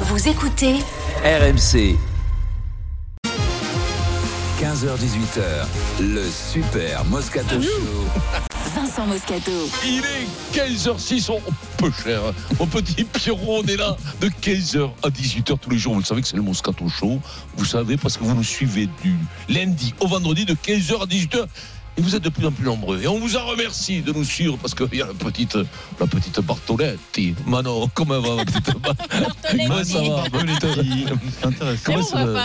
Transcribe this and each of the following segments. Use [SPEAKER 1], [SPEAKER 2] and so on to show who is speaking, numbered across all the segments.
[SPEAKER 1] Vous écoutez
[SPEAKER 2] RMC. 15h18h, le super Moscato Show.
[SPEAKER 1] Vincent Moscato.
[SPEAKER 3] Il est 15h06, on peut cher. hein. Mon petit Pierrot, on est là de 15h à 18h tous les jours. Vous le savez que c'est le Moscato Show. Vous savez parce que vous nous suivez du lundi au vendredi de 15h à 18h. Et vous êtes de plus en plus nombreux. Et on vous en remercie de nous suivre parce qu'il y a la petite, la petite Bartolette. Manon, comment va ma petite Bartolette Comment ça va, Bartoletti Comment ça va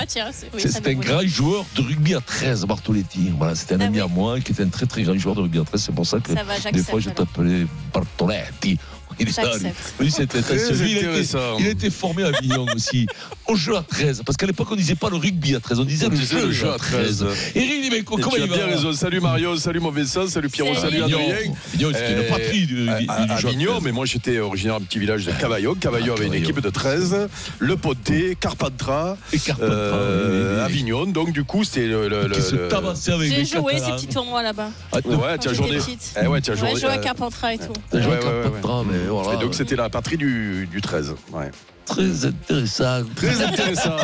[SPEAKER 3] c'est c'est un grand joueur de rugby à 13, Bartoletti. Voilà, c'était un
[SPEAKER 4] Ah
[SPEAKER 3] ami
[SPEAKER 4] oui.
[SPEAKER 3] à moi qui était un très très grand joueur de rugby à 13. C'est pour ça que
[SPEAKER 4] Ça va, j'accepte,
[SPEAKER 3] des fois je
[SPEAKER 4] alors.
[SPEAKER 3] t'appelais Bartoletti. Il est là, lui.
[SPEAKER 4] J'accepte.
[SPEAKER 3] Oui, c'était
[SPEAKER 5] Très
[SPEAKER 3] lui, il a, été,
[SPEAKER 5] intéressant.
[SPEAKER 3] il a été formé à Avignon aussi, au jeu à 13. Parce qu'à l'époque, on disait pas le rugby à 13, on disait
[SPEAKER 5] On
[SPEAKER 3] le,
[SPEAKER 5] disait
[SPEAKER 3] jeu,
[SPEAKER 5] le jeu à 13.
[SPEAKER 3] Eric Dimeco,
[SPEAKER 5] Et
[SPEAKER 3] comment
[SPEAKER 5] tu as
[SPEAKER 3] il va
[SPEAKER 5] bien raison. Salut Mario, salut Mauvais Sens, salut Pierrot,
[SPEAKER 4] Salut.
[SPEAKER 5] salut
[SPEAKER 3] Avignon,
[SPEAKER 5] Adrien.
[SPEAKER 3] Avignon, c'était
[SPEAKER 5] Euh,
[SPEAKER 3] une patrie du, du-
[SPEAKER 5] À,
[SPEAKER 3] du
[SPEAKER 5] à
[SPEAKER 3] jeu à
[SPEAKER 5] Avignon,
[SPEAKER 3] 13.
[SPEAKER 5] mais moi j'étais originaire d'un petit village de
[SPEAKER 3] Ah,
[SPEAKER 5] Cavaillot. Cavaillot avait une
[SPEAKER 3] Cavaillot.
[SPEAKER 5] équipe de 13, Le Poté, Carpentras,
[SPEAKER 3] Et Carpentras, oui, oui,
[SPEAKER 5] euh,
[SPEAKER 3] oui.
[SPEAKER 5] Avignon. Donc du coup, c'était le. le-
[SPEAKER 3] qui
[SPEAKER 5] le-
[SPEAKER 3] se
[SPEAKER 5] le-
[SPEAKER 3] tabassait avec
[SPEAKER 4] J'ai
[SPEAKER 3] les
[SPEAKER 4] joué ces
[SPEAKER 3] Catalans.
[SPEAKER 4] petits tournois là-bas.
[SPEAKER 3] Ah, de-
[SPEAKER 5] Ouais,
[SPEAKER 4] quand
[SPEAKER 5] tiens,
[SPEAKER 4] j'étais
[SPEAKER 5] journée.
[SPEAKER 4] petite.
[SPEAKER 5] Eh ouais, tiens,
[SPEAKER 4] Ouais,
[SPEAKER 5] journée.
[SPEAKER 4] joué à
[SPEAKER 5] euh,
[SPEAKER 4] Carpentras et tout.
[SPEAKER 3] T'as joué
[SPEAKER 5] ouais,
[SPEAKER 3] à
[SPEAKER 5] ouais, ouais.
[SPEAKER 3] Carpentras, mais voilà.
[SPEAKER 5] Et donc c'était la patrie du, du 13. ouais.
[SPEAKER 3] très intéressant.
[SPEAKER 5] Très intéressant.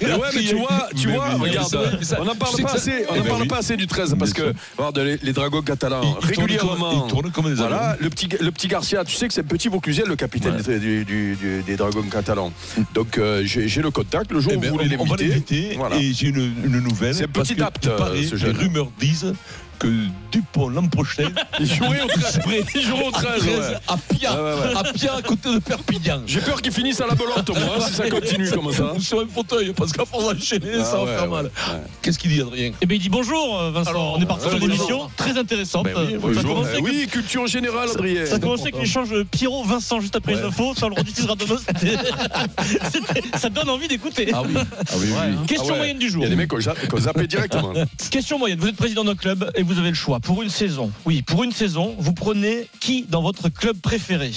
[SPEAKER 5] Mais ouais, mais tu vois, tu
[SPEAKER 3] Mais
[SPEAKER 5] vois,
[SPEAKER 3] oui, mais
[SPEAKER 5] regarde,
[SPEAKER 3] ça, mais ça,
[SPEAKER 5] on n'en
[SPEAKER 3] je
[SPEAKER 5] parle
[SPEAKER 3] sais
[SPEAKER 5] pas
[SPEAKER 3] que ça-
[SPEAKER 5] assez, on
[SPEAKER 3] Eh
[SPEAKER 5] n'en
[SPEAKER 3] ben
[SPEAKER 5] parle
[SPEAKER 3] oui.
[SPEAKER 5] pas assez du 13 parce
[SPEAKER 3] Bien
[SPEAKER 5] que regarde, les, les dragons catalans
[SPEAKER 3] Ils- ils tournent comme-
[SPEAKER 5] régulièrement.
[SPEAKER 3] ils tournent comme des
[SPEAKER 5] voilà,
[SPEAKER 3] avions.
[SPEAKER 5] le petit le petit Garcia, tu sais que c'est petit Vauclusiel, le capitaine du- du- du- des dragons catalans. Donc euh, j'ai j'ai le contact. Le jour
[SPEAKER 3] Eh
[SPEAKER 5] où
[SPEAKER 3] ben,
[SPEAKER 5] vous
[SPEAKER 3] on,
[SPEAKER 5] voulez
[SPEAKER 3] on va
[SPEAKER 5] l'inviter,
[SPEAKER 3] l'inviter
[SPEAKER 5] voilà.
[SPEAKER 3] et j'ai une, une nouvelle.
[SPEAKER 5] C'est un
[SPEAKER 3] parce
[SPEAKER 5] petit
[SPEAKER 3] que
[SPEAKER 5] apte,
[SPEAKER 3] il
[SPEAKER 5] euh,
[SPEAKER 3] paraît,
[SPEAKER 5] ce
[SPEAKER 3] les
[SPEAKER 5] jeune.
[SPEAKER 3] rumeurs disent que Dupont l'an prochain
[SPEAKER 5] Il jouait au 13. Il jouerait au 13. ouais.
[SPEAKER 3] à Pia,
[SPEAKER 5] Ouais, ouais, ouais.
[SPEAKER 3] à Pia à côté de Perpignan.
[SPEAKER 5] J'ai peur qu'il finisse à la belote, moi, si ça continue comme ça.
[SPEAKER 3] Sur un fauteuil, parce qu'à force d'enchaîner,
[SPEAKER 5] Ah
[SPEAKER 3] ça va
[SPEAKER 5] ouais,
[SPEAKER 3] faire
[SPEAKER 5] ouais,
[SPEAKER 3] mal.
[SPEAKER 5] ouais.
[SPEAKER 3] Qu'est-ce qu'il dit, Adrien
[SPEAKER 6] Eh bien, il dit bonjour, euh, Vincent.
[SPEAKER 3] Alors,
[SPEAKER 6] on est parti
[SPEAKER 3] ouais,
[SPEAKER 6] sur une
[SPEAKER 3] bonjour.
[SPEAKER 6] émission très intéressante.
[SPEAKER 3] Ben oui,
[SPEAKER 6] Euh, ça,
[SPEAKER 3] bonjour.
[SPEAKER 6] commençait
[SPEAKER 5] Eh
[SPEAKER 6] avec,
[SPEAKER 5] oui, culture générale, Adrien.
[SPEAKER 6] ça commençait avec l'échange Pierrot-Vincent juste après les infos. Ça, on le rediffusera demain. C'était- c'était- ça donne envie d'écouter.
[SPEAKER 3] oui, ah oui, oui, oui.
[SPEAKER 6] Question
[SPEAKER 5] Ah ouais.
[SPEAKER 6] moyenne du
[SPEAKER 5] Il
[SPEAKER 6] jour.
[SPEAKER 5] y a des hein, mecs qui ont ja- qui ont zappé directement.
[SPEAKER 6] Question moyenne. Vous êtes président d'un club et vous avez le choix. Pour une saison, oui, pour une saison, vous prenez qui dans votre club préféré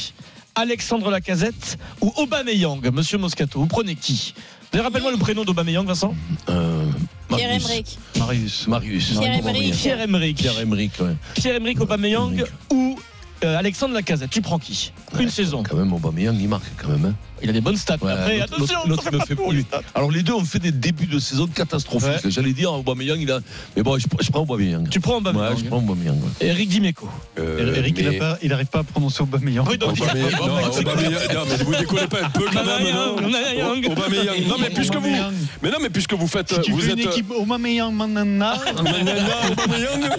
[SPEAKER 6] Alexandre Lacazette ou Aubameyang Monsieur Moscato, vous prenez qui Rappelle-moi le prénom d'Aubameyang, Vincent
[SPEAKER 3] Euh,
[SPEAKER 4] Pierre
[SPEAKER 3] Marius.
[SPEAKER 4] Emerick.
[SPEAKER 3] Marius. Marius.
[SPEAKER 4] Pierre
[SPEAKER 3] Marius.
[SPEAKER 4] Emerick.
[SPEAKER 6] Pierre-Emerick.
[SPEAKER 3] Pierre-Emerick, ouais.
[SPEAKER 6] Pierre-Emerick Aubameyang ou euh, Alexandre Lacazette Tu prends qui Une saison.
[SPEAKER 3] Quand même, Aubameyang, il marque quand même. hein.
[SPEAKER 6] Il a des bonnes stats. mais
[SPEAKER 3] Ouais,
[SPEAKER 6] Après,
[SPEAKER 3] l'autre-
[SPEAKER 6] attention,
[SPEAKER 3] l'autre- l'autre
[SPEAKER 6] ça
[SPEAKER 3] me
[SPEAKER 6] pas
[SPEAKER 3] fait
[SPEAKER 6] pour
[SPEAKER 3] plus.
[SPEAKER 6] les stats.
[SPEAKER 3] Alors, les deux ont fait des débuts de saison catastrophiques. J'allais dire, Aubameyang, il a. Mais bon, je, je prends Aubameyang.
[SPEAKER 6] Tu prends
[SPEAKER 3] Ouais,
[SPEAKER 6] Aubameyang.
[SPEAKER 3] je prends Aubameyang. ouais.
[SPEAKER 6] Eric Dimeco.
[SPEAKER 5] Euh,
[SPEAKER 7] Eric, il
[SPEAKER 5] mais-
[SPEAKER 7] n'arrive pas, il arrive pas à prononcer Aubameyang.
[SPEAKER 6] Oui, donc,
[SPEAKER 5] Aubameyang- non, Aubameyang- non, mais vous décollez pas un peu quand même. non
[SPEAKER 6] Aubameyang.
[SPEAKER 5] Aubameyang. Non, mais puisque vous,
[SPEAKER 7] Aubameyang.
[SPEAKER 5] mais non, mais puisque vous faites,
[SPEAKER 7] Si tu
[SPEAKER 5] vous
[SPEAKER 7] veux
[SPEAKER 5] êtes. euh,
[SPEAKER 7] une équipe Aubameyang Manana,
[SPEAKER 5] Nanana, Aubameyang,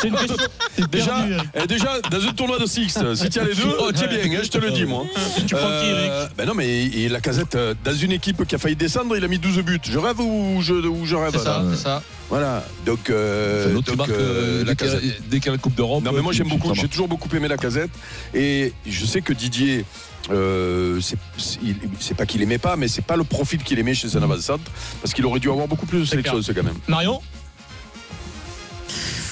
[SPEAKER 6] c'est une question.
[SPEAKER 7] t'es
[SPEAKER 5] déjà,
[SPEAKER 7] perdu. Eric.
[SPEAKER 5] eh, déjà, dans un tournoi de six, euh, si tu as les deux, c'est bien, hein, je te le dis, moi.
[SPEAKER 6] Oh, Tu prends qui, Eric
[SPEAKER 5] Euh, ben non, mais il- la casette, euh, dans une équipe qui a failli descendre, il a mis 12 buts. Je rêve ou je, ou
[SPEAKER 3] bah,
[SPEAKER 5] je rêve là
[SPEAKER 3] Ouais.
[SPEAKER 4] Oh,
[SPEAKER 5] Voilà. Donc, euh,
[SPEAKER 3] C'est l'autre qui
[SPEAKER 5] donc,
[SPEAKER 3] marque
[SPEAKER 5] euh,
[SPEAKER 3] euh,
[SPEAKER 5] la
[SPEAKER 3] dès qu'il y a-
[SPEAKER 5] casette.
[SPEAKER 3] dès qu'il y a la Coupe d'Europe.
[SPEAKER 5] Non mais moi
[SPEAKER 3] tu-
[SPEAKER 5] j'aime
[SPEAKER 3] tu
[SPEAKER 5] beaucoup,
[SPEAKER 3] t'en
[SPEAKER 5] j'ai toujours beaucoup aimé la casette et je sais que Didier, euh, c'est- c'est il- c'est pas qu'il aimait pas, mais c'est pas le profil qu'il aimait chez un avant-centre parce qu'il aurait dû avoir beaucoup plus de sélection ce quand même.
[SPEAKER 6] Marion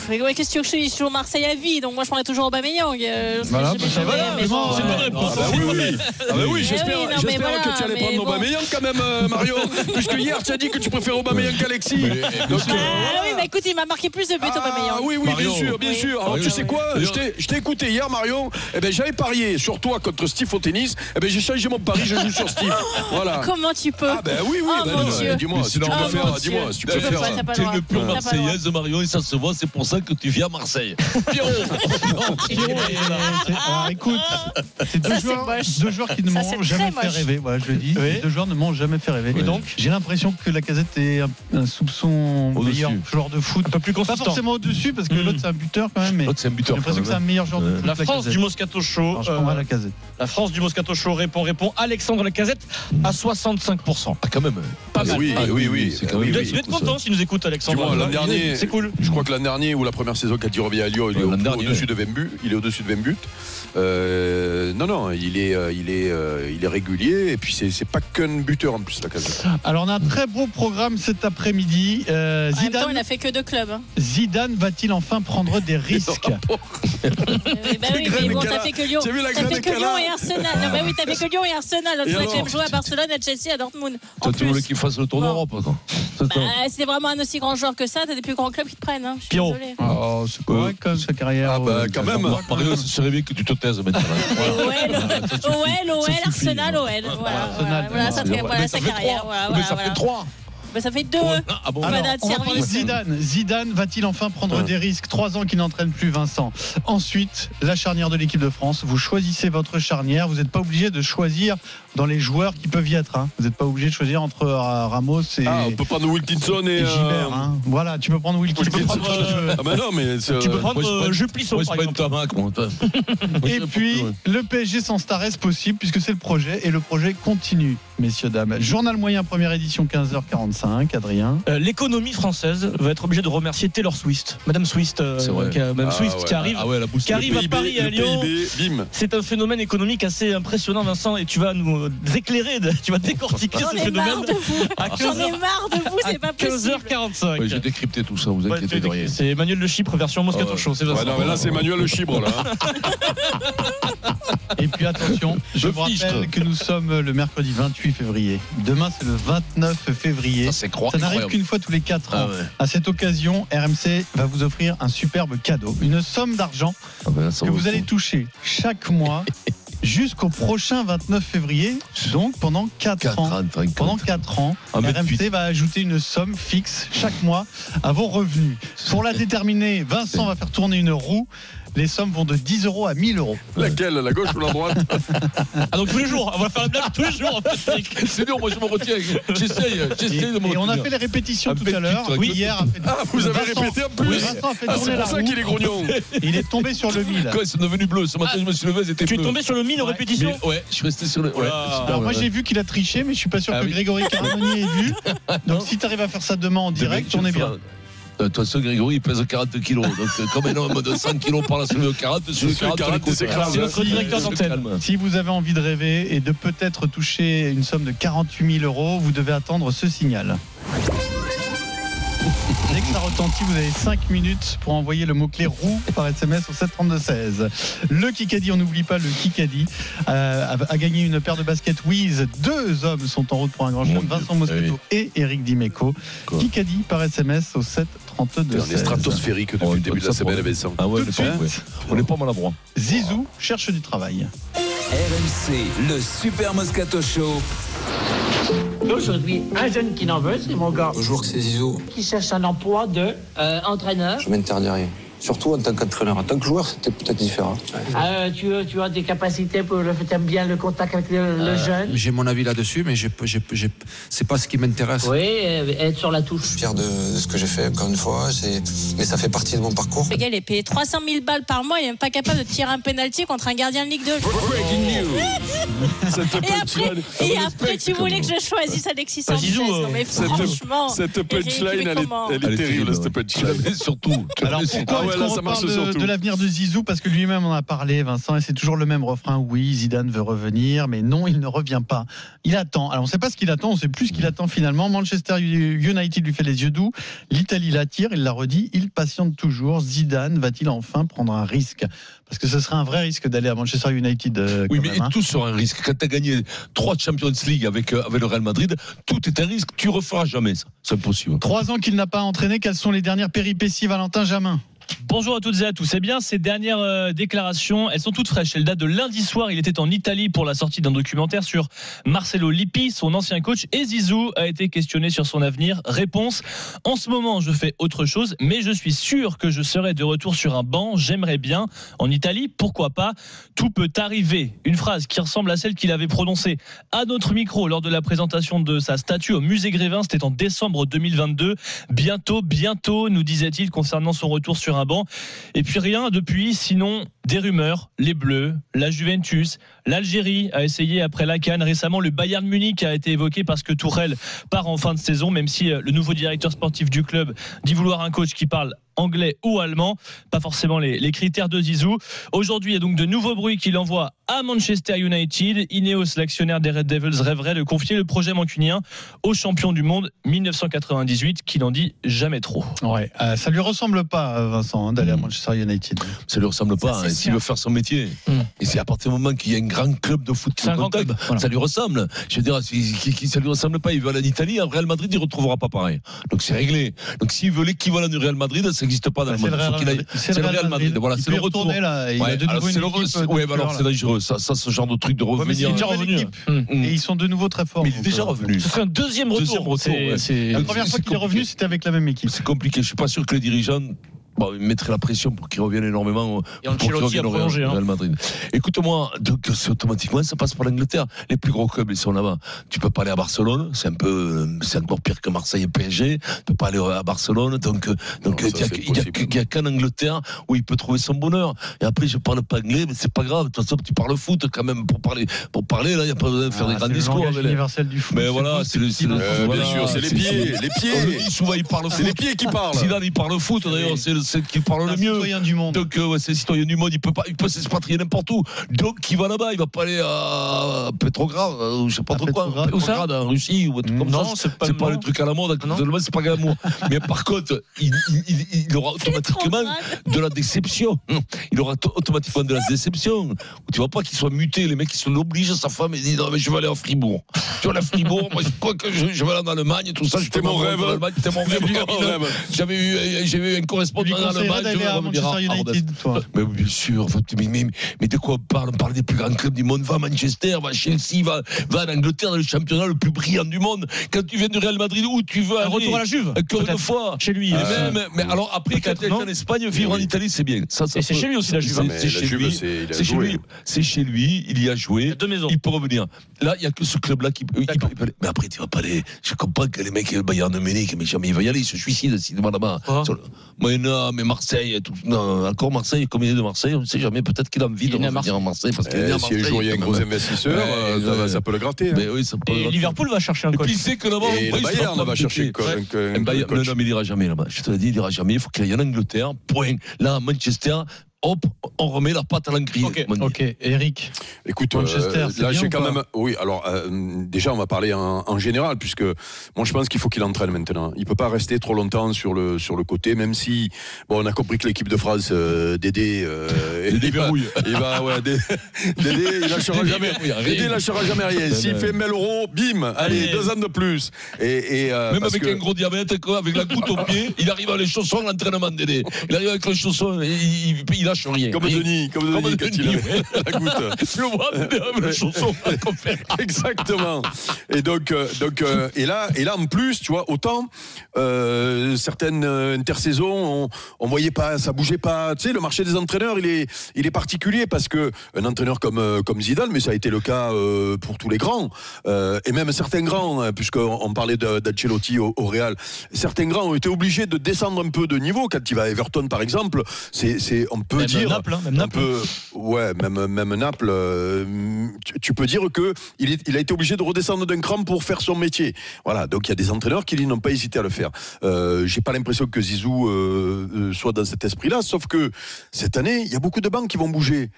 [SPEAKER 4] Mais ouais, qu'est-ce que tu veux que je te dise Je suis au Marseille à vie, donc moi je prendrais toujours Aubameyang. euh, je
[SPEAKER 7] Voilà, bah,
[SPEAKER 4] sais jamais,
[SPEAKER 7] ça va,
[SPEAKER 4] mais
[SPEAKER 6] c'est
[SPEAKER 4] bon,
[SPEAKER 6] une bonne
[SPEAKER 4] euh,
[SPEAKER 6] réponse.
[SPEAKER 5] Ah bah oui, oui. Ah bah oui, j'espère
[SPEAKER 4] non, mais
[SPEAKER 5] j'espère
[SPEAKER 4] voilà,
[SPEAKER 5] que tu allais
[SPEAKER 4] mais
[SPEAKER 5] prendre
[SPEAKER 4] bon.
[SPEAKER 5] Aubameyang quand même euh, Mario, puisque hier tu as dit que tu préfères Aubameyang qu'Alexis. Donc, euh,
[SPEAKER 4] Ah oui, bah écoute, il m'a marqué plus de buts Aubameyang.
[SPEAKER 5] Ah oui, oui,
[SPEAKER 3] Marion.
[SPEAKER 5] bien sûr, bien
[SPEAKER 4] Oui.
[SPEAKER 5] sûr. Alors
[SPEAKER 3] Marion,
[SPEAKER 5] tu sais
[SPEAKER 3] oui.
[SPEAKER 5] quoi
[SPEAKER 3] D'ailleurs-
[SPEAKER 5] Je t'ai- Je t'ai écouté hier, Marion. Eh ben, j'avais parié sur toi contre Steve au tennis. Eh ben, j'ai changé mon pari, je joue sur Steve. Voilà.
[SPEAKER 4] Comment tu peux
[SPEAKER 5] Ah ben oui, oui.
[SPEAKER 4] Oh,
[SPEAKER 5] ben,
[SPEAKER 3] bah,
[SPEAKER 4] mon
[SPEAKER 5] dis-
[SPEAKER 4] Dieu.
[SPEAKER 5] Dis-moi,
[SPEAKER 3] Mais
[SPEAKER 5] si tu
[SPEAKER 3] sinon,
[SPEAKER 4] Ah,
[SPEAKER 5] peux
[SPEAKER 4] mon
[SPEAKER 5] faire,
[SPEAKER 4] Dieu.
[SPEAKER 5] dis-moi, si tu
[SPEAKER 4] Je
[SPEAKER 5] peux
[SPEAKER 4] peux
[SPEAKER 5] faire.
[SPEAKER 4] pas, t'as pas
[SPEAKER 3] euh, T'es
[SPEAKER 4] le droit.
[SPEAKER 3] une pure
[SPEAKER 4] T'as pas le
[SPEAKER 3] Marseillaise, Marion, et ça se voit, c'est pour ça que tu viens à Marseille.
[SPEAKER 6] Pierrot, il est là.
[SPEAKER 7] C'est- Alors écoute, c'est deux,
[SPEAKER 4] Ça, c'est
[SPEAKER 7] joueurs-
[SPEAKER 4] moche.
[SPEAKER 7] deux joueurs qui ne
[SPEAKER 4] Ça,
[SPEAKER 7] m'ont
[SPEAKER 4] c'est
[SPEAKER 7] jamais
[SPEAKER 4] très
[SPEAKER 7] fait
[SPEAKER 4] moche.
[SPEAKER 7] rêver. Voilà, je le dis.
[SPEAKER 6] Oui.
[SPEAKER 7] Ces Deux joueurs ne m'ont jamais fait rêver.
[SPEAKER 3] Oui.
[SPEAKER 7] Et donc, j'ai l'impression que la casette est un, un soupçon
[SPEAKER 3] Au-dessus.
[SPEAKER 7] meilleur joueur de foot.
[SPEAKER 6] Un peu plus
[SPEAKER 7] Pas
[SPEAKER 6] consistant.
[SPEAKER 7] forcément au-dessus, parce que
[SPEAKER 6] Mm.
[SPEAKER 7] l'autre, c'est un buteur quand même. Mais
[SPEAKER 3] L'autre, c'est un
[SPEAKER 7] j'ai
[SPEAKER 3] buteur.
[SPEAKER 7] l'impression que c'est un meilleur joueur de
[SPEAKER 3] Ouais.
[SPEAKER 7] foot.
[SPEAKER 6] La France du Moscato Show.
[SPEAKER 7] Alors, je
[SPEAKER 6] euh,
[SPEAKER 7] prendrai la casette.
[SPEAKER 6] la France du Moscato Show répond, répond. Alexandre Lacazette à 65%.
[SPEAKER 3] Ah, quand même.
[SPEAKER 6] Pas
[SPEAKER 5] Ah,
[SPEAKER 6] mal.
[SPEAKER 5] oui,
[SPEAKER 3] Ah,
[SPEAKER 5] oui, oui.
[SPEAKER 3] c'est quand
[SPEAKER 6] Vous
[SPEAKER 3] même-
[SPEAKER 6] êtes, vous êtes
[SPEAKER 3] tout ça.
[SPEAKER 6] content s'il hein, nous écoute, Alexandre
[SPEAKER 5] Dis-moi, l'an
[SPEAKER 6] Il est-
[SPEAKER 5] dernier-
[SPEAKER 6] C'est cool.
[SPEAKER 5] Je crois que l'an dernier ou la première saison quand il revient à Lyon, il est
[SPEAKER 3] Ouais,
[SPEAKER 5] au-
[SPEAKER 3] l'an dernier,
[SPEAKER 5] au-dessus de 20 buts. Il est au-dessus de 20 buts. Euh, non, non, il est, euh, il est, euh, il est régulier et puis c'est c'est pas qu'un buteur en plus la casette.
[SPEAKER 7] Alors, on a un très beau programme cet après-midi.
[SPEAKER 6] Ah,
[SPEAKER 7] Euh,
[SPEAKER 4] En même temps, il
[SPEAKER 7] Zidane,
[SPEAKER 4] n'a fait que deux clubs. hein.
[SPEAKER 7] Zidane va-t-il enfin prendre des risques
[SPEAKER 4] Euh, Bah oui,
[SPEAKER 5] grave,
[SPEAKER 4] mais bon,
[SPEAKER 5] mais
[SPEAKER 4] t'as
[SPEAKER 5] Cala-
[SPEAKER 4] fait que Lyon.
[SPEAKER 5] T'as vu la
[SPEAKER 4] T'as
[SPEAKER 5] grande
[SPEAKER 4] fait que Lyon et Arsenal. Non, bah oui, t'as fait que Lyon et Arsenal. L'autre
[SPEAKER 5] Et
[SPEAKER 4] fois, tu
[SPEAKER 5] alors
[SPEAKER 4] aimes jouer à Barcelone, à Chelsea, à Dortmund. En
[SPEAKER 3] Toi, tu voulais
[SPEAKER 4] plus,
[SPEAKER 3] qu'il fasse le tour
[SPEAKER 4] Bon.
[SPEAKER 3] d'Europe, quoi. C'est
[SPEAKER 4] bah,
[SPEAKER 3] ça.
[SPEAKER 4] si t'es vraiment un aussi grand joueur que ça, t'as des plus grands clubs qui te prennent. hein. Je suis
[SPEAKER 6] Pierrot.
[SPEAKER 4] désolée. Perret.
[SPEAKER 7] Oh, c'est correct,
[SPEAKER 3] Euh,
[SPEAKER 7] quand même, sa carrière.
[SPEAKER 5] Ah, bah,
[SPEAKER 7] ouais.
[SPEAKER 5] quand
[SPEAKER 3] Par
[SPEAKER 5] même.
[SPEAKER 3] exemple, c'est rêvé que tu te taises maintenant. hein.
[SPEAKER 4] OL, OL, OL,
[SPEAKER 7] suffit.
[SPEAKER 4] Arsenal, OL. Voilà,
[SPEAKER 7] Arsenal,
[SPEAKER 4] Ah, voilà, voilà, ça fait,
[SPEAKER 3] Mais ça
[SPEAKER 4] voilà sa
[SPEAKER 3] fait
[SPEAKER 4] carrière.
[SPEAKER 3] trois.
[SPEAKER 4] Voilà,
[SPEAKER 3] Mais
[SPEAKER 4] voilà,
[SPEAKER 3] ça fait
[SPEAKER 4] voilà.
[SPEAKER 3] trois.
[SPEAKER 4] Mais ça fait deux.
[SPEAKER 3] Ah bon
[SPEAKER 4] Voilà.
[SPEAKER 7] Alors,
[SPEAKER 4] Fada de
[SPEAKER 7] on va parler de
[SPEAKER 4] service.
[SPEAKER 7] Zidane. Zidane va-t-il enfin prendre
[SPEAKER 3] Ouais.
[SPEAKER 7] des risques Trois ans qu'il n'entraîne plus Vincent. Ensuite, la charnière de l'équipe de France. Vous choisissez votre charnière. Vous n'êtes pas obligé de choisir dans les joueurs qui peuvent y être. hein. Vous n'êtes pas obligé de choisir entre euh, Ramos et,
[SPEAKER 5] Ah, on peut prendre Wilkinson et.
[SPEAKER 7] et
[SPEAKER 5] euh,
[SPEAKER 7] Gilbert. hein. Voilà, tu peux prendre Wilkins.
[SPEAKER 5] Tu peux prendre,
[SPEAKER 7] si tu veux.
[SPEAKER 5] Ah, bah non, mais. c'est,
[SPEAKER 8] euh, Tu peux
[SPEAKER 5] euh,
[SPEAKER 8] prendre
[SPEAKER 3] moi, je
[SPEAKER 8] euh,
[SPEAKER 3] prends-
[SPEAKER 8] Jupplisson,
[SPEAKER 3] Moi,
[SPEAKER 8] par
[SPEAKER 3] je prends une
[SPEAKER 8] exemple.
[SPEAKER 3] tamac, moi.
[SPEAKER 7] Et puis,
[SPEAKER 3] ouais.
[SPEAKER 7] le PSG sans star est possible puisque c'est le projet et le projet continue, messieurs, dames. Journal moyen, première édition, 15h45. Adrien.
[SPEAKER 8] Euh, L'économie française va être obligée de remercier Taylor Swift, Madame Swift, euh,
[SPEAKER 3] C'est vrai.
[SPEAKER 8] qui a- Madame
[SPEAKER 5] Ah
[SPEAKER 8] Swift
[SPEAKER 5] ouais.
[SPEAKER 8] qui arrive.
[SPEAKER 3] Ah ouais, la bouse.
[SPEAKER 8] Qui arrive à
[SPEAKER 5] PIB,
[SPEAKER 8] Paris et à
[SPEAKER 5] le
[SPEAKER 8] Lyon.
[SPEAKER 5] PIB, bim.
[SPEAKER 8] C'est un phénomène économique assez impressionnant, Vincent, et tu vas nous euh, éclairer, de- tu vas décortiquer
[SPEAKER 4] J'en
[SPEAKER 8] ce
[SPEAKER 4] ai marre
[SPEAKER 8] phénomène
[SPEAKER 4] de vous.
[SPEAKER 8] à
[SPEAKER 4] J'en ai
[SPEAKER 8] 15h,
[SPEAKER 4] marre de vous, c'est pas possible.
[SPEAKER 8] 15h45.
[SPEAKER 3] Ouais, J'ai décrypté tout ça, vous
[SPEAKER 8] Ouais,
[SPEAKER 3] inquiétez de rien.
[SPEAKER 8] c'est Emmanuel Le Chypre version Moscato
[SPEAKER 3] Ouais.
[SPEAKER 8] Show, c'est Vincent.
[SPEAKER 5] Ah Ouais, non, mais là, c'est Manuel Le Chibre, là.
[SPEAKER 7] Et puis attention, je
[SPEAKER 3] Le
[SPEAKER 7] vous rappelle
[SPEAKER 3] fichtre.
[SPEAKER 7] que nous sommes le mercredi 28 février. Demain, c'est le 29 février.
[SPEAKER 3] Ça, c'est croire.
[SPEAKER 7] Ça n'arrive qu'une fois tous les 4
[SPEAKER 3] Ah
[SPEAKER 7] ans.
[SPEAKER 3] ouais.
[SPEAKER 7] À cette occasion, RMC va vous offrir un superbe cadeau, une somme d'argent
[SPEAKER 3] Ah ben, ça
[SPEAKER 7] que
[SPEAKER 3] vaut
[SPEAKER 7] vous
[SPEAKER 3] le
[SPEAKER 7] allez
[SPEAKER 3] coup.
[SPEAKER 7] toucher chaque mois jusqu'au prochain 29 février, donc pendant 4,
[SPEAKER 3] Quatre
[SPEAKER 7] ans.
[SPEAKER 3] ans, tranquille.
[SPEAKER 7] Pendant 4 ans,
[SPEAKER 3] Ah, mais
[SPEAKER 7] RMC va ajouter une somme fixe chaque mois à vos revenus. Pour la déterminer, Vincent va faire tourner une roue. Les sommes vont de 10 euros à 1000 euros.
[SPEAKER 5] Laquelle La gauche ou la droite
[SPEAKER 8] Ah, donc tous les jours, on va faire la blague tous les jours, en fait, Eric.
[SPEAKER 3] C'est dur, moi je me retiens. J'essaye,
[SPEAKER 7] Et,
[SPEAKER 3] j'essaye de me
[SPEAKER 7] et on a
[SPEAKER 3] retenir.
[SPEAKER 7] fait les répétitions
[SPEAKER 3] Un
[SPEAKER 7] tout
[SPEAKER 3] petit
[SPEAKER 7] à l'heure.
[SPEAKER 3] Ah, truc.
[SPEAKER 7] Oui, hier. a fait-
[SPEAKER 5] Ah, vous avez
[SPEAKER 7] Vincent.
[SPEAKER 5] répété en
[SPEAKER 7] Oui,
[SPEAKER 5] plus
[SPEAKER 7] Vincent a fait
[SPEAKER 5] Ah,
[SPEAKER 7] tourner
[SPEAKER 5] c'est
[SPEAKER 7] la
[SPEAKER 5] pour ça
[SPEAKER 7] roue.
[SPEAKER 5] qu'il est grognon
[SPEAKER 7] Il est tombé sur le 1000.
[SPEAKER 3] Quand ils sont devenus bleus, ce matin je me suis levé, c'était
[SPEAKER 8] Ah, Tu es
[SPEAKER 3] bleu.
[SPEAKER 8] tombé sur le 1000
[SPEAKER 7] Ouais.
[SPEAKER 8] répétition
[SPEAKER 3] Mais- Ouais, je suis resté sur le. Ouais,
[SPEAKER 8] Ah.
[SPEAKER 3] super,
[SPEAKER 7] Alors moi
[SPEAKER 3] ouais.
[SPEAKER 7] j'ai vu qu'il a triché, mais je suis pas sûr
[SPEAKER 3] Ah
[SPEAKER 7] que
[SPEAKER 3] oui.
[SPEAKER 7] Grégory Cardoni ait vu. Donc si tu arrives à faire ça demain en direct, on est bien.
[SPEAKER 3] Euh, Toi, ce Grégory, il pèse 40 kilos. Donc, euh, comme un homme de 100 kilos parle à celui de 40, celui
[SPEAKER 5] Celui
[SPEAKER 3] de
[SPEAKER 5] de
[SPEAKER 3] 40,
[SPEAKER 5] 40,
[SPEAKER 3] on l'écoute.
[SPEAKER 5] c'est grave.
[SPEAKER 8] C'est notre directeur
[SPEAKER 3] Je me
[SPEAKER 8] d'antenne.
[SPEAKER 3] calme.
[SPEAKER 7] Si vous avez envie de rêver et de peut-être toucher une somme de 48 000 euros, vous devez attendre ce signal. Dès que ça retentit, vous avez 5 minutes pour envoyer le mot-clé roux par SMS au 732-16. Le Kikadi, on n'oublie pas le Kikadi, euh, a, a gagné une paire de baskets Wiz. Deux hommes sont en route pour un grand
[SPEAKER 3] Mon
[SPEAKER 7] chelem,
[SPEAKER 3] Dieu. Eh
[SPEAKER 7] Vincent Moscato et Eric Dimeco.
[SPEAKER 3] Quoi
[SPEAKER 7] Kikadi par SMS au
[SPEAKER 5] On est
[SPEAKER 7] 732-16.
[SPEAKER 5] stratosphérique depuis
[SPEAKER 3] Oh,
[SPEAKER 5] le
[SPEAKER 3] une
[SPEAKER 5] début de
[SPEAKER 3] bonne
[SPEAKER 5] la
[SPEAKER 3] surprise.
[SPEAKER 5] semaine, Vincent.
[SPEAKER 3] Ah ouais,
[SPEAKER 7] Tout de
[SPEAKER 3] mais pas- ouais.
[SPEAKER 7] suite,
[SPEAKER 3] on n'est pas mal à bras.
[SPEAKER 7] Zizou cherche du travail.
[SPEAKER 2] RMC, le Super Moscato Show.
[SPEAKER 9] Aujourd'hui, un jeune qui n'en veut, c'est mon gars,
[SPEAKER 10] Bonjour, c'est Zizou.
[SPEAKER 9] qui cherche un emploi de euh, entraîneur.
[SPEAKER 10] Je m'interdis rien. Surtout en tant qu'entraîneur. En tant que joueur, c'était peut-être différent.
[SPEAKER 9] Euh, tu, veux- tu as des capacités pour le aimes bien le contact avec le,
[SPEAKER 10] Euh,
[SPEAKER 9] le jeune.
[SPEAKER 11] Euh, J'ai mon avis là-dessus, mais j'ai- j'ai- j'ai- c'est pas ce qui m'intéresse.
[SPEAKER 9] Oui, euh, être sur la
[SPEAKER 10] Je
[SPEAKER 9] touche.
[SPEAKER 10] suis fier de, de ce que j'ai fait, encore une fois. c'est- Mais ça fait partie de mon parcours.
[SPEAKER 4] Le gars, il est payé 300 000 balles par mois, il est même pas capable de tirer un penalty contre un gardien de Ligue 2.
[SPEAKER 5] Breaking news Cette
[SPEAKER 4] Et après,
[SPEAKER 5] punchline,
[SPEAKER 4] et après, tu voulais que je choisisse Alexis
[SPEAKER 8] Bah,
[SPEAKER 4] Sanchez.
[SPEAKER 8] Zizou,
[SPEAKER 4] Non, mais
[SPEAKER 5] cette-
[SPEAKER 4] franchement.
[SPEAKER 5] cette punchline,
[SPEAKER 4] Eric,
[SPEAKER 5] elle est,
[SPEAKER 4] comment
[SPEAKER 5] elle est terrible,
[SPEAKER 3] ouais.
[SPEAKER 5] cette
[SPEAKER 3] Tu
[SPEAKER 5] punchline.
[SPEAKER 3] l'avais surtout. tu
[SPEAKER 7] Alors
[SPEAKER 3] l'avais
[SPEAKER 7] pourquoi
[SPEAKER 5] Ah ouais,
[SPEAKER 7] est-ce
[SPEAKER 5] là,
[SPEAKER 7] qu'on
[SPEAKER 5] ça marche
[SPEAKER 7] reparle de,
[SPEAKER 5] surtout.
[SPEAKER 7] de l'avenir de Zizou Parce que lui-même en a parlé, Vincent, et c'est toujours le même refrain. Oui, Zidane veut revenir, mais non, il ne revient pas. Il attend. Alors on ne sait pas ce qu'il attend, on sait plus ce qu'il attend finalement. Manchester United lui fait les yeux doux. L'Italie l'attire, il l'a redit, il patiente toujours. Zidane va-t-il enfin prendre un risque Parce que ce serait un vrai risque d'aller à Manchester United. euh,
[SPEAKER 3] Oui,
[SPEAKER 5] Ah,
[SPEAKER 7] quand
[SPEAKER 3] mais
[SPEAKER 7] même, hein.
[SPEAKER 3] tout sur un risque. Quand tu as gagné trois Champions League avec, euh, avec le Real Madrid, tout est un risque. Tu referas jamais ça. C'est impossible.
[SPEAKER 7] Trois ans qu'il n'a pas entraîné, quelles sont les dernières péripéties, Valentin Jamin
[SPEAKER 6] Bonjour à toutes et à tous. Eh bien, ces dernières euh, déclarations, elles sont toutes fraîches. Elles datent de lundi soir. Il était en Italie pour la sortie d'un documentaire sur Marcelo Lippi, son ancien coach. Et Zizou a été questionné sur son avenir. Réponse En ce moment, je fais autre chose, mais je suis sûr que je serai de retour sur un banc. J'aimerais bien en Italie. Pourquoi pas Tout peut arriver. Une phrase qui ressemble à celle qu'il avait prononcée à notre micro lors de la présentation de sa statue au musée Grévin. C'était en décembre 2022. Bientôt, bientôt, nous disait-il concernant son retour sur un banc. Et puis rien depuis, sinon des rumeurs, les Bleus, la Juventus, l'Algérie a essayé après la Cannes récemment, le Bayern Munich a été évoqué parce que Tourelle part en fin de saison, même si euh, le nouveau directeur sportif du club dit vouloir un coach qui parle anglais ou allemand, pas forcément les, les critères de Zizou. Aujourd'hui, il y a donc de nouveaux bruits qu'il envoie à Manchester United. Ineos, l'actionnaire des Red Devils, rêverait de confier le projet mancunien au champion du monde 1998, qui n'en dit jamais trop.
[SPEAKER 7] Ouais, euh, ça lui ressemble pas, euh, Vincent, hein, d'aller à Manchester United.
[SPEAKER 3] Ça lui ressemble
[SPEAKER 4] Ça,
[SPEAKER 3] pas.
[SPEAKER 4] c'est
[SPEAKER 3] hein.
[SPEAKER 4] sûr.
[SPEAKER 3] S'il veut faire son métier,
[SPEAKER 7] Hmm.
[SPEAKER 8] Mm.
[SPEAKER 3] et c'est à partir du moment qu'il y a un grand club de foot qui
[SPEAKER 8] C'est un
[SPEAKER 3] le
[SPEAKER 8] grand
[SPEAKER 3] contacte,
[SPEAKER 8] club, voilà.
[SPEAKER 3] ça lui ressemble. Je veux dire, si- qui- qui- ça lui ressemble pas. Il veut aller en Italie, à Real Madrid, il retrouvera pas pareil. Donc c'est réglé. Donc s'il veut l'équivalent du Real Madrid, ça n'existe pas dans
[SPEAKER 7] Bah,
[SPEAKER 3] le
[SPEAKER 7] c'est
[SPEAKER 3] monde.
[SPEAKER 7] le Real
[SPEAKER 3] Faut qu'il aille-
[SPEAKER 7] Madrid.
[SPEAKER 3] C'est le Real Madrid. Voilà,
[SPEAKER 7] Il
[SPEAKER 3] c'est
[SPEAKER 7] peut
[SPEAKER 3] le
[SPEAKER 7] y
[SPEAKER 3] retour.
[SPEAKER 7] retourner, là. Il a
[SPEAKER 3] Ouais,
[SPEAKER 7] de nouveau
[SPEAKER 3] alors,
[SPEAKER 7] une
[SPEAKER 3] c'est le
[SPEAKER 7] équipe,
[SPEAKER 3] re-
[SPEAKER 7] euh,
[SPEAKER 3] ouais, bah, alors
[SPEAKER 7] là.
[SPEAKER 3] c'est dangereux. Ça, ça, ce genre de truc de
[SPEAKER 7] Ouais, mais c'est
[SPEAKER 3] revenir.
[SPEAKER 7] une
[SPEAKER 12] déjà
[SPEAKER 7] nouvelle
[SPEAKER 12] revenu.
[SPEAKER 7] équipe.
[SPEAKER 12] Hum.
[SPEAKER 3] Mm.
[SPEAKER 7] Et ils sont de nouveau très forts.
[SPEAKER 3] Mais il est
[SPEAKER 7] donc,
[SPEAKER 3] déjà
[SPEAKER 7] euh,
[SPEAKER 3] revenu.
[SPEAKER 12] Ce serait un deuxième retour.
[SPEAKER 3] Deuxième retour,
[SPEAKER 12] C'est-
[SPEAKER 3] ouais.
[SPEAKER 12] c'est-
[SPEAKER 7] La première
[SPEAKER 3] C'est
[SPEAKER 7] fois qu'il
[SPEAKER 3] compliqué.
[SPEAKER 7] est revenu, c'était avec la même équipe.
[SPEAKER 3] C'est compliqué. Je suis pas sûr que les dirigeants bon, ils mettraient la pression pour qu'ils reviennent énormément. euh,
[SPEAKER 12] Et
[SPEAKER 3] pour qu'ils
[SPEAKER 12] Ancelotti a
[SPEAKER 3] reviennent au Real-
[SPEAKER 12] prolongé, hein.
[SPEAKER 3] Real Madrid. Écoute-moi, donc c'est automatiquement ça passe par l'Angleterre. Les plus gros clubs ils sont là-bas. Tu peux pas aller à Barcelone, c'est un peu, euh, c'est encore pire que Marseille et PSG. Tu peux pas aller à Barcelone, donc euh, donc
[SPEAKER 5] Non,
[SPEAKER 3] il y a-
[SPEAKER 5] ça, c'est
[SPEAKER 3] il y a,
[SPEAKER 5] impossible.
[SPEAKER 3] qu'il y a qu'en Angleterre où il peut trouver son bonheur. Et après je parle pas anglais, mais c'est pas grave. De toute façon tu parles foot quand même pour parler pour parler là, il y a pas besoin de euh, faire
[SPEAKER 7] Ah,
[SPEAKER 3] des grands
[SPEAKER 7] c'est le
[SPEAKER 3] discours. hein,
[SPEAKER 7] langage
[SPEAKER 3] mais-
[SPEAKER 7] universel du foot.
[SPEAKER 3] Mais
[SPEAKER 7] C'est
[SPEAKER 3] voilà,
[SPEAKER 7] quoi,
[SPEAKER 3] c'est le- c'est le-
[SPEAKER 5] Euh,
[SPEAKER 3] Voilà,
[SPEAKER 5] bien sûr, c'est les
[SPEAKER 3] c'est-
[SPEAKER 5] pieds, les
[SPEAKER 3] On le
[SPEAKER 5] pieds.
[SPEAKER 3] dit souvent, il parle
[SPEAKER 5] C'est
[SPEAKER 3] foot.
[SPEAKER 5] les pieds qui parlent.
[SPEAKER 3] Zidane, il parle foot, d'ailleurs, c'est le- c'est qui parle
[SPEAKER 7] un
[SPEAKER 3] le mieux.
[SPEAKER 7] citoyen du monde.
[SPEAKER 3] Donc, euh, ouais, c'est le citoyen du monde, il peut, pas, il peut s'expatrier n'importe où. Donc, il va là-bas, il va pas aller à Petrograd, euh, ou je sais pas
[SPEAKER 7] À
[SPEAKER 3] trop quoi.
[SPEAKER 7] Petrograd.
[SPEAKER 3] Petrograd, en Russie, ou un truc comme ça.
[SPEAKER 12] Non, c'est pas
[SPEAKER 3] C'est
[SPEAKER 12] le
[SPEAKER 3] pas
[SPEAKER 12] moment.
[SPEAKER 3] le truc à la mode,
[SPEAKER 12] Non.
[SPEAKER 3] actuellement, c'est pas glamour. Mais par contre, il, il- il- il aura automatiquement de la déception. Il aura to- automatiquement de la déception. Tu vois pas qu'il soit muté, les mecs, ils sont obligés, sa femme, il dit non, mais je vais aller à Fribourg. Tu vois, aller à Fribourg, moi, je crois que je, je vais aller en Allemagne, tout ça.
[SPEAKER 5] C'était
[SPEAKER 3] j'étais
[SPEAKER 5] mon
[SPEAKER 3] en-
[SPEAKER 5] rêve.
[SPEAKER 3] en Allemagne, C'était mon rêve.
[SPEAKER 5] Mon rêve.
[SPEAKER 3] J'avais eu, j'avais eu un
[SPEAKER 7] On lui
[SPEAKER 3] correspondant en
[SPEAKER 7] conseillera
[SPEAKER 3] Allemagne. je
[SPEAKER 7] d'aller à
[SPEAKER 3] me dirai,
[SPEAKER 7] Manchester
[SPEAKER 3] ah, Rodez.
[SPEAKER 7] United, toi.
[SPEAKER 3] Mais oui, bien sûr, faut- mais, mais, mais de quoi on parle On parle des plus grands clubs du monde. Va à Manchester, va à Chelsea, va, va en Angleterre, dans le championnat le plus brillant du monde. Quand tu viens du Real Madrid, où tu veux
[SPEAKER 12] Un
[SPEAKER 3] aller
[SPEAKER 12] retour à la Juve.
[SPEAKER 3] Encore une
[SPEAKER 12] peut-être.
[SPEAKER 3] fois.
[SPEAKER 12] Chez lui.
[SPEAKER 3] Et
[SPEAKER 12] euh,
[SPEAKER 3] même, mais alors après, quand
[SPEAKER 12] peut-être,
[SPEAKER 3] tu es
[SPEAKER 12] non
[SPEAKER 3] en Espagne, vivre
[SPEAKER 5] Oui,
[SPEAKER 3] en
[SPEAKER 5] oui.
[SPEAKER 3] Italie, c'est bien. Ça, ça
[SPEAKER 12] Et c'est
[SPEAKER 3] peut-
[SPEAKER 12] chez lui aussi, la Juve, hein.
[SPEAKER 3] C'est c'est chez lui. C'est chez lui. C'est chez lui. Il y a
[SPEAKER 12] Il y
[SPEAKER 3] joué.
[SPEAKER 12] a deux maisons.
[SPEAKER 3] Il peut revenir. Là, il n'y a que ce club-là qui peut. il peut- il peut aller. mais après, tu vas pas aller. Je comprends que les mecs, le Bayern de Munich, mais jamais il va y aller. Il se suicide s'il va là-bas.
[SPEAKER 12] Pourquoi
[SPEAKER 3] Sur le- Mais non, mais Marseille, et tout. Non, encore Marseille, comme il est de Marseille, on ne sait jamais. Peut-être qu'il a envie
[SPEAKER 12] Il
[SPEAKER 3] de
[SPEAKER 12] est né à
[SPEAKER 3] revenir en Marseille parce qu'il est né à
[SPEAKER 5] Eh, Si
[SPEAKER 3] Marseille.
[SPEAKER 5] un jour il y a un
[SPEAKER 3] quand
[SPEAKER 5] gros
[SPEAKER 3] même.
[SPEAKER 5] investisseur,
[SPEAKER 3] Ouais,
[SPEAKER 5] euh, ça va-
[SPEAKER 3] ouais.
[SPEAKER 5] ça peut le gratter. hein.
[SPEAKER 3] Mais oui, ça peut.
[SPEAKER 12] Et Liverpool va chercher un
[SPEAKER 3] Et puis
[SPEAKER 12] coach.
[SPEAKER 3] il sait que là-bas, en vrai,
[SPEAKER 5] Et
[SPEAKER 3] il
[SPEAKER 5] le
[SPEAKER 3] sera
[SPEAKER 5] Bayern
[SPEAKER 3] pas
[SPEAKER 5] va
[SPEAKER 3] impliqué.
[SPEAKER 5] chercher un co- un
[SPEAKER 3] Un Bayern- non,
[SPEAKER 5] coach.
[SPEAKER 3] non, mais il ira jamais là-bas. Je te l'ai dit, il ira jamais. Il faut qu'il aille en Angleterre. Point. Là, à Manchester, hop, on remet la patte à l'angry.
[SPEAKER 12] Ok,
[SPEAKER 3] comme on dit.
[SPEAKER 7] Ok, Eric.
[SPEAKER 5] Écoute,
[SPEAKER 7] Manchester,
[SPEAKER 5] euh,
[SPEAKER 7] c'est
[SPEAKER 5] là
[SPEAKER 7] bien
[SPEAKER 5] j'ai
[SPEAKER 7] ou
[SPEAKER 5] quand
[SPEAKER 7] pas
[SPEAKER 5] même. Oui, alors euh, déjà on va parler en, en général puisque moi je pense qu'il faut qu'il entraîne maintenant. Il peut pas rester trop longtemps sur le sur le côté, même si bon on a compris que l'équipe de France euh, Dédé euh, il va- Il va ouais, Dé- Dédé il lâchera jamais.
[SPEAKER 3] Dédé, rien.
[SPEAKER 5] Dédé lâchera jamais rien. S'il fait 1000 euros, bim, allez
[SPEAKER 12] Allez.
[SPEAKER 5] deux ans de plus. Et, et, euh,
[SPEAKER 3] Même
[SPEAKER 5] parce
[SPEAKER 3] avec
[SPEAKER 5] que-
[SPEAKER 3] un gros diabète, quoi, avec la goutte au pied, il arrive à les chaussons, l'entraînement d'aider. Il arrive avec les chaussons, et il, il- il lâche rien.
[SPEAKER 5] comme
[SPEAKER 3] Rien.
[SPEAKER 5] Denis, comme Denis,
[SPEAKER 3] Comme
[SPEAKER 5] quand
[SPEAKER 3] Denis,
[SPEAKER 5] il
[SPEAKER 3] ouais.
[SPEAKER 5] avait la goutte.
[SPEAKER 3] Je le vois, mais avec les chaussons, à la conférence.
[SPEAKER 5] Exactement. Et donc, euh, donc euh, et là, et là en plus, tu vois, autant euh, certaines euh, intersaisons, on, on voyait pas, ça bougeait pas. Tu sais, le marché des entraîneurs, il est, il est particulier parce que un entraîneur comme euh, comme Zidane, mais ça a été le cas euh, pour tous les grands euh, et même certains grands, hein, puisqu'on on parlait de- d'Ancelotti au, au Real, certains grands ont été obligés de descendre un peu de niveau quand il va à Everton, par exemple. C'est, c'est, on peut
[SPEAKER 12] Même
[SPEAKER 5] dire.
[SPEAKER 12] Naples, hein, même
[SPEAKER 5] On
[SPEAKER 12] Naples.
[SPEAKER 5] peut- ouais, même, même Naples, euh, tu, tu peux dire que il, est- il a été obligé de redescendre d'un cran pour faire son métier. Voilà, donc il y a des entraîneurs qui lui, n'ont pas hésité à le faire. Euh, J'ai pas l'impression que Zizou euh, euh, soit dans cet esprit-là, sauf que cette année, il y a beaucoup de bancs qui vont bouger.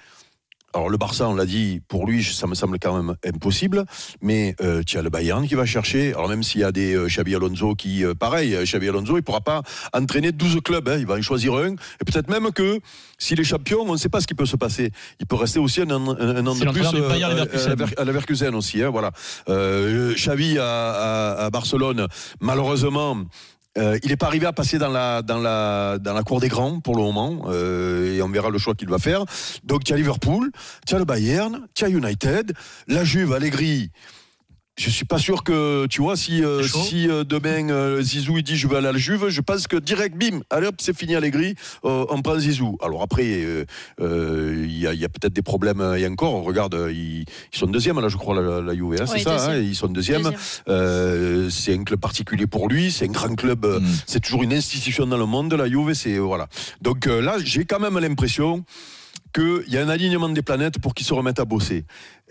[SPEAKER 5] Alors le Barça, on l'a dit, pour lui, ça me semble quand même impossible. Mais euh, tu as le Bayern qui va chercher. Alors même s'il y a des euh, Xabi Alonso qui, euh, pareil, euh, Xabi Alonso, il pourra pas entraîner 12 clubs. hein. il va en choisir un. Et peut-être même que s'il est champion, on ne sait pas ce qui peut se passer. Il peut rester aussi un, an- un- un an
[SPEAKER 12] C'est
[SPEAKER 5] de plus
[SPEAKER 12] l'entraîneur du
[SPEAKER 5] euh,
[SPEAKER 12] Bayern Leverkusen.
[SPEAKER 5] à la Ver- à la Verkusen aussi. hein, voilà. Euh, Xavi à, à- à Barcelone, malheureusement. euh, il n'est pas arrivé à passer dans la, dans, la, dans la cour des grands pour le moment, euh, et on verra le choix qu'il va faire. Donc, tu as Liverpool, tu as le Bayern, tu as United, la Juve, Allegri. Je suis pas sûr que, tu vois, si, euh,
[SPEAKER 12] C'est chaud.
[SPEAKER 5] si euh, demain euh, Zizou il dit je vais aller à la Juve, je pense que direct, bim, allez hop, c'est fini Allegri, euh, on prend Zizou. Alors après, euh, euh, il y a, il y a peut-être des problèmes, euh, et encore, regarde, euh, ils, ils sont deuxièmes là, je crois, la, la Juve, hein, c'est
[SPEAKER 4] Oui,
[SPEAKER 5] ça, hein,
[SPEAKER 4] deuxième.
[SPEAKER 5] ils sont deuxièmes. Euh, c'est un club particulier pour lui, c'est un grand club, euh,
[SPEAKER 3] Mm.
[SPEAKER 5] c'est toujours une institution dans le monde, la Juve, c'est voilà. Donc euh, là, j'ai quand même l'impression qu'il y a un alignement des planètes pour qu'ils se remettent à bosser.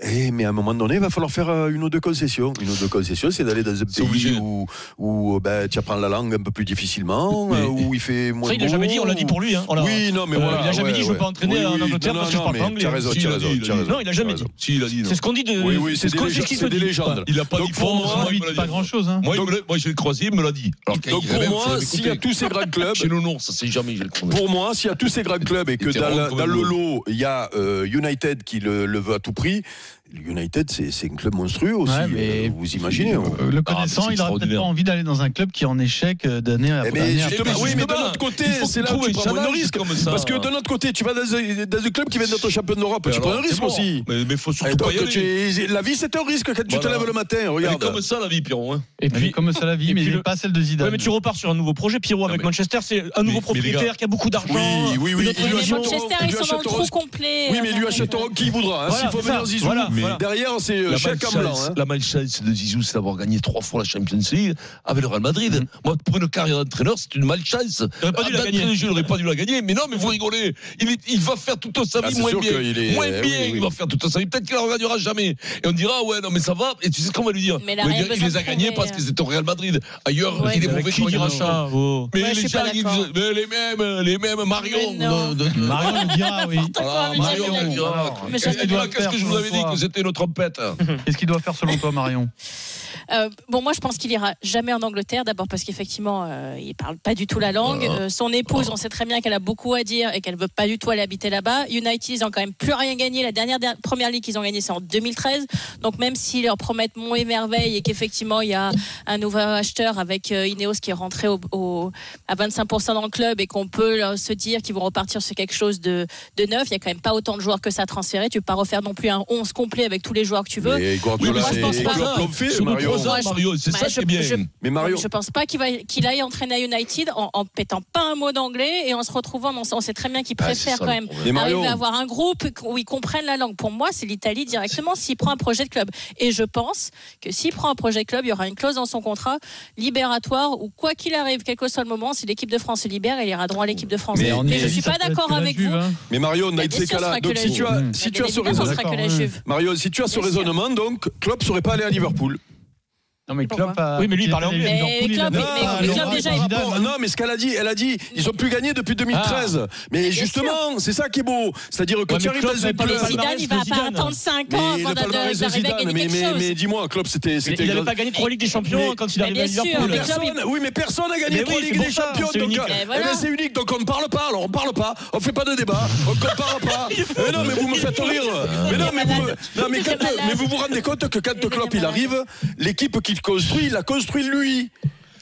[SPEAKER 5] Eh, mais à un moment donné, il va falloir faire euh, une ou deux concessions. Une ou deux concessions, c'est d'aller dans un
[SPEAKER 3] C'est
[SPEAKER 5] pays
[SPEAKER 3] obligé.
[SPEAKER 5] où, où, euh, ben, tu apprends la langue un peu plus difficilement,
[SPEAKER 3] Mais-
[SPEAKER 5] euh, où il fait moins
[SPEAKER 12] Ça, il l'a
[SPEAKER 5] beau,
[SPEAKER 12] jamais dit, on l'a dit pour lui. hein. On l'a-
[SPEAKER 5] Oui, non, mais
[SPEAKER 12] Euh,
[SPEAKER 5] voilà,
[SPEAKER 12] Il a jamais
[SPEAKER 5] ouais,
[SPEAKER 12] dit, je
[SPEAKER 5] ouais.
[SPEAKER 12] veux pas entraîner
[SPEAKER 5] Oui,
[SPEAKER 12] en
[SPEAKER 5] oui,
[SPEAKER 12] Angleterre
[SPEAKER 5] non,
[SPEAKER 12] parce que
[SPEAKER 5] non,
[SPEAKER 12] je parle
[SPEAKER 5] mais
[SPEAKER 12] pas anglais. hein.
[SPEAKER 5] t'as raison,
[SPEAKER 3] Si, il
[SPEAKER 5] t'as
[SPEAKER 3] a
[SPEAKER 5] raison,
[SPEAKER 3] dit, il a
[SPEAKER 5] t'as
[SPEAKER 3] dit.
[SPEAKER 5] raison.
[SPEAKER 12] Non, il a jamais
[SPEAKER 5] T'as
[SPEAKER 12] dit.
[SPEAKER 5] raison.
[SPEAKER 3] Si, il a dit. non.
[SPEAKER 12] C'est ce qu'on dit de.
[SPEAKER 5] Oui, oui, c'est
[SPEAKER 12] ce
[SPEAKER 5] des
[SPEAKER 12] qu'on-
[SPEAKER 5] légendes,
[SPEAKER 12] ce qui se
[SPEAKER 5] c'est des
[SPEAKER 12] dit.
[SPEAKER 5] légendes.
[SPEAKER 3] Il n'a pas
[SPEAKER 5] Donc,
[SPEAKER 3] dit
[SPEAKER 5] pour
[SPEAKER 3] France,
[SPEAKER 5] moi,
[SPEAKER 3] moi, il
[SPEAKER 7] Lui,
[SPEAKER 3] me l'a
[SPEAKER 7] pas
[SPEAKER 3] dit.
[SPEAKER 7] grand-chose. hein.
[SPEAKER 3] Moi, il me l'a- moi, je l'ai croisé, il me l'a dit. Alors,
[SPEAKER 5] Donc pour moi, s'il y a tous ces grands clubs,
[SPEAKER 3] Chez Nounours, ça s'est jamais, je le connais.
[SPEAKER 5] Pour moi, s'il y a tous ces grands clubs et que
[SPEAKER 3] T'es
[SPEAKER 5] dans,
[SPEAKER 3] rond
[SPEAKER 5] la-
[SPEAKER 3] comme
[SPEAKER 5] dans
[SPEAKER 3] un
[SPEAKER 5] le
[SPEAKER 3] bleu.
[SPEAKER 5] lot, il y a euh, United qui le, le veut à tout prix, United, c'est c'est un club monstrueux aussi.
[SPEAKER 7] Ouais, mais-
[SPEAKER 5] euh, vous imaginez hein.
[SPEAKER 7] Euh, Le
[SPEAKER 3] Ah, c'est
[SPEAKER 7] connaissant, il aurait peut-être
[SPEAKER 3] extraordinaire.
[SPEAKER 7] pas envie d'aller dans un club qui est en échec euh, d'année
[SPEAKER 5] Eh
[SPEAKER 7] après
[SPEAKER 5] ben,
[SPEAKER 7] année.
[SPEAKER 5] justement,
[SPEAKER 3] Eh ben,
[SPEAKER 5] oui, mais de
[SPEAKER 3] justement,
[SPEAKER 5] l'autre côté,
[SPEAKER 3] il faut
[SPEAKER 5] c'est là
[SPEAKER 3] trouver
[SPEAKER 5] où tu
[SPEAKER 3] un
[SPEAKER 5] prends un
[SPEAKER 3] challenge
[SPEAKER 5] risque.
[SPEAKER 3] comme ça.
[SPEAKER 5] Parce que de l'autre côté, tu vas dans un, dans un club qui vient d'être champion d'Europe. Tu
[SPEAKER 3] Alors,
[SPEAKER 5] prends un
[SPEAKER 3] c'est
[SPEAKER 5] risque
[SPEAKER 3] bon.
[SPEAKER 5] aussi.
[SPEAKER 3] Mais il faut
[SPEAKER 5] Et
[SPEAKER 3] surtout pas
[SPEAKER 5] donc,
[SPEAKER 3] y aller.
[SPEAKER 5] tu- la vie, c'est un risque quand tu te
[SPEAKER 3] Voilà.
[SPEAKER 5] lèves le matin.
[SPEAKER 3] Elle est
[SPEAKER 5] Regarde.
[SPEAKER 3] comme ça la vie, Pierrot. hein.
[SPEAKER 12] Et
[SPEAKER 7] Puis,
[SPEAKER 12] puis,
[SPEAKER 7] comme ça la vie,
[SPEAKER 12] et
[SPEAKER 7] mais il
[SPEAKER 12] puis
[SPEAKER 7] n'est
[SPEAKER 12] le-
[SPEAKER 7] pas celle de Zidane.
[SPEAKER 12] ouais, mais tu repars sur un nouveau projet, Pierrot, avec
[SPEAKER 3] mais-
[SPEAKER 12] Manchester. C'est
[SPEAKER 3] mais-
[SPEAKER 12] un nouveau
[SPEAKER 3] mais les
[SPEAKER 12] propriétaire
[SPEAKER 3] gars-
[SPEAKER 12] qui a beaucoup d'argent.
[SPEAKER 5] Oui, oui,
[SPEAKER 12] Une
[SPEAKER 5] oui.
[SPEAKER 12] autre
[SPEAKER 5] il
[SPEAKER 4] Mais
[SPEAKER 5] lui
[SPEAKER 4] les
[SPEAKER 5] achèteront-
[SPEAKER 4] Manchester,
[SPEAKER 5] il
[SPEAKER 4] ils
[SPEAKER 5] lui
[SPEAKER 4] sont dans le
[SPEAKER 5] achèteront-
[SPEAKER 4] trou complet.
[SPEAKER 5] Oui, mais il lui
[SPEAKER 4] Enfin,
[SPEAKER 5] achèteront qui il voudra. hein.
[SPEAKER 12] Voilà,
[SPEAKER 5] S'il faut
[SPEAKER 12] c'est ça.
[SPEAKER 5] venir Zizou,
[SPEAKER 12] Voilà,
[SPEAKER 5] mais
[SPEAKER 12] voilà.
[SPEAKER 5] derrière, c'est
[SPEAKER 3] La
[SPEAKER 5] euh, chèque en blanc.
[SPEAKER 3] malchance,
[SPEAKER 5] hein.
[SPEAKER 3] la malchance de Zizou, c'est d'avoir gagné trois fois la Champions League avec le Real Madrid.
[SPEAKER 5] Mm-hmm.
[SPEAKER 3] Moi, pour une carrière d'entraîneur, c'est une malchance.
[SPEAKER 12] T'aurais pas dû la
[SPEAKER 3] D'entrée
[SPEAKER 12] gagner.
[SPEAKER 3] de jeu, il aurait pas dû la gagner. Mais non, mais vous rigolez. Il, est- il va faire toute sa
[SPEAKER 5] Ah,
[SPEAKER 3] vie
[SPEAKER 5] c'est
[SPEAKER 3] moins
[SPEAKER 5] sûr
[SPEAKER 3] bien.
[SPEAKER 5] qu'il est-
[SPEAKER 3] Moins
[SPEAKER 5] eh oui,
[SPEAKER 3] bien,
[SPEAKER 5] oui.
[SPEAKER 3] il va faire toute sa vie. Peut-être qu'il la regagnera jamais. Et on dira, ouais, non, mais ça va. Et tu sais ce qu'on va lui dire
[SPEAKER 4] Mais la
[SPEAKER 3] On va
[SPEAKER 4] Real
[SPEAKER 3] dire, Il
[SPEAKER 4] besoin
[SPEAKER 3] les a
[SPEAKER 4] de
[SPEAKER 3] gagnés
[SPEAKER 4] prouver,
[SPEAKER 3] parce
[SPEAKER 4] euh.
[SPEAKER 3] que c'était au Real Madrid. Ailleurs,
[SPEAKER 4] Ouais,
[SPEAKER 3] il est
[SPEAKER 4] mais
[SPEAKER 3] mauvais
[SPEAKER 12] Qui
[SPEAKER 3] quand il
[SPEAKER 12] dira
[SPEAKER 3] reste.
[SPEAKER 12] ça oh.
[SPEAKER 3] Mais
[SPEAKER 4] Ouais, je
[SPEAKER 3] les
[SPEAKER 4] suis
[SPEAKER 3] gens,
[SPEAKER 4] pas
[SPEAKER 3] ils
[SPEAKER 4] d'accord.
[SPEAKER 3] disent, mais les mêmes, les mêmes, Marion.
[SPEAKER 4] Mais non.
[SPEAKER 7] Marion le dira, oui.
[SPEAKER 3] Ah,
[SPEAKER 4] mais
[SPEAKER 3] Marion,
[SPEAKER 4] j'aime
[SPEAKER 3] elle
[SPEAKER 4] bien.
[SPEAKER 3] dira.
[SPEAKER 7] Alors,
[SPEAKER 4] Mais ça,
[SPEAKER 3] Elle
[SPEAKER 4] c'est
[SPEAKER 3] dira,
[SPEAKER 7] bien
[SPEAKER 3] qu'est-ce
[SPEAKER 7] faire
[SPEAKER 3] que je
[SPEAKER 7] pour
[SPEAKER 3] vous
[SPEAKER 7] le
[SPEAKER 3] avais dit
[SPEAKER 7] soir.
[SPEAKER 3] que c'était une trompette
[SPEAKER 7] Qu'est-ce qu'il doit faire selon toi, Marion
[SPEAKER 4] Euh, bon, moi, je pense qu'il ira jamais en Angleterre. D'abord parce qu'effectivement, euh, il parle pas du tout la langue.
[SPEAKER 5] Oh.
[SPEAKER 4] Euh, son épouse, on sait très bien qu'elle a beaucoup à dire et qu'elle veut pas du tout aller habiter là-bas. United, ils ont quand même plus rien gagné. La dernière, der- première ligue qu'ils ont gagnée, c'est en 2013. Donc même s'ils leur promettent mont et merveille et qu'effectivement il y a un nouveau acheteur avec euh, Ineos qui est rentré au, au- à 25% dans le club et qu'on peut euh, se dire qu'ils vont repartir sur quelque chose de, de neuf, il y a quand même pas autant de joueurs que ça à transférer. Tu peux pas refaire non plus un 11 complet avec tous les joueurs que tu veux.
[SPEAKER 5] Mais
[SPEAKER 4] Oui, mais
[SPEAKER 5] Guardiola,
[SPEAKER 4] moi, je pense
[SPEAKER 5] c'est
[SPEAKER 4] pas.
[SPEAKER 5] Klopp l'ont fait,
[SPEAKER 3] Sur nos
[SPEAKER 5] Mario.
[SPEAKER 3] trois ans,
[SPEAKER 4] Moi, je-
[SPEAKER 3] Mario, c'est
[SPEAKER 4] Bah,
[SPEAKER 3] ça
[SPEAKER 4] je-
[SPEAKER 3] qui est bien.
[SPEAKER 4] je-
[SPEAKER 5] Mais Mario,
[SPEAKER 4] Je pense pas qu'il va qu'il aille entraîner à United en, en pétant pas un mot d'anglais et en se retrouvant. On, sait- on sait très bien qu'il
[SPEAKER 3] Ah, c'est
[SPEAKER 4] préfère
[SPEAKER 3] ça,
[SPEAKER 4] quand
[SPEAKER 3] le
[SPEAKER 4] même
[SPEAKER 3] problème.
[SPEAKER 5] mais Mario,
[SPEAKER 4] arriver à avoir un groupe où ils comprennent la langue. Pour moi, c'est l'Italie directement s'il prend un projet de club. Et je pense que s'il prend un projet de club, il y aura une clause dans son contrat libératoire où quoi qu'il arrive, quel que soit le moment, si l'équipe de France se libère, il ira droit à l'équipe de France.
[SPEAKER 5] Mais
[SPEAKER 4] Mais,
[SPEAKER 5] en
[SPEAKER 4] je
[SPEAKER 5] Italie,
[SPEAKER 4] suis pas d'accord avec vous.
[SPEAKER 5] mais Mario, on a
[SPEAKER 4] Bien
[SPEAKER 5] été
[SPEAKER 4] sûr, ce
[SPEAKER 5] cas là.
[SPEAKER 4] sera que
[SPEAKER 5] Donc
[SPEAKER 4] la
[SPEAKER 5] si tu as,
[SPEAKER 4] Juve.
[SPEAKER 5] si
[SPEAKER 4] Mais
[SPEAKER 5] tu as
[SPEAKER 4] bien
[SPEAKER 5] ce
[SPEAKER 4] évidemment,
[SPEAKER 5] raisonnement,
[SPEAKER 4] sera que la
[SPEAKER 7] D'accord,
[SPEAKER 4] Juve.
[SPEAKER 5] Mario, si tu as ce
[SPEAKER 4] Bien sûr.
[SPEAKER 5] raisonnement, donc Klopp serait pas allé à Liverpool.
[SPEAKER 7] Non, mais
[SPEAKER 4] Pourquoi
[SPEAKER 7] Klopp a-
[SPEAKER 12] Oui, mais lui, il parlait anglais.
[SPEAKER 4] Mais Klopp, mais-
[SPEAKER 7] Ah,
[SPEAKER 4] mais
[SPEAKER 7] non,
[SPEAKER 4] Klopp,
[SPEAKER 7] non,
[SPEAKER 4] déjà,
[SPEAKER 7] non,
[SPEAKER 4] il-
[SPEAKER 7] non,
[SPEAKER 5] Bon,
[SPEAKER 7] non,
[SPEAKER 5] non, mais ce qu'elle a dit, elle a dit, ils ont plus gagné depuis 2013. Mais
[SPEAKER 4] bien
[SPEAKER 5] justement, c'est ça qui est beau. C'est-à-dire que
[SPEAKER 12] Ouais,
[SPEAKER 5] tu
[SPEAKER 12] mais
[SPEAKER 5] arrives
[SPEAKER 12] Klopp
[SPEAKER 5] dans un
[SPEAKER 12] n'avait pas le
[SPEAKER 5] club.
[SPEAKER 12] palmarès.
[SPEAKER 4] Zidane, il va
[SPEAKER 12] de
[SPEAKER 4] pas
[SPEAKER 12] Zidane.
[SPEAKER 4] attendre 5 ans
[SPEAKER 5] Mais
[SPEAKER 4] avant
[SPEAKER 5] le
[SPEAKER 4] d'a-
[SPEAKER 5] palmarès de
[SPEAKER 4] d'arriver à
[SPEAKER 5] Zidane,
[SPEAKER 4] gagner
[SPEAKER 5] mais,
[SPEAKER 4] quelque
[SPEAKER 5] mais-
[SPEAKER 4] chose.
[SPEAKER 5] mais dis-moi, Klopp, c'était
[SPEAKER 12] Il
[SPEAKER 5] c'était
[SPEAKER 12] n'avait pas gagné trois Ligues des Champions
[SPEAKER 5] Mais-
[SPEAKER 12] quand il est arrivé
[SPEAKER 4] Mais
[SPEAKER 12] à
[SPEAKER 4] bien sûr,
[SPEAKER 12] Liverpool.
[SPEAKER 4] mais bien
[SPEAKER 5] personne, oui, mais personne n'a gagné
[SPEAKER 12] Mais
[SPEAKER 5] trois
[SPEAKER 12] oui,
[SPEAKER 5] Ligues
[SPEAKER 12] c'est
[SPEAKER 5] des
[SPEAKER 12] pour ça,
[SPEAKER 5] Champions.
[SPEAKER 12] c'est
[SPEAKER 5] donc,
[SPEAKER 12] unique.
[SPEAKER 5] euh,
[SPEAKER 4] Mais
[SPEAKER 5] eh
[SPEAKER 4] voilà.
[SPEAKER 5] ben, c'est unique, donc on ne parle pas, alors on ne parle pas, on ne fait pas de débat, on ne compare pas. mais non, mais vous me faites rire. Mais non, mais vous,
[SPEAKER 4] malade.
[SPEAKER 5] non, mais,
[SPEAKER 4] Il est
[SPEAKER 5] quand-
[SPEAKER 4] malade.
[SPEAKER 5] mais vous vous rendez compte que quand
[SPEAKER 4] Il est
[SPEAKER 5] Klopp il
[SPEAKER 4] malade.
[SPEAKER 5] arrive, l'équipe qu'il construit, il l'a construit lui.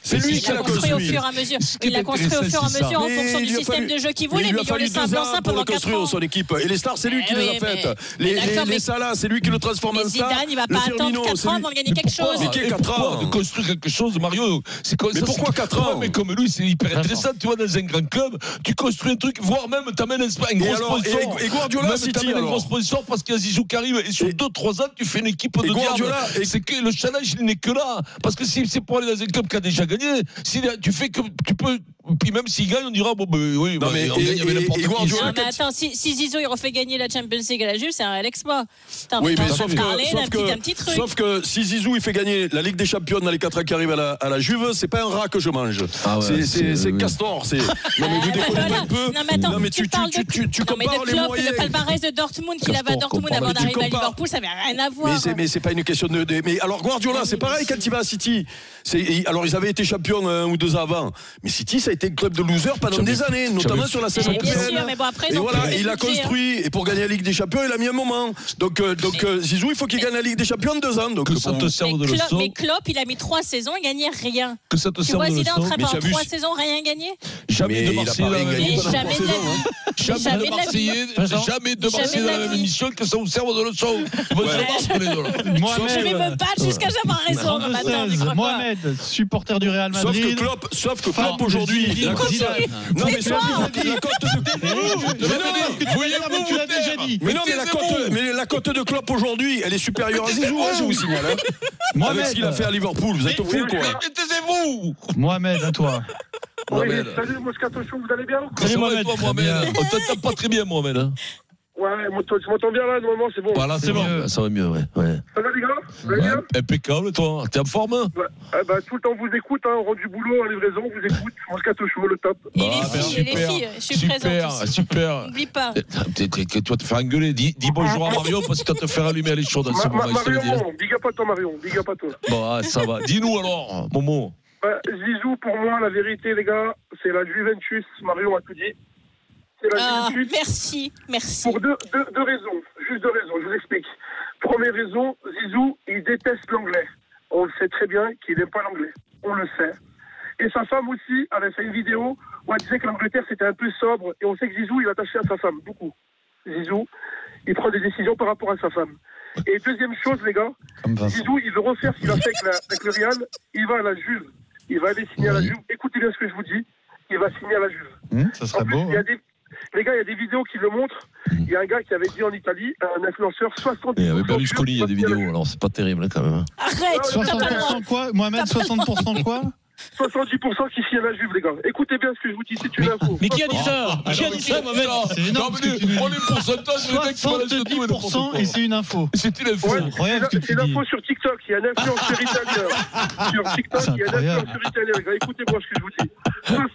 [SPEAKER 5] C'est
[SPEAKER 3] Mais
[SPEAKER 5] lui
[SPEAKER 4] Il
[SPEAKER 5] qui
[SPEAKER 4] l'a
[SPEAKER 5] l'a
[SPEAKER 4] construit au
[SPEAKER 5] construit.
[SPEAKER 4] fur et à mesure.
[SPEAKER 3] Ce qui
[SPEAKER 4] Il l'a
[SPEAKER 3] est
[SPEAKER 4] construit au fur et
[SPEAKER 3] intéressant,
[SPEAKER 4] à mesure en
[SPEAKER 5] c'est ça. Mais
[SPEAKER 4] fonction du
[SPEAKER 5] il lui a
[SPEAKER 4] système
[SPEAKER 5] fallu-
[SPEAKER 4] de jeu qu'il
[SPEAKER 5] Mais
[SPEAKER 4] voulait,
[SPEAKER 5] il lui
[SPEAKER 4] mais
[SPEAKER 5] a
[SPEAKER 4] il a
[SPEAKER 5] fallu
[SPEAKER 4] laissé un
[SPEAKER 5] deux ans pour
[SPEAKER 4] blanc-seing
[SPEAKER 5] le
[SPEAKER 4] pendant 4
[SPEAKER 5] construire
[SPEAKER 4] ans.
[SPEAKER 5] son équipe. Et les stars, c'est lui
[SPEAKER 4] Eh
[SPEAKER 5] qui les
[SPEAKER 4] oui,
[SPEAKER 5] a faites.
[SPEAKER 4] mais-
[SPEAKER 5] Les,
[SPEAKER 4] mais
[SPEAKER 5] les,
[SPEAKER 4] d'accord,
[SPEAKER 5] les
[SPEAKER 4] mais-
[SPEAKER 5] Salah, c'est lui qui le transforme
[SPEAKER 4] Mais
[SPEAKER 5] en star.
[SPEAKER 4] Zidane, il va
[SPEAKER 5] Le
[SPEAKER 4] pas
[SPEAKER 5] Firmino,
[SPEAKER 4] attendre 4
[SPEAKER 5] c'est
[SPEAKER 4] ans
[SPEAKER 5] lui-
[SPEAKER 4] avant de gagner quelque chose.
[SPEAKER 5] Mais qui est quatre
[SPEAKER 3] Pourquoi
[SPEAKER 5] ans
[SPEAKER 3] de construire quelque chose, Mario C'est comme
[SPEAKER 5] Mais
[SPEAKER 3] ça,
[SPEAKER 5] pourquoi
[SPEAKER 3] c'est-
[SPEAKER 5] quatre
[SPEAKER 3] Ouais,
[SPEAKER 5] ans
[SPEAKER 3] Mais comme lui, c'est hyper intéressant. Tu vois, dans un grand club, tu construis un truc, voire même t'amènes un, un
[SPEAKER 5] Et
[SPEAKER 3] gros
[SPEAKER 5] alors, et-
[SPEAKER 3] sponsor.
[SPEAKER 5] et Guardiola,
[SPEAKER 3] Même
[SPEAKER 5] City,
[SPEAKER 3] t'amènes un
[SPEAKER 5] alors
[SPEAKER 3] gros sponsor parce qu'il y a Zizou qui arrive. Et sur
[SPEAKER 5] Et-
[SPEAKER 3] 2-3 ans, tu fais une équipe de
[SPEAKER 5] Et
[SPEAKER 3] diable.
[SPEAKER 5] Guardiola, et-
[SPEAKER 3] C'est que le challenge, il n'est que là. Parce que si c'est pour aller dans un club qui a déjà gagné, si là, tu fais que tu peux. Puis même s'il gagne, on dira bon, ben oui,
[SPEAKER 5] Non,
[SPEAKER 3] bah,
[SPEAKER 5] mais
[SPEAKER 3] on
[SPEAKER 5] et-
[SPEAKER 3] gagne avec
[SPEAKER 5] et-
[SPEAKER 3] n'importe
[SPEAKER 5] et
[SPEAKER 3] qui.
[SPEAKER 5] Guardiola,
[SPEAKER 4] Non, mais attends, si, si Zizou il refait gagner la Champions League à la Juve, c'est un réel exploit. Putain,
[SPEAKER 5] Oui,
[SPEAKER 4] on
[SPEAKER 5] mais
[SPEAKER 4] peut
[SPEAKER 5] sauf que,
[SPEAKER 4] parler d'un
[SPEAKER 5] sauf,
[SPEAKER 4] petit, d'un petit
[SPEAKER 5] que,
[SPEAKER 4] truc.
[SPEAKER 5] sauf que si Zizou il fait gagner la Ligue des Champions dans les 4 ans qui arrivent à la, à la Juve, c'est pas un rat que je mange.
[SPEAKER 3] Ah ouais,
[SPEAKER 5] c'est c'est-
[SPEAKER 3] c'est-
[SPEAKER 5] c'est
[SPEAKER 3] oui.
[SPEAKER 5] Castor. c'est- Non, mais vous
[SPEAKER 4] Ah, bah
[SPEAKER 5] déconnez pas
[SPEAKER 4] voilà.
[SPEAKER 5] un peu.
[SPEAKER 4] Non, mais attends,
[SPEAKER 5] tu, tu,
[SPEAKER 4] parles
[SPEAKER 5] tu,
[SPEAKER 4] de,
[SPEAKER 5] tu, tu
[SPEAKER 4] non, mais
[SPEAKER 5] compares
[SPEAKER 4] de
[SPEAKER 5] les
[SPEAKER 4] Klopp,
[SPEAKER 5] moyens.
[SPEAKER 4] le palmarès de Dortmund qu'il avait à
[SPEAKER 3] Castor,
[SPEAKER 4] Dortmund
[SPEAKER 3] compare,
[SPEAKER 4] avant
[SPEAKER 3] mais tu
[SPEAKER 4] d'arriver à
[SPEAKER 5] compares.
[SPEAKER 4] Liverpool, ça n'avait rien à voir.
[SPEAKER 5] Mais c'est, mais c'est pas une question de, de- Mais alors Guardiola, c'est pareil quand il va à City. C'est, il- alors ils avaient été champions un ou deux ans avant. Mais City, ça a été un club de losers pendant
[SPEAKER 3] J'avais-
[SPEAKER 5] des années, notamment
[SPEAKER 3] j'avais-
[SPEAKER 5] sur la
[SPEAKER 4] Mais
[SPEAKER 5] scène
[SPEAKER 4] bien
[SPEAKER 5] européenne.
[SPEAKER 4] sûr, mais bon, après,
[SPEAKER 5] Et
[SPEAKER 4] ils ont
[SPEAKER 5] voilà,
[SPEAKER 4] plus
[SPEAKER 5] et
[SPEAKER 4] de
[SPEAKER 5] il a
[SPEAKER 4] budget, hein.
[SPEAKER 5] construit. Et pour gagner la Ligue des Champions, il a mis un moment. Donc, euh, donc euh, Zizou, il faut qu'il gagne la Ligue des Champions en deux ans. Donc,
[SPEAKER 3] Que
[SPEAKER 5] pour
[SPEAKER 3] ça
[SPEAKER 5] vous-
[SPEAKER 3] te serve de
[SPEAKER 4] Mais Klopp,
[SPEAKER 3] leçon.
[SPEAKER 4] mais Klopp, il a mis 3 saisons, il gagnait rien.
[SPEAKER 3] Que ça te
[SPEAKER 4] Tu
[SPEAKER 3] serve
[SPEAKER 4] vois,
[SPEAKER 3] de
[SPEAKER 4] Zidane,
[SPEAKER 3] leçon.
[SPEAKER 4] très
[SPEAKER 5] Mais
[SPEAKER 4] bien,
[SPEAKER 5] t'as
[SPEAKER 4] en
[SPEAKER 5] vu,
[SPEAKER 4] 3 saisons, rien gagné.
[SPEAKER 3] Jamais
[SPEAKER 5] Mais
[SPEAKER 3] de
[SPEAKER 5] il a
[SPEAKER 3] Marseille
[SPEAKER 5] pas
[SPEAKER 3] dans la
[SPEAKER 5] rien
[SPEAKER 3] même
[SPEAKER 5] gagné
[SPEAKER 4] Mais
[SPEAKER 5] pendant
[SPEAKER 3] émission.
[SPEAKER 4] jamais de
[SPEAKER 5] trois saisons, hein.
[SPEAKER 4] la vie.
[SPEAKER 3] Jamais de
[SPEAKER 4] Jamais de la vie.
[SPEAKER 3] Marseillais,
[SPEAKER 12] Vincent
[SPEAKER 3] jamais de
[SPEAKER 4] Jamais
[SPEAKER 3] Marseillais
[SPEAKER 4] de
[SPEAKER 3] dans
[SPEAKER 4] la
[SPEAKER 3] la même
[SPEAKER 4] vie.
[SPEAKER 3] émission que ça vous serve de leçon. Ils vont se
[SPEAKER 4] Ouais.
[SPEAKER 3] battre les deux.
[SPEAKER 4] Je vais me battre jusqu'à j'avoir raison. Non, mais attends, tu
[SPEAKER 7] 16,
[SPEAKER 4] crois quoi
[SPEAKER 7] Mohamed, supporter du Real
[SPEAKER 5] Sauf que
[SPEAKER 7] Madrid.
[SPEAKER 5] Klopp, sauf que
[SPEAKER 7] Fan
[SPEAKER 5] Klopp
[SPEAKER 7] de
[SPEAKER 5] aujourd'hui,
[SPEAKER 7] Zidane. Eh,
[SPEAKER 5] la cote-
[SPEAKER 7] Zidane.
[SPEAKER 5] non mais sauf que la cote de oh,
[SPEAKER 7] Mais non, mais tu l'as dit, tu l'as déjà dit.
[SPEAKER 5] mais non mais la cote, mais la cote de Klopp aujourd'hui, elle est supérieure à Zizou, hein, je vous signale. hein. Avec ce qu'il a fait à Liverpool, vous êtes au fou quoi.
[SPEAKER 3] Mais taisez-vous
[SPEAKER 7] Mohamed, à toi.
[SPEAKER 3] Mohamed.
[SPEAKER 8] Salut Moscato Show, vous allez bien ou quoi
[SPEAKER 3] Salut Mohamed.
[SPEAKER 12] Mohamed.
[SPEAKER 3] Toi, Mohamed. On t'entend pas très bien, Mohamed. hein.
[SPEAKER 8] Ouais, moi, tu m'entends bien là, de moment, c'est bon.
[SPEAKER 3] Voilà, c'est bon. Ça va mieux, ouais. ouais.
[SPEAKER 8] Ça va les gars Vous allez
[SPEAKER 3] Ouais,
[SPEAKER 8] bien
[SPEAKER 3] Impeccable, toi. T'es en forme hein
[SPEAKER 8] Ouais. Ah bah, Tout le temps, vous écoute, hein, on rend du boulot, à livraison, vous écoute. Moscato Show, le top.
[SPEAKER 4] Et
[SPEAKER 3] Ah,
[SPEAKER 4] les
[SPEAKER 3] ben,
[SPEAKER 4] filles, et les filles, je suis présente.
[SPEAKER 3] Super,
[SPEAKER 4] aussi.
[SPEAKER 3] super.
[SPEAKER 4] N'oublie pas.
[SPEAKER 3] Eh, t'es- t'es- t'es- Tu vas te faire engueuler. Dis, dis bonjour à Mario parce que tu vas te faire allumer à les choses dans ce
[SPEAKER 8] Ma-
[SPEAKER 3] moment.
[SPEAKER 8] Ma-
[SPEAKER 3] il se le dit. hein.
[SPEAKER 8] Marion, big up à toi, Marion, big up à toi.
[SPEAKER 3] Bon, ah, ça va. Dis-nous alors, Momo.
[SPEAKER 8] Bah, Zizou, pour moi, la vérité, les gars, c'est la Juventus. Marion a tout dit. C'est la
[SPEAKER 4] Ah,
[SPEAKER 8] Juventus.
[SPEAKER 4] merci, merci.
[SPEAKER 8] Pour deux, deux, deux raisons. Juste deux raisons, je vous explique. Première raison, Zizou, il déteste l'anglais. On le sait très bien qu'il n'aime pas l'anglais. On le sait. Et sa femme aussi avait fait une vidéo où elle disait que l'Angleterre c'était un peu sobre. Et on sait que Zizou, il est attaché à sa femme, beaucoup. Zizou, il prend des décisions par rapport à sa femme. Et deuxième chose, les gars,
[SPEAKER 7] Comme Vincent.
[SPEAKER 8] Zizou, il veut refaire ce qu'il a fait avec, la- avec le Real. Il va à la Juve. Il va aller signer à la Juve. Écoutez bien ce que je vous dis. Il va signer à la Juve.
[SPEAKER 7] Hum, ça serait
[SPEAKER 8] En plus,
[SPEAKER 7] beau.
[SPEAKER 8] il y a des- Les gars, il y a des vidéos qui le montrent. Il y a un gars qui avait dit en Italie, un influenceur, 60
[SPEAKER 3] Et avec Eh, Berlusconi, il y a des vidéos, alors c'est pas terrible hein, quand même. hein.
[SPEAKER 4] Arrête, t'as pas le droit.
[SPEAKER 7] 60% quoi Mohamed, 60% quoi
[SPEAKER 8] 70% qui signent à la Juve, les gars. Écoutez bien ce que je vous dis, c'est une info.
[SPEAKER 12] Mais qui a dit ça Qui a dit ça, Mohamed
[SPEAKER 7] Ah, C'est énorme ce que tu nous dis.
[SPEAKER 3] Oh, les pourcentages, le mec qui balance de tout et n'importe
[SPEAKER 7] 70%
[SPEAKER 3] quoi.
[SPEAKER 7] et c'est une info.
[SPEAKER 3] C'est une info.
[SPEAKER 8] Ouais,
[SPEAKER 7] C'est incroyable
[SPEAKER 8] c'est
[SPEAKER 7] ce que tu
[SPEAKER 8] une
[SPEAKER 7] dis.
[SPEAKER 8] info sur TikTok. Il y a un influenceur italien. Sur TikTok,
[SPEAKER 7] C'est
[SPEAKER 8] il y a un
[SPEAKER 7] incroyable.
[SPEAKER 8] influenceur italien, les gars. Écoutez-moi ce que je vous dis.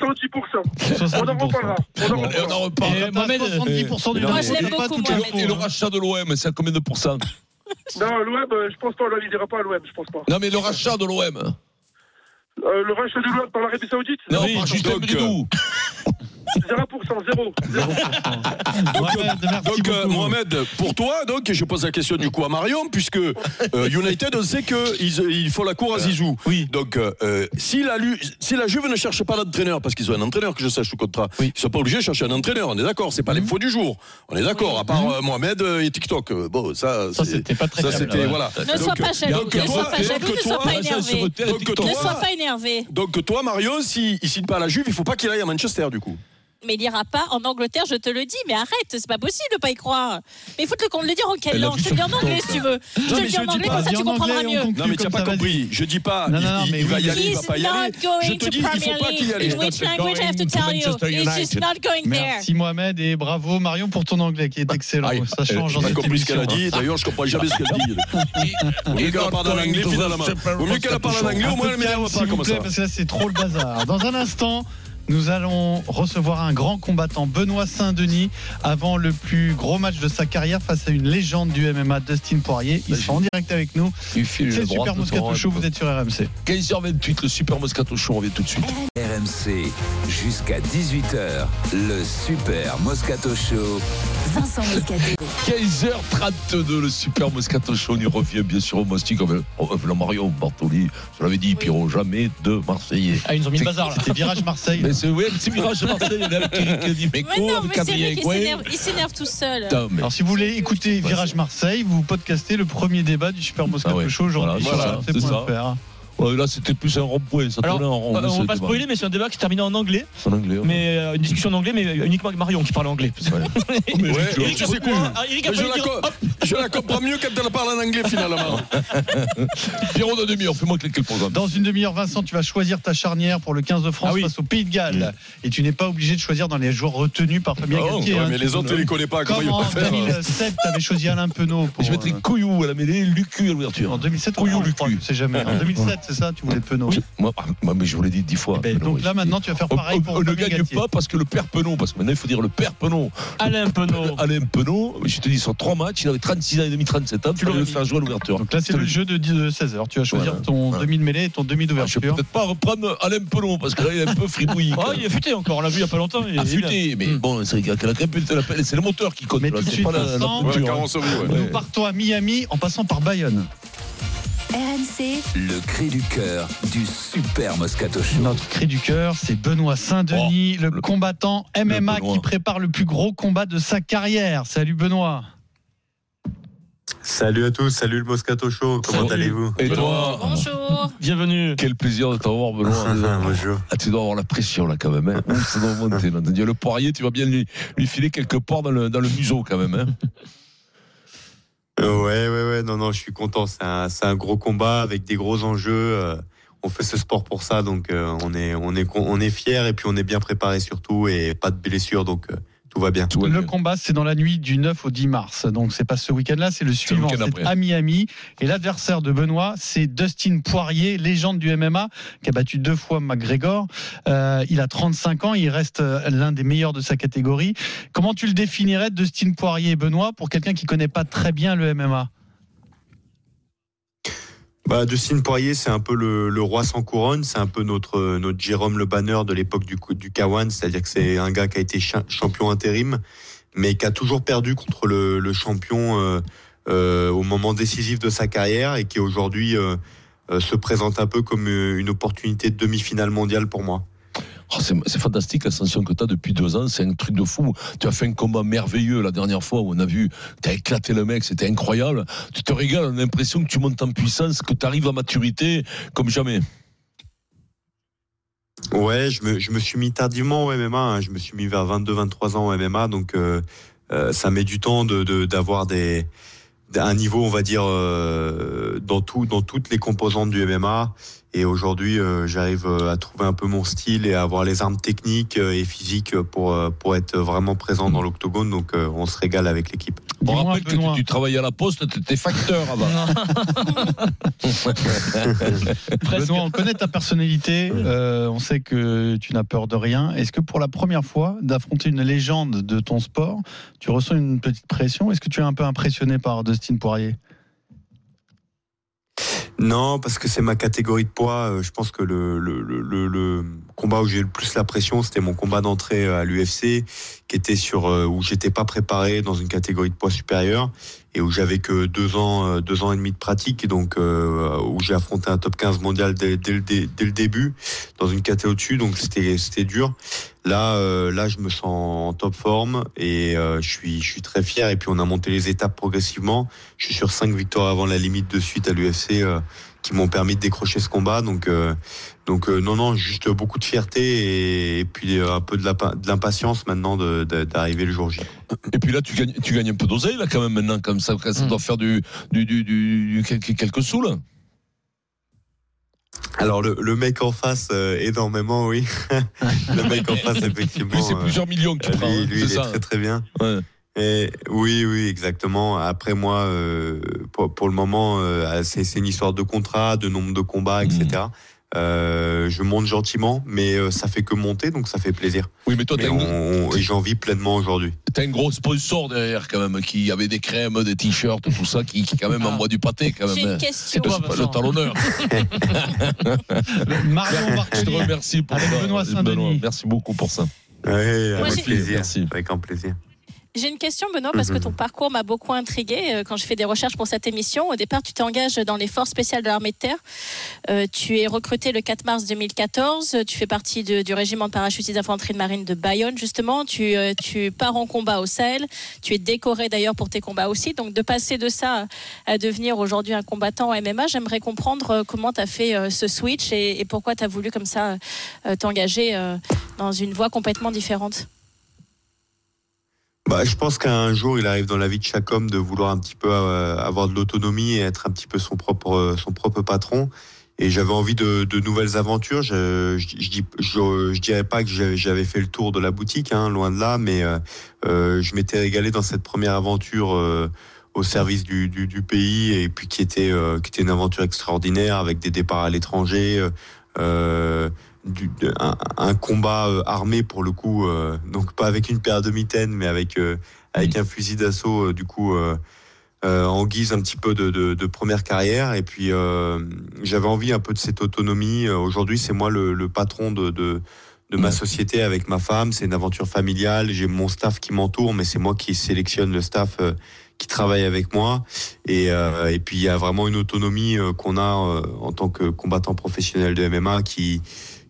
[SPEAKER 8] 70%. On en
[SPEAKER 7] 70%.
[SPEAKER 8] reparlera. On en
[SPEAKER 3] Et on
[SPEAKER 8] reparlera.
[SPEAKER 3] en reparle.
[SPEAKER 12] Et Mohamed,
[SPEAKER 7] euh,
[SPEAKER 8] euh,
[SPEAKER 7] 70% du
[SPEAKER 5] Moi,
[SPEAKER 7] nombre,
[SPEAKER 5] je
[SPEAKER 7] on
[SPEAKER 4] l'aime
[SPEAKER 7] dit pas
[SPEAKER 4] beaucoup,
[SPEAKER 7] toutes
[SPEAKER 3] Et le-
[SPEAKER 7] les
[SPEAKER 4] Mohamed.
[SPEAKER 7] infos,
[SPEAKER 3] Et le
[SPEAKER 7] hein.
[SPEAKER 3] rachat de l'OM, c'est à combien de pourcents
[SPEAKER 8] Non, l'OM, euh, je pense pas, on ne dira pas à l'OM, je pense pas.
[SPEAKER 3] Non, mais le rachat de l'OM.
[SPEAKER 8] Euh, le rachat de l'OM par l'Arabie Saoudite
[SPEAKER 3] Non,
[SPEAKER 7] Oui,
[SPEAKER 3] par Justin
[SPEAKER 5] donc, euh,
[SPEAKER 3] Bridou.
[SPEAKER 8] 0%, 0.
[SPEAKER 7] Mohamed, merci
[SPEAKER 5] Ah, Donc euh,
[SPEAKER 7] beaucoup.
[SPEAKER 5] Mohamed, pour toi, donc je pose la question du coup à Marion, puisque euh, United, on sait qu'ils ils font la cour à Zizou.
[SPEAKER 7] Oui.
[SPEAKER 5] Donc euh, euh, si, la, Lu- si la Juve ne cherche pas d'entraîneur, parce qu'ils ont un entraîneur que je sache sous contrat, ils sont pas obligés de chercher un entraîneur. On est d'accord, c'est pas
[SPEAKER 7] Mhm.
[SPEAKER 5] les faux du jour. On est d'accord. À part euh, Mohamed euh, et TikTok, Euh, bon ça,
[SPEAKER 7] Ça,
[SPEAKER 5] c'est-
[SPEAKER 7] c'était pas très
[SPEAKER 5] ça,
[SPEAKER 7] clair,
[SPEAKER 5] c'était-
[SPEAKER 7] là, ouais.
[SPEAKER 5] voilà.
[SPEAKER 4] Ne sois
[SPEAKER 5] Donc, euh,
[SPEAKER 4] pas jaloux,
[SPEAKER 5] donc,
[SPEAKER 4] ne
[SPEAKER 5] toi-
[SPEAKER 4] sois pas
[SPEAKER 5] donc,
[SPEAKER 4] jaloux, ne sois
[SPEAKER 5] toi-
[SPEAKER 4] pas
[SPEAKER 3] Rachat
[SPEAKER 4] énervé.
[SPEAKER 3] sur Terre,
[SPEAKER 5] Donc,
[SPEAKER 3] TikTok.
[SPEAKER 5] toi-
[SPEAKER 4] Ne sois pas énervé.
[SPEAKER 5] donc toi, Marion, si il signe pas à la Juve, il faut pas qu'il aille à Manchester du coup.
[SPEAKER 4] Mais il ira pas en Angleterre, je te le dis. Mais arrête, c'est pas possible de pas y croire. Mais il faut te le- qu'on le dire en quelle
[SPEAKER 3] Elle a
[SPEAKER 4] langue.
[SPEAKER 3] vu
[SPEAKER 4] Je te le dis en
[SPEAKER 3] son
[SPEAKER 4] anglais
[SPEAKER 3] TikTok,
[SPEAKER 4] si tu veux. Je te
[SPEAKER 7] mais
[SPEAKER 4] le dis
[SPEAKER 7] je
[SPEAKER 4] en
[SPEAKER 7] dis
[SPEAKER 4] anglais,
[SPEAKER 7] pas,
[SPEAKER 4] comme ça
[SPEAKER 7] dis
[SPEAKER 4] tu
[SPEAKER 7] en
[SPEAKER 4] comprendras
[SPEAKER 7] anglais, on
[SPEAKER 4] mieux.
[SPEAKER 7] comprend.
[SPEAKER 5] Non mais
[SPEAKER 7] Comme
[SPEAKER 5] tu as
[SPEAKER 7] ça,
[SPEAKER 5] pas
[SPEAKER 7] vas-y.
[SPEAKER 5] compris. Je dis pas.
[SPEAKER 7] Non,
[SPEAKER 5] il-
[SPEAKER 7] non, non,
[SPEAKER 5] il-
[SPEAKER 7] mais
[SPEAKER 5] il va
[SPEAKER 7] oui,
[SPEAKER 5] y
[SPEAKER 7] mais
[SPEAKER 5] aller, il va
[SPEAKER 4] He's
[SPEAKER 5] pas y aller.
[SPEAKER 4] not going
[SPEAKER 5] Je te
[SPEAKER 4] to
[SPEAKER 5] dis, il
[SPEAKER 4] Premier
[SPEAKER 5] faut pas qu'il y
[SPEAKER 4] League.
[SPEAKER 5] aller.
[SPEAKER 4] In which language I have to
[SPEAKER 12] going to
[SPEAKER 4] tell you?
[SPEAKER 12] Manchester
[SPEAKER 4] He's just
[SPEAKER 12] United.
[SPEAKER 4] not going there.
[SPEAKER 7] Merci Mohamed et bravo Marion pour ton anglais qui est excellent.
[SPEAKER 5] Ah,
[SPEAKER 7] Ça change
[SPEAKER 5] J'ai
[SPEAKER 7] dans
[SPEAKER 5] pas
[SPEAKER 7] cette
[SPEAKER 5] compris ce qu'elle a
[SPEAKER 7] émission.
[SPEAKER 5] dit. D'ailleurs, je comprends jamais ce qu'elle dit. Vaut mieux qu'elle parle en anglais, finalement. Vaut mieux qu'elle parle en anglais, au moins elle
[SPEAKER 7] Un peu de calme,
[SPEAKER 5] m'énerve pas
[SPEAKER 7] s'il vous
[SPEAKER 5] comme ça.
[SPEAKER 7] plaît, parce que là c'est trop le bazar. Dans un instant, nous allons recevoir un grand combattant, Benoît Saint-Denis, avant le plus gros match de sa carrière face à une légende du MMA, Dustin Poirier. Il sera en direct avec nous.
[SPEAKER 3] Il file
[SPEAKER 7] C'est
[SPEAKER 3] le
[SPEAKER 7] le
[SPEAKER 3] droit
[SPEAKER 7] Super
[SPEAKER 3] de
[SPEAKER 7] Moscato
[SPEAKER 3] droite.
[SPEAKER 7] Show, vous êtes sur RMC.
[SPEAKER 3] 15h28, le Super Moscato Show, on revient tout de suite.
[SPEAKER 2] RMC, jusqu'à 18h, le Super Moscato Show.
[SPEAKER 1] Vincent Moscato.
[SPEAKER 3] 15h32, le Super Moscato Show, on y revient bien sûr au Mostic. On veut la Mario Bartoli, je l'avais dit, Pierrot, jamais de Marseillais.
[SPEAKER 6] Ah, ils nous ont mis le bazar là.
[SPEAKER 7] C'est Virage Marseille.
[SPEAKER 3] Mais c'est ouais, le petit virage Marseille, il y en a qui- qui dit, mais
[SPEAKER 4] Mais non,
[SPEAKER 3] quoi,
[SPEAKER 4] mais c'est vrai
[SPEAKER 3] Camille
[SPEAKER 4] qu'il
[SPEAKER 3] Aguay
[SPEAKER 4] s'énerve- il s'énerve tout seul.
[SPEAKER 3] Putain, mais-
[SPEAKER 7] Alors si vous voulez écouter Virage Marseille, vous podcastez le premier débat du Super Moscato
[SPEAKER 3] Ah ouais,
[SPEAKER 7] Show aujourd'hui.
[SPEAKER 3] voilà,
[SPEAKER 7] sur
[SPEAKER 3] c'est ça.
[SPEAKER 7] RMC.fr.
[SPEAKER 3] Ouais, Là, c'était plus un rond-point, ça
[SPEAKER 6] Alors,
[SPEAKER 3] tournait en rond.
[SPEAKER 6] euh,
[SPEAKER 3] mais
[SPEAKER 6] on
[SPEAKER 3] c'est
[SPEAKER 6] va pas
[SPEAKER 3] débat.
[SPEAKER 6] spoiler, mais c'est un débat qui se termine en anglais,
[SPEAKER 3] En anglais, ouais.
[SPEAKER 6] mais euh, une discussion en anglais, mais uniquement avec Marion qui parle anglais.
[SPEAKER 3] Mais
[SPEAKER 5] Ouais,
[SPEAKER 3] Eric,
[SPEAKER 5] tu
[SPEAKER 6] a-
[SPEAKER 5] sais quoi
[SPEAKER 7] euh,
[SPEAKER 6] Ah, Eric a
[SPEAKER 5] Mais je
[SPEAKER 6] failli
[SPEAKER 5] la,
[SPEAKER 6] dire-
[SPEAKER 5] co- je la comprends mieux quand elle parle en anglais finalement.
[SPEAKER 3] Pierrot de demi-heure, fais-moi cliquer le programme.
[SPEAKER 7] Dans une demi-heure, Vincent, tu vas choisir ta charnière pour le 15 de France
[SPEAKER 6] Ah oui.
[SPEAKER 7] face au Pays de Galles. Et tu n'es pas obligé de choisir dans les joueurs retenus par Fabien
[SPEAKER 3] Oh,
[SPEAKER 7] Galtier.
[SPEAKER 5] Mm. Ouais,
[SPEAKER 7] hein.
[SPEAKER 5] mais les autres, tu les connais pas. Comment
[SPEAKER 7] Comme
[SPEAKER 5] ils vont
[SPEAKER 7] en
[SPEAKER 5] faire hein.
[SPEAKER 7] 2007, tu avais choisi Alain Penaud. Pour,
[SPEAKER 3] Je mettrai
[SPEAKER 7] euh,
[SPEAKER 3] Couillou à la mêlée, Lucu à l'ouverture.
[SPEAKER 7] en 2007,
[SPEAKER 3] Couillou,
[SPEAKER 7] on
[SPEAKER 3] le cul.
[SPEAKER 7] C'est jamais. En 2007, c'est ça, tu voulais Penaud.
[SPEAKER 3] Moi, ah, moi, mais je vous l'ai dit dix fois.
[SPEAKER 7] Eh ben,
[SPEAKER 3] Penaud,
[SPEAKER 7] donc
[SPEAKER 3] oui.
[SPEAKER 7] là, maintenant, tu vas faire
[SPEAKER 3] On,
[SPEAKER 7] pareil
[SPEAKER 3] on-
[SPEAKER 7] pour
[SPEAKER 3] on ne
[SPEAKER 7] Fabien
[SPEAKER 3] gagne
[SPEAKER 7] Galtier.
[SPEAKER 3] pas parce que le père Penon, parce que maintenant il faut dire le père Penon,
[SPEAKER 6] Alain Penaud.
[SPEAKER 3] Alain Penon, je te dis, sur trois matchs, il avait 36 ans et demi, 37 ans, tu
[SPEAKER 6] l'aurais
[SPEAKER 3] le
[SPEAKER 6] mis.
[SPEAKER 3] faire jouer à l'ouverture.
[SPEAKER 7] Donc là,
[SPEAKER 3] Je
[SPEAKER 7] c'est
[SPEAKER 3] te
[SPEAKER 7] le
[SPEAKER 3] dis,
[SPEAKER 7] jeu de 16h. Tu vas choisir
[SPEAKER 3] Voilà,
[SPEAKER 7] ton
[SPEAKER 3] voilà.
[SPEAKER 7] demi de mêlée et ton demi
[SPEAKER 3] ah, Je vais
[SPEAKER 7] d'ouverture. Ah,
[SPEAKER 3] peut-être pas reprendre Alain Penon, parce que là, il est un peu fribouillis.
[SPEAKER 6] Oh, il est futé encore, on l'a vu il y a pas longtemps. il est- il est bien.
[SPEAKER 3] Affûté, mais
[SPEAKER 6] Mm.
[SPEAKER 3] bon, c'est la- la crépite, la pelle, c'est le moteur qui compte.
[SPEAKER 7] Hmm. Mais
[SPEAKER 3] là,
[SPEAKER 7] tout de
[SPEAKER 3] c'est
[SPEAKER 7] suite,
[SPEAKER 3] pas la- la
[SPEAKER 7] Vincent,
[SPEAKER 5] Ouais,
[SPEAKER 3] couture, hein.
[SPEAKER 5] carrosse, oui, ouais.
[SPEAKER 3] Ouais.
[SPEAKER 7] Nous partons à Miami en passant par Bayonne.
[SPEAKER 1] RMC,
[SPEAKER 2] Le cri du cœur du Super Moscato Show.
[SPEAKER 7] Notre cri du cœur, c'est Benoît Saint-Denis, le,
[SPEAKER 3] Oh, le-
[SPEAKER 7] combattant MMA
[SPEAKER 3] Benoît.
[SPEAKER 7] qui prépare le plus gros combat de sa carrière. Salut Benoît.
[SPEAKER 13] Salut à tous, salut le Moscato Show, comment
[SPEAKER 3] Salut.
[SPEAKER 13] allez-vous
[SPEAKER 3] Et toi
[SPEAKER 4] Bonjour.
[SPEAKER 6] Bienvenue.
[SPEAKER 3] Quel plaisir de t'avoir, Benoît.
[SPEAKER 13] Bonjour.
[SPEAKER 3] Ah, tu dois avoir la pression là quand même. Hein. Ouh, Ça doit monter. Là. Le poirier, tu vas bien lui, lui filer quelque part dans le, dans le museau quand même. Hein.
[SPEAKER 13] Euh, Ouais, ouais, ouais, non, non, je suis content, c'est un, c'est un gros combat avec des gros enjeux. euh, On fait ce sport pour ça, donc euh, on est, on est, con- on est fiers et puis on est bien préparé surtout et pas de blessures, donc euh, tout va bien.
[SPEAKER 3] Tout va
[SPEAKER 7] Le
[SPEAKER 3] bien.
[SPEAKER 7] combat, c'est dans la nuit du 9 au 10 mars. Donc, c'est pas ce week-end-là, c'est le
[SPEAKER 3] le
[SPEAKER 7] suivant.
[SPEAKER 3] week-end
[SPEAKER 7] C'est
[SPEAKER 3] après.
[SPEAKER 7] à Miami. Et l'adversaire de Benoît, c'est Dustin Poirier, légende du MMA, qui a battu deux fois McGregor. Euh, il a 35 ans, il reste euh, l'un des meilleurs de sa catégorie. Comment tu le définirais, Dustin Poirier, Benoît, pour quelqu'un qui connaît pas très bien le MMA
[SPEAKER 13] Bah, Dustin Poirier, c'est un peu le, le roi sans couronne, c'est un peu notre, euh, notre Jérôme Le Banner de l'époque du, coup- du Kawan, c'est-à-dire que c'est un gars qui a été cha- champion intérim, mais qui a toujours perdu contre le, le champion euh, euh, au moment décisif de sa carrière et qui aujourd'hui euh, euh, se présente un peu comme euh, une opportunité de demi-finale mondiale pour moi.
[SPEAKER 3] Oh, c'est c'est fantastique l'ascension que tu as depuis deux ans, c'est un truc de fou. Tu as fait un combat merveilleux la dernière fois où on a vu, tu as éclaté le mec, c'était incroyable. Tu te régales, on a l'impression que tu montes en puissance, que tu arrives à maturité comme jamais.
[SPEAKER 13] Ouais, je me, je me suis mis tardivement au MMA. hein. Je me suis mis vers 22-23 ans au MMA. Donc, euh, euh, ça met du temps d'avoir de, d'avoir des d'un- un niveau, on va dire, euh, dans, tout, dans toutes les composantes du MMA. Et aujourd'hui, euh, j'arrive euh, à trouver un peu mon style et à avoir les armes techniques euh, et physiques pour, euh, pour être vraiment présent dans l'octogone. Donc, euh, on se régale avec l'équipe.
[SPEAKER 3] On rappelle que tu, tu travaillais à la poste, tu étais facteur avant.
[SPEAKER 7] Benoît, on connaît ta personnalité, euh, on sait que tu n'as peur de rien. Est-ce que pour la première fois d'affronter une légende de ton sport, tu ressens une petite pression Est-ce que tu es un peu impressionné par Dustin Poirier
[SPEAKER 13] Non, parce que c'est ma catégorie de poids. Euh, Je pense que le, le, le- le- le combat où j'ai eu le plus la pression, c'était mon combat d'entrée euh, à l'UFC, qui était sur euh, où j'étais pas préparé dans une catégorie de poids supérieure et où j'avais que deux ans, euh, deux ans et demi de pratique, et donc euh, où j'ai affronté un top 15 mondial dès, dès le, dé- dès le début dans une catégorie au-dessus. Donc c'était c'était dur. Là, euh, là, je me sens en top forme et euh, je suis je suis très fier. Et puis on a monté les étapes progressivement. Je suis sur cinq victoires avant la limite de suite à l'UFC euh, qui m'ont permis de décrocher ce combat. Donc, euh, donc euh, non, non, juste beaucoup de fierté et, et puis euh, un peu de la- de l'impatience maintenant de- de- d'arriver le jour J.
[SPEAKER 3] Et puis là, tu gagnes, tu gagnes un peu d'oseille, là, quand même, maintenant, comme ça,
[SPEAKER 4] Mm.
[SPEAKER 3] ça doit faire du, du, du, du- du- quelques, quelques sous, là.
[SPEAKER 13] Alors le, le mec en face, euh, énormément, oui. le mec en face, effectivement.
[SPEAKER 3] Lui, c'est
[SPEAKER 13] euh,
[SPEAKER 3] plusieurs millions que tu
[SPEAKER 13] lui,
[SPEAKER 3] prends, hein,
[SPEAKER 13] lui,
[SPEAKER 3] c'est
[SPEAKER 13] il est
[SPEAKER 3] ça,
[SPEAKER 13] très très bien. Et oui, oui, exactement. Après moi, euh, pour, pour le moment, euh, c'est c'est une histoire de contrat, de nombre de combats,
[SPEAKER 3] Mhm.
[SPEAKER 13] etc. Euh, je monte gentiment, mais euh, ça fait que monter, donc ça fait plaisir.
[SPEAKER 3] Oui, mais toi, t'as une-
[SPEAKER 13] on- on- et j'en vis pleinement aujourd'hui.
[SPEAKER 3] T'as un gros sponsor derrière, quand même, qui avait des crèmes, des t-shirts, tout ça, qui, qui, quand même, envoie du pâté, quand même.
[SPEAKER 4] Ah.
[SPEAKER 3] hein.
[SPEAKER 4] J'ai une question.
[SPEAKER 3] Le, sp- le talonneur. Je te remercie pour ça, Benoît. Merci beaucoup pour ça.
[SPEAKER 4] Moi,
[SPEAKER 13] avec
[SPEAKER 4] j'ai-
[SPEAKER 13] plaisir. Avec un plaisir.
[SPEAKER 4] J'ai une question, Benoît, parce que
[SPEAKER 13] Mhm.
[SPEAKER 4] ton parcours m'a beaucoup intrigué euh, quand je fais des recherches pour cette émission. Au départ, tu t'engages dans les forces spéciales de l'armée de terre. Euh, tu es recruté le 4 mars 2014. Tu fais partie de- du régiment de parachutistes d'infanterie de marine de Bayonne, justement. Tu, euh, tu pars en combat au Sahel. Tu es décoré d'ailleurs pour tes combats aussi. Donc, de passer de ça à devenir aujourd'hui un combattant MMA, j'aimerais comprendre euh, comment tu as fait euh, ce switch et, et pourquoi tu as voulu comme ça euh, t'engager euh, dans une voie complètement différente.
[SPEAKER 13] Bah, je pense qu'un jour, il arrive dans la vie de chaque homme de vouloir un petit peu euh, avoir de l'autonomie et être un petit peu son propre, euh, son propre patron. Et j'avais envie de, de nouvelles aventures. Je, je, je, dis- je, je dirais pas que j'avais- j'avais fait le tour de la boutique, hein, loin de là, mais euh, euh, je m'étais régalé dans cette première aventure euh, au service du, du, du pays et puis qui était, euh, qui était une aventure extraordinaire avec des départs à l'étranger. euh, euh, du- de- un, un combat euh, armé pour le coup, euh, donc pas avec une paire de mitaines, mais avec euh, avec un fusil d'assaut euh, du coup euh, euh, en guise un petit peu de, de- de première carrière. Et puis euh, j'avais envie un peu de cette autonomie. Euh, Aujourd'hui, c'est moi le, le patron de, de de ma société avec ma femme, c'est une aventure familiale. J'ai mon staff qui m'entoure, mais c'est moi qui sélectionne le staff euh, qui travaille avec moi. Et, euh, et puis il y a vraiment une autonomie euh, qu'on a euh, en tant que combattant professionnel de MMA qui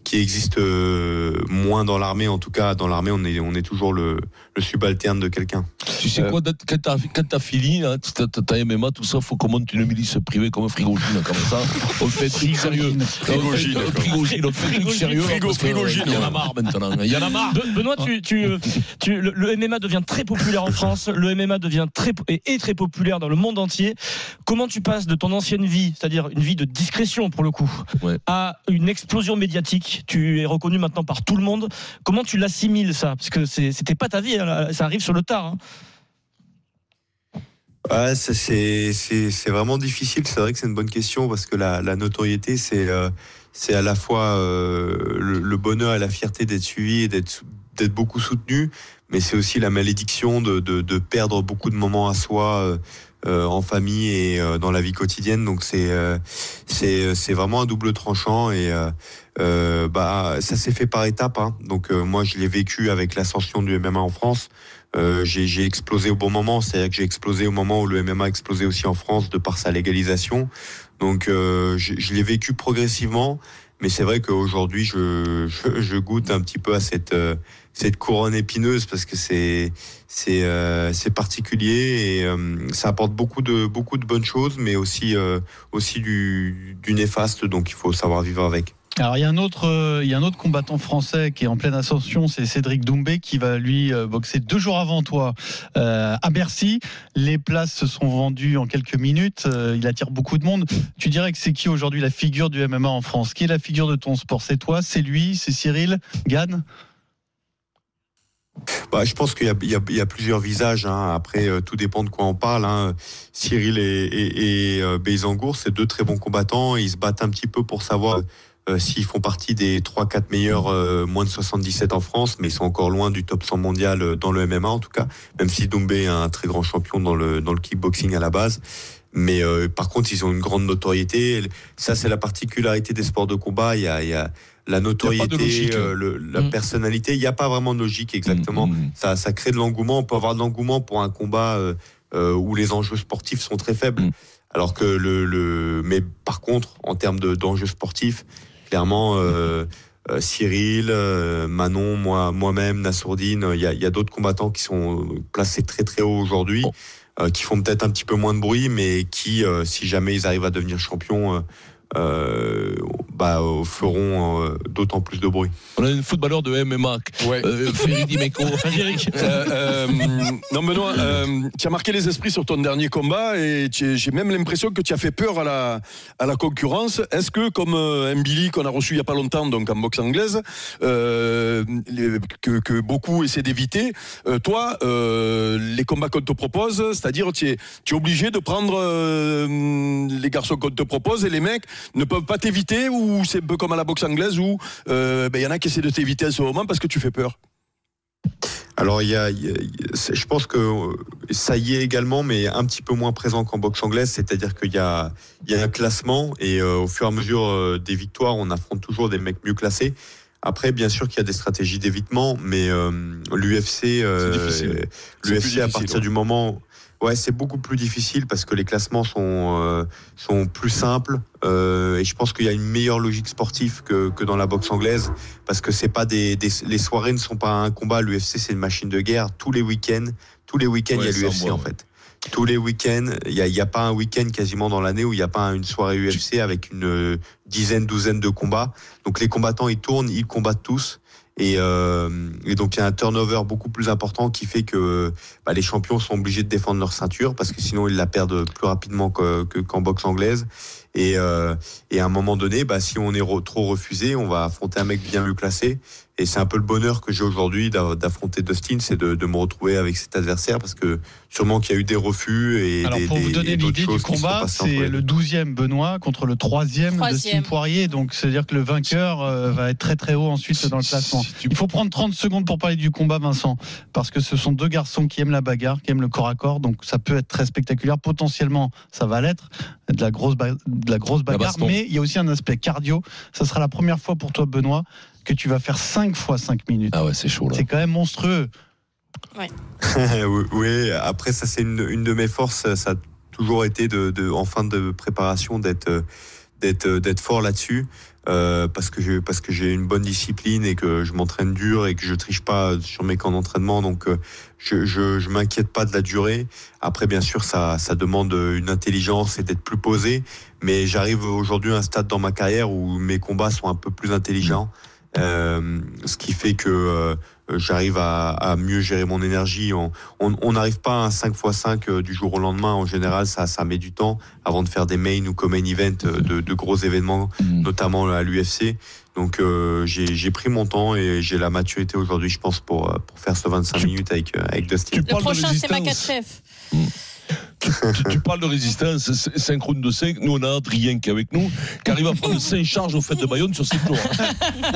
[SPEAKER 13] qui existe euh, moins dans l'armée. En tout cas, dans l'armée, on est on est toujours le, le subalterne de quelqu'un.
[SPEAKER 3] Tu sais quoi, d'être- quand t'as- quand t'as fini, là, t'as- t'as t'as MMA, tout ça, faut qu'on monte une milice privée comme Frigogine, comme ça. On fait des trucs sérieux.
[SPEAKER 12] Frigogine,
[SPEAKER 3] On fait- Frigogine, on fait des trucs sérieux.
[SPEAKER 12] Frigo,
[SPEAKER 3] parce que,
[SPEAKER 12] Frigogine,
[SPEAKER 3] Il y en a
[SPEAKER 12] ouais.
[SPEAKER 3] marre maintenant. hein. Il y en a marre.
[SPEAKER 12] Be- Benoît, tu, tu, euh, tu- le, le MMA devient très populaire en France. Le MMA devient très po- et est très populaire dans le monde entier. Comment tu passes de ton ancienne vie, c'est-à-dire une vie de discrétion pour le coup, à une explosion médiatique Tu es reconnu maintenant par tout le monde. Comment tu l'assimiles ça Parce que c'est- c'était pas ta vie. hein, là, ça arrive sur le tard. hein.
[SPEAKER 13] Ouais, ça, c'est c'est c'est vraiment difficile. C'est vrai que c'est une bonne question parce que la, la notoriété, c'est euh, c'est à la fois euh, le, le bonheur et la fierté d'être suivi et d'être sou- d'être beaucoup soutenu, mais c'est aussi la malédiction de, de, de perdre beaucoup de moments à soi euh, euh, en famille et euh, dans la vie quotidienne. Donc c'est euh, c'est c'est vraiment un double tranchant et euh, euh, bah ça s'est fait par étapes. hein. Donc euh, moi je l'ai vécu avec l'ascension du MMA en France. euh, j'ai j'ai explosé au bon moment, c'est-à-dire que j'ai explosé au moment où le MMA a explosé aussi en France de par sa légalisation. Donc euh, je, je l'ai vécu progressivement, mais c'est vrai qu'aujourd'hui je, je, je goûte un petit peu à cette euh, cette couronne épineuse parce que c'est c'est euh, c'est particulier et euh, ça apporte beaucoup de beaucoup de bonnes choses, mais aussi euh, aussi du du néfaste. Donc il faut savoir vivre avec.
[SPEAKER 7] Alors il y a un autre, euh, il y a un autre combattant français qui est en pleine ascension, c'est Cédric Doumbé qui va lui euh, boxer deux jours avant toi euh, à Bercy. Les places se sont vendues en quelques minutes. euh, il attire beaucoup de monde. Tu dirais que c'est qui aujourd'hui la figure du MMA en France Qui est la figure de ton sport C'est toi C'est lui C'est Cyril Gann
[SPEAKER 13] Bah, je pense qu'il y a, il y a- il y a plusieurs visages. hein. Après, euh, tout dépend de quoi on parle. hein. Cyril et, et, et, euh, Beysancourt, c'est deux très bons combattants. Ils se battent un petit peu pour savoir euh, s'ils font partie des 3-4 meilleurs euh, moins de 77 en France, mais ils sont encore loin du top 100 mondial euh, dans le MMA en tout cas, même si Doumbé est un très grand champion dans le, dans le kickboxing à la base. Mais euh, par contre, ils ont une grande notoriété. Ça, c'est la particularité des sports de combat. Il y a, il y a la notoriété,
[SPEAKER 3] logique.
[SPEAKER 13] euh, le- la personnalité. Il n'y a pas vraiment de logique exactement. Ça, ça crée de l'engouement. On peut avoir de l'engouement pour un combat euh, euh, où les enjeux sportifs sont très faibles. Alors que le, le- mais par contre, en termes de- d'enjeux sportifs, clairement, euh, euh, Cyril, euh, Manon, moi, moi-même, Nassourdine, euh, il y a, il y a d'autres combattants qui sont euh, placés très très haut aujourd'hui, euh, qui font peut-être un petit peu moins de bruit, mais qui, euh, si jamais ils arrivent à devenir champions, euh, euh, bah, euh, feront euh, d'autant plus de bruit.
[SPEAKER 3] On a un footballeur de MMA.
[SPEAKER 5] Uh,
[SPEAKER 3] Euh, Feridi Meko.
[SPEAKER 5] Euh, euh, non, Benoît, euh, tu as marqué les esprits sur ton dernier combat et tu- j'ai même l'impression que tu as fait peur à la, à la concurrence. Est-ce que, comme euh, un Billy qu'on a reçu il n'y a pas longtemps, donc en boxe anglaise, euh, les- que, que beaucoup essaient d'éviter, euh, toi, euh, les combats qu'on te propose, c'est-à-dire tu es, tu es obligé de prendre euh, les garçons qu'on te propose et les mecs ne peuvent pas t'éviter ou c'est un peu comme à la boxe anglaise où euh, ben, il y en a qui essaient de t'éviter à ce moment parce que tu fais peur
[SPEAKER 13] Alors, il y a, il y a- il y a- c'est- je pense que euh, ça y est également, mais un petit peu moins présent qu'en boxe anglaise. C'est-à-dire qu'il y a, il y a un classement et euh, au fur et à mesure euh, des victoires, on affronte toujours des mecs mieux classés. Après, bien sûr qu'il y a des stratégies d'évitement, mais euh, l'UFC, euh,
[SPEAKER 5] C'est difficile. C'est plus
[SPEAKER 13] l'UFC à
[SPEAKER 5] difficile,
[SPEAKER 13] partir
[SPEAKER 5] ouais.
[SPEAKER 13] du moment, ouais, c'est beaucoup plus difficile parce que les classements sont euh, sont plus simples euh, et je pense qu'il y a une meilleure logique sportive que, que dans la boxe anglaise parce que c'est pas des, des- les soirées ne sont pas un combat. L'UFC c'est une machine de guerre. Tous les week-ends, tous les week-ends
[SPEAKER 3] Ouais,
[SPEAKER 13] il y
[SPEAKER 3] c'est
[SPEAKER 13] a
[SPEAKER 3] un
[SPEAKER 13] l'UFC
[SPEAKER 3] mois,
[SPEAKER 13] en
[SPEAKER 3] ouais.
[SPEAKER 13] fait. Tous les week-ends, il n'y a, il y a pas un week-end quasiment dans l'année où il n'y a pas une soirée UFC avec une euh, dizaine, douzaine de combats. Donc les combattants, ils tournent, ils combattent tous. Et, euh, et donc il y a un turnover beaucoup plus important qui fait que bah, les champions sont obligés de défendre leur ceinture parce que sinon ils la perdent plus rapidement que- que- qu'en boxe anglaise. Et, euh, et à un moment donné, bah, si on est re- trop refusé, on va affronter un mec bien mieux classé. Et c'est un peu le bonheur que j'ai aujourd'hui d'a- d'affronter Dustin, c'est de, de me retrouver avec cet adversaire parce que sûrement qu'il y a eu des refus et
[SPEAKER 7] Alors
[SPEAKER 13] des,
[SPEAKER 7] pour
[SPEAKER 13] des-
[SPEAKER 7] vous donner
[SPEAKER 13] et d'autres
[SPEAKER 7] l'idée du
[SPEAKER 13] choses qui sont
[SPEAKER 7] combat,
[SPEAKER 13] passées entre
[SPEAKER 7] c'est
[SPEAKER 13] les deux.
[SPEAKER 7] le 12e Benoît contre le 3e de Steve
[SPEAKER 4] Troisième.
[SPEAKER 7] Poirier. Donc c'est-à-dire que le vainqueur euh, va être très très haut ensuite dans le classement. Il faut prendre 30 secondes pour parler du combat Vincent parce que ce sont deux garçons qui aiment la bagarre, qui aiment le corps à corps. Donc ça peut être très spectaculaire potentiellement, ça va l'être de la grosse ba- de la grosse bagarre
[SPEAKER 3] baston.
[SPEAKER 7] mais il y a aussi un aspect cardio. Ça sera la première fois pour toi Benoît que tu vas faire 5 fois 5 minutes.
[SPEAKER 3] Ah ouais, c'est chaud là.
[SPEAKER 7] C'est quand même monstrueux.
[SPEAKER 13] oui, oui, après ça c'est une, une de mes forces, ça a toujours été de, de- en fin de préparation d'être euh, d'être euh, d'être fort là-dessus euh, parce que je, parce que j'ai une bonne discipline et que je m'entraîne dur et que je triche pas sur mes camps d'entraînement donc euh, je je, je m'inquiète pas de la durée. Après bien sûr ça ça demande une intelligence et d'être plus posé mais j'arrive aujourd'hui à un stade dans ma carrière où mes combats sont un peu plus intelligents euh, ce qui fait que euh, euh, j'arrive à, à mieux gérer mon énergie. On on- on n'arrive pas à un 5x5 euh, du jour au lendemain. En général, ça, ça met du temps avant de faire des main ou common event euh, de, de gros événements,
[SPEAKER 7] Mmh.
[SPEAKER 13] notamment à l'UFC. Donc euh, j'ai j'ai pris mon temps et j'ai la maturité aujourd'hui, je pense, pour, euh, pour faire ce 25 minutes avec, euh, avec Dustin.
[SPEAKER 4] Le prochain, c'est Makachev.
[SPEAKER 3] Tu tu, tu parles de résistance, c'est- synchrone de 5. Nous, on a Adrien qui est avec nous, qui arrive à prendre 5 charges au fait de Bayonne sur 7 jours.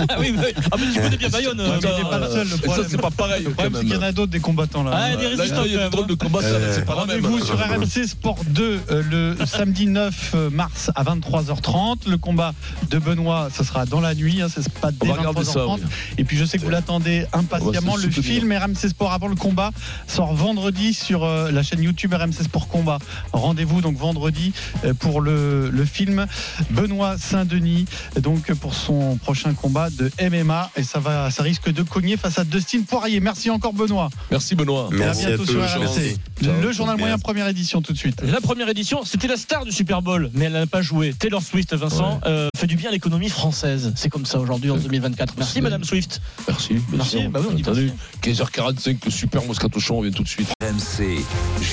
[SPEAKER 6] Ah oui, mais- ah, mais tu connais bien Bayonne.
[SPEAKER 3] Ouais,
[SPEAKER 6] euh,
[SPEAKER 3] mais
[SPEAKER 6] toi,
[SPEAKER 3] il est pas le
[SPEAKER 6] euh,
[SPEAKER 3] seul, le
[SPEAKER 6] et ça,
[SPEAKER 3] problème.
[SPEAKER 6] c'est pas pareil.
[SPEAKER 7] Le problème, c'est qu'il y en a d'autres des combattants là.
[SPEAKER 6] Ah, des
[SPEAKER 7] Là,
[SPEAKER 6] résistants,
[SPEAKER 7] là, il y a
[SPEAKER 6] quand même,
[SPEAKER 7] des drôles
[SPEAKER 3] de combattants,
[SPEAKER 7] Euh,
[SPEAKER 3] c'est pas la même.
[SPEAKER 7] Rendez-vous sur RMC Sport 2 euh, le samedi 9 mars à 23h30. Le combat de Benoît, ce sera dans la nuit, hein, c'est pas dès
[SPEAKER 3] On va regarder
[SPEAKER 7] 23h30.
[SPEAKER 3] ça, oui.
[SPEAKER 7] Et puis je sais que vous l'attendez
[SPEAKER 3] On
[SPEAKER 7] impatiemment.
[SPEAKER 3] va se
[SPEAKER 7] Le
[SPEAKER 3] soutenir.
[SPEAKER 7] film RMC Sport avant le combat sort vendredi sur euh, la chaîne YouTube RMC Sport Combat. Rendez-vous donc vendredi euh, pour le, le film Benoît Saint-Denis, donc pour son prochain combat de MMA. Et ça, va, ça risque de cogner face à Dustin Poirier. Merci encore Benoît.
[SPEAKER 3] Merci, Benoît.
[SPEAKER 7] Et à bientôt sur RMC. Le journal moyen, première édition tout de suite.
[SPEAKER 6] La première édition, c'était la star du Super Bowl, mais elle n'a pas joué. Taylor Swift, Vincent, euh, fait du bien à l'économie française. C'est comme ça aujourd'hui en 2024. Merci, Madame Swift.
[SPEAKER 3] Merci.
[SPEAKER 6] Merci, bah oui, on dit
[SPEAKER 3] 15h45, le super Moscato Show, on vient tout de suite.
[SPEAKER 2] RMC,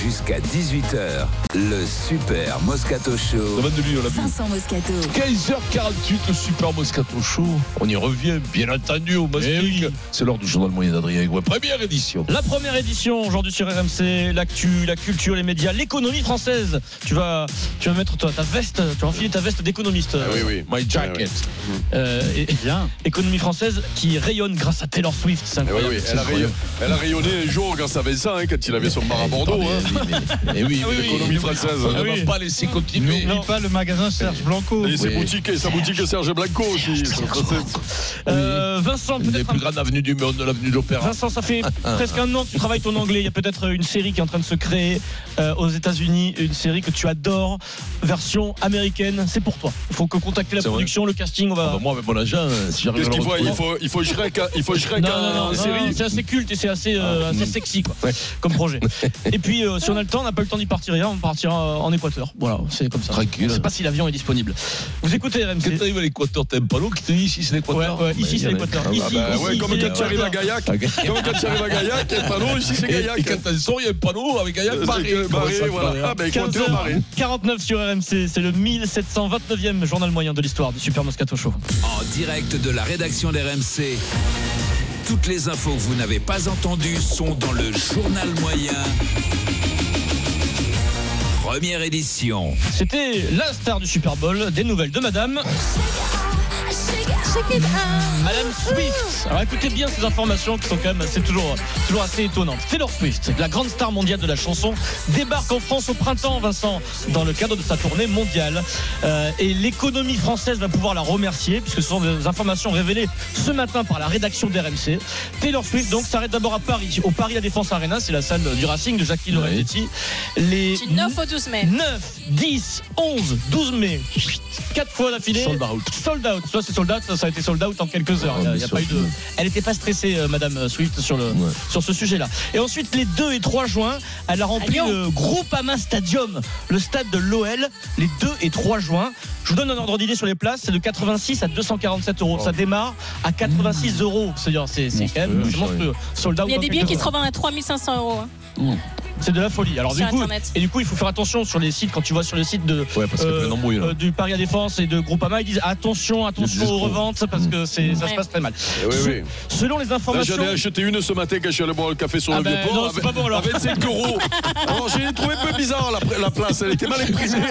[SPEAKER 2] jusqu'à 18h, le super Moscato Show.
[SPEAKER 3] Ça va de lui, on l'a vu.
[SPEAKER 1] 500 Moscato.
[SPEAKER 3] 15h48, le super Moscato Show. On y revient, bien entendu, au Mastic. C'est l'heure du journal moyen d'Adrien Aigouin. Première édition.
[SPEAKER 6] Eh La première édition aujourd'hui sur RMC, l'actu, la culture, les médias, l'économie française. Tu vas, tu vas mettre toi, ta veste, tu vas enfiler ta veste d'économiste.
[SPEAKER 5] Ah
[SPEAKER 3] oui, oui. My jacket.
[SPEAKER 6] Euh, et-
[SPEAKER 7] Bien.
[SPEAKER 6] Économie française qui rayonne grâce à Taylor Swift. C'est
[SPEAKER 5] Eh oui,
[SPEAKER 6] incroyable.
[SPEAKER 5] oui, elle, a rayon- elle a rayonné un jour grâce à Vincent, hein, quand il avait son bar à Bordeaux. hein.
[SPEAKER 3] Et oui,
[SPEAKER 5] Ah oui, l'économie
[SPEAKER 3] oui.
[SPEAKER 5] française.
[SPEAKER 3] On ne
[SPEAKER 5] Ah
[SPEAKER 3] va
[SPEAKER 5] oui.
[SPEAKER 3] pas laisser continuer.
[SPEAKER 7] N'oublie pas le magasin Serge Blanco.
[SPEAKER 5] Et ses
[SPEAKER 3] Oui.
[SPEAKER 5] boutiques, et sa boutique Serge Blanco aussi.
[SPEAKER 6] Euh, Vincent,
[SPEAKER 3] Une des
[SPEAKER 6] peut-être un-
[SPEAKER 3] plus grandes avenues du monde, l'avenue de l'Opéra.
[SPEAKER 6] Vincent, ça fait presque un an que tu travailles ton anglais. Il y a peut-être euh, une série qui est en train de se créer euh, aux États-Unis, une série que tu adores, version américaine. C'est pour toi. Il faut que contacter la
[SPEAKER 3] C'est vrai.
[SPEAKER 6] production, le casting. On
[SPEAKER 3] Ah
[SPEAKER 6] va.
[SPEAKER 3] bah moi, avec mon agent, euh, si
[SPEAKER 5] Qu'est-ce
[SPEAKER 3] j'arrive à le
[SPEAKER 5] qu'il faut
[SPEAKER 3] retrouver-
[SPEAKER 5] il faut, il faut Shrek, hein, il faut Shrek
[SPEAKER 6] Non,
[SPEAKER 5] en-
[SPEAKER 6] non, non,
[SPEAKER 5] en
[SPEAKER 6] non,
[SPEAKER 5] série.
[SPEAKER 6] non, c'est assez culte et c'est assez,
[SPEAKER 3] Ah,
[SPEAKER 6] euh,
[SPEAKER 3] mm.
[SPEAKER 6] assez sexy quoi, comme projet. Et puis euh, si on a le temps, on n'a pas eu le temps d'y partir hier, on partira euh, en Équateur. Voilà, c'est comme ça.
[SPEAKER 3] Tranquille.
[SPEAKER 6] On sait pas si l'avion est disponible. Vous écoutez
[SPEAKER 3] Quand
[SPEAKER 6] RMC
[SPEAKER 3] t'arrives à l'Équateur, t'aimes pas l'eau, qui te dit ici c'est
[SPEAKER 6] Ouais,
[SPEAKER 3] l'Équateur
[SPEAKER 6] Euh, ouais, ici c'est l'Équateur. Ici,
[SPEAKER 5] Ah bah
[SPEAKER 6] ici,
[SPEAKER 5] ouais,
[SPEAKER 6] c'est
[SPEAKER 5] comme quand tu
[SPEAKER 6] l'Équateur.
[SPEAKER 5] arrives à Gaillac. Comme quand tu arrives à Gaillac, il y a le panneau, ici c'est
[SPEAKER 3] Ah, Et,
[SPEAKER 5] Gaillac.
[SPEAKER 3] et quand t'as le son, il y a un panneau avec Gaillac
[SPEAKER 5] C'est
[SPEAKER 3] barré.
[SPEAKER 5] que barré, voilà. Ah, bah, écoutez, on barré.
[SPEAKER 6] 49 sur RMC, c'est le 1729e journal moyen de l'histoire du Super Moscato Show.
[SPEAKER 2] En direct de la rédaction d'RMC, toutes les infos que vous n'avez pas entendues sont dans le journal moyen. Première édition.
[SPEAKER 6] C'était la star du Super Bowl, des nouvelles de madame. Madame Swift. Alors écoutez bien ces informations qui sont quand même, c'est toujours, toujours assez étonnant. Taylor Swift, la grande star mondiale de la chanson, débarque en France au printemps, Vincent, dans le cadre de sa tournée mondiale. Euh, et l'économie française va pouvoir la remercier, puisque ce sont des informations révélées ce matin par la rédaction d'RMC. Taylor Swift donc s'arrête d'abord à Paris, au Paris La Défense Arena, c'est la salle du Racing de Jackie Loretti. Les
[SPEAKER 4] Du 9 au 12 mai.
[SPEAKER 6] 9, 10, 11, 12 mai. 4 fois d'affilée.
[SPEAKER 3] Sold out.
[SPEAKER 6] Sold out. Ça, c'est sold out. Ça, ça a été sold out en quelques heures.
[SPEAKER 3] Ah,
[SPEAKER 6] Il y a-
[SPEAKER 3] mais
[SPEAKER 6] il y a
[SPEAKER 3] ça,
[SPEAKER 6] pas eu de-
[SPEAKER 3] c'est-
[SPEAKER 6] Elle n'était pas stressée, euh, Madame Swift, sur, le,
[SPEAKER 3] Ouais.
[SPEAKER 6] sur ce sujet-là. Et ensuite, les 2 et 3 juin, elle a rempli
[SPEAKER 4] À Lyon.
[SPEAKER 6] le Groupama Stadium, le stade de l'OL, les 2 et 3 juin. Je vous donne un ordre d'idée sur les places. C'est de 86 à 247 euros. Ça démarre à 86 euros. C'est-à-dire, C'est c'est quand même
[SPEAKER 3] Oh. Monstrueux,
[SPEAKER 6] c'est
[SPEAKER 3] ça, oui.
[SPEAKER 6] monstrueux. Sold out.
[SPEAKER 4] Il y a
[SPEAKER 6] en
[SPEAKER 4] des
[SPEAKER 6] quelques
[SPEAKER 4] billets qui
[SPEAKER 6] heures.
[SPEAKER 4] se revendent à 3500 euros. hein.
[SPEAKER 6] Hmm. C'est de la folie. Alors du
[SPEAKER 4] Sur
[SPEAKER 6] coup,
[SPEAKER 4] Internet.
[SPEAKER 6] et du coup, il faut faire attention sur les sites quand tu vois sur le site de euh,
[SPEAKER 3] Ouais, parce qu'il y a plein d'embrouilles, là.
[SPEAKER 6] du Paris à Défense et de Groupama, ils disent attention, attention
[SPEAKER 3] escrocs.
[SPEAKER 6] aux reventes parce que c'est ça se
[SPEAKER 4] Ouais.
[SPEAKER 6] passe très mal.
[SPEAKER 5] Eh oui,
[SPEAKER 6] Se-
[SPEAKER 5] oui.
[SPEAKER 6] Selon les
[SPEAKER 5] Là,
[SPEAKER 6] informations,
[SPEAKER 5] J'en ai acheté une ce matin quand je suis allé boire le café sur
[SPEAKER 6] Ah
[SPEAKER 5] le
[SPEAKER 6] ben,
[SPEAKER 5] vieux port.
[SPEAKER 6] non, c'est pas bon, alors.
[SPEAKER 5] 25 euros.
[SPEAKER 3] Ah
[SPEAKER 5] Alors j'ai trouvé un peu bizarre la, la place. Elle était mal imprimée.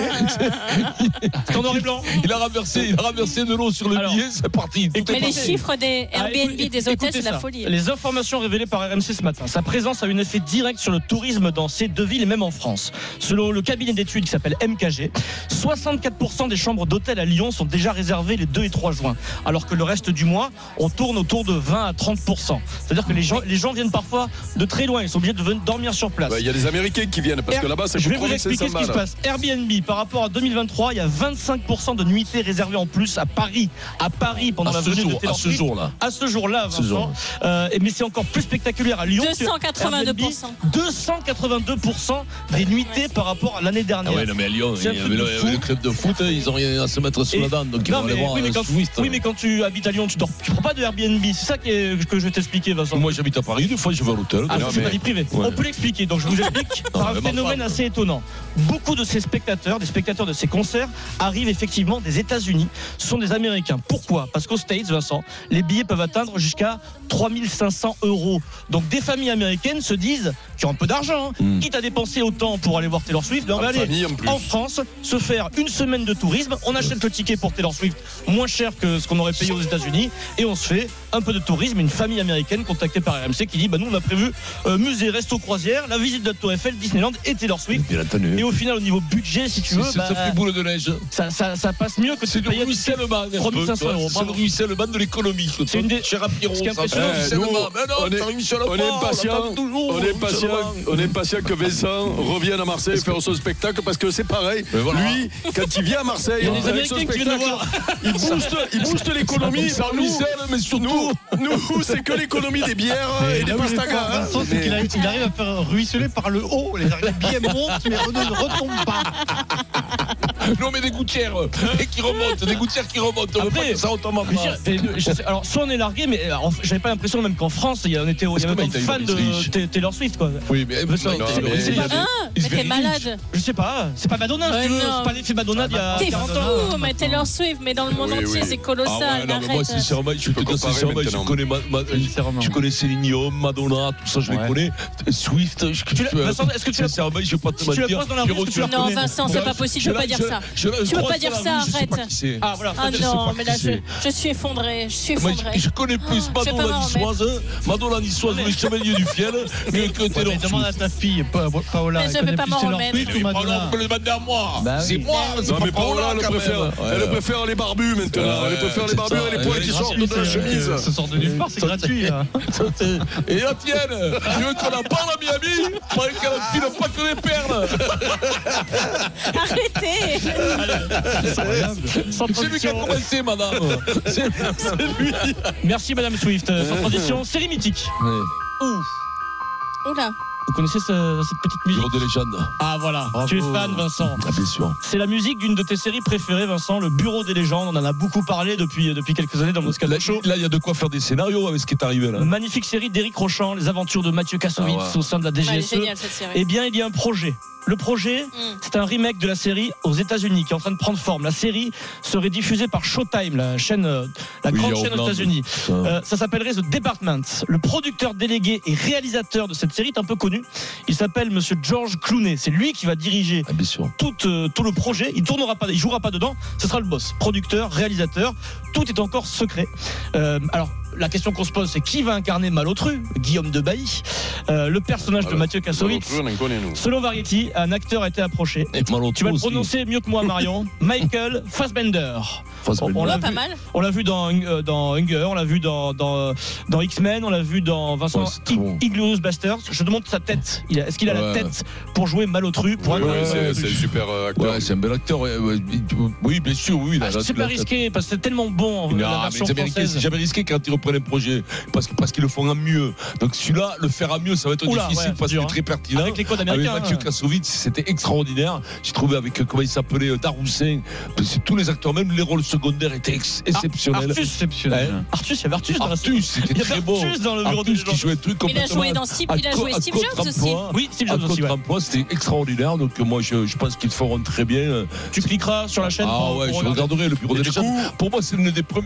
[SPEAKER 6] c'est en noir et blanc.
[SPEAKER 3] Il a renversé, il a renversé de l'eau sur le
[SPEAKER 6] Alors,
[SPEAKER 3] billet, c'est parti. Tout
[SPEAKER 4] Mais
[SPEAKER 3] est
[SPEAKER 4] les
[SPEAKER 3] parti.
[SPEAKER 4] chiffres des
[SPEAKER 6] Ah,
[SPEAKER 4] Airbnb,
[SPEAKER 6] écoute-
[SPEAKER 4] des hôtels,
[SPEAKER 6] écoutez
[SPEAKER 4] c'est de la
[SPEAKER 6] ça.
[SPEAKER 4] folie.
[SPEAKER 6] Les informations révélées par RMC ce matin, sa présence a eu un effet direct sur le tourisme dans ces deux villes et même en France. Selon le cabinet d'études qui s'appelle MKG, 64% des chambres d'hôtel à Lyon sont déjà réservées les 2 et 3 juin, alors que le reste du mois, on tourne autour de 20 à 30%. C'est-à-dire que les gens, les gens viennent parfois de très loin, ils sont obligés de venir dormir sur place.
[SPEAKER 5] Bah, Il y a des Américains qui viennent parce que là-bas, ça
[SPEAKER 6] Je
[SPEAKER 5] coûte
[SPEAKER 6] vais vous
[SPEAKER 5] 3500
[SPEAKER 6] expliquer ce qui se
[SPEAKER 5] balles.
[SPEAKER 6] passe. Airbnb, par rapport à 2023, il y a 25% de nuitées réservées en plus à Paris. À Paris, pendant
[SPEAKER 3] À
[SPEAKER 6] la
[SPEAKER 3] ce
[SPEAKER 6] venue de
[SPEAKER 3] jour, à
[SPEAKER 6] Taylor
[SPEAKER 3] ce
[SPEAKER 6] Swift.
[SPEAKER 3] jour-là.
[SPEAKER 6] À ce jour-là,
[SPEAKER 3] Ce jour.
[SPEAKER 6] Vincent. Euh, et- mais c'est encore plus spectaculaire à Lyon. que
[SPEAKER 4] 282%.
[SPEAKER 6] Airbnb, 282% des nuitées par rapport à l'année
[SPEAKER 3] Ah
[SPEAKER 6] dernière.
[SPEAKER 3] ouais, non, mais à Lyon, il y
[SPEAKER 6] C'est un
[SPEAKER 3] avait
[SPEAKER 6] truc de
[SPEAKER 3] le,
[SPEAKER 6] fou.
[SPEAKER 3] le club de foot, hein, ils ont rien à se mettre sous
[SPEAKER 6] Et-
[SPEAKER 3] la dent, donc ils
[SPEAKER 6] Non,
[SPEAKER 3] vont
[SPEAKER 6] mais-
[SPEAKER 3] aller voir euh,
[SPEAKER 6] oui, mais
[SPEAKER 3] un
[SPEAKER 6] quand,
[SPEAKER 3] Swift.
[SPEAKER 6] oui, mais quand tu habites à Lyon, tu dors. Tu prends pas de Airbnb. C'est ça qui est- que je vais t'expliquer, Vincent.
[SPEAKER 3] Moi, j'habite à Paris, des fois, je vais à l'hôtel.
[SPEAKER 6] Ah,
[SPEAKER 3] donc-
[SPEAKER 6] ça, c'est ma vie privée.
[SPEAKER 3] Ouais.
[SPEAKER 6] On peut l'expliquer. Donc, je vous explique par un
[SPEAKER 3] vraiment
[SPEAKER 6] phénomène
[SPEAKER 3] pas.
[SPEAKER 6] assez étonnant. Beaucoup de ces spectateurs, des spectateurs de ces concerts, arrivent effectivement des États-Unis. Ce sont des Américains. Pourquoi Parce qu'aux States, Vincent, les billets peuvent atteindre jusqu'à 3500 euros. Donc, des familles américaines se disent, qui ont un peu d'argent, hein,
[SPEAKER 3] Mm.
[SPEAKER 6] quitte à dépenser autant pour aller voir Taylor Swift, ben, on va
[SPEAKER 5] En
[SPEAKER 6] aller
[SPEAKER 5] famille, en plus.
[SPEAKER 6] en France se faire une semaine de tourisme. On achète le ticket pour Taylor Swift moins cher que ce qu'on aurait payé aux États-Unis et on se fait un peu de tourisme. Une famille américaine contactée par RMC qui dit bah, Nous, on a prévu euh, musée, resto, croisière, la visite de la Tour Eiffel, Disneyland et Taylor Swift.
[SPEAKER 3] Et la tenue.
[SPEAKER 6] Et au final, au niveau budget, si tu
[SPEAKER 3] C'est-
[SPEAKER 6] veux,
[SPEAKER 3] c'est-
[SPEAKER 6] bah,
[SPEAKER 3] ça fait boule de neige.
[SPEAKER 6] ça, ça- ça passe mieux que
[SPEAKER 3] C'est
[SPEAKER 6] tu
[SPEAKER 3] du
[SPEAKER 6] payais
[SPEAKER 3] ruissellement. un peu,
[SPEAKER 6] 3500
[SPEAKER 3] tu vois,
[SPEAKER 6] euros.
[SPEAKER 3] C'est le
[SPEAKER 6] Bravo.
[SPEAKER 3] ruissellement de l'économie.
[SPEAKER 6] C'est une des-
[SPEAKER 3] Cher à Pierrot,
[SPEAKER 6] Ce qui est
[SPEAKER 3] ça.
[SPEAKER 6] impressionnant,
[SPEAKER 3] Eh,
[SPEAKER 6] c'est
[SPEAKER 3] nous,
[SPEAKER 5] nous,
[SPEAKER 3] mais non,
[SPEAKER 5] on est-
[SPEAKER 3] Jean-Michel
[SPEAKER 5] on
[SPEAKER 3] Lepore,
[SPEAKER 5] est
[SPEAKER 3] on
[SPEAKER 5] patient,
[SPEAKER 3] l'attend toujours,
[SPEAKER 5] on est
[SPEAKER 3] Jean-Michel
[SPEAKER 5] patient,
[SPEAKER 3] Lepore.
[SPEAKER 5] on est patient que Vincent revienne à Marseille faire son spectacle parce que c'est pareil.
[SPEAKER 3] Mais voilà.
[SPEAKER 5] Lui, quand il vient à Marseille,
[SPEAKER 6] Il y a des
[SPEAKER 5] avec
[SPEAKER 6] Américains
[SPEAKER 5] son
[SPEAKER 6] qui viennent le
[SPEAKER 5] spectacle,
[SPEAKER 6] voir.
[SPEAKER 5] il booste, il booste l'économie.
[SPEAKER 3] Ça
[SPEAKER 5] Nous,
[SPEAKER 3] ruisselle, hein, mais surtout.
[SPEAKER 5] nous, nous, c'est que l'économie des bières
[SPEAKER 7] Mais
[SPEAKER 5] et des
[SPEAKER 7] là où il est fort,
[SPEAKER 5] pastagas. hein.
[SPEAKER 7] Vincent, c'est qu'il a- il arrive à faire ruisseler par le haut. Les billets montent, mais ne retombent pas.
[SPEAKER 3] Non, mais des gouttières. Et qui remontent, des gouttières qui remontent. On veut
[SPEAKER 6] Après,
[SPEAKER 3] pas que ça retombe en
[SPEAKER 6] Je veux dire,
[SPEAKER 3] bas.
[SPEAKER 6] et le- je sais- alors, soit on est largué, mais alors, j'avais pas l'impression même qu'en France, il y a, on était, il y
[SPEAKER 3] Parce
[SPEAKER 6] avait
[SPEAKER 3] que
[SPEAKER 6] autant de
[SPEAKER 3] Maïta,
[SPEAKER 6] fans
[SPEAKER 3] il est riche.
[SPEAKER 6] de Ta- Taylor Swift, quoi.
[SPEAKER 3] Oui, mais.
[SPEAKER 6] Mais ça,
[SPEAKER 3] Non,
[SPEAKER 6] c'est-
[SPEAKER 3] mais
[SPEAKER 6] c'est
[SPEAKER 3] il y a
[SPEAKER 6] pas
[SPEAKER 3] des-
[SPEAKER 4] Hein
[SPEAKER 3] il se
[SPEAKER 4] Mais
[SPEAKER 3] fait
[SPEAKER 4] t'es
[SPEAKER 3] riche.
[SPEAKER 4] malade.
[SPEAKER 6] Je sais pas, c'est pas Madonna,
[SPEAKER 4] Ouais,
[SPEAKER 6] si tu veux,
[SPEAKER 4] non.
[SPEAKER 6] c'est pas l'effet Madonna d'il y
[SPEAKER 7] Ah,
[SPEAKER 6] a
[SPEAKER 7] bah,
[SPEAKER 4] T'es
[SPEAKER 6] 40 ans.
[SPEAKER 4] fou, mais Taylor Swift, mais dans le monde
[SPEAKER 5] Oui,
[SPEAKER 4] entier,
[SPEAKER 5] oui.
[SPEAKER 4] c'est
[SPEAKER 3] Ah
[SPEAKER 4] colossal.
[SPEAKER 3] ouais, non, mais moi,
[SPEAKER 4] arrête.
[SPEAKER 3] sincèrement, je peux
[SPEAKER 5] peux
[SPEAKER 3] te dire
[SPEAKER 5] comparer
[SPEAKER 3] sincèrement, je
[SPEAKER 5] maintenant.
[SPEAKER 3] connais ma, ma-
[SPEAKER 7] Sincèrement.
[SPEAKER 3] tu connais Céline Dion, Madonna, tout ça, je les
[SPEAKER 7] Ouais.
[SPEAKER 3] connais. Swift, je,
[SPEAKER 6] Tu la- Vincent, est-ce que tu la-
[SPEAKER 3] sincèrement, je vais pas te
[SPEAKER 6] Si tu la
[SPEAKER 3] mentir,
[SPEAKER 6] poses dans la
[SPEAKER 3] Pierrot,
[SPEAKER 6] rue, est-ce que tu la
[SPEAKER 3] la
[SPEAKER 6] reconnais
[SPEAKER 4] Non, Vincent, c'est pas possible, je peux pas dire ça.
[SPEAKER 3] Tu
[SPEAKER 4] peux pas dire ça, arrête.
[SPEAKER 6] Ah voilà,
[SPEAKER 4] Ah
[SPEAKER 6] ça, je sais
[SPEAKER 4] non,
[SPEAKER 6] pas
[SPEAKER 4] mais
[SPEAKER 6] qui
[SPEAKER 4] là,
[SPEAKER 6] c'est.
[SPEAKER 4] je, je suis effondré. Je suis
[SPEAKER 3] Moi,
[SPEAKER 4] effondré.
[SPEAKER 3] je, je connais plus
[SPEAKER 4] vais pas
[SPEAKER 3] Madonna
[SPEAKER 4] m'en
[SPEAKER 3] niçoise, Madonna niçoise, les chevaliers du fiel, mieux que
[SPEAKER 7] Ouais,
[SPEAKER 3] Taylor
[SPEAKER 7] mais demande à
[SPEAKER 3] Swift.
[SPEAKER 7] ta fille, Pa- Paola.
[SPEAKER 4] Mais je
[SPEAKER 7] elle connaît
[SPEAKER 4] vais pas
[SPEAKER 7] plus
[SPEAKER 4] m'en
[SPEAKER 7] Taylor
[SPEAKER 4] remettre.
[SPEAKER 7] Swift ou
[SPEAKER 3] Mais
[SPEAKER 7] Madonna
[SPEAKER 3] Paola, on peut le demander à moi.
[SPEAKER 7] Bah
[SPEAKER 3] C'est
[SPEAKER 7] oui.
[SPEAKER 3] moi, c'est
[SPEAKER 5] Non
[SPEAKER 3] pas
[SPEAKER 5] mais Paola, elle
[SPEAKER 3] quand même.
[SPEAKER 5] préfère,
[SPEAKER 3] Ouais,
[SPEAKER 5] elle
[SPEAKER 3] ouais.
[SPEAKER 5] préfère les barbus maintenant.
[SPEAKER 3] Ah Ouais,
[SPEAKER 5] elle préfère les
[SPEAKER 3] c'est
[SPEAKER 5] barbus
[SPEAKER 3] ça.
[SPEAKER 5] et les poils
[SPEAKER 3] Elle
[SPEAKER 5] qui
[SPEAKER 3] est
[SPEAKER 5] sortent de
[SPEAKER 7] gratuite,
[SPEAKER 5] la
[SPEAKER 7] euh,
[SPEAKER 5] chemise.
[SPEAKER 7] Ça sort de nulle part, c'est gratuit. hein.
[SPEAKER 3] Et la tienne Tu veux qu'on en parle à Miami Faudrait qu'elle ne file pas que des perles
[SPEAKER 4] Arrêtez
[SPEAKER 6] Sans
[SPEAKER 3] C'est lui qui a
[SPEAKER 6] transition.
[SPEAKER 3] commencé, madame C'est c'est lui
[SPEAKER 6] Merci Madame Swift, Euh, sans transition, série mythique. Ouh.
[SPEAKER 4] Oula.
[SPEAKER 6] Vous connaissez ce- cette petite musique
[SPEAKER 3] Bureau de légende,
[SPEAKER 6] Ah voilà, tu es fan Vincent.
[SPEAKER 3] ah, bien sûr.
[SPEAKER 6] C'est la musique d'une de tes séries préférées Vincent, le Bureau des légendes. On en a beaucoup parlé depuis, euh, depuis quelques années dans le Moscato
[SPEAKER 3] Là,
[SPEAKER 6] Show.
[SPEAKER 3] là, il y a de quoi faire des scénarios avec ce qui est arrivé là.
[SPEAKER 6] Magnifique série d'Éric Rochant, les aventures de Mathieu Kassovitz
[SPEAKER 3] hein. Ah ouais.
[SPEAKER 6] au sein de la
[SPEAKER 4] Ouais, elle est
[SPEAKER 6] DGSE.
[SPEAKER 4] géniale cette série.
[SPEAKER 6] Eh bien, il y a un projet. Le projet,
[SPEAKER 4] Mm.
[SPEAKER 6] c'est un remake de la série aux États-Unis qui est en train de prendre forme. La série serait diffusée par Showtime, la chaîne, euh, la
[SPEAKER 3] Oui,
[SPEAKER 6] grande
[SPEAKER 3] en
[SPEAKER 6] chaîne aux
[SPEAKER 3] Hollande.
[SPEAKER 6] États-Unis.
[SPEAKER 3] Ah.
[SPEAKER 6] Euh, ça s'appellerait The Department. Le producteur délégué et réalisateur de cette série est un peu connu. Il s'appelle Monsieur George Clooney. C'est lui qui va diriger
[SPEAKER 3] Ah, bien sûr.
[SPEAKER 6] tout, euh, tout le projet. Il tournera pas, il jouera pas dedans. Ce sera le boss, producteur, réalisateur. Tout est encore secret. Euh, alors. La question qu'on se pose, c'est qui va incarner Malotru Guillaume de Bailly, euh, le personnage de
[SPEAKER 5] Voilà.
[SPEAKER 6] Mathieu Kassovitz.
[SPEAKER 5] On en connaît, nous.
[SPEAKER 6] Selon Variety, un acteur a été approché.
[SPEAKER 3] Et Malotru
[SPEAKER 6] Tu vas le
[SPEAKER 3] aussi.
[SPEAKER 6] prononcer mieux que moi, Marion. Michael Fassbender.
[SPEAKER 3] Fassbender.
[SPEAKER 6] On, on l'a
[SPEAKER 4] Pas
[SPEAKER 6] vu,
[SPEAKER 4] mal.
[SPEAKER 6] on l'a vu dans, euh, dans Hunger, on l'a vu dans, dans, euh, dans X-Men, on l'a vu dans Vincent
[SPEAKER 3] Ouais, c'est trop bon.
[SPEAKER 6] Iglorious Basters. Je demande sa tête. Il a- Est-ce qu'il a
[SPEAKER 3] Ouais.
[SPEAKER 6] la tête pour jouer malotru pour
[SPEAKER 5] Ouais,
[SPEAKER 6] incarner
[SPEAKER 5] ouais, c'est
[SPEAKER 6] Malotru
[SPEAKER 5] c'est un super euh, acteur.
[SPEAKER 3] Ouais, c'est un bel acteur. ouais, ouais. Oui, bien sûr, oui.
[SPEAKER 6] Ah,
[SPEAKER 3] là, là,
[SPEAKER 6] C'est
[SPEAKER 3] tu l'as-
[SPEAKER 6] pas risqué parce que c'est tellement bon
[SPEAKER 3] Non,
[SPEAKER 6] la
[SPEAKER 3] mais
[SPEAKER 6] version
[SPEAKER 3] les Américains, c'est
[SPEAKER 6] française.
[SPEAKER 3] jamais risqué quand ils reprennent un projet parce, que- parce qu'ils le font en mieux. Donc celui-là, le faire à mieux, ça va être
[SPEAKER 6] Oula,
[SPEAKER 3] difficile
[SPEAKER 6] ouais,
[SPEAKER 3] parce
[SPEAKER 6] c'est
[SPEAKER 3] qu'il est
[SPEAKER 6] dur, hein.
[SPEAKER 3] très pertinent.
[SPEAKER 6] Avec les codes
[SPEAKER 3] Avec
[SPEAKER 6] américains.
[SPEAKER 3] Mathieu Kassovitz, c'était extraordinaire. J'ai trouvé avec, euh, comment il s'appelait, euh, Daroussin, parce que tous les acteurs, même les rôles secondaires étaient ex-
[SPEAKER 6] Ah,
[SPEAKER 3] exceptionnels.
[SPEAKER 6] Artus,
[SPEAKER 7] Exceptionnel.
[SPEAKER 3] Ouais.
[SPEAKER 6] Artus, il y avait Artus dans la série.
[SPEAKER 3] Artus, c'était
[SPEAKER 6] Il y
[SPEAKER 3] très
[SPEAKER 6] avait
[SPEAKER 3] beau.
[SPEAKER 6] Artus dans le bureau des
[SPEAKER 3] Artus qui
[SPEAKER 6] légendes.
[SPEAKER 3] jouait un truc
[SPEAKER 4] Il a
[SPEAKER 3] complètement.
[SPEAKER 4] joué dans Steve, il a joué Steve Jobs aussi.
[SPEAKER 6] Oui, Steve
[SPEAKER 3] À
[SPEAKER 6] Jobs aussi. ouais.
[SPEAKER 3] contre-emploi, c'était extraordinaire. Donc, euh, moi, je, je pense qu'ils le feront très bien. euh.
[SPEAKER 6] Tu cliqueras sur la chaîne.
[SPEAKER 3] Ah
[SPEAKER 6] pour-
[SPEAKER 3] ouais,
[SPEAKER 6] pour
[SPEAKER 3] je
[SPEAKER 6] regarder.
[SPEAKER 3] regarderai le bureau
[SPEAKER 5] Et
[SPEAKER 3] des
[SPEAKER 5] du
[SPEAKER 3] légendes.
[SPEAKER 5] coup,
[SPEAKER 3] Pour moi, c'est l'une des pre-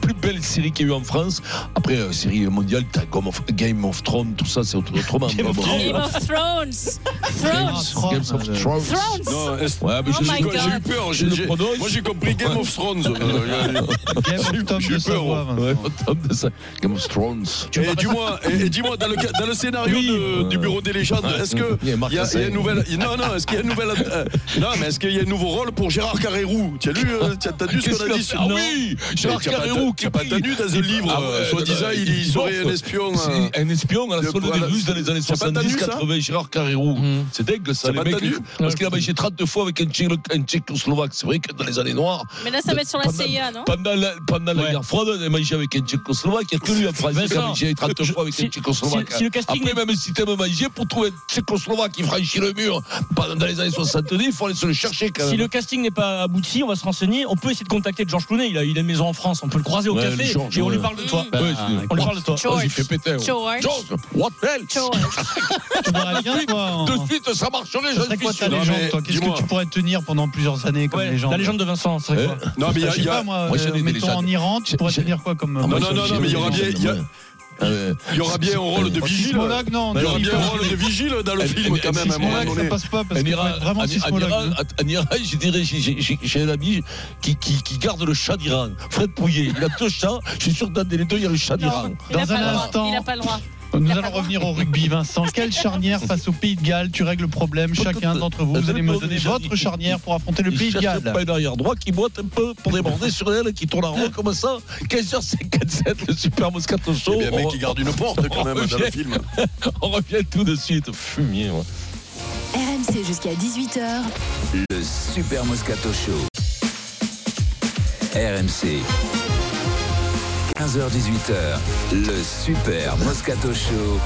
[SPEAKER 3] plus belles séries qu'il y a eu en France. Après, euh, série mondiale, t'as Game of, Game of Thrones, tout ça, c'est autre- autrement.
[SPEAKER 6] Game of
[SPEAKER 3] Bon,
[SPEAKER 6] Thrones.
[SPEAKER 4] Game of Thrones. Thrones.
[SPEAKER 3] Game of Thrones.
[SPEAKER 4] Thrones.
[SPEAKER 5] non, est-
[SPEAKER 3] Ouais, mais
[SPEAKER 4] Oh
[SPEAKER 3] je
[SPEAKER 4] my
[SPEAKER 5] j'ai
[SPEAKER 4] God.
[SPEAKER 5] j'ai eu peur. j'ai-
[SPEAKER 3] Je le
[SPEAKER 5] j'ai-
[SPEAKER 3] prononce.
[SPEAKER 5] Moi, j'ai compris Game of Thrones. Euh,
[SPEAKER 7] Game of Thrones
[SPEAKER 5] J'ai
[SPEAKER 7] de
[SPEAKER 5] eu peur,
[SPEAKER 7] Savoie, Vincent.
[SPEAKER 3] Ouais, top de ça. Game of Thrones.
[SPEAKER 5] Et dis-moi, et, et dis-moi dans, le, ca- dans le scénario
[SPEAKER 3] Oui.
[SPEAKER 5] de- du bureau des légendes, est-ce que
[SPEAKER 3] Il y a Marc
[SPEAKER 5] il y a, il y a
[SPEAKER 3] Cassel.
[SPEAKER 5] une nouvelle il- Non, non, est-ce qu'il y a une nouvelle euh, Non, mais est-ce qu'il y a un nouveau rôle pour Gérard Carrérou Tu as lu euh, T'as t'as lu ce
[SPEAKER 3] Qu'est-ce
[SPEAKER 5] qu'on
[SPEAKER 3] qu'il
[SPEAKER 5] a
[SPEAKER 3] a
[SPEAKER 5] dit
[SPEAKER 3] fait
[SPEAKER 5] sur-
[SPEAKER 3] Ah
[SPEAKER 5] Non.
[SPEAKER 3] oui Gérard
[SPEAKER 5] Mais t'as pas-
[SPEAKER 3] Carrérou qui
[SPEAKER 5] t'as pas
[SPEAKER 3] pris-
[SPEAKER 5] tenu dans un livre,
[SPEAKER 3] ouais,
[SPEAKER 5] euh, soi-disant,
[SPEAKER 3] non, non,
[SPEAKER 5] il- il serait
[SPEAKER 3] bof.
[SPEAKER 5] un espion, euh,
[SPEAKER 3] C'est Un espion à la
[SPEAKER 5] de-
[SPEAKER 3] solde
[SPEAKER 5] pour
[SPEAKER 3] des
[SPEAKER 5] la-
[SPEAKER 3] Russes dans les années
[SPEAKER 5] T'as pas entendu
[SPEAKER 3] 70,
[SPEAKER 5] ça
[SPEAKER 3] 80, Gérard Carrérou.
[SPEAKER 6] Mmh.
[SPEAKER 3] C'est dingue
[SPEAKER 5] T'as
[SPEAKER 3] ça, les
[SPEAKER 5] pas
[SPEAKER 3] mecs.
[SPEAKER 5] entendu
[SPEAKER 3] Parce qu'il a marché 32 fois avec un Tchéco- un Tchécoslovaque. C'est vrai que dans les années noires,
[SPEAKER 4] Mais là, ça va être sur la
[SPEAKER 3] Pendant-
[SPEAKER 4] CIA, non
[SPEAKER 3] pendant la, pendant la
[SPEAKER 6] Ouais.
[SPEAKER 3] guerre froide, on a mangé avec un Tchécoslovaque. Il n'y a que lui en France qui a
[SPEAKER 6] Vincent,
[SPEAKER 3] mangé 30
[SPEAKER 6] je-
[SPEAKER 3] fois avec
[SPEAKER 6] si-
[SPEAKER 3] un Tchécoslovaque.
[SPEAKER 6] si- si le casting
[SPEAKER 3] Après, même si t'aimes manger, pour trouver un Tchécoslovaque qui franchit le mur pendant dans les années 70, il faut aller se le chercher quand
[SPEAKER 6] Si
[SPEAKER 3] même.
[SPEAKER 6] le casting n'est pas abouti, on va se renseigner. On peut essayer de contacter Georges Clooney. Il a, il a une maison en France. On peut le croiser au
[SPEAKER 3] Ouais, le
[SPEAKER 6] café
[SPEAKER 3] Georges,
[SPEAKER 6] et on lui
[SPEAKER 3] ouais.
[SPEAKER 6] parle de toi.
[SPEAKER 4] Mmh.
[SPEAKER 3] Ouais,
[SPEAKER 6] On lui parle de toi.
[SPEAKER 3] c'est- oh, il fait péter. ouais.
[SPEAKER 4] George.
[SPEAKER 3] George, what else
[SPEAKER 4] George.
[SPEAKER 7] Tu verrais bien, toi. en-
[SPEAKER 3] De suite, ça marcherait,
[SPEAKER 7] Ça
[SPEAKER 3] j'en
[SPEAKER 7] serait
[SPEAKER 3] suis
[SPEAKER 7] quoi ta
[SPEAKER 3] sûr.
[SPEAKER 5] Non, mais
[SPEAKER 7] légende, toi Qu'est-ce
[SPEAKER 5] dis-moi.
[SPEAKER 7] que tu pourrais tenir pendant plusieurs années comme
[SPEAKER 6] Ouais,
[SPEAKER 7] légende
[SPEAKER 6] la légende de Vincent, c'est
[SPEAKER 3] Eh,
[SPEAKER 6] quoi
[SPEAKER 5] Non, mais il y
[SPEAKER 7] Je
[SPEAKER 5] a-
[SPEAKER 7] sais
[SPEAKER 5] il y a.
[SPEAKER 7] pas, moi,
[SPEAKER 3] moi, j'ai
[SPEAKER 7] euh,
[SPEAKER 3] des
[SPEAKER 7] mettons
[SPEAKER 3] légendes.
[SPEAKER 7] en Iran, tu
[SPEAKER 3] J'ai-
[SPEAKER 7] pourrais
[SPEAKER 3] j'ai-
[SPEAKER 7] tenir quoi comme. euh,
[SPEAKER 3] Ah, moi,
[SPEAKER 5] non,
[SPEAKER 3] j'ai-
[SPEAKER 5] non,
[SPEAKER 3] j'ai
[SPEAKER 5] non, mais il y aura
[SPEAKER 3] des
[SPEAKER 5] bien-
[SPEAKER 3] légendes,
[SPEAKER 5] il y a-
[SPEAKER 3] ouais.
[SPEAKER 5] Il y aura bien un rôle de vigile.
[SPEAKER 7] Sismologue, Oh, non,
[SPEAKER 5] Il y
[SPEAKER 7] non,
[SPEAKER 5] aura
[SPEAKER 7] il
[SPEAKER 5] bien
[SPEAKER 7] peut-
[SPEAKER 5] un rôle de vigile dans le
[SPEAKER 3] Un-
[SPEAKER 5] film
[SPEAKER 3] un-
[SPEAKER 5] quand
[SPEAKER 3] un
[SPEAKER 5] même. à un moment
[SPEAKER 3] sismologue,
[SPEAKER 5] donné.
[SPEAKER 7] ça passe pas parce
[SPEAKER 3] Un
[SPEAKER 7] qu'il faut
[SPEAKER 3] ira-
[SPEAKER 7] être vraiment hein.
[SPEAKER 3] un- un
[SPEAKER 7] sismologue.
[SPEAKER 3] ira- un- un ira- je dirais, j'ai- j'ai j'ai- j'ai un ami qui, qui, qui garde le chat d'Iran, Fred Pouillet. Il a deux chats, je suis sûr que dans les deux, il y a le chat d'Iran.
[SPEAKER 4] Il n'a
[SPEAKER 7] Dans
[SPEAKER 4] pas,
[SPEAKER 7] un
[SPEAKER 4] le droit,
[SPEAKER 7] instant.
[SPEAKER 4] il a pas le droit.
[SPEAKER 7] Nous
[SPEAKER 4] Il a
[SPEAKER 7] allons
[SPEAKER 4] pas
[SPEAKER 7] revenir au rugby, Vincent. Quelle charnière face au Pays de Galles Tu règles le problème, chacun d'entre vous. Vous allez me donner votre charnière pour affronter le
[SPEAKER 3] Il
[SPEAKER 7] Pays de
[SPEAKER 3] cherche
[SPEAKER 7] Galles.
[SPEAKER 3] pas un arrière droit qui boite un peu pour déborder sur elle, qui tourne en rond comme ça. 15h57, le super Moscato Show.
[SPEAKER 5] Il y a Eh bien un mec
[SPEAKER 3] On-
[SPEAKER 5] qui garde une porte quand même dans le film.
[SPEAKER 3] On revient tout de suite. Fumier, moi.
[SPEAKER 1] RMC jusqu'à 18h.
[SPEAKER 2] Le Super Moscato Show. RMC. 15h18h. Le Super Moscato Show.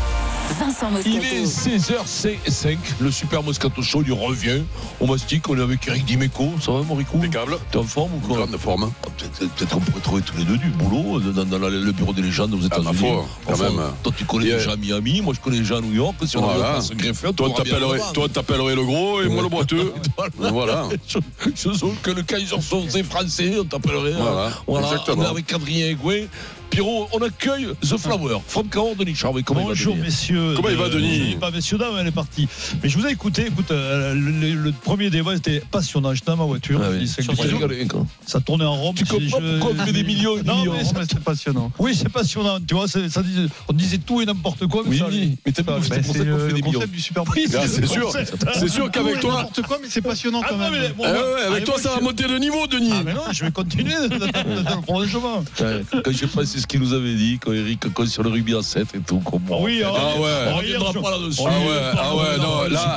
[SPEAKER 1] Vincent
[SPEAKER 3] Il est
[SPEAKER 1] Moscato.
[SPEAKER 3] 16h05, le Super Moscato Show, il revient. On mastique, on est avec Eric Dimeco. Ça va, Morico
[SPEAKER 5] Impeccable.
[SPEAKER 3] T'es en forme ou quoi
[SPEAKER 5] Grande forme. hein.
[SPEAKER 3] Ah, Peut-être peut-être on pourrait trouver tous les deux du boulot euh, dans, dans la- le bureau des légendes aux
[SPEAKER 5] Ah, ma
[SPEAKER 3] États-Unis.
[SPEAKER 5] foi, quand
[SPEAKER 3] Enfin,
[SPEAKER 5] même.
[SPEAKER 3] Toi, tu connais
[SPEAKER 5] Et, euh,
[SPEAKER 3] déjà Miami, moi, je connais déjà New York. Si on
[SPEAKER 5] Voilà.
[SPEAKER 3] avait pas ce greffeur,
[SPEAKER 5] Toi,
[SPEAKER 3] on verra bien
[SPEAKER 5] t'appellerais-
[SPEAKER 3] là-bas.
[SPEAKER 5] toi, t'appellerais le gros et moi le boiteux. Voilà.
[SPEAKER 3] Je, je sens que le Kaiser Soze français, on t'appellerait. hein.
[SPEAKER 5] Voilà,
[SPEAKER 3] Voilà,
[SPEAKER 5] exactement.
[SPEAKER 3] on est avec Adrien Egoué. Pierrot, on accueille The Flower. Franck Caron, Denis Charvet, comment
[SPEAKER 6] Bonjour
[SPEAKER 3] il va Denis
[SPEAKER 6] messieurs.
[SPEAKER 5] Comment il va,
[SPEAKER 6] Euh,
[SPEAKER 5] Denis
[SPEAKER 6] je dis Pas messieurs dames, elle est partie. Mais je vous ai écouté. Écoute, euh, le, le- le premier débat était passionnant. J'étais dans ma voiture.
[SPEAKER 3] Ah oui.
[SPEAKER 6] j'ai dit, c'est
[SPEAKER 3] Tu
[SPEAKER 6] que
[SPEAKER 3] vas
[SPEAKER 6] bisous.
[SPEAKER 3] rigoler, quoi.
[SPEAKER 6] Ça tournait en rond.
[SPEAKER 3] Tu
[SPEAKER 6] j'ai dit,
[SPEAKER 3] comprends
[SPEAKER 6] je-
[SPEAKER 3] pourquoi on fait des millions et des
[SPEAKER 6] Non,
[SPEAKER 3] millions
[SPEAKER 6] mais
[SPEAKER 7] Oh,
[SPEAKER 6] c'est-
[SPEAKER 7] mais c'est passionnant.
[SPEAKER 6] oui, c'est passionnant. Tu vois, c'est- ça disait- on disait tout et n'importe quoi. Mais
[SPEAKER 3] Oui,
[SPEAKER 6] ça allait.
[SPEAKER 3] oui, mais t'as
[SPEAKER 14] Bah,
[SPEAKER 6] Ça,
[SPEAKER 3] pas-
[SPEAKER 6] mais
[SPEAKER 3] c'est pour ça
[SPEAKER 6] c'est,
[SPEAKER 3] qu'on
[SPEAKER 6] euh,
[SPEAKER 3] fait
[SPEAKER 6] le
[SPEAKER 3] des millions.
[SPEAKER 6] concept du Super Bowl.
[SPEAKER 5] Ah, C'est
[SPEAKER 6] le
[SPEAKER 5] sûr.
[SPEAKER 6] concept.
[SPEAKER 5] C'est sûr qu'avec
[SPEAKER 7] Tout et
[SPEAKER 5] toi.
[SPEAKER 7] N'importe quoi, mais c'est passionnant
[SPEAKER 6] Ah
[SPEAKER 7] quand
[SPEAKER 6] non,
[SPEAKER 7] même.
[SPEAKER 6] mais bon,
[SPEAKER 5] Eh ouais,
[SPEAKER 6] allez,
[SPEAKER 5] avec toi,
[SPEAKER 6] moi,
[SPEAKER 5] ça va
[SPEAKER 6] je-
[SPEAKER 5] monter le niveau, Denis.
[SPEAKER 6] Ah, mais non, je vais continuer dans dans le prolongement.
[SPEAKER 3] Ouais, Quand j'ai passé ce qu'il nous avait dit, quand Eric, quand sur le rugby à 7 et tout, comment
[SPEAKER 6] Oui,
[SPEAKER 5] Ah ouais.
[SPEAKER 3] hein. On reviendra pas là-dessus.
[SPEAKER 5] Ah ouais, ah ouais, non, là,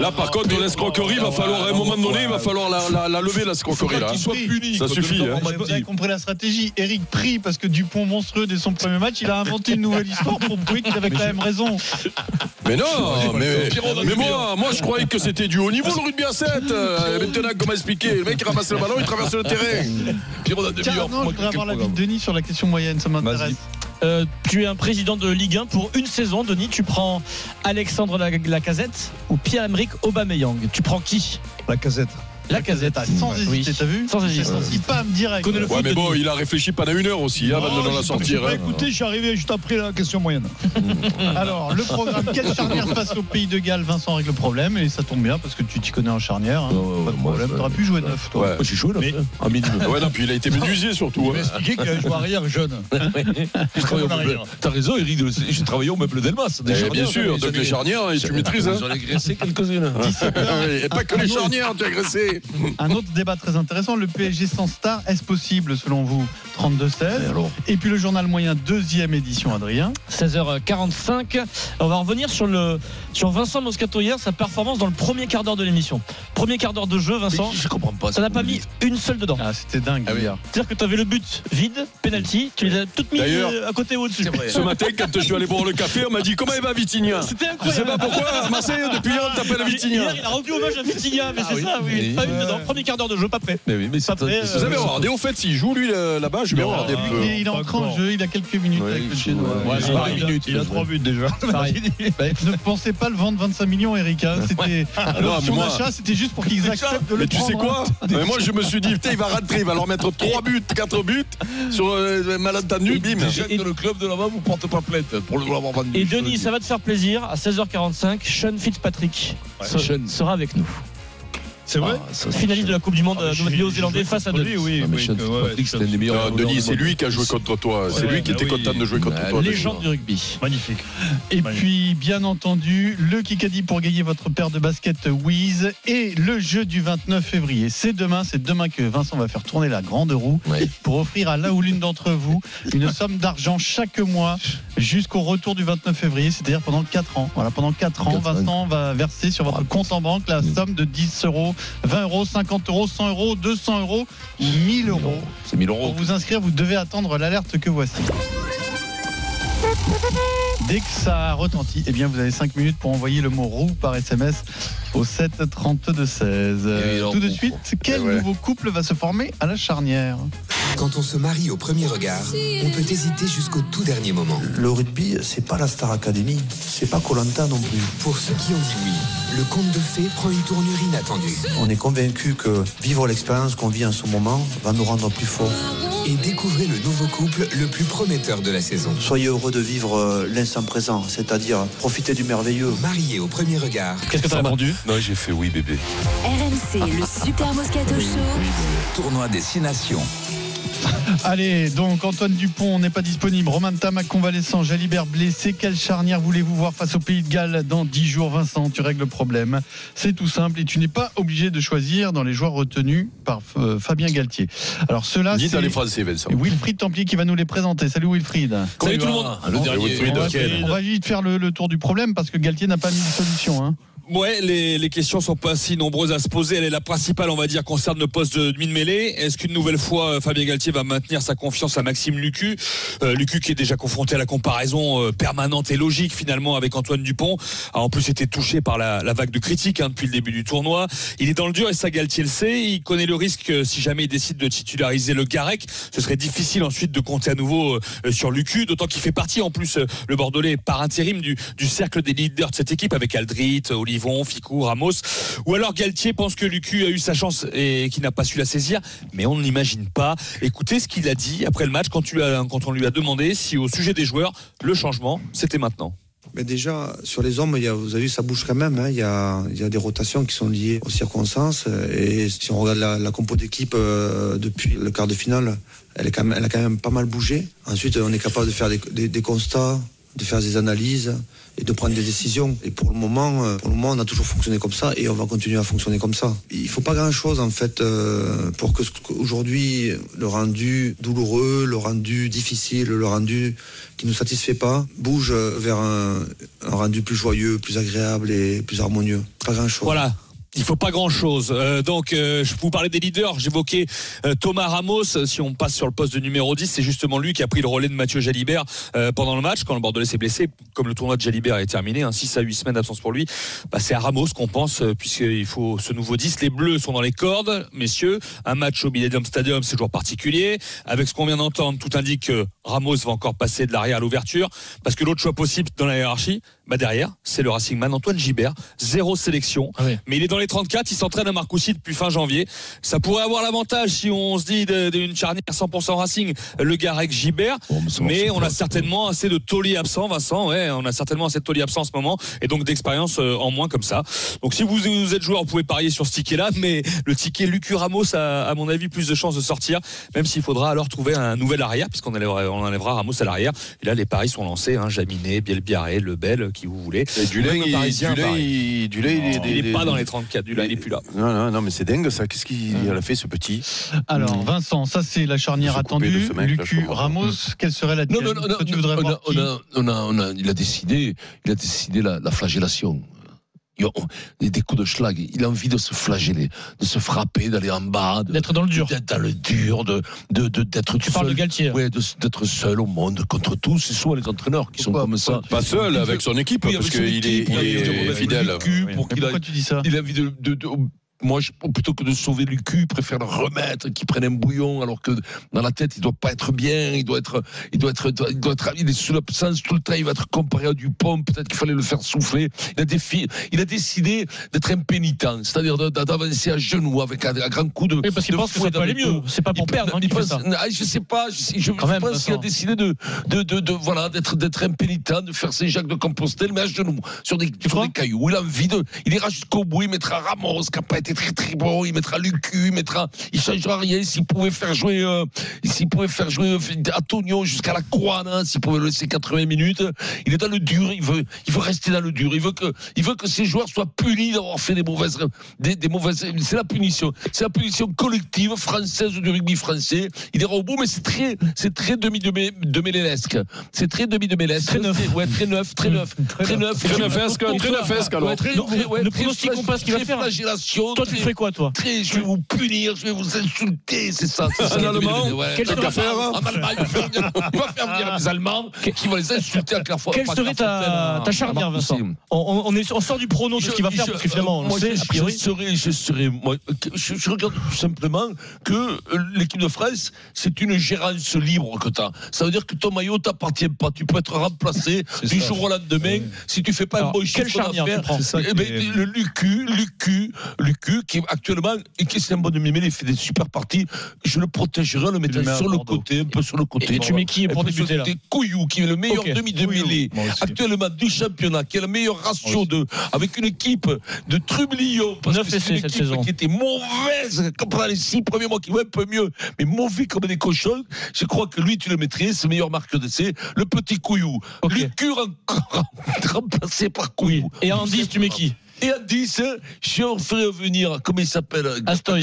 [SPEAKER 5] là par contre, l'escroquerie, il va falloir, à un moment donné, il va falloir la, la, la lever, l'escroquerie, là.
[SPEAKER 3] qu'il soit puni.
[SPEAKER 5] Ça
[SPEAKER 3] quoi,
[SPEAKER 5] suffit,
[SPEAKER 3] comme
[SPEAKER 5] hein.
[SPEAKER 3] on m'a
[SPEAKER 7] J'ai
[SPEAKER 3] dit.
[SPEAKER 7] pas compris la stratégie. Eric prie parce que Dupont monstrueux dès son premier match, il a inventé une nouvelle histoire pour prouver qu'il avait quand même raison.
[SPEAKER 5] Mais non, mais,
[SPEAKER 3] Pierrot dans
[SPEAKER 5] mais
[SPEAKER 3] le
[SPEAKER 5] moi, moi je croyais que c'était du haut niveau le rugby à 7. euh, maintenant, comment expliquer Le mec il ramasse le ballon, il traverse le terrain.
[SPEAKER 3] Pierrot, dans
[SPEAKER 7] Tiens,
[SPEAKER 3] demi-heure,
[SPEAKER 7] non, je
[SPEAKER 3] moi,
[SPEAKER 7] voudrais
[SPEAKER 3] quelqu'un
[SPEAKER 7] avoir l'avis de
[SPEAKER 3] programme.
[SPEAKER 7] Denis sur la question moyenne, ça m'intéresse.
[SPEAKER 6] Euh, tu es un président de Ligue 1 pour une saison, Denis. Tu prends Alexandre Lac- Lacazette ou Pierre-Emerick Aubameyang. Tu prends qui
[SPEAKER 14] La casette. Ah,
[SPEAKER 6] Lacazette.
[SPEAKER 7] Sans hésiter, t'as vu
[SPEAKER 6] Sans hésiter.
[SPEAKER 7] Il pas à me direct.
[SPEAKER 6] Connais le
[SPEAKER 5] Ouais,
[SPEAKER 6] foot,
[SPEAKER 5] mais bon,
[SPEAKER 6] Denis.
[SPEAKER 5] il a réfléchi pendant une heure aussi, hein, avant de la sortir.
[SPEAKER 14] J'ai Ah, pas
[SPEAKER 5] hein.
[SPEAKER 14] écouté, je suis arrivé juste après la question moyenne.
[SPEAKER 7] Alors, le programme, quelle charnière face au pays de Galles Vincent règle le problème, et ça tombe bien parce que tu t'y connais en charnière. hein.
[SPEAKER 3] Ouais, ouais,
[SPEAKER 7] pas de
[SPEAKER 3] ouais,
[SPEAKER 7] problème,
[SPEAKER 3] moi,
[SPEAKER 7] t'auras
[SPEAKER 3] ça-
[SPEAKER 7] pu jouer neuf, toi.
[SPEAKER 5] Ouais.
[SPEAKER 3] Moi, j'ai joué là.
[SPEAKER 14] Mais-
[SPEAKER 5] hein,
[SPEAKER 3] Un minimum.
[SPEAKER 5] Ouais, non, puis il a été médusé surtout. hein.
[SPEAKER 14] Expliquer qu'il y a un joueur arrière jeune.
[SPEAKER 3] J'ai travaillé au meuble- T'as raison, Eric, de- j'ai travaillé au meuble d'Elmas. des
[SPEAKER 5] Eh,
[SPEAKER 3] charnières,
[SPEAKER 5] bien sûr,
[SPEAKER 3] j'en ai-
[SPEAKER 5] donc les
[SPEAKER 3] j'en ai-
[SPEAKER 5] charnières, et tu maîtrises. Hein.
[SPEAKER 3] J'en ai graissé quelques-unes. Ah,
[SPEAKER 5] Ouais, Et pas que les charnières, tu as agressé.
[SPEAKER 7] Un autre débat très intéressant, le PSG sans star, est-ce possible selon vous 32-16
[SPEAKER 3] alors
[SPEAKER 7] Et puis le journal moyen, deuxième édition, Adrien.
[SPEAKER 6] 16h45. On va revenir sur, le, sur Vincent Moscato hier, sa performance dans le premier quart d'heure de l'émission. Premier quart d'heure de jeu, Vincent.
[SPEAKER 3] Je comprends pas.
[SPEAKER 6] Ça n'a pas mis une seule dedans.
[SPEAKER 7] Ah, c'était dingue
[SPEAKER 5] Ah oui.
[SPEAKER 7] hier.
[SPEAKER 6] C'est-à-dire que tu avais le but vide, penalty, tu les as toutes mises
[SPEAKER 5] D'ailleurs,
[SPEAKER 6] euh, à côté ou au-dessus.
[SPEAKER 5] Ce matin, quand je suis allé boire le café, on m'a dit Comment il va Vitigna
[SPEAKER 6] C'était
[SPEAKER 5] Je sais pas
[SPEAKER 6] incroyable. Ah
[SPEAKER 5] pourquoi, à Marseille, depuis hier, on t'appelle Vitigna.
[SPEAKER 6] Hier, il a rendu hommage à Vitinha, mais
[SPEAKER 3] Ah
[SPEAKER 6] c'est
[SPEAKER 3] oui.
[SPEAKER 6] ça,
[SPEAKER 3] Oui.
[SPEAKER 6] oui. Pas une dedans. Premier quart d'heure de jeu, pas prêt.
[SPEAKER 3] Mais oui, mais ça
[SPEAKER 6] Après, euh,
[SPEAKER 5] Vous avez regardé, au fait, s'il joue lui euh, là-bas, je vais
[SPEAKER 7] Non,
[SPEAKER 5] regarder un
[SPEAKER 7] il,
[SPEAKER 5] peu.
[SPEAKER 7] est- il est
[SPEAKER 14] Pas
[SPEAKER 7] entré en
[SPEAKER 14] encore.
[SPEAKER 7] jeu, il a quelques minutes
[SPEAKER 3] Ouais,
[SPEAKER 7] avec le
[SPEAKER 3] il joue,
[SPEAKER 7] Chinois.
[SPEAKER 3] ouais.
[SPEAKER 7] Il-
[SPEAKER 3] c'est pareil.
[SPEAKER 14] Il a trois buts déjà.
[SPEAKER 6] pareil.
[SPEAKER 7] Bah, ne pensez pas le vendre 25 millions, Eric. hein. C'était
[SPEAKER 5] non, mais
[SPEAKER 7] son
[SPEAKER 5] moi-
[SPEAKER 7] achat, c'était juste pour qu'ils acceptent de le
[SPEAKER 5] Mais tu sais
[SPEAKER 7] prendre, hein.
[SPEAKER 5] quoi Mais Moi je me suis dit, putain, il va rentrer, il va leur mettre 3 buts, 4 buts sur euh, malentendu, bim.
[SPEAKER 3] Les jeunes de le club de là-bas vous portez pas plainte pour le l'avoir vendu.
[SPEAKER 6] Et
[SPEAKER 3] je te le
[SPEAKER 6] Denis,
[SPEAKER 3] dis.
[SPEAKER 6] ça va te faire plaisir. À 16h45, Sean Fitzpatrick se-
[SPEAKER 3] Sean.
[SPEAKER 6] sera avec nous.
[SPEAKER 14] C'est vrai
[SPEAKER 3] Ah, ça, c'est
[SPEAKER 6] Finaliste de la Coupe du Monde
[SPEAKER 14] Ah, mais je-
[SPEAKER 6] néo-zélandais
[SPEAKER 14] je- je-
[SPEAKER 6] face à
[SPEAKER 14] je- Oui,
[SPEAKER 6] Denis.
[SPEAKER 14] oui,
[SPEAKER 3] Ah, mais
[SPEAKER 14] oui,
[SPEAKER 3] Sean
[SPEAKER 14] que- ouais,
[SPEAKER 3] Fitzpatrick,
[SPEAKER 14] Sean-
[SPEAKER 3] c'était le meilleur.
[SPEAKER 5] Non, Denis, c'est lui qui a joué contre toi. C'est
[SPEAKER 14] Ouais,
[SPEAKER 5] lui qui
[SPEAKER 14] bah
[SPEAKER 5] était
[SPEAKER 14] oui.
[SPEAKER 5] content de jouer contre
[SPEAKER 3] Ouais,
[SPEAKER 5] toi. Denis.
[SPEAKER 6] Légende du rugby.
[SPEAKER 14] Magnifique.
[SPEAKER 7] Et
[SPEAKER 14] Ouais.
[SPEAKER 7] puis, bien entendu, le Kikadi pour gagner votre paire de baskets Wiz et le jeu du 29 février. C'est demain, c'est demain que Vincent va faire tourner la grande roue
[SPEAKER 3] Ouais.
[SPEAKER 7] pour offrir à l'un ou l'une d'entre vous une somme d'argent chaque mois jusqu'au retour du 29 février, c'est-à-dire pendant 4 ans. Voilà, pendant 4 ans,
[SPEAKER 3] Quatre ans. Mm.
[SPEAKER 7] Vincent va verser sur votre compte en banque la somme de 10 euros, 20 euros, 50 euros, 100 euros, 200 euros ou 1000 euros.
[SPEAKER 3] C'est 1000
[SPEAKER 7] Pour
[SPEAKER 3] euros.
[SPEAKER 7] vous inscrire, vous devez attendre l'alerte que voici. Dès que ça retentit, eh bien vous avez 5 minutes pour envoyer le mot roux par SMS au 7 32 16.
[SPEAKER 3] Eh oui, alors,
[SPEAKER 7] Tout de
[SPEAKER 3] bon,
[SPEAKER 7] suite, quel
[SPEAKER 5] Eh ouais.
[SPEAKER 7] nouveau couple va se former à la charnière
[SPEAKER 15] Quand on se marie au premier regard, on peut hésiter jusqu'au tout dernier moment.
[SPEAKER 10] Le rugby, c'est pas la Star Academy, c'est pas Colanta non plus.
[SPEAKER 15] Pour ceux qui ont dit oui, le conte de fées prend une tournure inattendue.
[SPEAKER 10] On est convaincu que vivre l'expérience qu'on vit en ce moment va nous rendre plus forts.
[SPEAKER 15] Et découvrez le nouveau couple le plus prometteur de la saison.
[SPEAKER 10] Soyez heureux de vivre euh, l'instant présent, c'est-à-dire profiter du merveilleux.
[SPEAKER 15] Marié au premier regard.
[SPEAKER 6] Qu'est-ce que t'as répondu
[SPEAKER 16] Non, j'ai fait oui, bébé.
[SPEAKER 1] RMC, le Super Moscato Show.
[SPEAKER 2] Tournoi des six nations.
[SPEAKER 7] Allez, donc Antoine Dupont n'est pas disponible. Romain Tamac convalescent. Jalibert blessé. Quelle charnière voulez-vous voir face au Pays de Galles dans 10 jours Vincent, tu règles le problème. C'est tout simple et tu n'es pas obligé de choisir dans les joueurs retenus par euh, Fabien Galtier. Alors ceux-là,
[SPEAKER 5] Dites à
[SPEAKER 7] c'est
[SPEAKER 5] les Français, Vincent.
[SPEAKER 7] Wilfried Templier qui va nous les présenter. Salut Wilfried.
[SPEAKER 3] Salut tout le monde.
[SPEAKER 5] Ah, Le dernier. Wilfried,
[SPEAKER 7] on, va,
[SPEAKER 5] lequel
[SPEAKER 7] on va vite faire le, le tour du problème parce que Galtier n'a pas mis de solution. hein.
[SPEAKER 17] Ouais, les, les questions sont pas si nombreuses à se poser. Elle est la principale, on va dire, concerne le poste de demi de mêlée. Est-ce qu'une nouvelle fois, euh, Fabien Galtier va maintenir sa confiance à Maxime Lucu Euh, Lucu qui est déjà confronté à la comparaison euh, permanente et logique finalement avec Antoine Dupont. A en plus été touché par la, la vague de critiques hein, depuis le début du tournoi. Il est dans le dur et ça Galtier le sait. Il connaît le risque euh, si jamais il décide de titulariser le Garec. Ce serait difficile ensuite de compter à nouveau euh, sur Lucu, d'autant qu'il fait partie en plus euh, le Bordelais par intérim du, du cercle des leaders de cette équipe avec Aldrit, Olivon, Ficou, Ramos. Ou alors Galtier pense que Lucu a eu sa chance et qu'il n'a pas su la saisir, mais on ne l'imagine pas. Écoutez ce qu'il a dit après le match quand, tu as- quand on lui a demandé si au sujet des joueurs, le changement, c'était maintenant.
[SPEAKER 18] Mais déjà, sur les hommes, il y a- vous avez vu, ça bouge quand même. hein. Il, y a, il y a des rotations qui sont liées aux circonstances. Et si on regarde la, la compo d'équipe euh, depuis le quart de finale, elle, est quand même- elle a quand même pas mal bougé. Ensuite, on est capable de faire des, des- des constats, de faire des analyses et de prendre des décisions. Et pour le moment, euh, pour le moment, on a toujours fonctionné comme ça et on va continuer à fonctionner comme ça. Il faut pas grand-chose en fait euh, pour que ce qu'aujourd'hui le rendu douloureux, le rendu difficile, le rendu qui nous satisfait pas bouge euh, vers un, un rendu plus joyeux, plus agréable et plus harmonieux. Pas grand-chose.
[SPEAKER 17] Voilà. Il faut pas grand chose. donc, euh, je vous parlais des leaders. J'évoquais euh, Thomas Ramos. Si on passe sur le poste de numéro 10, c'est justement lui qui a pris le relais de Mathieu Jalibert euh, pendant le match. Quand le Bordelais s'est blessé, comme le tournoi de Jalibert est terminé, hein, 6 à 8 semaines d'absence pour lui, bah, c'est à Ramos qu'on pense, euh, puisqu'il faut ce nouveau 10. Les Bleus sont dans les cordes, messieurs. Un match au Millennium Stadium, c'est toujours particulier. Avec ce qu'on vient d'entendre, tout indique que Ramos va encore passer de l'arrière à l'ouverture. Parce que l'autre choix possible dans la hiérarchie, bah, derrière, c'est le Racing Man Antoine Gibert. Zéro sélection.
[SPEAKER 14] Ah
[SPEAKER 17] Mais il est dans les 34, il s'entraîne à Marcoussis depuis fin janvier. Ça pourrait avoir l'avantage si on se dit de- d'une charnière 100% Racing, le Garec Gibert. mais on a certainement assez de tauliers absents, Vincent. Ouais, on a certainement assez de tauliers absents en ce moment et donc d'expérience euh, en moins comme ça. Donc si vous, vous êtes joueur, vous pouvez parier sur ce ticket-là. Mais le ticket Lucu Ramos a, à mon avis, plus de chances de sortir, même s'il faudra alors trouver un nouvel arrière, puisqu'on enlèvera, on enlèvera Ramos à l'arrière. Et là, les paris sont lancés hein, Jaminet, Bielbiaré, Lebel, euh, qui vous voulez.
[SPEAKER 5] Et Dulay,
[SPEAKER 17] Même le
[SPEAKER 5] il-
[SPEAKER 17] Parisien,
[SPEAKER 5] Dulay,
[SPEAKER 17] pareil.
[SPEAKER 5] il- Dulay, il est
[SPEAKER 17] Il
[SPEAKER 5] des-
[SPEAKER 17] n'est pas
[SPEAKER 5] des-
[SPEAKER 17] dans les 34, Dulay, il n'est plus là.
[SPEAKER 5] Non, non, non, mais c'est dingue ça. Qu'est-ce qu'il a fait ce petit Hmm.
[SPEAKER 7] Alors Vincent, ça c'est la charnière
[SPEAKER 5] couper de
[SPEAKER 7] attendue.
[SPEAKER 5] ce mec, là, je
[SPEAKER 7] Lucu,
[SPEAKER 5] comprends pas.
[SPEAKER 7] Ramos, quelle serait la
[SPEAKER 3] Non,
[SPEAKER 7] tienne
[SPEAKER 3] non, non, oh,
[SPEAKER 7] Toi, tu voudrais
[SPEAKER 3] non,
[SPEAKER 7] voir
[SPEAKER 3] on
[SPEAKER 7] qui
[SPEAKER 3] a- on a- on a- il a décidé, il a décidé la, la flagellation. Il y a- des- des coups de schlag, il a envie de se flageller, de se frapper, d'aller en bas, de-
[SPEAKER 6] D'être dans le dur.
[SPEAKER 3] d'être dans le dur, de de- de- d'être tout
[SPEAKER 6] Tu
[SPEAKER 3] seul.
[SPEAKER 6] parles de Galtier.
[SPEAKER 3] Ouais, de- d'être seul au monde contre tous. C'est souvent les entraîneurs qui sont comme ça.
[SPEAKER 5] Pas seul, avec son équipe,
[SPEAKER 3] Oui,
[SPEAKER 5] parce
[SPEAKER 3] avec son
[SPEAKER 5] qu'il est-
[SPEAKER 3] équipe,
[SPEAKER 5] il
[SPEAKER 3] avec
[SPEAKER 5] est
[SPEAKER 3] Robert
[SPEAKER 5] fidèle.
[SPEAKER 3] Lucu,
[SPEAKER 5] Oui.
[SPEAKER 3] pour
[SPEAKER 5] Mais
[SPEAKER 3] qu'il a-
[SPEAKER 5] pourquoi tu dis ça
[SPEAKER 3] Il a envie de, de- de- moi, je- plutôt que de sauver Lucu, il préfère le remettre, qu'il prenne un bouillon, alors que dans la tête, il doit pas être bien, il doit être, il doit être, il doit être, il est sous l'absence tout le temps, il va être comparé à Dupont, peut-être qu'il fallait le faire souffler. Il a, défi- il a décidé d'être impénitent, c'est-à-dire de- d'avancer à genoux avec un, un grand coup de.
[SPEAKER 6] Oui, parce qu'il
[SPEAKER 3] de
[SPEAKER 6] pense que
[SPEAKER 3] fouet
[SPEAKER 6] ça peut
[SPEAKER 3] dans
[SPEAKER 6] aller
[SPEAKER 3] le
[SPEAKER 6] mieux.
[SPEAKER 3] dos.
[SPEAKER 6] C'est pas pour
[SPEAKER 3] Il-
[SPEAKER 6] perdre, hein,
[SPEAKER 3] il
[SPEAKER 6] qu'il fait
[SPEAKER 3] pense-
[SPEAKER 6] ça.
[SPEAKER 3] Ah, je sais pas, je, je-
[SPEAKER 6] Quand
[SPEAKER 3] je
[SPEAKER 6] même,
[SPEAKER 3] pense qu'il a
[SPEAKER 6] Vincent.
[SPEAKER 3] décidé de, de, de, de- voilà, d'être, d'être impénitent, de faire ses Jacques de Compostelle, mais à genoux, sur des, sur des cailloux. Il a envie de, il ira jusqu'au bout, il mettra Ramos, qui n'a pas été très très bon, il mettra Lucu, il mettra, il changera rien. S'il pouvait faire jouer, euh, s'il pouvait faire jouer euh, Antonio jusqu'à la croix, hein, s'il pouvait le laisser 80 minutes, il est dans le dur, il veut, il veut rester dans le dur, il veut que, il veut que ses joueurs soient punis d'avoir fait des mauvaises, des, des mauvaises, c'est la punition, c'est la punition collective française du rugby français. Il ira au bout, mais c'est très, c'est très demi de, mé- de Mélélesque. C'est très demi de Mélélesque. Très neuf. Ouais, très neuf, très neuf, très neuf.
[SPEAKER 5] Très neufesque, très neufesque, alors.
[SPEAKER 3] Ouais, très,
[SPEAKER 5] Non,
[SPEAKER 3] très- ouais,
[SPEAKER 5] ne
[SPEAKER 3] très
[SPEAKER 5] pronostiquons
[SPEAKER 3] flag-
[SPEAKER 5] pas ce qu'il va
[SPEAKER 3] très
[SPEAKER 5] faire.
[SPEAKER 3] flagellation,
[SPEAKER 6] Toi, tu ferais quoi, toi
[SPEAKER 3] Très, je vais vous punir, je vais vous insulter, c'est ça. c'est ça.
[SPEAKER 6] En allemand
[SPEAKER 3] Ouais,
[SPEAKER 6] Quelle
[SPEAKER 3] tant
[SPEAKER 6] serait
[SPEAKER 3] qu'à
[SPEAKER 6] ta-
[SPEAKER 3] faire, hein. En Allemagne, on va faire venir- on va faire venir des Allemands qui vont les insulter à Clairefoy.
[SPEAKER 6] Quelle
[SPEAKER 3] pas
[SPEAKER 6] serait ta,
[SPEAKER 3] Clairefontaine,
[SPEAKER 6] ta
[SPEAKER 3] hein,
[SPEAKER 6] charnière,
[SPEAKER 3] à
[SPEAKER 6] Vincent
[SPEAKER 3] Marcoussis.
[SPEAKER 6] on, on- on est- on sort du pronom de ce qu'il va
[SPEAKER 3] Je-
[SPEAKER 6] faire,
[SPEAKER 3] je-
[SPEAKER 6] parce que finalement, on le
[SPEAKER 3] moi,
[SPEAKER 6] sait,
[SPEAKER 3] je-
[SPEAKER 6] a priori.
[SPEAKER 3] Je serais, je serais- moi, que- je, je regarde tout simplement que euh, l'équipe de France, c'est une gérance libre que tu as. Ça veut dire que ton maillot t'appartient pas. Tu peux être remplacé du
[SPEAKER 14] ça.
[SPEAKER 3] jour au lendemain si tu fais pas un
[SPEAKER 14] Alors,
[SPEAKER 3] bon
[SPEAKER 14] quelle
[SPEAKER 3] chiffre
[SPEAKER 14] charnière tu
[SPEAKER 3] d'affaires.
[SPEAKER 14] prends C'est ça
[SPEAKER 3] Eh
[SPEAKER 14] qui
[SPEAKER 3] ben,
[SPEAKER 14] est-
[SPEAKER 3] Le Lucu, Lucu, Lucu, qui est actuellement, et qui est un bon demi-mêlée, il fait des super parties. Je le protégerai en le mettant
[SPEAKER 14] mets à
[SPEAKER 3] sur le
[SPEAKER 14] Bordeaux.
[SPEAKER 3] côté, un peu sur le côté.
[SPEAKER 14] Et tu mets qui
[SPEAKER 3] Un
[SPEAKER 14] pour
[SPEAKER 3] peu sur
[SPEAKER 14] débuter,
[SPEAKER 3] le
[SPEAKER 14] là
[SPEAKER 3] côté. Couillou, qui est le meilleur
[SPEAKER 14] Ok.
[SPEAKER 3] demi de mêlée
[SPEAKER 14] Couillou, moi aussi.
[SPEAKER 3] actuellement du championnat, qui a le meilleur ratio de, avec une équipe de Trublio, parce que c'est une équipe qui était mauvaise comme pendant les six premiers mois, qui va un peu mieux, mais mauvais comme des cochons. Je crois que lui, tu le maîtrises, le meilleur marque d'essai, le petit couillou. Le cul encore remplacé par couillou.
[SPEAKER 6] Et en 10, tu mets qui
[SPEAKER 3] et à 10, je ferai venir, comment il s'appelle Astoy.
[SPEAKER 6] Astoy.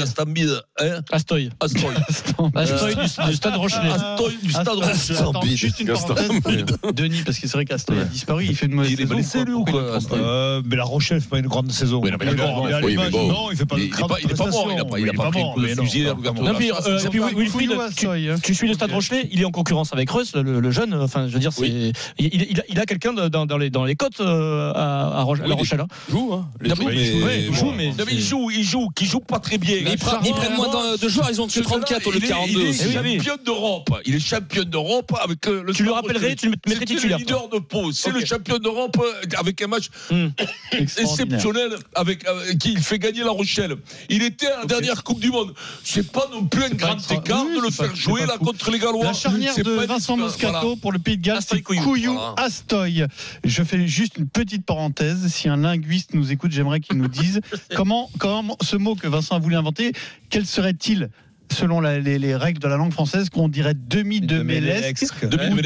[SPEAKER 3] Astoy. Ah,
[SPEAKER 6] Astoy du- du Stade Rochelet.
[SPEAKER 3] Astoy du Stade Rochelet.
[SPEAKER 7] Attends, juste une
[SPEAKER 3] Gaston
[SPEAKER 7] parenthèse.
[SPEAKER 3] Bide.
[SPEAKER 7] Denis, parce que c'est vrai qu'Astoy a disparu, il fait une mauvaise
[SPEAKER 14] Il est
[SPEAKER 7] saison.
[SPEAKER 14] blessé, lui, ou
[SPEAKER 7] Pourquoi
[SPEAKER 14] quoi,
[SPEAKER 7] il le prend pas
[SPEAKER 14] Euh, mais la Rochelle fait pas une grande saison.
[SPEAKER 3] Oui, non, mais
[SPEAKER 14] Il
[SPEAKER 3] d'accord,
[SPEAKER 14] a- il a
[SPEAKER 3] oui, mais
[SPEAKER 14] l'image-
[SPEAKER 3] bon.
[SPEAKER 14] Non, il fait pas
[SPEAKER 3] Il-
[SPEAKER 14] de
[SPEAKER 3] il est
[SPEAKER 14] grande
[SPEAKER 3] pas- il est pas mort,
[SPEAKER 14] prestation.
[SPEAKER 3] il a pas- il a
[SPEAKER 14] est
[SPEAKER 3] pas pris le coup de
[SPEAKER 14] mais
[SPEAKER 3] fusil
[SPEAKER 14] non,
[SPEAKER 3] à l'ouverture
[SPEAKER 14] pas
[SPEAKER 6] Non,
[SPEAKER 14] mort.
[SPEAKER 6] puis, euh,
[SPEAKER 14] C'est
[SPEAKER 6] puis,
[SPEAKER 14] pas-
[SPEAKER 6] Wil- Wilfried,
[SPEAKER 14] Wilfried
[SPEAKER 6] tu,
[SPEAKER 14] Astoy, hein.
[SPEAKER 6] tu suis le Stade Rochelet, il est en concurrence avec Reus, là, le, le jeune. Enfin, je veux dire, c'est, il, il- il a- il a quelqu'un de- dans, dans les, dans les côtes euh, à, à Roche- à La Rochelle. hein.
[SPEAKER 17] Joue, hein. Les
[SPEAKER 6] Non,
[SPEAKER 17] joueurs,
[SPEAKER 6] mais-
[SPEAKER 17] mais-
[SPEAKER 6] ouais,
[SPEAKER 17] bon.
[SPEAKER 6] joue, mais
[SPEAKER 3] Non, mais il
[SPEAKER 6] c'est-
[SPEAKER 3] joue, il joue, qui joue pas très bien.
[SPEAKER 17] Mais ils prennent- ils prennent moins d'un- de joueurs, ils ont dessus 34 au lieu de
[SPEAKER 3] Il est-
[SPEAKER 17] 42
[SPEAKER 3] Il est,
[SPEAKER 17] aussi. Eh oui, oui.
[SPEAKER 3] champion d'Europe. Il est champion d'Europe avec euh, le.
[SPEAKER 6] Tu le
[SPEAKER 3] Stade
[SPEAKER 6] rappellerais,
[SPEAKER 3] Rochelet.
[SPEAKER 6] tu le mettrais
[SPEAKER 3] C'était
[SPEAKER 6] titulaire,
[SPEAKER 3] le leader de Pau. C'est
[SPEAKER 6] Ok.
[SPEAKER 3] le champion d'Europe euh, avec un match
[SPEAKER 7] Hmm.
[SPEAKER 3] exceptionnel avec, euh, qui il fait gagner La Rochelle. Il était à la dernière Coupe du Monde. C'est pas non plus un grand
[SPEAKER 7] extra-
[SPEAKER 3] écart
[SPEAKER 7] Oui,
[SPEAKER 3] de le
[SPEAKER 7] c'est pas-
[SPEAKER 3] faire
[SPEAKER 7] c'est
[SPEAKER 3] jouer
[SPEAKER 7] pas
[SPEAKER 3] là
[SPEAKER 7] fou.
[SPEAKER 3] contre les Gallois.
[SPEAKER 7] La charnière
[SPEAKER 3] C'est
[SPEAKER 7] de
[SPEAKER 3] pas une-
[SPEAKER 7] Vincent
[SPEAKER 3] voilà.
[SPEAKER 7] Moscato pour le Pays de Galles,
[SPEAKER 3] Astoy
[SPEAKER 7] c'est
[SPEAKER 3] Couillou.
[SPEAKER 7] Couillou,
[SPEAKER 3] Voilà.
[SPEAKER 7] Astoy. Je fais juste une petite parenthèse. Si un linguiste nous écoute, j'aimerais qu'il nous dise comment, comment ce mot que Vincent a voulu inventer, quel serait-il Selon la- les, les règles de la langue française, qu'on dirait demi de mélesque ou demi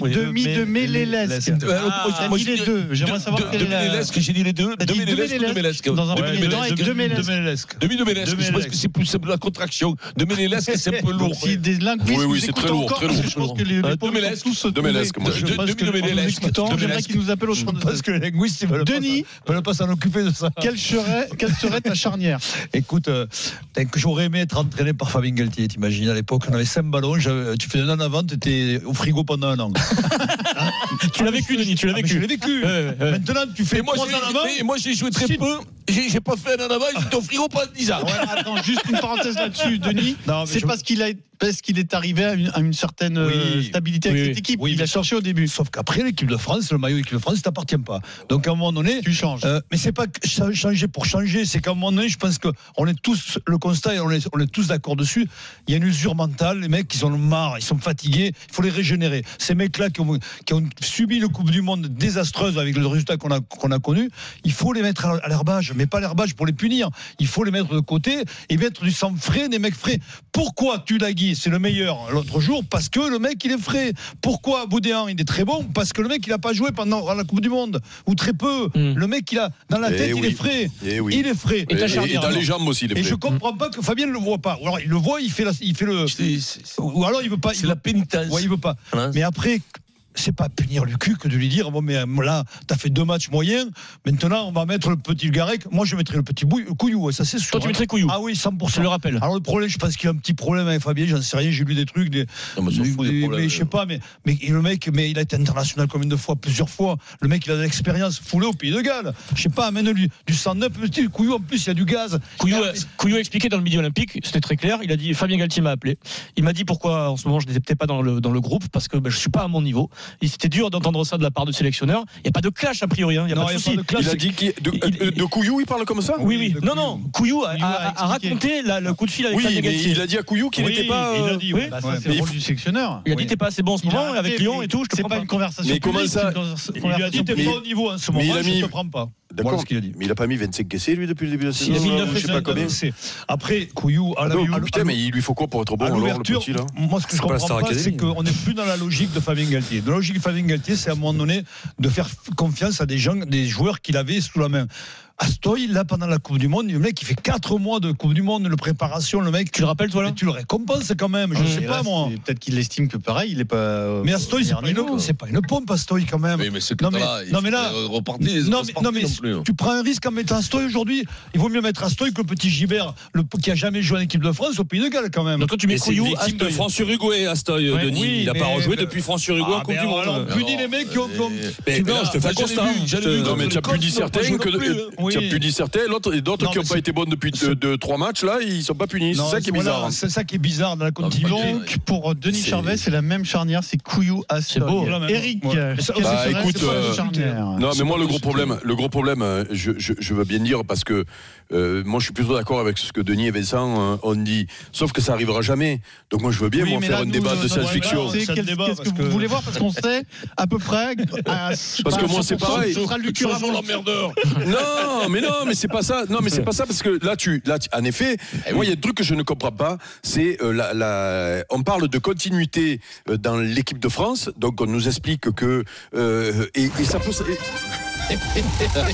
[SPEAKER 7] demi de mélélesque.
[SPEAKER 3] Ah,
[SPEAKER 7] J'ai
[SPEAKER 3] moi,
[SPEAKER 7] dit
[SPEAKER 3] je
[SPEAKER 7] les
[SPEAKER 3] dis-
[SPEAKER 7] deux. J'aimerais
[SPEAKER 3] de-
[SPEAKER 7] savoir
[SPEAKER 3] de-
[SPEAKER 7] quelle
[SPEAKER 3] de
[SPEAKER 7] est la-
[SPEAKER 3] Mélesque, j'ai dit les deux.
[SPEAKER 7] T'as
[SPEAKER 3] De
[SPEAKER 7] dit deux
[SPEAKER 3] Mélesque, de
[SPEAKER 7] Mélesque.
[SPEAKER 3] Mélesque.
[SPEAKER 7] Dans un
[SPEAKER 3] Ouais,
[SPEAKER 7] premier temps, et
[SPEAKER 3] Mélesque.
[SPEAKER 7] deux Mélesque.
[SPEAKER 3] Demi de Mélesque,
[SPEAKER 7] De
[SPEAKER 3] je pense
[SPEAKER 7] Mélesque.
[SPEAKER 3] que c'est plus simple la contraction. De Mélesque, c'est un peu
[SPEAKER 7] Donc,
[SPEAKER 3] lourd.
[SPEAKER 7] Si des linguistes
[SPEAKER 5] Oui, oui,
[SPEAKER 7] nous
[SPEAKER 5] c'est
[SPEAKER 7] écoutent
[SPEAKER 5] très lourd,
[SPEAKER 7] encore,
[SPEAKER 5] très lourd.
[SPEAKER 7] Je pense que les, les
[SPEAKER 3] Euh,
[SPEAKER 7] pauvres
[SPEAKER 3] de
[SPEAKER 7] sont
[SPEAKER 3] Mélesque.
[SPEAKER 7] tous se
[SPEAKER 5] De
[SPEAKER 7] trouver.
[SPEAKER 5] Mélesque, moi,
[SPEAKER 7] Je
[SPEAKER 3] je-
[SPEAKER 7] pense
[SPEAKER 3] de-
[SPEAKER 7] que
[SPEAKER 3] de
[SPEAKER 7] en nous
[SPEAKER 3] Mélesque.
[SPEAKER 7] écoutant,
[SPEAKER 3] De
[SPEAKER 7] J'aimerais
[SPEAKER 3] Mélesque.
[SPEAKER 7] qu'ils nous appellent au
[SPEAKER 14] Je
[SPEAKER 7] 32.
[SPEAKER 14] pense que les linguistes, ils veulent pas
[SPEAKER 7] Denis.
[SPEAKER 14] s'en- ils veulent pas s'en occuper de ça.
[SPEAKER 7] Quelle serait, quelle serait ta charnière
[SPEAKER 14] Écoute, euh, t'as- que j'aurais aimé être entraîné par Fabien Galtier, t'imagines, à l'époque, on avait 5 ballons, j'avais- tu faisais un an avant, t'étais au frigo pendant un an. Hein Ah,
[SPEAKER 6] Tu l'as vécu, Denis, tu l'as vécu.
[SPEAKER 14] Je l'ai vécu.
[SPEAKER 6] Ouais, ouais, ouais.
[SPEAKER 14] Maintenant, tu
[SPEAKER 3] Et
[SPEAKER 14] fais
[SPEAKER 3] moi,
[SPEAKER 14] trois
[SPEAKER 3] j'ai-
[SPEAKER 14] en avant.
[SPEAKER 3] et moi, j'ai joué très
[SPEAKER 14] Shit.
[SPEAKER 3] peu. J'ai j'ai pas fait un an avant, j'étais au frigo pendant 10 ans.
[SPEAKER 7] Ouais, attends, juste une parenthèse là-dessus, Denis.
[SPEAKER 14] Non, mais
[SPEAKER 7] C'est
[SPEAKER 14] je-
[SPEAKER 7] parce qu'il a, parce qu'il est arrivé à une, à une certaine euh,
[SPEAKER 14] Oui.
[SPEAKER 7] stabilité
[SPEAKER 14] Oui,
[SPEAKER 7] avec
[SPEAKER 14] oui.
[SPEAKER 7] cette équipe.
[SPEAKER 14] Oui,
[SPEAKER 7] il
[SPEAKER 14] bien
[SPEAKER 7] a cherché au début.
[SPEAKER 14] Sauf qu'après l'équipe de France, le maillot de l'équipe de France, t'appartient pas. Donc à un moment donné,
[SPEAKER 7] Tu changes.
[SPEAKER 14] Euh, mais c'est pas que cha- changer pour changer, c'est qu'à un moment donné, je pense que on est tous le constat et on est, on est tous d'accord dessus. Il y a une usure mentale, les mecs, ils en ont marre, ils sont fatigués, il faut les régénérer. Ces mecs-là qui ont, qui ont subi le Coupe du Monde désastreuse avec le résultat qu'on a, qu'on a connu, il faut les mettre à, à l'herbage, mais pas à l'herbage pour les punir. Il faut les mettre de côté et mettre du sang frais, des mecs frais. Pourquoi Tulagi, c'est le meilleur l'autre jour Parce que le mec, il est frais. Pourquoi Boudéan, il est très bon Parce que le mec, il a pas joué pendant la Coupe du Monde, ou très peu. Le mec, il a dans la
[SPEAKER 5] Eh
[SPEAKER 14] tête, il
[SPEAKER 5] oui.
[SPEAKER 14] est frais.
[SPEAKER 5] Eh oui.
[SPEAKER 14] Il est frais.
[SPEAKER 5] Hmm. Et, et dans les jambes aussi, les
[SPEAKER 14] Et je
[SPEAKER 5] frais.
[SPEAKER 14] comprends pas que Fabien ne le voit pas. Ou alors il le voit, il fait, la- il fait le.
[SPEAKER 3] C'est- c'est- c'est-
[SPEAKER 14] Ou alors il veut pas.
[SPEAKER 3] C'est
[SPEAKER 14] il-
[SPEAKER 3] la pénitence.
[SPEAKER 14] Ouais, il veut pas.
[SPEAKER 3] Voilà.
[SPEAKER 14] Mais après, c'est pas punir le cul que de lui dire bon, mais euh, là, t'as fait deux matchs moyens, maintenant on va mettre le petit Garek. Moi, je mettrai le petit bouille- couillou, ouais, ça c'est sûr.
[SPEAKER 6] Toi, tu
[SPEAKER 14] hein.
[SPEAKER 6] mettrais Couillou.
[SPEAKER 14] Ah oui, 100%.
[SPEAKER 6] Je le rappelle.
[SPEAKER 14] Alors le problème, je pense qu'il y a un petit problème avec Fabien, j'en sais rien, j'ai lu des trucs, des,
[SPEAKER 3] Non, mais on s'en
[SPEAKER 14] des-
[SPEAKER 3] fout des
[SPEAKER 14] des-
[SPEAKER 3] problèmes. euh.
[SPEAKER 14] mais je sais pas, mais, mais le mec, mais il a été international combien de fois, plusieurs fois. Le mec, il a de l'expérience, foulé au pays de Galles. Je sais pas, amène-lui du 109, mais tu sais, couillou en plus, il y a du gaz.
[SPEAKER 6] Couillou a, Couillou a expliqué dans le midi olympique, c'était très clair. Il a dit Fabien Galtier m'a appelé. Il m'a dit pourquoi en ce moment je n'étais peut-être pas dans le, dans le groupe parce que ben, je suis pas à mon niveau. Et c'était dur d'entendre ça de la part du sélectionneur. Il n'y a pas de clash a priori. hein. Il n'y a
[SPEAKER 14] Non, il
[SPEAKER 6] pas de
[SPEAKER 14] y a
[SPEAKER 6] souci.
[SPEAKER 14] pas de clash.
[SPEAKER 5] Il a dit qu'il- de,
[SPEAKER 6] Il-
[SPEAKER 5] euh, de Couillou, il parle comme ça
[SPEAKER 6] Oui, oui.
[SPEAKER 14] de
[SPEAKER 6] Non,
[SPEAKER 14] Couillou.
[SPEAKER 6] non. Couillou a,
[SPEAKER 7] Couillou a
[SPEAKER 6] a- a
[SPEAKER 7] expliqué.
[SPEAKER 6] raconté la- le coup de fil avec
[SPEAKER 5] Oui, mais
[SPEAKER 6] Fabien Galtier.
[SPEAKER 5] il a dit à Couillou qu'il
[SPEAKER 6] Oui,
[SPEAKER 5] n'était pas.
[SPEAKER 6] il a
[SPEAKER 5] euh,
[SPEAKER 6] dit,
[SPEAKER 7] Oui,
[SPEAKER 6] oui.
[SPEAKER 7] bah, ça, c'est
[SPEAKER 5] mais
[SPEAKER 7] le
[SPEAKER 5] il
[SPEAKER 7] rôle du sectionneur.
[SPEAKER 6] Il a dit t'es pas assez bon en ce
[SPEAKER 7] Il a
[SPEAKER 6] moment
[SPEAKER 7] arrêté,
[SPEAKER 6] avec Lyon
[SPEAKER 7] mais
[SPEAKER 6] et tout. Je te
[SPEAKER 7] C'est
[SPEAKER 6] prends
[SPEAKER 7] pas une conversation.
[SPEAKER 5] Mais comment
[SPEAKER 7] publique,
[SPEAKER 5] ça
[SPEAKER 7] c'est une conversa-
[SPEAKER 14] Il lui a
[SPEAKER 7] conversation
[SPEAKER 14] dit t'es
[SPEAKER 5] Mais-
[SPEAKER 14] pas
[SPEAKER 7] privée.
[SPEAKER 14] au niveau hein, en ce
[SPEAKER 5] mais
[SPEAKER 14] moment,
[SPEAKER 5] il a
[SPEAKER 14] je
[SPEAKER 5] mis-
[SPEAKER 14] te prends pas. Voilà
[SPEAKER 5] D'accord.
[SPEAKER 14] ce qu'il a dit.
[SPEAKER 5] Mais il a pas mis 25 essais, lui, depuis le début de la
[SPEAKER 14] Si,
[SPEAKER 5] saison.
[SPEAKER 14] il a mis
[SPEAKER 5] euh,
[SPEAKER 14] 9,
[SPEAKER 5] Je sais pas combien. Ah
[SPEAKER 14] 9, c'est- Après, Couillou, à la
[SPEAKER 5] Non,
[SPEAKER 14] à-
[SPEAKER 5] putain, mais il lui faut quoi pour être bon
[SPEAKER 14] à
[SPEAKER 5] alors, le
[SPEAKER 14] l'ouverture,
[SPEAKER 5] petit, là
[SPEAKER 14] moi ce que je
[SPEAKER 16] pas la
[SPEAKER 14] comprends
[SPEAKER 16] Star
[SPEAKER 14] pas, c'est
[SPEAKER 16] Academy.
[SPEAKER 14] qu'on n'est plus dans la logique de Fabien Galtier. La logique de Fabien Galtier, c'est à un moment donné de faire confiance à des gens, des joueurs qu'il avait sous la main. Astoy, là, pendant la Coupe du Monde, le mec, il fait 4 mois de Coupe du Monde, de préparation, le mec.
[SPEAKER 6] Tu le rappelles, toi, là
[SPEAKER 14] Mais Tu le récompenses quand même, je
[SPEAKER 7] Ouais,
[SPEAKER 14] sais
[SPEAKER 7] Ah, mais
[SPEAKER 14] pas,
[SPEAKER 7] là,
[SPEAKER 14] moi.
[SPEAKER 7] c'est- Peut-être qu'il estime que pareil, il est pas. euh,
[SPEAKER 14] Mais Astoy, c'est pas, une- c'est pas une pompe, Astoy, quand même.
[SPEAKER 3] Oui, mais c'est
[SPEAKER 14] non,
[SPEAKER 3] pas
[SPEAKER 14] mais,
[SPEAKER 3] là, il
[SPEAKER 14] non, mais là,
[SPEAKER 3] faudrait repartir les
[SPEAKER 14] non,
[SPEAKER 3] autres
[SPEAKER 14] mais, non, mais
[SPEAKER 3] parties non plus, hein.
[SPEAKER 14] tu prends un risque en mettant Astoy aujourd'hui. Il vaut mieux mettre Astoy que le petit Gibert, le, p- qui a jamais joué en équipe de France au Pays de Galles, quand même.
[SPEAKER 6] Donc, quand tu mets
[SPEAKER 17] Et c'est une
[SPEAKER 6] Couillou,
[SPEAKER 17] victime de
[SPEAKER 6] Astoy.
[SPEAKER 17] France-Uruguay, Astoy,
[SPEAKER 5] Euh,
[SPEAKER 6] Ouais,
[SPEAKER 17] euh, Denis.
[SPEAKER 6] oui,
[SPEAKER 17] il n'a pas
[SPEAKER 6] mais-
[SPEAKER 17] rejoué depuis France-Uruguay en
[SPEAKER 14] Ah,
[SPEAKER 17] Coupe
[SPEAKER 14] mais
[SPEAKER 17] du
[SPEAKER 14] alors,
[SPEAKER 17] Monde.
[SPEAKER 14] alors, on punit les mecs qui ont.
[SPEAKER 5] Euh,
[SPEAKER 14] qui ont-
[SPEAKER 17] Mais, euh,
[SPEAKER 14] Tu
[SPEAKER 17] mais
[SPEAKER 14] vois,
[SPEAKER 17] non, je te fais
[SPEAKER 14] j'en ai
[SPEAKER 17] constat.
[SPEAKER 14] vu, j'en ai vu
[SPEAKER 5] Non, mais tu as
[SPEAKER 14] Coach
[SPEAKER 5] puni
[SPEAKER 14] non
[SPEAKER 5] certains,
[SPEAKER 14] plus,
[SPEAKER 5] que,
[SPEAKER 14] non plus. hein.
[SPEAKER 5] euh, tu as
[SPEAKER 14] Oui.
[SPEAKER 5] puni certains, l'autre- et d'autres
[SPEAKER 14] Non,
[SPEAKER 5] qui n'ont
[SPEAKER 14] mais
[SPEAKER 5] pas
[SPEAKER 14] c'est-
[SPEAKER 5] été bons depuis deux, deux, trois matchs, là, ils sont pas punis.
[SPEAKER 14] Non,
[SPEAKER 5] C'est ça qui est
[SPEAKER 14] voilà,
[SPEAKER 5] bizarre. hein.
[SPEAKER 14] C'est ça qui est bizarre dans la
[SPEAKER 5] Ah,
[SPEAKER 14] continuité.
[SPEAKER 7] Donc, pour euh, Denis
[SPEAKER 5] C'est-
[SPEAKER 7] Charvet, c'est la même charnière, c'est Couillou Astoy.
[SPEAKER 14] C'est beau, là, même.
[SPEAKER 7] Eric,
[SPEAKER 14] Ouais.
[SPEAKER 7] euh,
[SPEAKER 14] Ça,
[SPEAKER 7] quelle
[SPEAKER 5] Bah,
[SPEAKER 7] serait
[SPEAKER 5] écoute,
[SPEAKER 7] cette
[SPEAKER 5] euh,
[SPEAKER 7] charnière
[SPEAKER 5] non, mais moi, le gros problème, le gros problème, euh, je, je- je veux bien dire, parce que euh, moi, je suis plutôt d'accord avec ce que Denis et Vincent euh, ont dit, sauf que ça arrivera jamais. Donc, moi, je veux bien,
[SPEAKER 7] Oui,
[SPEAKER 5] moi,
[SPEAKER 7] mais
[SPEAKER 5] faire
[SPEAKER 7] là,
[SPEAKER 5] un
[SPEAKER 7] nous,
[SPEAKER 5] débat
[SPEAKER 7] notre
[SPEAKER 5] de science-fiction.
[SPEAKER 7] problème, c'est
[SPEAKER 14] Ça
[SPEAKER 7] Qu'est-ce
[SPEAKER 14] débat,
[SPEAKER 7] qu'est-ce que
[SPEAKER 14] parce
[SPEAKER 7] vous
[SPEAKER 14] que-
[SPEAKER 7] voulez voir Parce qu'on sait à peu près. à-
[SPEAKER 5] Parce que moi, c'est
[SPEAKER 7] 100%,
[SPEAKER 5] pareil.
[SPEAKER 7] Ce sera le Lucuras.
[SPEAKER 3] Changeons l'emmerdeur.
[SPEAKER 5] Non, mais non, mais c'est pas ça. Non, mais c'est pas ça parce que là, tu, là, tu- en effet,
[SPEAKER 3] Eh
[SPEAKER 5] moi, il y a des trucs que je ne comprends pas. C'est euh, la, la- on parle de continuité euh, dans l'équipe de France, donc on nous explique que euh, et, et ça peut. et-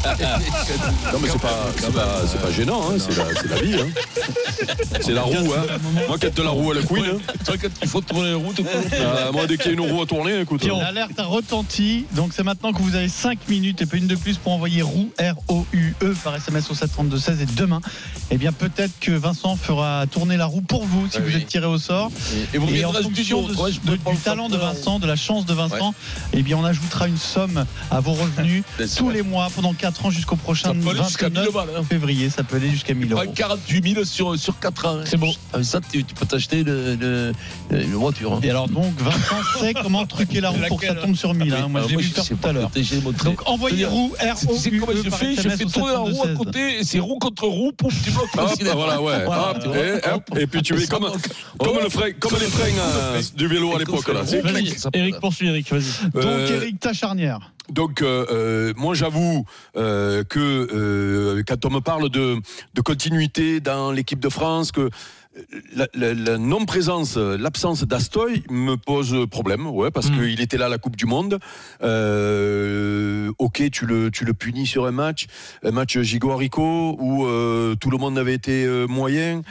[SPEAKER 5] Non mais c'est pas, c'est pas, c'est pas gênant, hein, c'est la, c'est la vie. Hein. C'est la roue. Hein. Moi, quand t'as la roue à la queen, hein.
[SPEAKER 3] Toi, quand il faut tourner les routes,
[SPEAKER 5] Ah, moi, dès qu'il y a une roue à tourner,
[SPEAKER 3] hein.
[SPEAKER 5] écoute. hein.
[SPEAKER 7] L'alerte a retenti, donc c'est maintenant que vous avez 5 minutes et pas une de plus pour envoyer roue R-O-U-E E, par SMS au 732-16 et demain, eh bien peut-être que Vincent fera tourner la roue pour vous si vous êtes tiré au sort.
[SPEAKER 3] Et vous
[SPEAKER 7] en
[SPEAKER 3] reviendrez à
[SPEAKER 7] fonction
[SPEAKER 3] studio,
[SPEAKER 7] de,
[SPEAKER 3] toi, je
[SPEAKER 7] de-
[SPEAKER 3] peux
[SPEAKER 7] du
[SPEAKER 3] prendre
[SPEAKER 7] talent de
[SPEAKER 3] ça, ouais.
[SPEAKER 7] Vincent, de la chance de Vincent, eh bien on ajoutera une somme à vos revenus tous les mois pendant 4 ans jusqu'au prochain
[SPEAKER 3] Ça peut aller jusqu'à
[SPEAKER 7] 29
[SPEAKER 3] 1000 balles, hein.
[SPEAKER 7] février. Ça peut aller jusqu'à 1000 euros.
[SPEAKER 3] Pas 48 000 sur, sur 4 ans. C'est bon. Avec ça, tu, tu peux t'acheter le- le- le- une voiture. hein.
[SPEAKER 7] Et alors donc Vincent sait comment truquer la roue pour que ça tombe sur 1000. hein. Moi
[SPEAKER 3] Ah,
[SPEAKER 7] je l'ai
[SPEAKER 3] moi,
[SPEAKER 7] vu
[SPEAKER 3] je
[SPEAKER 7] faire
[SPEAKER 3] sais
[SPEAKER 7] tout à
[SPEAKER 3] pas,
[SPEAKER 7] l'heure.
[SPEAKER 3] peut-être j'ai montré.
[SPEAKER 7] Donc envoyez
[SPEAKER 3] C'est-à-dire,
[SPEAKER 7] roue R
[SPEAKER 3] Tu
[SPEAKER 7] O
[SPEAKER 3] sais
[SPEAKER 7] U
[SPEAKER 3] comment
[SPEAKER 7] E
[SPEAKER 3] je
[SPEAKER 7] par
[SPEAKER 3] fais Je
[SPEAKER 7] SMS
[SPEAKER 3] fais
[SPEAKER 7] au
[SPEAKER 3] tourner la roue à
[SPEAKER 7] 732-16.
[SPEAKER 3] côté, et c'est roue contre roue, pouf, tu bloques le
[SPEAKER 5] Hop,
[SPEAKER 3] cinéma.
[SPEAKER 5] voilà, ouais.
[SPEAKER 3] Voilà,
[SPEAKER 5] hop,
[SPEAKER 3] tu vois.
[SPEAKER 5] et, hop, et puis tu es comme, comme, le frein, comme les freins euh, du vélo à l'époque. là.
[SPEAKER 6] Vas-y, Eric, poursuis, Eric, vas-y.
[SPEAKER 7] Bah, Donc
[SPEAKER 5] Euh,
[SPEAKER 7] Eric, ta charnière.
[SPEAKER 5] Donc, euh, euh, moi, j'avoue euh, que euh, quand on me parle de, de continuité dans l'équipe de France, que euh, la, la- la non-présence, euh, l'absence d'Astoy me pose problème, ouais,
[SPEAKER 14] Hmm.
[SPEAKER 5] parce qu'il était là à la Coupe du Monde. Euh, ok, tu le, tu le punis sur un match, un match Gigo-Harico, où euh, tout le monde avait été euh, moyen.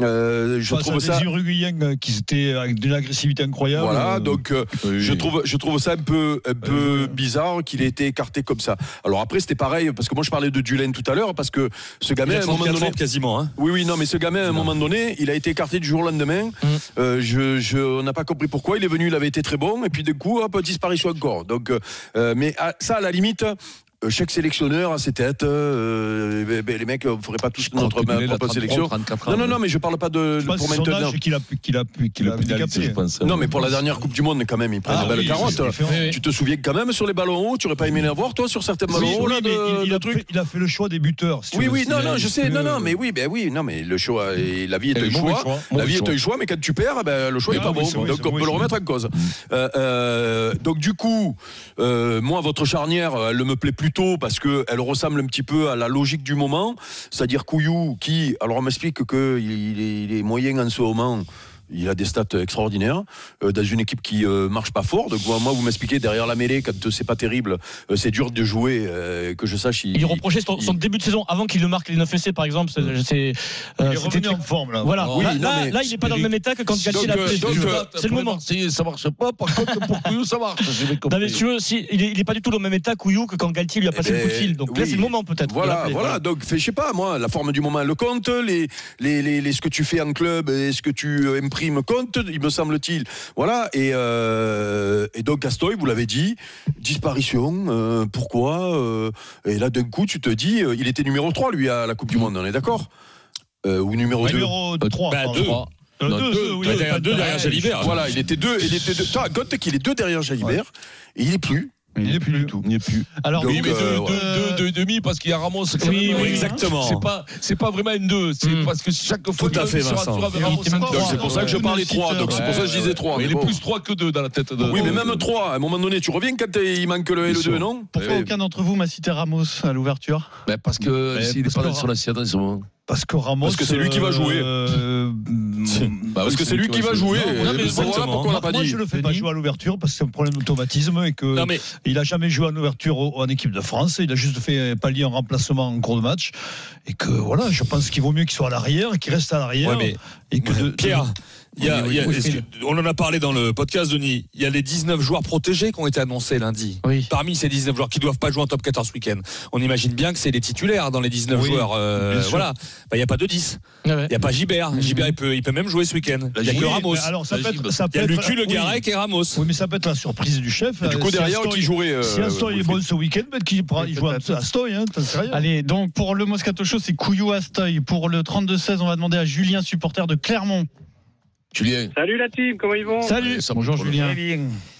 [SPEAKER 5] Euh, je
[SPEAKER 14] Face à
[SPEAKER 5] trouve ça.
[SPEAKER 14] des Uruguayens euh, qui étaient avec d'une agressivité incroyable.
[SPEAKER 5] Voilà,
[SPEAKER 14] Euh,
[SPEAKER 5] donc euh, je trouve je trouve ça un peu un peu bizarre qu'il ait été écarté comme ça. Alors après c'était pareil parce que moi je parlais de Dulaine tout à l'heure parce que ce
[SPEAKER 17] Il
[SPEAKER 5] gamin
[SPEAKER 17] a
[SPEAKER 5] à un moment
[SPEAKER 17] 34
[SPEAKER 5] donné
[SPEAKER 17] ans quasiment. hein.
[SPEAKER 5] oui, oui, non, mais ce gamin, à un moment donné, il a été écarté du jour au lendemain.
[SPEAKER 17] Mm.
[SPEAKER 5] Euh, je, je- on n'a pas compris pourquoi. Il est venu, il avait été très bon, et puis du coup, hop, disparition encore. Donc, euh, mais à- ça, à la limite. euh, Chaque sélectionneur a ses têtes. euh, ben, ben, les mecs, on ne ferait pas tous
[SPEAKER 3] pense
[SPEAKER 5] notre
[SPEAKER 3] que Dulaine a
[SPEAKER 5] propre
[SPEAKER 3] 33,
[SPEAKER 5] sélection.
[SPEAKER 3] 34 ans,
[SPEAKER 5] Non, non,
[SPEAKER 3] oui.
[SPEAKER 5] non, mais je parle pas de,
[SPEAKER 14] je pense
[SPEAKER 5] pour
[SPEAKER 14] que c'est son
[SPEAKER 5] maintenant.
[SPEAKER 14] âge qu'il a pu- qu'il a pu- qu'il a
[SPEAKER 3] pénalisé,
[SPEAKER 14] handicapé.
[SPEAKER 3] je pense.
[SPEAKER 5] Non, mais pour la dernière Coupe du Monde, quand même, il prend
[SPEAKER 14] Ah
[SPEAKER 5] une belle
[SPEAKER 14] oui,
[SPEAKER 5] carotte.
[SPEAKER 14] ça, c'est différent.
[SPEAKER 5] Tu te souviens quand même sur les ballons hauts, tu aurais pas aimé les avoir, toi, sur certains
[SPEAKER 14] Oui,
[SPEAKER 5] ballons hauts, Oh là,
[SPEAKER 14] oui, mais
[SPEAKER 5] de-
[SPEAKER 14] il, il a fait, il a fait le choix des buteurs. si tu
[SPEAKER 5] oui,
[SPEAKER 14] veux.
[SPEAKER 5] oui,
[SPEAKER 14] Il
[SPEAKER 5] non,
[SPEAKER 14] a-
[SPEAKER 5] non, je
[SPEAKER 14] si
[SPEAKER 5] sais,
[SPEAKER 14] tu veux,
[SPEAKER 5] non, non, mais oui, ben oui, non, mais le choix, et la vie est
[SPEAKER 3] Et
[SPEAKER 5] un
[SPEAKER 3] le
[SPEAKER 5] choix,
[SPEAKER 3] mauvais choix,
[SPEAKER 5] la
[SPEAKER 3] mauvais
[SPEAKER 5] vie est un
[SPEAKER 3] choix.
[SPEAKER 5] choix, mais quand tu perds, ben, le choix n'est pas
[SPEAKER 3] Ah oui,
[SPEAKER 5] bon,
[SPEAKER 3] c'est vrai,
[SPEAKER 5] donc
[SPEAKER 3] c'est
[SPEAKER 5] on
[SPEAKER 3] vrai,
[SPEAKER 5] peut le
[SPEAKER 3] c'est
[SPEAKER 5] remettre en cause. Euh, euh, donc du coup, euh, moi, votre charnière, elle me plaît plutôt parce que elle ressemble un petit peu à la logique du moment, c'est-à-dire Couillou, qui, alors on m'explique que il est, il est moyen en ce moment. Il a des stats extraordinaires euh, dans une équipe qui euh, marche pas fort. Donc moi, moi, vous m'expliquez derrière la mêlée quand c'est pas terrible, euh, c'est dur de jouer. euh, que je sache,
[SPEAKER 6] Il reprochait son, son début de saison avant qu'il ne marque les 9 essais, par exemple. c'est- c'est, euh,
[SPEAKER 14] Il est
[SPEAKER 6] c'était
[SPEAKER 14] revenu
[SPEAKER 6] très-
[SPEAKER 14] en forme, là.
[SPEAKER 6] Voilà.
[SPEAKER 5] Mm. Oui,
[SPEAKER 6] là,
[SPEAKER 5] non,
[SPEAKER 6] Ah, là-
[SPEAKER 5] mais-
[SPEAKER 6] là, il n'est pas dans le même état que quand Galtier l'a
[SPEAKER 5] euh,
[SPEAKER 6] pris.
[SPEAKER 5] donc, euh,
[SPEAKER 6] C'est le moment.
[SPEAKER 3] Si ça marche pas, par contre, pour Couillou, ça marche. J'ai bien
[SPEAKER 6] Non,
[SPEAKER 3] compris.
[SPEAKER 6] mais si tu veux, si- il, est, il est pas du tout dans le même état qu'Ouyou que quand Galtier lui a passé
[SPEAKER 5] Eh
[SPEAKER 6] le coup de
[SPEAKER 5] ben,
[SPEAKER 6] fil. Donc là,
[SPEAKER 5] oui.
[SPEAKER 6] c'est le moment peut-être. de
[SPEAKER 5] Voilà,
[SPEAKER 6] l'appeler.
[SPEAKER 5] voilà. Donc, fais- je sais pas, moi, la forme du moment, le compte, les, les, les, les- ce que tu fais en club, et ce que tu euh, imprimes compte, il me semble-t-il. Voilà. Et, euh, et donc, Astoy, vous l'avez dit, disparition. euh, pourquoi euh, Et là, d'un coup, tu te dis, euh, il était numéro 3, lui, à la Coupe du Monde, on est d'accord Euh, Ou numéro
[SPEAKER 14] Ouais,
[SPEAKER 5] 2
[SPEAKER 14] Numéro 3.
[SPEAKER 17] Bah, deux.
[SPEAKER 14] Euh,
[SPEAKER 17] Non,
[SPEAKER 14] deux,
[SPEAKER 17] deux,
[SPEAKER 14] oui,
[SPEAKER 17] bah,
[SPEAKER 14] deux,
[SPEAKER 17] derrière-
[SPEAKER 14] pas de-
[SPEAKER 17] deux derrière
[SPEAKER 14] ouais,
[SPEAKER 17] Jalibert.
[SPEAKER 5] Voilà, il était deux, il était deux. Tain, compte qu'il est deux derrière Jalibert, et il est plus.
[SPEAKER 14] Il est plus du tout.
[SPEAKER 3] Il n'y a plus.
[SPEAKER 7] Alors,
[SPEAKER 5] Donc,
[SPEAKER 3] oui, mais
[SPEAKER 5] euh,
[SPEAKER 3] deux,
[SPEAKER 5] ouais.
[SPEAKER 3] deux, deux, deux et demi parce qu'il y a Ramos. quand
[SPEAKER 6] Oui,
[SPEAKER 3] même,
[SPEAKER 6] oui,
[SPEAKER 3] hein.
[SPEAKER 17] exactement.
[SPEAKER 3] C'est pas, c'est pas vraiment une deux. C'est parce que chaque fois.
[SPEAKER 17] Tout à
[SPEAKER 3] que
[SPEAKER 17] fait,
[SPEAKER 3] il sera
[SPEAKER 17] Vincent.
[SPEAKER 3] toujours avec
[SPEAKER 7] Et
[SPEAKER 3] Ramos
[SPEAKER 7] il était
[SPEAKER 3] en
[SPEAKER 7] même
[SPEAKER 3] trois.
[SPEAKER 5] Donc, c'est pour ça que je parlais 3. Donc, c'est pour ça que je disais 3.
[SPEAKER 3] euh, Mais il est plus trois que deux dans la tête de.
[SPEAKER 5] Oui, mais même 3, à un moment donné, tu reviens quand t'es- il manque le L2, non
[SPEAKER 7] Pourquoi
[SPEAKER 5] Eh, Ben,
[SPEAKER 7] aucun d'entre vous m'a cité Ramos à l'ouverture
[SPEAKER 3] Mais parce que
[SPEAKER 14] Mais
[SPEAKER 5] Eh,
[SPEAKER 3] s'il n'est
[SPEAKER 14] parce
[SPEAKER 3] pas
[SPEAKER 14] que-
[SPEAKER 3] hein. dans son assiette en ce moment.
[SPEAKER 14] Parce que Ramos.
[SPEAKER 5] Parce que c'est lui qui va jouer.
[SPEAKER 14] euh,
[SPEAKER 5] Bah,
[SPEAKER 17] Bah,
[SPEAKER 5] parce que c'est lui qui va jouer.
[SPEAKER 14] Non, mais
[SPEAKER 5] Et voilà
[SPEAKER 14] exactement.
[SPEAKER 5] pourquoi on l'a pas
[SPEAKER 14] Moi,
[SPEAKER 5] dit.
[SPEAKER 14] je le fais pas jouer à l'ouverture parce que c'est un problème d'automatisme et que il a jamais joué en ouverture au- en équipe de France. Il a juste fait pallier en remplacement en cours de match et que voilà, je pense qu'il vaut mieux qu'il soit à l'arrière, qu'il reste à l'arrière.
[SPEAKER 17] Ouais, mais-
[SPEAKER 14] et que de- de-
[SPEAKER 17] Pierre, il y a-
[SPEAKER 14] Oui,
[SPEAKER 17] il y a-
[SPEAKER 14] oui,
[SPEAKER 17] est-ce
[SPEAKER 14] oui.
[SPEAKER 17] que- on en a parlé dans le podcast, Denis. Il y a les 19 joueurs protégés qui ont été annoncés lundi. Parmi ces 19 joueurs qui ne doivent pas jouer en top 14 ce week-end, on imagine bien que c'est les titulaires dans les 19
[SPEAKER 19] Oui,
[SPEAKER 17] joueurs. euh,
[SPEAKER 19] bien sûr.
[SPEAKER 17] voilà. Bah, Il n'y a pas de 10. Il
[SPEAKER 19] Ah ouais.
[SPEAKER 17] n'y a pas Gibert. Gibert, il peut, il peut même jouer ce week-end. Il n'y a
[SPEAKER 14] Oui,
[SPEAKER 17] que
[SPEAKER 14] mais
[SPEAKER 17] Ramos.
[SPEAKER 14] alors, ça peut être- ça
[SPEAKER 17] il y a
[SPEAKER 14] peut être-
[SPEAKER 17] Lucu, Le
[SPEAKER 14] oui.
[SPEAKER 17] Garec et Ramos.
[SPEAKER 14] Oui, mais ça peut être la surprise du chef.
[SPEAKER 17] Et du coup,
[SPEAKER 14] Euh, si
[SPEAKER 17] derrière,
[SPEAKER 14] Astoy-
[SPEAKER 17] qui jouerait, euh,
[SPEAKER 14] Si Astoy est
[SPEAKER 17] Wilfried
[SPEAKER 14] bon ce week-end, peut-être qu'il prend- il joue à Astoy, hein, t'en sais rien.
[SPEAKER 7] Allez, donc pour le Moscato Show, c'est Couillou Astoy. Pour le 32-16, on va demander à Julien, supporter de Clermont.
[SPEAKER 5] Julien.
[SPEAKER 8] Salut la team, comment ils vont
[SPEAKER 7] Salut. Bonjour Julien.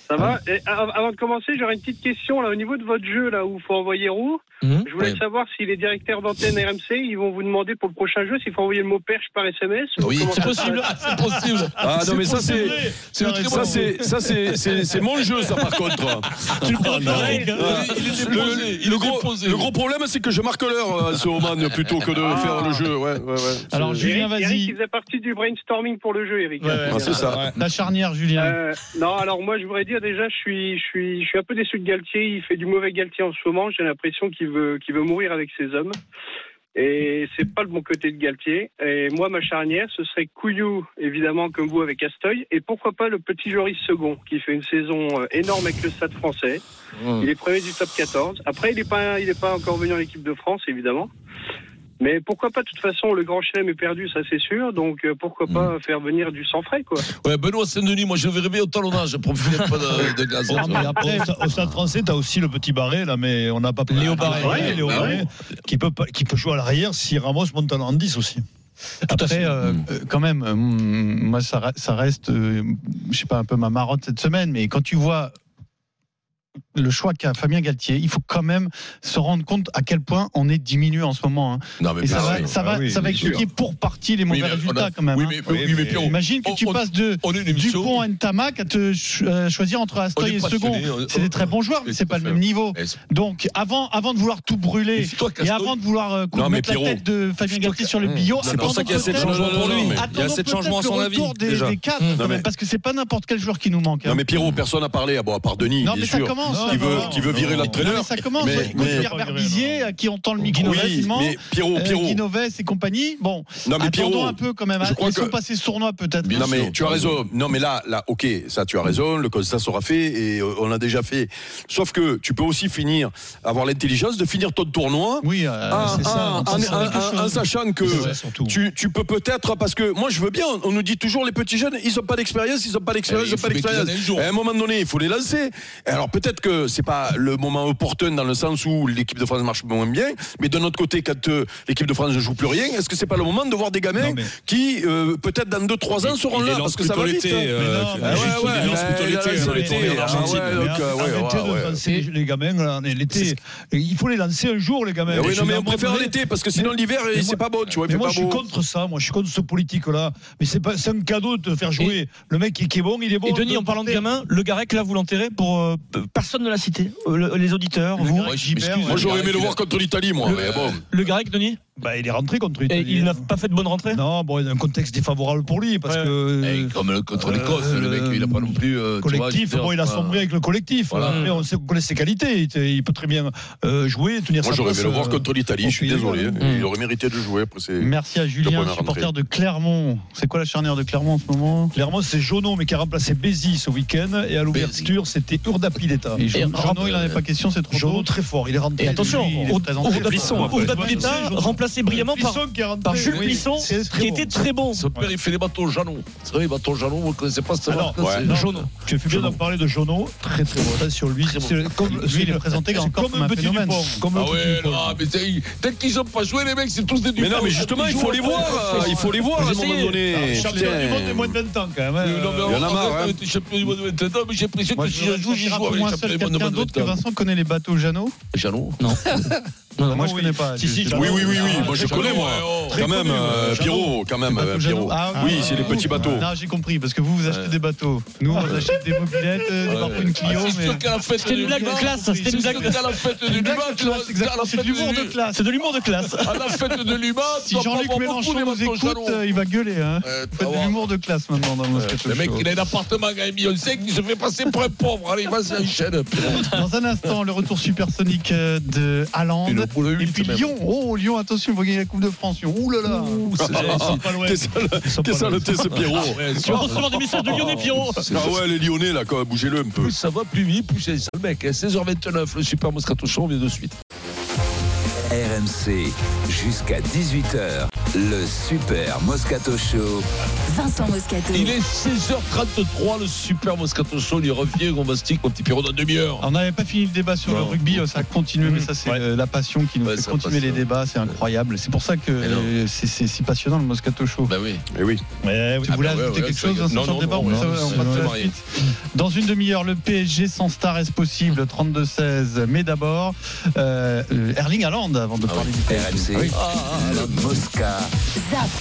[SPEAKER 8] Ça va Et av- Avant de commencer, j'aurais une petite question là au niveau de votre jeu là où faut envoyer roux.
[SPEAKER 3] Hmm
[SPEAKER 8] Je voulais savoir si les directeurs d'antenne RMC, ils vont vous demander pour le prochain jeu s'il faut envoyer le mot perche par SMS. ou
[SPEAKER 5] Oui.
[SPEAKER 8] comment
[SPEAKER 5] C'est
[SPEAKER 8] ça se
[SPEAKER 5] possible.
[SPEAKER 8] passe
[SPEAKER 5] C'est possible. Ah non mais ça c'est c'est le- ça c'est ça c'est c'est c'est mon jeu ça par contre.
[SPEAKER 14] Tu le prends
[SPEAKER 5] Ah,
[SPEAKER 14] pareil, hein.
[SPEAKER 5] Ouais.
[SPEAKER 14] Il était
[SPEAKER 5] Le-
[SPEAKER 14] posé, il
[SPEAKER 5] le
[SPEAKER 14] était
[SPEAKER 5] gros-
[SPEAKER 14] posé.
[SPEAKER 5] Le gros problème c'est que je marque l'heure euh, ce Oman plutôt que de faire le jeu. Ouais ouais ouais.
[SPEAKER 7] Alors,
[SPEAKER 5] C'est-
[SPEAKER 7] Julien, vas-y.
[SPEAKER 8] Eric, il faisait partie du brainstorming pour le jeu, Eric.
[SPEAKER 7] Ouais, ouais,
[SPEAKER 5] Ah, c'est ça.
[SPEAKER 7] La charnière, Julien.
[SPEAKER 8] Euh, non, alors moi je voudrais dire déjà, je suis, je suis, je suis un peu déçu de Galtier. Il fait du mauvais Galtier en ce moment. J'ai l'impression qu'il veut, qu'il veut mourir avec ses hommes. Et c'est pas le bon côté de Galtier. Et moi, ma charnière, ce serait Couillou, évidemment, comme vous avec Astoy. Et pourquoi pas le petit Joris Second, qui fait une saison euh, énorme avec le Stade français.
[SPEAKER 4] Hum.
[SPEAKER 8] Il est premier du top 14. Après, il n'est pas, il est pas encore venu en équipe de France, évidemment. Mais pourquoi pas, de toute façon, le grand chelem est perdu, ça c'est sûr. Donc euh, pourquoi pas faire venir du sang frais, quoi.
[SPEAKER 3] Ouais, Benoît Saint-Denis, moi je verrais bien au talonnage pour me filer pas de, de gaz.
[SPEAKER 14] Non, mais après, au stade français, t'as aussi le petit barré, là, mais on n'a pas pris Léo
[SPEAKER 3] Barré.
[SPEAKER 14] Léo
[SPEAKER 3] Bah
[SPEAKER 14] Barré,
[SPEAKER 3] oui.
[SPEAKER 14] qui peut, pas- qui peut jouer à l'arrière si Ramos monte en 10 aussi.
[SPEAKER 7] Après, euh,
[SPEAKER 5] hmm.
[SPEAKER 7] euh, quand même, euh, mm, moi, ça, re- ça reste, euh, je sais pas, un peu ma marotte cette semaine, mais quand tu vois le choix qu'a Fabien Galtier, il faut quand même se rendre compte à quel point on est diminué en ce moment. hein.
[SPEAKER 5] Non, mais
[SPEAKER 7] Et ça
[SPEAKER 5] bien
[SPEAKER 7] va,
[SPEAKER 5] sûr.
[SPEAKER 7] ça va,
[SPEAKER 5] Ah oui,
[SPEAKER 7] ça va
[SPEAKER 5] bien sûr.
[SPEAKER 7] expliquer pour partie les
[SPEAKER 5] Oui,
[SPEAKER 7] mauvais
[SPEAKER 5] mais on a-
[SPEAKER 7] résultats quand même.
[SPEAKER 5] oui,
[SPEAKER 7] hein.
[SPEAKER 5] mais- oui, mais Pierrot,
[SPEAKER 7] imagine que
[SPEAKER 5] on-
[SPEAKER 7] tu
[SPEAKER 5] on-
[SPEAKER 7] passes de
[SPEAKER 5] on est une émission
[SPEAKER 7] Dupont à Ntamak à te ch- euh, choisir entre
[SPEAKER 5] On est
[SPEAKER 7] Astoy et Second.
[SPEAKER 5] passionné, on-
[SPEAKER 7] C'est des très bons joueurs, mais c'est pas le même niveau. Donc, avant, avant de vouloir tout brûler et avant de vouloir euh,
[SPEAKER 5] Non, mais
[SPEAKER 7] mettre la
[SPEAKER 5] Pierrot.
[SPEAKER 7] tête de Fabien Galtier sur le
[SPEAKER 5] Mmh.
[SPEAKER 7] billot,
[SPEAKER 5] C'est pour ça qu'il y a
[SPEAKER 7] attendons
[SPEAKER 5] sept changements pour lui.
[SPEAKER 7] peut-être-
[SPEAKER 5] Il y a
[SPEAKER 7] attendons
[SPEAKER 5] sept
[SPEAKER 7] peut-être
[SPEAKER 5] changements à
[SPEAKER 7] le
[SPEAKER 5] son
[SPEAKER 7] retour
[SPEAKER 5] avis,
[SPEAKER 7] des,
[SPEAKER 5] déjà.
[SPEAKER 7] des cadres,
[SPEAKER 5] Mmh.
[SPEAKER 7] quand
[SPEAKER 5] Non,
[SPEAKER 7] même,
[SPEAKER 5] mais-
[SPEAKER 7] parce que c'est pas n'importe quel joueur qui nous manque. hein.
[SPEAKER 5] Non mais Pierrot, personne n'a parlé. Ah bon, à part Denis,
[SPEAKER 7] Non,
[SPEAKER 5] bien
[SPEAKER 7] mais ça
[SPEAKER 5] sûr,
[SPEAKER 7] commence,
[SPEAKER 5] qui
[SPEAKER 7] ça
[SPEAKER 5] veut,
[SPEAKER 7] va.
[SPEAKER 5] qui veut virer
[SPEAKER 7] Non,
[SPEAKER 5] l'entraîneur.
[SPEAKER 7] mais ça commence.
[SPEAKER 5] Mais-
[SPEAKER 7] Écoute,
[SPEAKER 5] mais-
[SPEAKER 7] Pierre Berbizier à euh, qui entend le micro
[SPEAKER 5] Oui,
[SPEAKER 7] facilement.
[SPEAKER 5] mais Pierrot,
[SPEAKER 7] euh,
[SPEAKER 5] Pierrot.
[SPEAKER 7] Guy Novès et compagnie. Bon,
[SPEAKER 5] Non, mais
[SPEAKER 7] attendons
[SPEAKER 5] Pierrot,
[SPEAKER 7] un peu quand même. hein.
[SPEAKER 5] je crois
[SPEAKER 7] Ils sont
[SPEAKER 5] que-
[SPEAKER 7] passés sournois peut-être. hein.
[SPEAKER 5] non mais tu as raison. Non mais là, là, ok, ça tu as raison. Le constat sera fait et euh, on l'a déjà fait. Sauf que tu peux aussi finir, avoir l'intelligence de finir ton tournoi.
[SPEAKER 7] Oui,
[SPEAKER 5] en,
[SPEAKER 14] euh, c'est ça,
[SPEAKER 5] en-
[SPEAKER 14] en pensant à
[SPEAKER 5] en-
[SPEAKER 14] quelque
[SPEAKER 5] en-
[SPEAKER 14] chose.
[SPEAKER 5] en sachant que
[SPEAKER 14] C'est vrai, surtout.
[SPEAKER 5] tu, tu peux peut-être parce que moi je veux bien. On nous dit toujours les petits jeunes, ils ont pas d'expérience, ils ont pas d'expérience,
[SPEAKER 3] Eh,
[SPEAKER 5] ils ont
[SPEAKER 3] il
[SPEAKER 5] pas
[SPEAKER 3] faut bien qu'ils en aient
[SPEAKER 5] d'expérience.
[SPEAKER 3] un jour.
[SPEAKER 5] À un moment donné, il faut les lancer. Et Alors peut-être que c'est pas le moment opportun dans le sens où l'équipe de France marche moins bien, mais d'un autre côté, quand euh, l'équipe de France ne joue plus rien, est-ce que c'est pas le moment de voir des gamins qui euh, peut-être dans 2-3 ans seront
[SPEAKER 17] il les
[SPEAKER 5] là
[SPEAKER 17] lance
[SPEAKER 5] parce que ça
[SPEAKER 17] plutôt
[SPEAKER 5] va vite.
[SPEAKER 17] l'été,
[SPEAKER 5] hein.
[SPEAKER 17] euh,
[SPEAKER 5] Ah
[SPEAKER 17] mais juste, il
[SPEAKER 5] ouais, ouais,
[SPEAKER 17] les lance
[SPEAKER 5] bah,
[SPEAKER 17] plutôt
[SPEAKER 5] il
[SPEAKER 17] l'été,
[SPEAKER 5] lance
[SPEAKER 17] euh, les tournées en
[SPEAKER 5] ah
[SPEAKER 17] Argentine.
[SPEAKER 5] ouais,
[SPEAKER 17] Mais
[SPEAKER 5] donc,
[SPEAKER 17] arrête-
[SPEAKER 5] euh, ouais,
[SPEAKER 14] Arrêtez
[SPEAKER 5] ouais,
[SPEAKER 14] de
[SPEAKER 5] ouais.
[SPEAKER 14] lancer les- les gamins, là, en l'été. Et Il faut les lancer un jour, les gamins.
[SPEAKER 5] Eh oui,
[SPEAKER 14] Je suis
[SPEAKER 5] non, mais
[SPEAKER 14] dans
[SPEAKER 5] on
[SPEAKER 14] mon
[SPEAKER 5] préfère
[SPEAKER 14] vrai.
[SPEAKER 5] l'été, parce que sinon,
[SPEAKER 14] Mais-
[SPEAKER 5] l'hiver,
[SPEAKER 14] mais
[SPEAKER 5] c'est
[SPEAKER 14] moi-
[SPEAKER 5] pas bon, tu vois, il
[SPEAKER 14] mais
[SPEAKER 5] fait
[SPEAKER 14] moi,
[SPEAKER 5] pas
[SPEAKER 14] je suis
[SPEAKER 5] beau.
[SPEAKER 14] contre ça. Moi, je suis contre ce politique-là. Mais c'est pas, c'est un cadeau de te faire jouer. le mec qui, qui est bon, il est bon.
[SPEAKER 6] Et Denis, en parlant de gamin, le Garec, là, vous l'enterrez pour. euh, personne ne l'a cité. Euh, le- les auditeurs, vous.
[SPEAKER 5] Moi, je m'excuse, Moi, j'aurais aimé le voir contre l'Italie, moi, mais bon.
[SPEAKER 6] Le Garec, Denis
[SPEAKER 14] Bah, il est rentré contre
[SPEAKER 6] Et
[SPEAKER 14] l'Italie.
[SPEAKER 6] il n'a pas fait de bonne rentrée
[SPEAKER 14] Non, bon, il y a un contexte défavorable pour lui parce que.
[SPEAKER 3] Comme le- contre
[SPEAKER 14] Euh,
[SPEAKER 3] l'Écosse, le mec, il a pas non plus. euh, tu vois, je veux
[SPEAKER 14] collectif,
[SPEAKER 3] dire,
[SPEAKER 14] bon, il a
[SPEAKER 3] c'est pas-
[SPEAKER 14] sombré avec le collectif.
[SPEAKER 3] Voilà.
[SPEAKER 14] Après, on, sait, on connaît ses qualités. Il, était- il peut très bien euh, jouer, tenir
[SPEAKER 5] Moi,
[SPEAKER 14] sa
[SPEAKER 5] j'aurais
[SPEAKER 14] place.
[SPEAKER 5] aimé le voir
[SPEAKER 14] euh,
[SPEAKER 5] contre l'Italie,
[SPEAKER 14] au
[SPEAKER 5] je suis
[SPEAKER 14] pays euh, de
[SPEAKER 5] désolé. hein.
[SPEAKER 14] Galles.
[SPEAKER 5] Il aurait mérité de jouer après c'est
[SPEAKER 7] Euh, Merci à
[SPEAKER 5] la
[SPEAKER 7] Julien,
[SPEAKER 5] première
[SPEAKER 7] supporter
[SPEAKER 5] rentrée.
[SPEAKER 7] de Clermont. C'est quoi la charnière de Clermont en ce moment
[SPEAKER 14] Clairement, c'est Jono, mais qui a remplacé Bézi ce week-end. Et à l'ouverture, c'était Urdapileta.
[SPEAKER 7] Et Jono, Jono, il en est pas question, c'est trop
[SPEAKER 14] Jono,
[SPEAKER 7] tôt.
[SPEAKER 14] très fort. Il est rentré.
[SPEAKER 6] Et attention,
[SPEAKER 14] lui, il est
[SPEAKER 6] Ur-
[SPEAKER 14] présenté
[SPEAKER 6] Urda-
[SPEAKER 14] Plisson, après.
[SPEAKER 6] Urda Pileta,
[SPEAKER 14] Ouais, c'est Jono.
[SPEAKER 6] remplacé brillamment par-
[SPEAKER 14] Plisson qui est rentré.
[SPEAKER 6] par Jules
[SPEAKER 14] Oui,
[SPEAKER 6] Plisson,
[SPEAKER 14] c'est très
[SPEAKER 6] qui
[SPEAKER 14] bon.
[SPEAKER 6] était très bon.
[SPEAKER 3] Son père, il fait les bateaux jalons. C'est vrai, les bateaux jalons, vous ne connaissez pas ce
[SPEAKER 14] Alors,
[SPEAKER 3] marque, c'est-
[SPEAKER 14] non,
[SPEAKER 3] Jaune.
[SPEAKER 14] Tu fais bien d'en parler de Jono. Très, très bon. Sur lui, c'est comme-
[SPEAKER 7] Lui, il est présenté
[SPEAKER 14] c'est
[SPEAKER 7] encore
[SPEAKER 14] comme
[SPEAKER 7] comme
[SPEAKER 14] un
[SPEAKER 7] un
[SPEAKER 14] petit
[SPEAKER 7] phénomène.
[SPEAKER 14] Dupont. Comme un
[SPEAKER 3] Ah
[SPEAKER 14] petit
[SPEAKER 3] ouais,
[SPEAKER 14] Dupont.
[SPEAKER 3] là, mais c'est- peut-être qu'ils ont pas joué, les mecs, c'est tous des
[SPEAKER 5] Mais non, mais justement, il faut les voir, euh, il faut les voir à un moment
[SPEAKER 3] Ah,
[SPEAKER 5] donné.
[SPEAKER 14] Champion du monde des moins de 20 ans, quand même.
[SPEAKER 3] Non, mais
[SPEAKER 5] Il y en a
[SPEAKER 3] arrête
[SPEAKER 5] marre,
[SPEAKER 3] avec
[SPEAKER 5] hein.
[SPEAKER 3] les champions du monde de 27 ans, mais j'ai l'impression
[SPEAKER 7] Moi,
[SPEAKER 3] que
[SPEAKER 7] je
[SPEAKER 3] si je
[SPEAKER 7] voudrais
[SPEAKER 3] joue, j'y
[SPEAKER 7] sortir
[SPEAKER 3] joue
[SPEAKER 7] un peu
[SPEAKER 3] avec
[SPEAKER 5] hein.
[SPEAKER 3] les
[SPEAKER 7] moins seul
[SPEAKER 3] champions du monde de
[SPEAKER 7] quelqu'un d'autre que
[SPEAKER 3] 27 ans.
[SPEAKER 7] Vincent connaît les bateaux Jeannot
[SPEAKER 3] Jalon
[SPEAKER 6] Non.
[SPEAKER 7] Non, moi, je connais pas.
[SPEAKER 5] Si, si, oui, oui, oui, oui,
[SPEAKER 3] Ah,
[SPEAKER 5] moi je connais, moi.
[SPEAKER 3] hein.
[SPEAKER 5] Quand même, euh, Pierrot, quand même, euh, Pierrot.
[SPEAKER 7] Ah,
[SPEAKER 5] Oui, c'est les petits bateaux.
[SPEAKER 7] Non, ah, j'ai compris, parce que vous, vous achetez des bateaux. Nous, on achète des mobilettes, euh, parfois une Clio.
[SPEAKER 3] Ah,
[SPEAKER 7] mais-
[SPEAKER 6] C'était une blague de classe, c'était une blague de
[SPEAKER 3] à la fête du
[SPEAKER 6] Une blague
[SPEAKER 3] Luma,
[SPEAKER 6] de
[SPEAKER 3] tu vois,
[SPEAKER 6] classe, exactement.
[SPEAKER 3] à la
[SPEAKER 6] C'est
[SPEAKER 3] fête
[SPEAKER 6] de l'humour
[SPEAKER 3] du-
[SPEAKER 6] de classe. C'est de l'humour de classe.
[SPEAKER 3] À la fête de Luma, tu
[SPEAKER 7] Si
[SPEAKER 3] vas pas
[SPEAKER 7] Jean-Luc
[SPEAKER 3] avoir
[SPEAKER 7] Mélenchon
[SPEAKER 3] beaucoup de
[SPEAKER 7] nous
[SPEAKER 3] bateaux
[SPEAKER 7] écoute,
[SPEAKER 3] jalons.
[SPEAKER 7] euh, il va gueuler. Hein.
[SPEAKER 3] Euh,
[SPEAKER 7] Vous faites de l'humour de classe maintenant dans le Moscato
[SPEAKER 3] Le mec,
[SPEAKER 7] Show.
[SPEAKER 3] il a un appartement à 1 million 5, il se fait passer pour un pauvre. Allez, vas-y, enchaîne.
[SPEAKER 7] Dans un instant, le retour supersonique euh, de Haaland.
[SPEAKER 3] Et le boule à
[SPEAKER 7] Et
[SPEAKER 3] huit,
[SPEAKER 7] puis
[SPEAKER 3] même.
[SPEAKER 7] Lyon. Oh, Lyon, attention, il faut gagner la Coupe de France. Lyon. Ouh là là.
[SPEAKER 5] T'es sale- T'es saleté, ce Pierrot.
[SPEAKER 6] Tu vas recevoir des messages de Lyonnais, Pierrot.
[SPEAKER 5] Ah ouais, les Lyonnais, là, quand même, bougez-le un peu.
[SPEAKER 3] Plus ça va, plus vite, plus c'est ça, le mec. hein. 16h29, le Super Moscato Show, on vient de suite.
[SPEAKER 2] RMC jusqu'à 18h. Le Super Moscato Show.
[SPEAKER 1] Vincent Moscato.
[SPEAKER 3] Il est 16h33, le Super Moscato Show, il revient, on mastique, mon petit Pierrot, dans demi-heure.
[SPEAKER 7] Alors, on n'avait pas fini le débat sur le rugby, euh, ça a continué, mais ça c'est euh, la passion qui nous fait continuer les débats, c'est incroyable. C'est pour ça que euh, c'est c'est si passionnant le Moscato Show.
[SPEAKER 3] Bah oui.
[SPEAKER 5] Et oui.
[SPEAKER 7] Tu voulais ajouter quelque chose Vincent, sur le débat On passe- on passe à la suite. Dans une demi-heure, le PSG sans star est possible 32-16. Mais d'abord, euh, euh, Erling Haaland avant de parler du PSG.
[SPEAKER 2] RMC, le Mosca.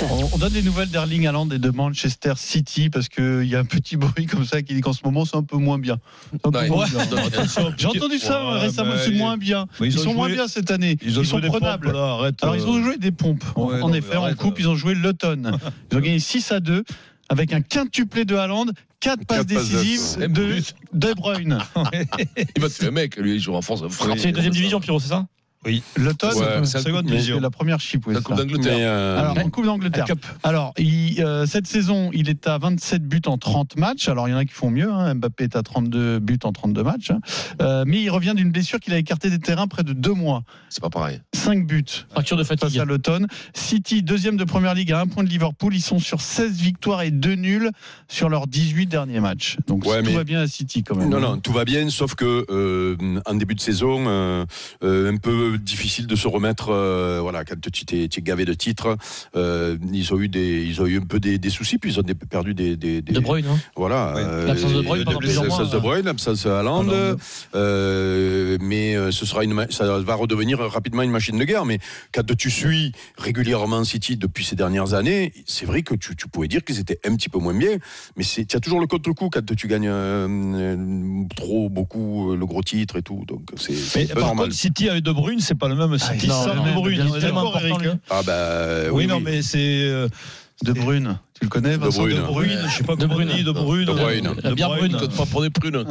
[SPEAKER 7] On, on donne des nouvelles d'Erling Haaland et de Manchester City parce qu'il y a un petit bruit comme ça qui dit qu'en ce moment c'est un peu moins bien. C'est un peu
[SPEAKER 14] Ouais.
[SPEAKER 7] moins
[SPEAKER 14] Ouais.
[SPEAKER 7] bien.
[SPEAKER 14] Attention,
[SPEAKER 7] J'ai entendu ça
[SPEAKER 14] ouais,
[SPEAKER 7] récemment,
[SPEAKER 14] mais
[SPEAKER 7] c'est
[SPEAKER 14] ils-
[SPEAKER 7] moins bien.
[SPEAKER 14] mais
[SPEAKER 7] Ils,
[SPEAKER 14] ils ont
[SPEAKER 7] sont moins
[SPEAKER 14] joué-
[SPEAKER 7] bien cette année.
[SPEAKER 14] ils ont
[SPEAKER 7] sont
[SPEAKER 14] joué des
[SPEAKER 7] prenables.
[SPEAKER 14] pompes, là, arrête,
[SPEAKER 7] Alors
[SPEAKER 14] euh.
[SPEAKER 7] ils ont joué des pompes. En-
[SPEAKER 14] Ouais,
[SPEAKER 7] en
[SPEAKER 14] non, mais
[SPEAKER 7] effet, en
[SPEAKER 14] arrête, euh.
[SPEAKER 7] coupe, ils ont joué l'automne. Ils ont gagné 6 à 2 avec un quintuplé de Haaland, 4 passes
[SPEAKER 3] Quatre passes
[SPEAKER 7] décisives
[SPEAKER 3] de-
[SPEAKER 7] de De Bruyne.
[SPEAKER 3] Il va tuer un mec, lui, il joue en France. un frère.
[SPEAKER 6] Ah. C'est deuxième division, Pierrot, c'est ça
[SPEAKER 7] Oui. L'automne,
[SPEAKER 3] Ouais,
[SPEAKER 7] euh,
[SPEAKER 3] c'est la
[SPEAKER 7] seconde
[SPEAKER 3] Coupe, mais-
[SPEAKER 7] division. la première chip, oui,
[SPEAKER 3] La
[SPEAKER 7] c'est
[SPEAKER 3] Coupe
[SPEAKER 7] ça.
[SPEAKER 3] d'Angleterre. Mais, euh,
[SPEAKER 7] Alors, en
[SPEAKER 3] Ouais.
[SPEAKER 7] Coupe d'Angleterre.
[SPEAKER 3] La Coupe.
[SPEAKER 7] Alors, il, euh, cette saison, il est à 27 buts en 30 matchs. Alors, il y en a qui font mieux. hein. Mbappé est à 32 buts en 32 matchs. hein. Euh, mais il revient d'une blessure qu'il a écartée des terrains près de deux mois.
[SPEAKER 3] C'est pas pareil.
[SPEAKER 7] 5 buts.
[SPEAKER 6] Fracture de fatigue.
[SPEAKER 7] Face à l'automne. City, deuxième de première ligue à un point de Liverpool. Ils sont sur 16 victoires et 2 nuls sur leurs 18 derniers matchs. Donc,
[SPEAKER 5] Ouais,
[SPEAKER 7] tout
[SPEAKER 5] mais-
[SPEAKER 7] va bien à City quand même.
[SPEAKER 5] Non, non, tout va bien, sauf que euh, en début de saison, euh, euh, un peu difficile de se remettre. euh, voilà, quand tu t'es t'es gavé de titres, euh, ils ont eu des, ils ont eu un peu des, des soucis, puis ils ont des- perdu des, des, des-
[SPEAKER 6] De Bruyne, hein.
[SPEAKER 5] Voilà, euh,
[SPEAKER 6] L'absence de Bruyne pendant plusieurs mois,
[SPEAKER 5] l'absence de
[SPEAKER 6] euh.
[SPEAKER 5] Bruyne, l'absence de Haaland,
[SPEAKER 6] Haaland.
[SPEAKER 5] euh, mais euh, ce sera une, ma- ça va redevenir rapidement une machine de guerre. Mais quand tu suis régulièrement City depuis ces dernières années, c'est vrai que tu, tu pouvais dire qu'ils étaient un petit peu moins bien, mais c'est, tu as toujours le contre-coup quand tu gagnes euh, euh, trop, beaucoup, euh, le gros titre et tout. Donc c'est,
[SPEAKER 14] Mais
[SPEAKER 5] c'est un peu
[SPEAKER 14] par
[SPEAKER 5] normal.
[SPEAKER 14] contre, City avec De Bruyne, c'est pas le même City
[SPEAKER 7] non,
[SPEAKER 14] sans
[SPEAKER 7] mais
[SPEAKER 14] De Bruyne.
[SPEAKER 7] bien
[SPEAKER 14] Il est tellement
[SPEAKER 7] d'accord,
[SPEAKER 14] important,
[SPEAKER 7] Eric,
[SPEAKER 14] lui.
[SPEAKER 5] Ah
[SPEAKER 7] Euh,
[SPEAKER 5] bah,
[SPEAKER 14] hein. Euh, Oui, non, mais c'est. euh,
[SPEAKER 7] De Bruyne. Tu le connais,
[SPEAKER 5] De
[SPEAKER 7] Vincent
[SPEAKER 5] Bruyne.
[SPEAKER 7] De Bruyne.
[SPEAKER 14] je sais pas comment on dit, De Bruyne.
[SPEAKER 5] De Bruyne.
[SPEAKER 14] De
[SPEAKER 6] bière
[SPEAKER 14] Bruyne.
[SPEAKER 6] brune.
[SPEAKER 3] Code pas pour des prunes.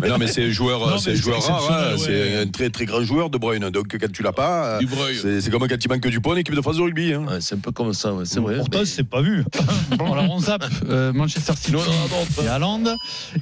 [SPEAKER 5] Mais non, mais c'est un joueur, euh,
[SPEAKER 14] Non,
[SPEAKER 5] c'est un
[SPEAKER 14] mais c'est
[SPEAKER 5] joueur rare,
[SPEAKER 14] exceptionnel,
[SPEAKER 5] hein.
[SPEAKER 14] ouais.
[SPEAKER 5] c'est un très très grand joueur de Bruyne. Donc quand tu l'as pas, euh,
[SPEAKER 3] Du Bruyne.
[SPEAKER 5] c'est, c'est comme quand il manque du pont en équipe de France de rugby. hein.
[SPEAKER 3] Ouais, c'est un peu comme ça, ouais, c'est vrai.
[SPEAKER 14] Pourtant, c'est pas vu.
[SPEAKER 7] Bon, alors on zappe euh, Manchester City
[SPEAKER 3] Non, non, non,
[SPEAKER 7] et Haaland.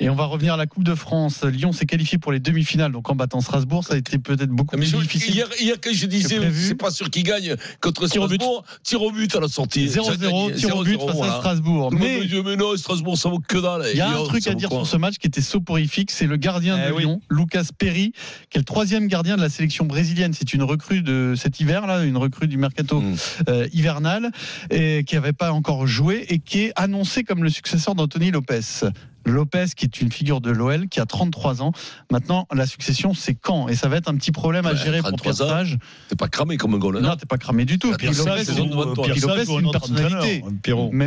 [SPEAKER 7] Et on va revenir à la Coupe de France. Lyon s'est qualifié pour les demi-finales, donc en battant Strasbourg, ça a été peut-être beaucoup
[SPEAKER 3] Mais
[SPEAKER 7] plus
[SPEAKER 3] je-
[SPEAKER 7] difficile.
[SPEAKER 3] hier, hier, quand je disais,
[SPEAKER 7] prévu.
[SPEAKER 3] c'est pas sûr qu'il gagne contre
[SPEAKER 6] Tir au but.
[SPEAKER 3] Strasbourg, tir au but à la sortie.
[SPEAKER 7] 0-0, tir au but face à Strasbourg.
[SPEAKER 3] Mais,
[SPEAKER 7] Mais
[SPEAKER 3] mais non, Strasbourg, ça vaut que dalle.
[SPEAKER 7] il y a
[SPEAKER 3] Et,
[SPEAKER 7] un
[SPEAKER 3] oh,
[SPEAKER 7] truc
[SPEAKER 3] ça
[SPEAKER 7] à
[SPEAKER 3] vaut
[SPEAKER 7] dire
[SPEAKER 3] quoi
[SPEAKER 7] sur ce match qui était soporifique, c'est le gardien
[SPEAKER 6] Eh
[SPEAKER 7] de
[SPEAKER 6] oui.
[SPEAKER 7] Lyon, Lucas Perry, qui est le troisième gardien de la sélection brésilienne. C'est une recrue de cet hiver là, une recrue du mercato
[SPEAKER 3] Mm.
[SPEAKER 7] euh, hivernal, et qui n'avait pas encore joué et qui est annoncé comme le successeur d'Anthony Lopez. Lopez, qui est une figure de l'OL, qui a 33 ans. Maintenant, la succession, c'est quand Et ça va être un petit problème à
[SPEAKER 3] Ouais,
[SPEAKER 7] gérer pour
[SPEAKER 3] 33
[SPEAKER 7] Pierre
[SPEAKER 3] ans.
[SPEAKER 7] Sage.
[SPEAKER 3] T'es pas cramé comme un goal. hein.
[SPEAKER 7] Non, t'es pas cramé du tout.
[SPEAKER 3] Ah,
[SPEAKER 7] Puis
[SPEAKER 3] Pierre
[SPEAKER 7] Lopez,
[SPEAKER 3] Sage,
[SPEAKER 7] c'est
[SPEAKER 3] c'est
[SPEAKER 7] une,
[SPEAKER 3] devant toi.
[SPEAKER 7] Puis
[SPEAKER 14] Pierre
[SPEAKER 7] Lopez,
[SPEAKER 14] Sage
[SPEAKER 7] c'est
[SPEAKER 14] ou un
[SPEAKER 7] une
[SPEAKER 14] autre
[SPEAKER 7] personnalité.
[SPEAKER 14] entraîneur, Pierrot.
[SPEAKER 7] Mais-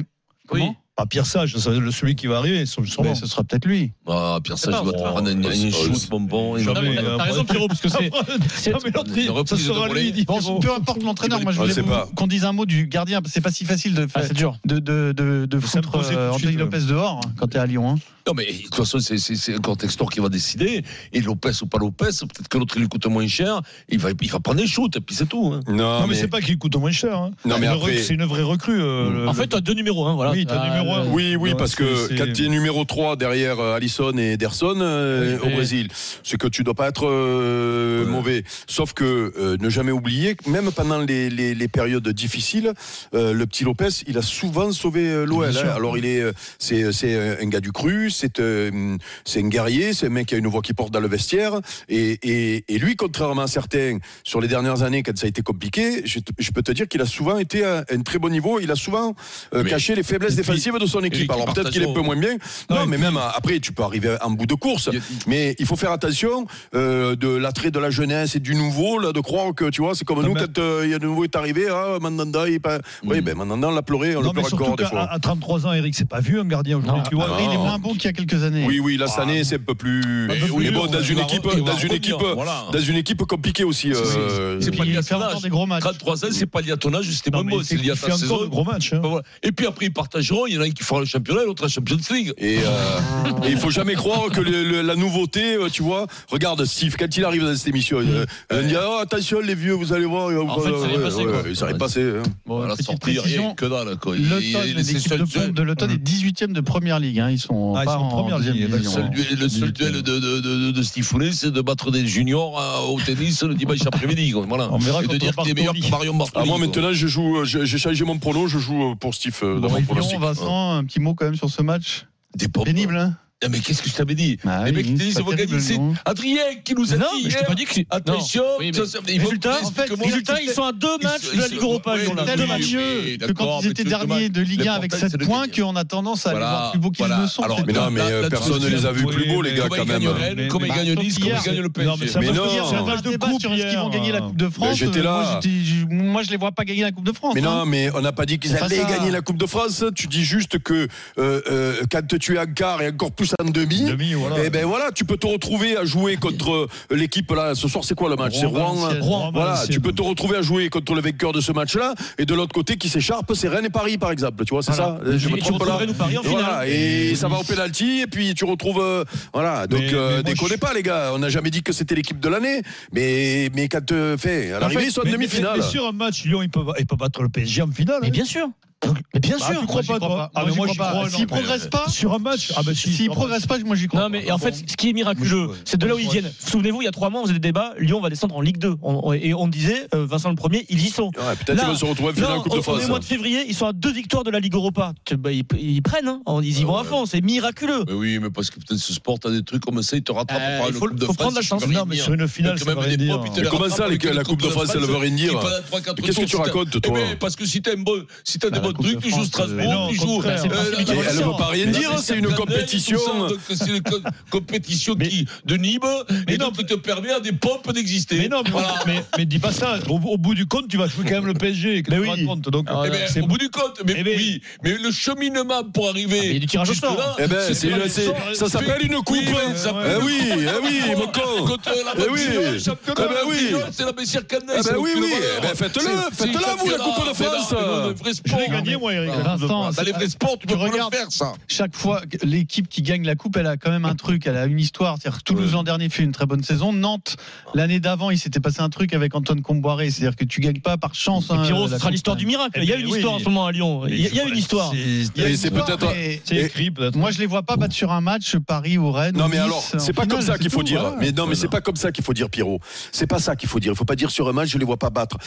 [SPEAKER 3] Oui.
[SPEAKER 7] Comment
[SPEAKER 14] Ah, Pierre Sage, c'est le- celui qui va arriver, sûrement.
[SPEAKER 7] Mais ce sera peut-être lui.
[SPEAKER 3] Ah, Pierre, ça,
[SPEAKER 6] pas,
[SPEAKER 3] je dois te
[SPEAKER 6] on-
[SPEAKER 3] prendre une- une shoot, bonbon. et-
[SPEAKER 14] Jamais.
[SPEAKER 6] Non, mais
[SPEAKER 14] euh,
[SPEAKER 6] T'as t'as raison, Pierrot, parce que c'est. c'est-
[SPEAKER 14] Ah, mais l'autre,
[SPEAKER 3] Une
[SPEAKER 14] ça
[SPEAKER 3] reprise de
[SPEAKER 14] sera
[SPEAKER 3] Brolé.
[SPEAKER 14] lui, dit
[SPEAKER 7] Bon,
[SPEAKER 14] Pierrot.
[SPEAKER 7] peu importe l'entraîneur, moi je
[SPEAKER 5] Ah,
[SPEAKER 7] voulais
[SPEAKER 5] c'est
[SPEAKER 7] vous-
[SPEAKER 5] pas.
[SPEAKER 7] qu'on dise un mot du gardien. parce que C'est pas si facile de
[SPEAKER 6] Ah,
[SPEAKER 7] faire,
[SPEAKER 6] c'est dur.
[SPEAKER 7] de, de, de, de
[SPEAKER 14] Ça me
[SPEAKER 7] foutre
[SPEAKER 14] pose tout de
[SPEAKER 7] euh,
[SPEAKER 14] suite,
[SPEAKER 7] Anthony
[SPEAKER 14] euh.
[SPEAKER 7] Lopez dehors hein, quand t'es à Lyon. hein.
[SPEAKER 3] Non, mais de toute façon, c'est- c'est c'est encore Textor qui va décider. Et Lopez ou pas Lopez, peut-être que l'autre, il lui coûte moins cher. Il va, il va prendre des shoots, et puis c'est tout. hein.
[SPEAKER 5] Non,
[SPEAKER 14] Non, mais
[SPEAKER 5] mais-
[SPEAKER 14] c'est pas qu'il coûte moins cher. hein.
[SPEAKER 5] Non, mais
[SPEAKER 14] Une
[SPEAKER 5] après-
[SPEAKER 14] recrue- C'est une vraie recrue. euh, le-
[SPEAKER 6] En fait, t'as deux numéros, hein, voilà.
[SPEAKER 14] Oui, t'as
[SPEAKER 6] Ah,
[SPEAKER 14] numéro un.
[SPEAKER 6] le-
[SPEAKER 5] Oui, oui,
[SPEAKER 14] Non,
[SPEAKER 5] parce que
[SPEAKER 14] c'est-
[SPEAKER 5] quand tu es numéro 3 derrière euh, Alisson et Ederson euh,
[SPEAKER 6] Oui,
[SPEAKER 5] au
[SPEAKER 6] mais-
[SPEAKER 5] Brésil, c'est que tu dois pas être euh, mauvais. Sauf que euh, ne jamais oublier que même pendant les, les- les périodes difficiles, euh, le petit Lopez, il a souvent sauvé euh, l'OL. hein. Alors il est, euh, c'est, c'est, euh, un gars du cru, c'est, euh, c'est un guerrier, c'est un mec qui a une voix qui porte dans le vestiaire. Et, et- et lui, contrairement à certains, sur les dernières années, quand ça a été compliqué, je, te- je peux te dire qu'il a souvent été à un très bon niveau. Il a souvent euh,
[SPEAKER 3] Mais-
[SPEAKER 5] caché les faiblesses
[SPEAKER 3] Et puis,
[SPEAKER 5] défensives positive de son équipe. Alors peut-être qu'il est un peu moins bien. Non, mais même après, tu peux arriver en bout de course. Mais il faut faire attention euh, de l'attrait de la jeunesse et du nouveau, là, de croire que, tu vois, c'est comme nous, quand euh, il y a de nouveau est arrivé, ah, Mandanda, il est pas... Oui, ben Mandanda, on l'a pleuré, on
[SPEAKER 14] Non,
[SPEAKER 5] le
[SPEAKER 14] mais
[SPEAKER 5] pleure
[SPEAKER 14] surtout
[SPEAKER 5] encore des
[SPEAKER 14] qu'à
[SPEAKER 5] fois.
[SPEAKER 14] à 33 ans, Eric, c'est pas vieux un gardien aujourd'hui. Tu vois,
[SPEAKER 5] après, il est moins
[SPEAKER 14] bon qu'il y a quelques années.
[SPEAKER 5] Oui, oui, là, cette année, c'est un peu plus.
[SPEAKER 14] Ah, Un peu plus
[SPEAKER 5] Mais bon,
[SPEAKER 14] lourd,
[SPEAKER 5] dans
[SPEAKER 14] ouais.
[SPEAKER 5] une
[SPEAKER 14] Il va
[SPEAKER 5] équipe,
[SPEAKER 14] re- il va
[SPEAKER 5] dans une
[SPEAKER 14] revenir,
[SPEAKER 5] équipe,
[SPEAKER 14] voilà.
[SPEAKER 5] dans une équipe compliquée aussi. euh,
[SPEAKER 3] C'est pas lié à son
[SPEAKER 14] encore
[SPEAKER 3] âge.
[SPEAKER 14] des gros matchs.
[SPEAKER 3] 33 ans, c'est pas lié à ton âge, c'était
[SPEAKER 14] Non,
[SPEAKER 3] moins
[SPEAKER 14] mais
[SPEAKER 3] bon,
[SPEAKER 14] il
[SPEAKER 3] c'est
[SPEAKER 14] fait-
[SPEAKER 3] lié à
[SPEAKER 14] il
[SPEAKER 3] ta
[SPEAKER 14] fait encore
[SPEAKER 3] saison.
[SPEAKER 14] de gros matchs,
[SPEAKER 3] Ben voilà. Et puis après, ils partageront, il y en a un qui fera le championnat et l'autre la Champions League.
[SPEAKER 5] Et, euh, et il faut jamais croire que le- le- la nouveauté, euh, tu vois. Regarde Steve, quand il arrive dans cette émission, il, euh, il dit Ah, attention les vieux, vous allez voir.
[SPEAKER 3] En fait, ça
[SPEAKER 5] Ouais,
[SPEAKER 3] allait passer,
[SPEAKER 5] ouais,
[SPEAKER 3] quoi.
[SPEAKER 5] il s'arrête passer. hein.
[SPEAKER 3] à la
[SPEAKER 7] petite
[SPEAKER 3] sortie, rien
[SPEAKER 7] précision,
[SPEAKER 3] que dalle. Quoi. Il- il-
[SPEAKER 7] L'automne,
[SPEAKER 3] il- c'est
[SPEAKER 7] l'équipe de
[SPEAKER 3] seul duel-
[SPEAKER 7] pompe de l'automne est 18 e de première ligue. hein. Ils sont
[SPEAKER 3] Ah, ils
[SPEAKER 7] pas
[SPEAKER 3] sont en première
[SPEAKER 7] en deuxième
[SPEAKER 3] ligne. Le
[SPEAKER 7] division. hein.
[SPEAKER 3] seul duel, le seul duel de, de, de, de Steve Foulet, c'est de battre des juniors euh, au tennis le dimanche après-midi. quoi. Voilà.
[SPEAKER 5] On verra
[SPEAKER 3] Et
[SPEAKER 5] contre
[SPEAKER 3] de dire qu'il est meilleur que Marion
[SPEAKER 5] Ah,
[SPEAKER 3] Oh, Bartoli.
[SPEAKER 5] moi
[SPEAKER 3] quoi.
[SPEAKER 5] maintenant, je joue, euh, je- j'ai changé mon prono, je joue euh, pour Steve euh, dans mon pronostic.
[SPEAKER 7] Lyon, Vincent, un petit mot quand même sur ce match.
[SPEAKER 3] Des
[SPEAKER 7] Pénible, hein
[SPEAKER 3] Ah, mais qu'est-ce que je t'avais dit
[SPEAKER 7] Bah
[SPEAKER 3] Les
[SPEAKER 7] oui,
[SPEAKER 3] mecs qui te
[SPEAKER 7] c'est
[SPEAKER 3] disent
[SPEAKER 7] pas
[SPEAKER 3] ils vont gagner.
[SPEAKER 7] terrible,
[SPEAKER 3] C'est
[SPEAKER 7] non.
[SPEAKER 3] Adrien qui nous a
[SPEAKER 6] Non,
[SPEAKER 3] dit.
[SPEAKER 6] mais je t'ai
[SPEAKER 3] hier,
[SPEAKER 6] pas dit que c'est-
[SPEAKER 3] Attention,
[SPEAKER 6] Non. Oui, mais-
[SPEAKER 3] ça, ça- il faut-
[SPEAKER 6] Résultat, en fait,
[SPEAKER 3] Comment-
[SPEAKER 6] résultat, ils sont à deux
[SPEAKER 3] Ils
[SPEAKER 6] matchs
[SPEAKER 3] se-
[SPEAKER 6] de la
[SPEAKER 3] ils se-
[SPEAKER 6] Ligue Europa,
[SPEAKER 3] ouais,
[SPEAKER 6] ils ont la-
[SPEAKER 3] d'accord,
[SPEAKER 7] tellement
[SPEAKER 3] mais-
[SPEAKER 7] mieux que
[SPEAKER 3] d'accord,
[SPEAKER 7] quand ils
[SPEAKER 3] mais
[SPEAKER 7] étaient
[SPEAKER 3] tout le
[SPEAKER 7] derniers
[SPEAKER 3] match-
[SPEAKER 7] de Ligue 1 avec
[SPEAKER 3] l'important, c'est
[SPEAKER 7] 7
[SPEAKER 3] de
[SPEAKER 7] points qu'on a tendance à les
[SPEAKER 3] Voilà,
[SPEAKER 7] voir plus beaux qu'ils
[SPEAKER 3] voilà.
[SPEAKER 7] ne sont.
[SPEAKER 3] Alors,
[SPEAKER 7] c'est
[SPEAKER 3] mais
[SPEAKER 7] tout.
[SPEAKER 3] non, mais, euh,
[SPEAKER 5] personne ne les a vus plus beaux, les gars,
[SPEAKER 3] Comment
[SPEAKER 5] quand
[SPEAKER 3] ils
[SPEAKER 5] même.
[SPEAKER 3] gagnent Rennes,
[SPEAKER 5] Mais-
[SPEAKER 3] comment ils
[SPEAKER 5] mais-
[SPEAKER 3] gagnent Nice,
[SPEAKER 7] Sauf
[SPEAKER 3] comment
[SPEAKER 7] hier.
[SPEAKER 3] ils gagnent le
[SPEAKER 7] Non, mais
[SPEAKER 3] PSG.
[SPEAKER 7] ça
[SPEAKER 5] Mais
[SPEAKER 7] va se
[SPEAKER 5] non.
[SPEAKER 7] dire, c'est un match de coupe sur est-ce qu'ils
[SPEAKER 3] Ah.
[SPEAKER 7] vont gagner la Coupe de France.
[SPEAKER 5] Ben, j'étais
[SPEAKER 7] Euh, moi,
[SPEAKER 5] là.
[SPEAKER 7] j'étais- je- Moi, je les vois pas gagner la Coupe de France.
[SPEAKER 5] Mais non,
[SPEAKER 7] hein.
[SPEAKER 5] mais on n'a pas dit qu'ils
[SPEAKER 7] C'est pas
[SPEAKER 5] allaient
[SPEAKER 7] ça.
[SPEAKER 5] gagner la Coupe de France. Tu dis juste que euh, euh, quand tu es en quart et encore plus en demi,
[SPEAKER 14] Demi, voilà.
[SPEAKER 5] eh ben voilà, tu peux te retrouver à jouer contre euh, l'équipe là. Ce soir, c'est quoi le match C'est Rouen.
[SPEAKER 14] Rouen-Valenciennes.
[SPEAKER 5] Rouen, Voilà,
[SPEAKER 14] Rouen-Valenciennes.
[SPEAKER 5] tu peux te retrouver à jouer contre le vainqueur de ce match-là. Et de l'autre côté, qui s'écharpe, c'est Rennes et Paris, par exemple. Tu vois, c'est
[SPEAKER 6] Voilà.
[SPEAKER 5] ça. Je
[SPEAKER 6] Et
[SPEAKER 5] me
[SPEAKER 6] tu
[SPEAKER 5] trompe
[SPEAKER 6] retrouves
[SPEAKER 5] là.
[SPEAKER 6] Rennes ou Paris en
[SPEAKER 5] Et voilà,
[SPEAKER 6] finale.
[SPEAKER 5] et,
[SPEAKER 6] Et
[SPEAKER 5] ça va au
[SPEAKER 6] Nice.
[SPEAKER 5] penalty. Et puis tu retrouves, euh, voilà. Donc
[SPEAKER 6] Mais-
[SPEAKER 5] euh,
[SPEAKER 6] mais moi,
[SPEAKER 5] déconnez
[SPEAKER 6] je-
[SPEAKER 5] pas, les gars. On n'a jamais dit que c'était l'équipe de l'année. Mais mais quand euh, fait, à l'arrivée, ils sont en
[SPEAKER 14] Mais- mais-
[SPEAKER 5] demi-finale.
[SPEAKER 14] Mais sur un match, Lyon, il peut, il peut battre le PSG en finale.
[SPEAKER 6] Mais bien sûr. Mais bien
[SPEAKER 14] Bah,
[SPEAKER 6] sûr.
[SPEAKER 14] tu crois pas, toi Ah, mais euh, moi, j'y crois.
[SPEAKER 7] S'ils progressent pas,
[SPEAKER 14] Sur un match Ah, bah si.
[SPEAKER 7] s'ils progressent pas, moi, j'y crois.
[SPEAKER 6] Non, mais
[SPEAKER 5] Ah
[SPEAKER 6] en fait, ce qui est miraculeux, c'est de là où ils viennent. Souvenez-vous, il y a trois mois, on faisait des débats. Lyon va descendre en Ligue 2. On- on- et on disait, euh, Vincent le premier, ils y sont.
[SPEAKER 5] Ouais, peut-être
[SPEAKER 6] Là,
[SPEAKER 5] ils vont se retrouver en finale
[SPEAKER 6] là,
[SPEAKER 5] de Coupe de
[SPEAKER 6] on-
[SPEAKER 5] France.
[SPEAKER 6] On est au mois de février, ils sont à deux victoires de la Ligue Europa. Tu- bah, ils, ils prennent, hein. On-
[SPEAKER 5] Ah
[SPEAKER 6] ils y vont à fond, c'est miraculeux.
[SPEAKER 3] Mais oui, mais parce que peut-être ce sport, t'as des trucs comme ça, il te rattrape
[SPEAKER 6] Euh,
[SPEAKER 3] par
[SPEAKER 6] il
[SPEAKER 3] le
[SPEAKER 6] faut-
[SPEAKER 3] Coupe de
[SPEAKER 6] faut
[SPEAKER 3] France.
[SPEAKER 6] prendre la
[SPEAKER 3] tu
[SPEAKER 6] chance.
[SPEAKER 3] peux rien
[SPEAKER 6] Non, mais
[SPEAKER 3] dire.
[SPEAKER 6] sur une finale,
[SPEAKER 3] Parce que
[SPEAKER 6] ça veut
[SPEAKER 3] même
[SPEAKER 6] rien
[SPEAKER 3] des
[SPEAKER 6] dire.
[SPEAKER 3] pop, ils te
[SPEAKER 6] Mais
[SPEAKER 3] les
[SPEAKER 5] comment
[SPEAKER 3] rattrapent
[SPEAKER 5] ça, les-
[SPEAKER 3] avec
[SPEAKER 5] la
[SPEAKER 3] une
[SPEAKER 5] Coupe de France, elle veut rien
[SPEAKER 3] qui
[SPEAKER 5] dire
[SPEAKER 3] passe à trois, quatre
[SPEAKER 5] Qu'est-ce que
[SPEAKER 3] tours,
[SPEAKER 5] tu
[SPEAKER 3] si t'as-
[SPEAKER 5] racontes,
[SPEAKER 3] Eh
[SPEAKER 5] toi
[SPEAKER 3] ben, Parce que si t'as un bon- si t'as
[SPEAKER 6] Bah,
[SPEAKER 3] des bons trucs, tu joues Strasbourg,
[SPEAKER 14] non,
[SPEAKER 3] tu
[SPEAKER 14] au
[SPEAKER 3] joues.
[SPEAKER 14] contraire.
[SPEAKER 3] euh,
[SPEAKER 5] Mais
[SPEAKER 3] la-
[SPEAKER 5] elle
[SPEAKER 3] la-
[SPEAKER 5] veut pas rien
[SPEAKER 3] la-
[SPEAKER 5] dire,
[SPEAKER 3] la-
[SPEAKER 5] c'est
[SPEAKER 3] la-
[SPEAKER 5] une
[SPEAKER 3] la-
[SPEAKER 5] compétition.
[SPEAKER 3] tout ça, donc C'est une co- compétition qui- de Nîmes, et donc qui te permet à des pompes d'exister.
[SPEAKER 14] Mais non, mais,
[SPEAKER 3] Voilà.
[SPEAKER 14] mais, mais dis pas ça. Au, au bout du compte, tu vas jouer quand même le PSG. Que
[SPEAKER 6] Mais
[SPEAKER 14] tu
[SPEAKER 6] oui.
[SPEAKER 14] racontes, donc,
[SPEAKER 6] Ah,
[SPEAKER 3] Eh ben,
[SPEAKER 14] c'est
[SPEAKER 3] au bout du compte, mais,
[SPEAKER 6] Eh ben-
[SPEAKER 3] oui, mais le cheminement pour
[SPEAKER 6] Ah, mais il y
[SPEAKER 3] arriver
[SPEAKER 6] a du tirage au sort.
[SPEAKER 3] jusque-là,
[SPEAKER 5] Eh ben, c'est
[SPEAKER 3] pas
[SPEAKER 5] une-
[SPEAKER 3] du
[SPEAKER 5] c'est-
[SPEAKER 3] sort.
[SPEAKER 5] ça s'appelle une coupe.
[SPEAKER 3] Oui, mais ça s'appelle
[SPEAKER 5] Eh
[SPEAKER 3] une
[SPEAKER 5] oui,
[SPEAKER 3] coupe.
[SPEAKER 5] eh oui, mon con.
[SPEAKER 3] Contre la
[SPEAKER 5] Eh
[SPEAKER 3] Bastille,
[SPEAKER 5] oui.
[SPEAKER 3] le championnat,
[SPEAKER 5] Eh ben oui.
[SPEAKER 3] le championnat, C'est la Bessière Canet.
[SPEAKER 5] Eh ben oui, oui. Eh ben, faites-le, faites-le, vous, la Coupe de France.
[SPEAKER 3] Je
[SPEAKER 14] l'ai gagné, moi, Eric.
[SPEAKER 7] Vincent,
[SPEAKER 3] Dans les vrais sports, tu
[SPEAKER 7] tu
[SPEAKER 3] peux pas
[SPEAKER 7] regardes-
[SPEAKER 3] le faire, ça.
[SPEAKER 7] chaque fois, l'équipe qui gagne la coupe, elle a quand même un truc, elle a une histoire. C'est-à-dire que Toulouse l'an dernier fait une très bonne saison. Nantes, l'année d'avant, il s'était passé un truc avec Antoine Comboiré. C'est-à-dire que tu gagnes pas par chance. hein, Eh ben
[SPEAKER 6] Pierrot,
[SPEAKER 7] la
[SPEAKER 6] ce sera
[SPEAKER 7] Coupe.
[SPEAKER 6] l'histoire du miracle. Il y a une
[SPEAKER 14] oui.
[SPEAKER 6] histoire en ce moment à Lyon. Il y a- il y a une histoire.
[SPEAKER 14] C'est
[SPEAKER 7] Il y a
[SPEAKER 5] Et
[SPEAKER 7] une
[SPEAKER 5] c'est
[SPEAKER 7] histoire,
[SPEAKER 5] peut-être-
[SPEAKER 7] mais
[SPEAKER 14] c'est écrit, peut-être.
[SPEAKER 7] Moi, je les vois pas battre sur un match Paris ou Rennes.
[SPEAKER 5] Non
[SPEAKER 7] ou
[SPEAKER 5] mais
[SPEAKER 7] Nice
[SPEAKER 5] alors,
[SPEAKER 7] en
[SPEAKER 5] c'est pas comme
[SPEAKER 7] finale,
[SPEAKER 5] ça qu'il
[SPEAKER 7] c'est
[SPEAKER 5] faut
[SPEAKER 7] tout, hein.
[SPEAKER 5] dire.
[SPEAKER 7] voilà.
[SPEAKER 5] Mais non, mais c'est pas comme ça qu'il faut dire, Pierrot. C'est pas ça qu'il faut dire. Il faut pas dire sur un match, je les vois pas battre.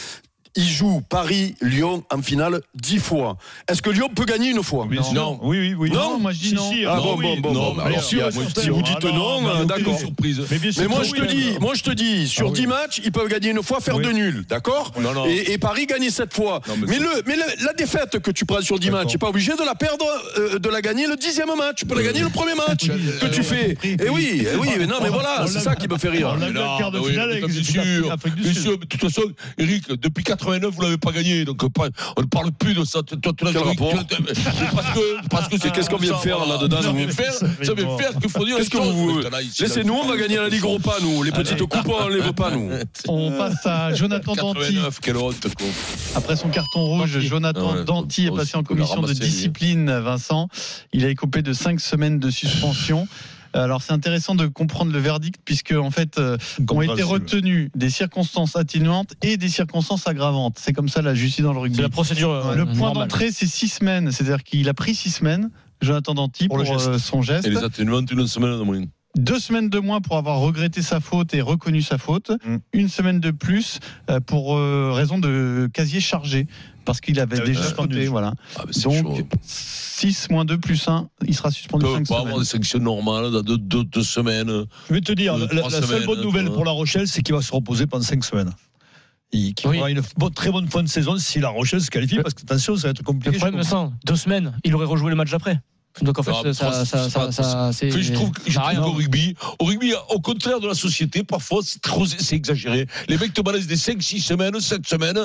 [SPEAKER 5] Ils jouent Paris, Lyon en finale dix fois. Est-ce que Lyon peut gagner une fois
[SPEAKER 14] Non. Oui, oui, oui.
[SPEAKER 5] Non,
[SPEAKER 7] moi, je dis
[SPEAKER 14] Si,
[SPEAKER 7] non.
[SPEAKER 14] si,
[SPEAKER 5] Ah
[SPEAKER 14] non,
[SPEAKER 5] bon,
[SPEAKER 14] oui.
[SPEAKER 5] bon, bon,
[SPEAKER 14] Non,
[SPEAKER 5] bon.
[SPEAKER 14] mais
[SPEAKER 5] Alors,
[SPEAKER 14] bien
[SPEAKER 5] si,
[SPEAKER 14] sûr,
[SPEAKER 5] si
[SPEAKER 14] bien sûr.
[SPEAKER 5] vous
[SPEAKER 14] Ah
[SPEAKER 5] dites non,
[SPEAKER 14] mais
[SPEAKER 5] euh,
[SPEAKER 14] aucune
[SPEAKER 5] d'accord.
[SPEAKER 14] surprise. bien sûr
[SPEAKER 5] Mais moi
[SPEAKER 14] que
[SPEAKER 5] je
[SPEAKER 14] oui,
[SPEAKER 5] te dis,
[SPEAKER 14] alors.
[SPEAKER 5] moi je te dis, sur 10 matchs, ils peuvent gagner une fois, faire
[SPEAKER 14] Oui.
[SPEAKER 5] deux nuls, d'accord
[SPEAKER 3] Non, non.
[SPEAKER 5] et, et Paris gagner cette fois.
[SPEAKER 3] Non, mais
[SPEAKER 5] mais le, mais le- la défaite que tu prends sur 10 matchs, tu n'es pas obligé de la perdre, euh, de la gagner le dixième match. Tu peux la gagner le premier match que tu fais. Et oui, eh oui, mais non, mais voilà, c'est ça qui me fait rire.
[SPEAKER 14] Ah, On l'a vu en quart de
[SPEAKER 3] bah oui,
[SPEAKER 14] finale
[SPEAKER 3] mais
[SPEAKER 14] avec
[SPEAKER 3] comme
[SPEAKER 14] les
[SPEAKER 3] c'est sûr,
[SPEAKER 14] Afrique du
[SPEAKER 3] bien
[SPEAKER 14] Sud.
[SPEAKER 3] sûr, mais de toute façon, Eric, depuis 89, vous l'avez pas gagné, donc euh, pas- on ne parle plus de ça. Toi, toi, tu l'as
[SPEAKER 5] Quel
[SPEAKER 3] tu-
[SPEAKER 5] rapport
[SPEAKER 3] tu- mais Parce que, parce que c'est
[SPEAKER 5] Qu'est-ce qu'on vient de faire, là, dedans,
[SPEAKER 3] Ça
[SPEAKER 5] nous
[SPEAKER 3] vient faire, ça vient faire qu'il faut dire.
[SPEAKER 5] Qu'est-ce que
[SPEAKER 3] les choses.
[SPEAKER 5] vous
[SPEAKER 3] Mais t'en as ici, là,
[SPEAKER 5] Laissez-nous, on va gagner la Ligue Europa, nous. Les petites coupes, on les veut pas, nous.
[SPEAKER 7] On passe à Jonathan Danti.
[SPEAKER 3] 89, quelle honte, quoi.
[SPEAKER 7] Après son carton rouge, Jonathan
[SPEAKER 3] Ouais,
[SPEAKER 7] Danti est
[SPEAKER 3] on-
[SPEAKER 7] passé
[SPEAKER 3] on
[SPEAKER 7] en
[SPEAKER 3] l'a
[SPEAKER 7] commission de
[SPEAKER 3] ramassé, lui.
[SPEAKER 7] discipline, Vincent. Il a écopé de cinq semaines de suspension. Alors c'est intéressant de comprendre le verdict puisque en fait euh, ont été
[SPEAKER 14] Compréhensible.
[SPEAKER 7] retenues des circonstances atténuantes et des circonstances aggravantes. C'est comme ça la justice dans le rugby.
[SPEAKER 6] C'est la procédure. euh,
[SPEAKER 7] Le point
[SPEAKER 6] normale.
[SPEAKER 7] d'entrée c'est six semaines, c'est-à-dire qu'il a pris six semaines. Jonathan Danti pour,
[SPEAKER 14] Pour le geste.
[SPEAKER 7] euh, son geste,
[SPEAKER 3] Et les atténuants, une semaine de moyenne.
[SPEAKER 7] deux semaines de moins pour avoir regretté sa faute et reconnu sa faute,
[SPEAKER 14] Mm.
[SPEAKER 7] une semaine de plus euh, pour euh, raison de casier chargé parce qu'il avait
[SPEAKER 14] Ah oui,
[SPEAKER 7] déjà
[SPEAKER 14] suspendu,
[SPEAKER 7] sauté,
[SPEAKER 14] je-
[SPEAKER 7] voilà.
[SPEAKER 3] Ah, mais c'est chaud. Ah,
[SPEAKER 7] Donc 6 moins 2 plus 1, il sera suspendu
[SPEAKER 3] On peut
[SPEAKER 7] 5
[SPEAKER 3] pas avoir
[SPEAKER 7] semaines.
[SPEAKER 3] des sanctions normales dans deux, deux- deux semaines.
[SPEAKER 14] Je vais te dire,
[SPEAKER 3] Deux,
[SPEAKER 14] la,
[SPEAKER 3] trois
[SPEAKER 14] la seule
[SPEAKER 3] semaines, euh,
[SPEAKER 6] euh,
[SPEAKER 14] bonne nouvelle
[SPEAKER 3] quoi.
[SPEAKER 14] pour La Rochelle, c'est qu'il va se reposer pendant 5 semaines. il- qui aura une bo- très bonne fin de saison si La Rochelle se qualifie, parce que attention, ça va être compliqué.
[SPEAKER 6] Le
[SPEAKER 14] je
[SPEAKER 6] problème,
[SPEAKER 14] pense.
[SPEAKER 6] ça, deux semaines, il aurait rejoué le match après. Donc en fait,
[SPEAKER 14] Ah,
[SPEAKER 6] ça, ça,
[SPEAKER 14] c'est-
[SPEAKER 6] ça,
[SPEAKER 14] c'est
[SPEAKER 6] ça,
[SPEAKER 14] pas-
[SPEAKER 6] c'est.
[SPEAKER 3] Puis je trouve, que- je
[SPEAKER 6] ça a
[SPEAKER 3] trouve
[SPEAKER 6] rien.
[SPEAKER 3] qu'au rugby, au rugby, au contraire de la société, parfois c'est trop, c'est exagéré. Les mecs te balancent des 5, 6 semaines, 7 semaines,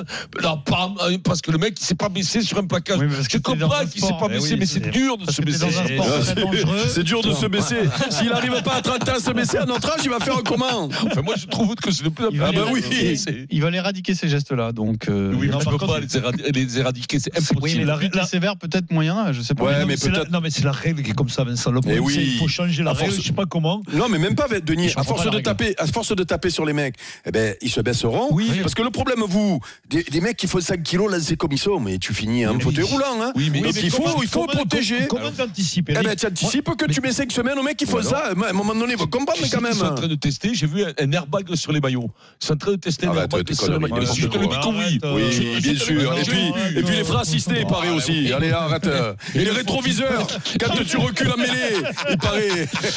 [SPEAKER 3] là, pam, hein, parce que le mec il s'est pas baissé sur un placage. je comprends qu'il s'est pas
[SPEAKER 14] Eh
[SPEAKER 3] baissé,
[SPEAKER 14] oui,
[SPEAKER 3] mais
[SPEAKER 14] c'est-
[SPEAKER 3] c'est dur de
[SPEAKER 14] parce
[SPEAKER 3] se
[SPEAKER 14] que t'es
[SPEAKER 3] baisser.
[SPEAKER 14] dans un sport très dangereux.
[SPEAKER 5] C'est dur de se baisser. S'il
[SPEAKER 3] n'arrive
[SPEAKER 5] n'arrive pas à 30 ans à se baisser à notre âge, il va faire un commun.
[SPEAKER 3] Enfin, moi je trouve que c'est le plus
[SPEAKER 7] Il va
[SPEAKER 3] Ah
[SPEAKER 7] les
[SPEAKER 3] bah oui,
[SPEAKER 7] éradiquer.
[SPEAKER 3] c'est-
[SPEAKER 7] Il va l'éradiquer ces
[SPEAKER 14] Ah,
[SPEAKER 7] gestes-là. Donc, euh,
[SPEAKER 3] oui, mais
[SPEAKER 7] non,
[SPEAKER 3] tu
[SPEAKER 7] par
[SPEAKER 3] peux
[SPEAKER 7] contre,
[SPEAKER 3] pas les éradi- les éradiquer, c'est
[SPEAKER 7] Oui, mais
[SPEAKER 3] impossible.
[SPEAKER 7] la règle sévère, peut-être moyen, je sais pas.
[SPEAKER 5] Ouais,
[SPEAKER 7] Non,
[SPEAKER 5] mais
[SPEAKER 7] c'est la-
[SPEAKER 5] peut-être-
[SPEAKER 14] Non, mais c'est la règle qui est comme ça, Vincent. Le
[SPEAKER 5] Eh
[SPEAKER 14] problème,
[SPEAKER 5] oui.
[SPEAKER 14] c'est qu'il faut changer la
[SPEAKER 5] À force-
[SPEAKER 14] règle, je sais pas comment.
[SPEAKER 5] Non, mais même pas, Denis.
[SPEAKER 14] Je
[SPEAKER 5] À
[SPEAKER 14] comprends
[SPEAKER 5] force,
[SPEAKER 14] pas la
[SPEAKER 5] de
[SPEAKER 14] règle.
[SPEAKER 5] taper, à force de taper sur les mecs, eh ben, ils se baisseront. Parce que le problème, vous, des, des mecs qui font 5 kilos, là, c'est comme ils sont, mais tu finis un
[SPEAKER 14] Oui,
[SPEAKER 5] fauteuil
[SPEAKER 14] mais-
[SPEAKER 5] roulant. Hein.
[SPEAKER 14] Oui, mais-
[SPEAKER 5] Donc
[SPEAKER 14] oui, mais
[SPEAKER 5] il faut,
[SPEAKER 14] comment-
[SPEAKER 5] il faut
[SPEAKER 14] comment-
[SPEAKER 5] protéger.
[SPEAKER 14] Comment t'anticipes
[SPEAKER 5] Eh
[SPEAKER 14] Eric
[SPEAKER 5] ben, tu anticipes que
[SPEAKER 14] Moi-
[SPEAKER 5] tu mets 5 semaines aux mecs qui font
[SPEAKER 3] Voilà.
[SPEAKER 5] ça. À un moment donné, il faut comprendre,
[SPEAKER 3] Tu
[SPEAKER 5] mais
[SPEAKER 3] sais
[SPEAKER 5] quand
[SPEAKER 3] qu'ils sont en
[SPEAKER 5] même.
[SPEAKER 3] train de tester, j'ai vu un- un airbag sur les maillots. Ils sont en train de tester un
[SPEAKER 5] Ah bah,
[SPEAKER 3] airbag
[SPEAKER 5] t'es
[SPEAKER 3] sur les
[SPEAKER 5] connerie,
[SPEAKER 3] maillots.
[SPEAKER 5] n'importe
[SPEAKER 3] Je te le dis
[SPEAKER 5] quoi.
[SPEAKER 3] que oui.
[SPEAKER 6] euh.
[SPEAKER 5] Oui,
[SPEAKER 3] euh, Je- je
[SPEAKER 5] bien
[SPEAKER 3] te le
[SPEAKER 5] sûr.
[SPEAKER 3] dis Bah,
[SPEAKER 5] Et
[SPEAKER 3] que
[SPEAKER 5] puis,
[SPEAKER 3] oui.
[SPEAKER 5] et puis les freins assistés, paraît aussi. Allez, arrête. euh. Et les rétroviseurs, quand tu recules en mêlée, il paraît.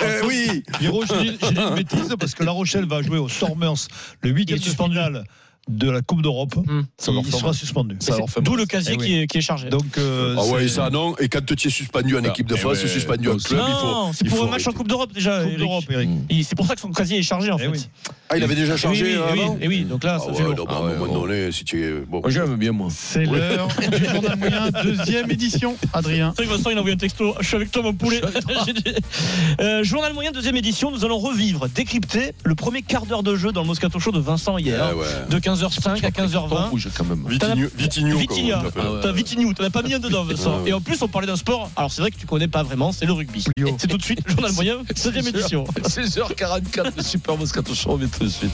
[SPEAKER 5] Eh oui.
[SPEAKER 14] Pierrot, je dis, je dis une bêtise parce que La Rochelle va jouer au Stormers le 8 de finale de la Coupe d'Europe.
[SPEAKER 7] Hmm.
[SPEAKER 3] Ça leur
[SPEAKER 14] Il
[SPEAKER 3] fait
[SPEAKER 14] sera
[SPEAKER 3] mal.
[SPEAKER 14] suspendu.
[SPEAKER 3] Ça leur fait
[SPEAKER 14] D'où
[SPEAKER 3] mal.
[SPEAKER 14] le casier
[SPEAKER 3] Eh oui.
[SPEAKER 14] qui, est, qui est chargé. Donc, euh,
[SPEAKER 5] Ah ouais,
[SPEAKER 14] c'est-
[SPEAKER 5] ça non. Et quand tu es suspendu en équipe de
[SPEAKER 3] eh
[SPEAKER 5] France,
[SPEAKER 3] ouais.
[SPEAKER 5] suspendu en
[SPEAKER 3] Non,
[SPEAKER 5] club, il faut.
[SPEAKER 6] Non, c'est
[SPEAKER 5] il
[SPEAKER 6] pour
[SPEAKER 5] faut
[SPEAKER 6] un match en
[SPEAKER 5] arrêter.
[SPEAKER 6] Coupe d'Europe déjà.
[SPEAKER 14] Ah, Coupe
[SPEAKER 6] Eric.
[SPEAKER 14] d'Europe, Eric.
[SPEAKER 6] Il- C'est pour ça que son casier est chargé en fait.
[SPEAKER 5] Ah, il avait déjà
[SPEAKER 6] Et oui,
[SPEAKER 5] changé
[SPEAKER 6] et oui,
[SPEAKER 5] avant
[SPEAKER 6] et oui, donc là, ça
[SPEAKER 5] Ah
[SPEAKER 6] fait
[SPEAKER 5] ouais,
[SPEAKER 6] long.
[SPEAKER 5] non, bah, à un moment donné, si tu es. Bon.
[SPEAKER 3] Moi, J'aime bien, moi.
[SPEAKER 7] C'est l'heure du journal moyen, deuxième édition. Adrien.
[SPEAKER 6] C'est vrai que Vincent, il a envoyé un texto. hein. Je suis avec toi, mon poulet. J'ai dit- Euh, journal moyen, deuxième édition. Nous allons revivre, décrypter le premier quart d'heure de jeu dans le Moscato Show de Vincent hier.
[SPEAKER 5] Ah ouais.
[SPEAKER 6] De 15h05 à 15h20.
[SPEAKER 3] Rouge quand même.
[SPEAKER 5] Vitigno, Vitigno, comme
[SPEAKER 6] Vitigna.
[SPEAKER 5] on l'appelle.
[SPEAKER 6] Ah ouais. T'as Vitignou, t'en as pas mis un dedans, Vincent.
[SPEAKER 5] Ah ouais.
[SPEAKER 6] Et en plus, on parlait d'un sport. Alors, c'est vrai que tu connais pas vraiment, c'est le rugby. Et C'est tout de suite le journal moyen, deuxième édition.
[SPEAKER 3] 16h44, le Super Moscato Show, on vient tout de suite.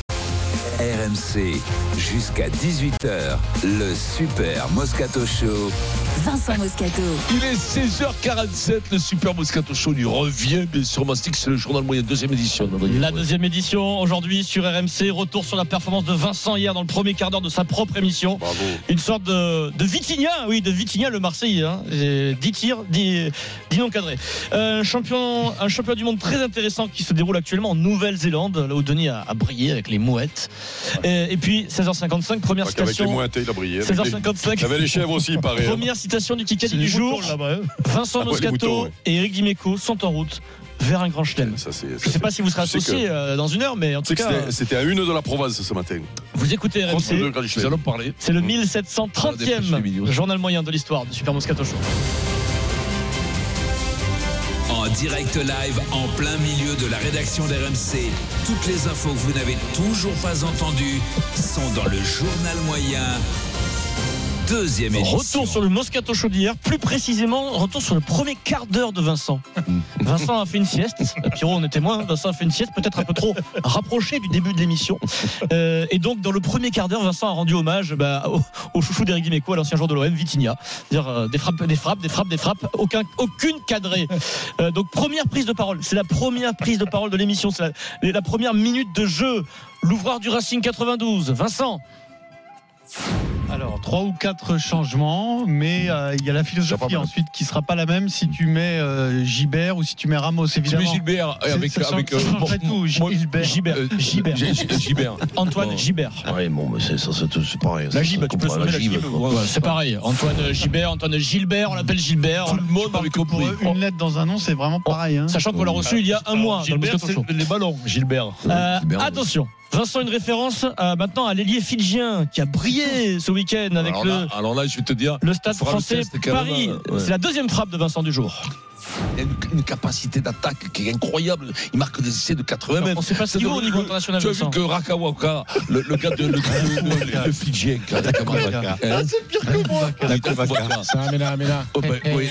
[SPEAKER 2] RMC, jusqu'à 18h, le Super Moscato Show.
[SPEAKER 1] Vincent Moscato.
[SPEAKER 3] Il est 16h47, le Super Moscato Show. Il revient, bien sûr, Mastic, c'est le journal moyen, deuxième édition. Adrien.
[SPEAKER 6] La
[SPEAKER 3] Ouais.
[SPEAKER 6] deuxième édition aujourd'hui sur RMC, retour sur la performance de Vincent hier dans le premier quart d'heure de sa propre émission.
[SPEAKER 5] Bravo.
[SPEAKER 6] Une sorte de, de Vitinha, oui, de Vitinha le Marseillais. Hein. Et 10 tirs, 10, 10 non cadrés. Euh, un champion, un championnat du monde très intéressant qui se déroule actuellement en Nouvelle-Zélande, là où Denis a, a brillé avec les mouettes. Et, et puis 16h55, première
[SPEAKER 5] Avec les
[SPEAKER 6] citation.
[SPEAKER 5] moins il a brillé. Avec les-
[SPEAKER 6] 16h55.
[SPEAKER 5] Avec les chèvres aussi, il paraît. hein.
[SPEAKER 6] Première citation du Kikadi
[SPEAKER 14] c'est
[SPEAKER 6] du
[SPEAKER 14] les
[SPEAKER 6] jour.
[SPEAKER 14] moutons, là-bas, hein.
[SPEAKER 5] Ah
[SPEAKER 6] Vincent
[SPEAKER 5] ouais, les
[SPEAKER 6] Moscato
[SPEAKER 5] moutons, ouais.
[SPEAKER 6] et Eric Dimeco sont en route vers un grand chelem.
[SPEAKER 5] Ça, c'est-
[SPEAKER 6] Je ne sais pas si vous serez
[SPEAKER 5] Tu sais
[SPEAKER 6] associé
[SPEAKER 5] que-
[SPEAKER 6] euh, dans une heure, mais en
[SPEAKER 5] tu sais
[SPEAKER 6] tout
[SPEAKER 5] que
[SPEAKER 6] cas,
[SPEAKER 5] c'était- c'était à une de la Provence ce matin.
[SPEAKER 6] vous écoutez
[SPEAKER 5] Contre le
[SPEAKER 6] RMC.
[SPEAKER 5] Grand Chelem.
[SPEAKER 3] Nous allons parler.
[SPEAKER 6] C'est le
[SPEAKER 3] Ah, des
[SPEAKER 6] 1730e
[SPEAKER 3] vidéos.
[SPEAKER 6] journal moyen de l'histoire du Super Moscato Show.
[SPEAKER 2] En direct live, en plein milieu de la rédaction d'RMC, toutes les infos que vous n'avez toujours pas entendues sont dans le journal moyen. Deuxième édition.
[SPEAKER 6] Retour sur le Moscato Show d'hier, plus précisément, retour sur le premier quart d'heure de Vincent. Vincent a fait une sieste, Pierrot en est témoin, hein. Vincent a fait une sieste peut-être un peu trop rapprochée du début de l'émission. Euh, et donc, dans le premier quart d'heure, Vincent a rendu hommage bah, au, au chouchou d'Eric Dimeco, à l'ancien joueur de l'OM, Vitinha. C'est-à-dire euh, des frappes, des frappes, des frappes, des frappes, aucun, aucune cadrée. Euh, donc, première prise de parole, c'est la première prise de parole de l'émission, c'est la, la première minute de jeu. L'ouvreur du Racing 92, Vincent.
[SPEAKER 7] Alors, trois ou quatre changements, mais euh, il y a la
[SPEAKER 3] Ça va
[SPEAKER 7] philosophie
[SPEAKER 3] pas mal.
[SPEAKER 7] ensuite qui sera pas la même si tu mets euh, Gibert ou si tu mets Ramos,
[SPEAKER 3] Tu mets
[SPEAKER 7] évidemment.
[SPEAKER 3] Gilbert et
[SPEAKER 7] C'est-
[SPEAKER 3] avec.
[SPEAKER 7] ça change-
[SPEAKER 3] avec
[SPEAKER 7] ça
[SPEAKER 3] euh,
[SPEAKER 7] changerait
[SPEAKER 3] bon,
[SPEAKER 7] tout,
[SPEAKER 3] moi,
[SPEAKER 7] Gilbert.
[SPEAKER 6] Gilbert. Euh, Gilbert.
[SPEAKER 3] G- G- Gilbert.
[SPEAKER 6] Antoine
[SPEAKER 3] Bon.
[SPEAKER 6] Gibert.
[SPEAKER 20] Ouais, bon, mais c'est ça, c'est tout- c'est pareil.
[SPEAKER 6] La
[SPEAKER 20] ça,
[SPEAKER 6] Gibe,
[SPEAKER 20] ça
[SPEAKER 6] tu peux
[SPEAKER 20] comprend,
[SPEAKER 6] le nommer la
[SPEAKER 20] Gibe,
[SPEAKER 3] bah,
[SPEAKER 6] Gibe.
[SPEAKER 20] quoi.
[SPEAKER 6] Ouais, ouais, c'est pareil. Antoine Gilbert, Antoine Gilbert, on l'appelle Gilbert.
[SPEAKER 3] Tout le monde avait
[SPEAKER 7] Pour
[SPEAKER 3] compris.
[SPEAKER 7] eux, une lettre dans un nom, c'est vraiment pareil. hein.
[SPEAKER 6] Oh, Sachant qu'on l'a reçu il y a un
[SPEAKER 14] Alors,
[SPEAKER 6] mois dans le
[SPEAKER 14] Gilbert,
[SPEAKER 6] Moscato Show.
[SPEAKER 14] c'est les ballons, Gilbert.
[SPEAKER 6] Euh,
[SPEAKER 20] Gilbert, ouais.
[SPEAKER 6] attention, Vincent, une référence euh, maintenant à l'ailier fidjien qui a brillé ce week-end avec
[SPEAKER 3] alors,
[SPEAKER 6] le,
[SPEAKER 3] là, alors là, je vais te dire,
[SPEAKER 6] le stade
[SPEAKER 3] on fera le
[SPEAKER 6] français
[SPEAKER 3] test, quand même, hein,
[SPEAKER 6] Paris.
[SPEAKER 5] hein.
[SPEAKER 3] ouais.
[SPEAKER 6] C'est la deuxième frappe de Vincent du jour.
[SPEAKER 3] il a une, une capacité d'attaque qui est incroyable. Il marque des essais de 80
[SPEAKER 6] Alors,
[SPEAKER 3] mètres.
[SPEAKER 6] on sait pas ce
[SPEAKER 3] C'est
[SPEAKER 6] qu'il
[SPEAKER 3] de-
[SPEAKER 6] vaut au
[SPEAKER 3] le-
[SPEAKER 6] niveau international,
[SPEAKER 3] Tu as
[SPEAKER 6] Vincent.
[SPEAKER 3] vu que Rakawaka, le, le gars de le, le, le, le Fidjien, qui attaque à Mbaka, hein.
[SPEAKER 14] Ah, c'est pire que moi.
[SPEAKER 3] Mbaka.
[SPEAKER 20] Ça, mais là, mais là. Eh,
[SPEAKER 3] Oh, ben, oui.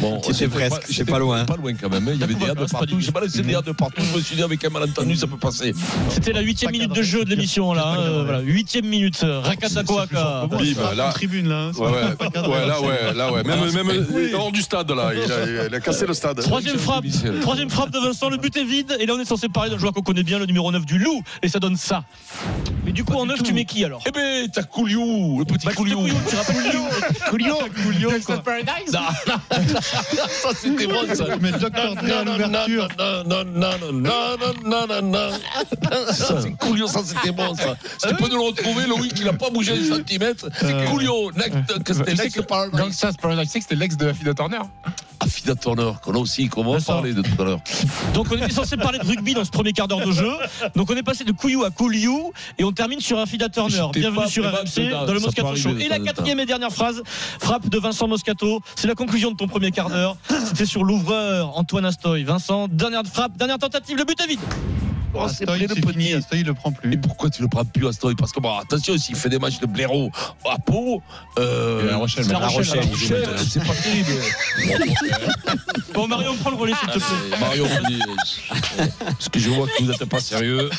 [SPEAKER 3] Bon,
[SPEAKER 13] C'était
[SPEAKER 3] c'était
[SPEAKER 13] presque,
[SPEAKER 3] pas-
[SPEAKER 13] c'est
[SPEAKER 3] c'était
[SPEAKER 13] pas loin.
[SPEAKER 3] Pas loin quand même. hein. Il y avait des
[SPEAKER 6] Mbaka,
[SPEAKER 3] hades
[SPEAKER 6] c'est pas
[SPEAKER 3] partout.
[SPEAKER 6] du-
[SPEAKER 3] J'ai balancé des hades partout. Je me suis dit avec un malentendu, ça peut passer.
[SPEAKER 6] C'était la huitième
[SPEAKER 7] Pas
[SPEAKER 6] minute de
[SPEAKER 7] cadré,
[SPEAKER 6] jeu de
[SPEAKER 7] c'est
[SPEAKER 6] l'émission, là.
[SPEAKER 7] pas
[SPEAKER 6] hein,
[SPEAKER 7] cadré.
[SPEAKER 6] euh, voilà, huitième minute. euh, Rakata Kouaka.
[SPEAKER 7] Bon,
[SPEAKER 5] Bim,
[SPEAKER 7] c'est pas
[SPEAKER 5] bah, là.
[SPEAKER 7] en tribune là. hein, c'est
[SPEAKER 5] Ouais,
[SPEAKER 7] pas-
[SPEAKER 5] ouais,
[SPEAKER 7] pas cadré,
[SPEAKER 5] ouais, là,
[SPEAKER 6] Ah
[SPEAKER 7] c'est-
[SPEAKER 5] ouais, Euh, là, ouais. Même, même hors du stade, là. Il a, il a cassé le stade.
[SPEAKER 6] Troisième frappe, troisième frappe de Vincent, le but est vide et là on est censé parler d'un joueur qu'on connaît bien, le numéro 9 du Loup, et ça donne ça. Mais du coup, en 9, tu mets qui alors Bah,
[SPEAKER 3] Eh ben, t'as Couliou, le petit Couliou.
[SPEAKER 6] Tu rappelles
[SPEAKER 14] Coolio, Coolio,
[SPEAKER 6] Gangsta
[SPEAKER 14] quoi.
[SPEAKER 6] Paradise
[SPEAKER 3] ça, c'était bon, ça.
[SPEAKER 14] Mais Dr. Dre à l'ouverture.
[SPEAKER 3] Non, non, non, non, non, non, non, non. Ça, c'est Coolio, ça, c'était bon, ça. Si tu peux nous le retrouver, Loïc, il n'a pas bougé un centimètre. C'est Coolio, Next- euh, que c'était Next Paradise.
[SPEAKER 21] Gangsta's Paradise, tu sais que c'était l'ex de la fille de Turner.
[SPEAKER 3] Affida Turner, qu'on a aussi, comment parler de tout à l'heure.
[SPEAKER 6] Donc on était censé parler de rugby dans ce premier quart d'heure de jeu. Donc on est passé de Couillou à Couliou et on termine sur Afida Turner.
[SPEAKER 3] J'étais
[SPEAKER 6] Bienvenue
[SPEAKER 3] pas
[SPEAKER 6] sur
[SPEAKER 3] probable,
[SPEAKER 6] RMC
[SPEAKER 3] ça,
[SPEAKER 6] dans le
[SPEAKER 3] ça
[SPEAKER 6] Moscato
[SPEAKER 3] peut
[SPEAKER 6] Show.
[SPEAKER 3] arriver,
[SPEAKER 6] Et
[SPEAKER 3] ça,
[SPEAKER 6] la
[SPEAKER 3] ça.
[SPEAKER 6] quatrième et dernière phrase, frappe de Vincent Moscato. C'est la conclusion de ton premier quart d'heure. C'était sur l'ouvreur Antoine Astoy. Vincent, dernière frappe, dernière tentative, le but est vide.
[SPEAKER 3] Oh, c'est près de Pogny.
[SPEAKER 7] il le prend plus.
[SPEAKER 3] Et pourquoi tu le prends plus, Astoy Parce que, bon, attention, s'il fait des matchs de blaireau à Pau. Euh,
[SPEAKER 21] Et à La Rochelle,
[SPEAKER 3] La
[SPEAKER 21] maintenant.
[SPEAKER 3] Rochelle, hein,
[SPEAKER 6] hein.
[SPEAKER 21] La
[SPEAKER 3] La
[SPEAKER 21] Rochelle,
[SPEAKER 3] Rochelle, c'est pas terrible.
[SPEAKER 6] Bon Mario, prends le relais s'il te plaît.
[SPEAKER 3] Ah, Mario, on dit, euh, parce que je vois que vous n'êtes pas sérieux.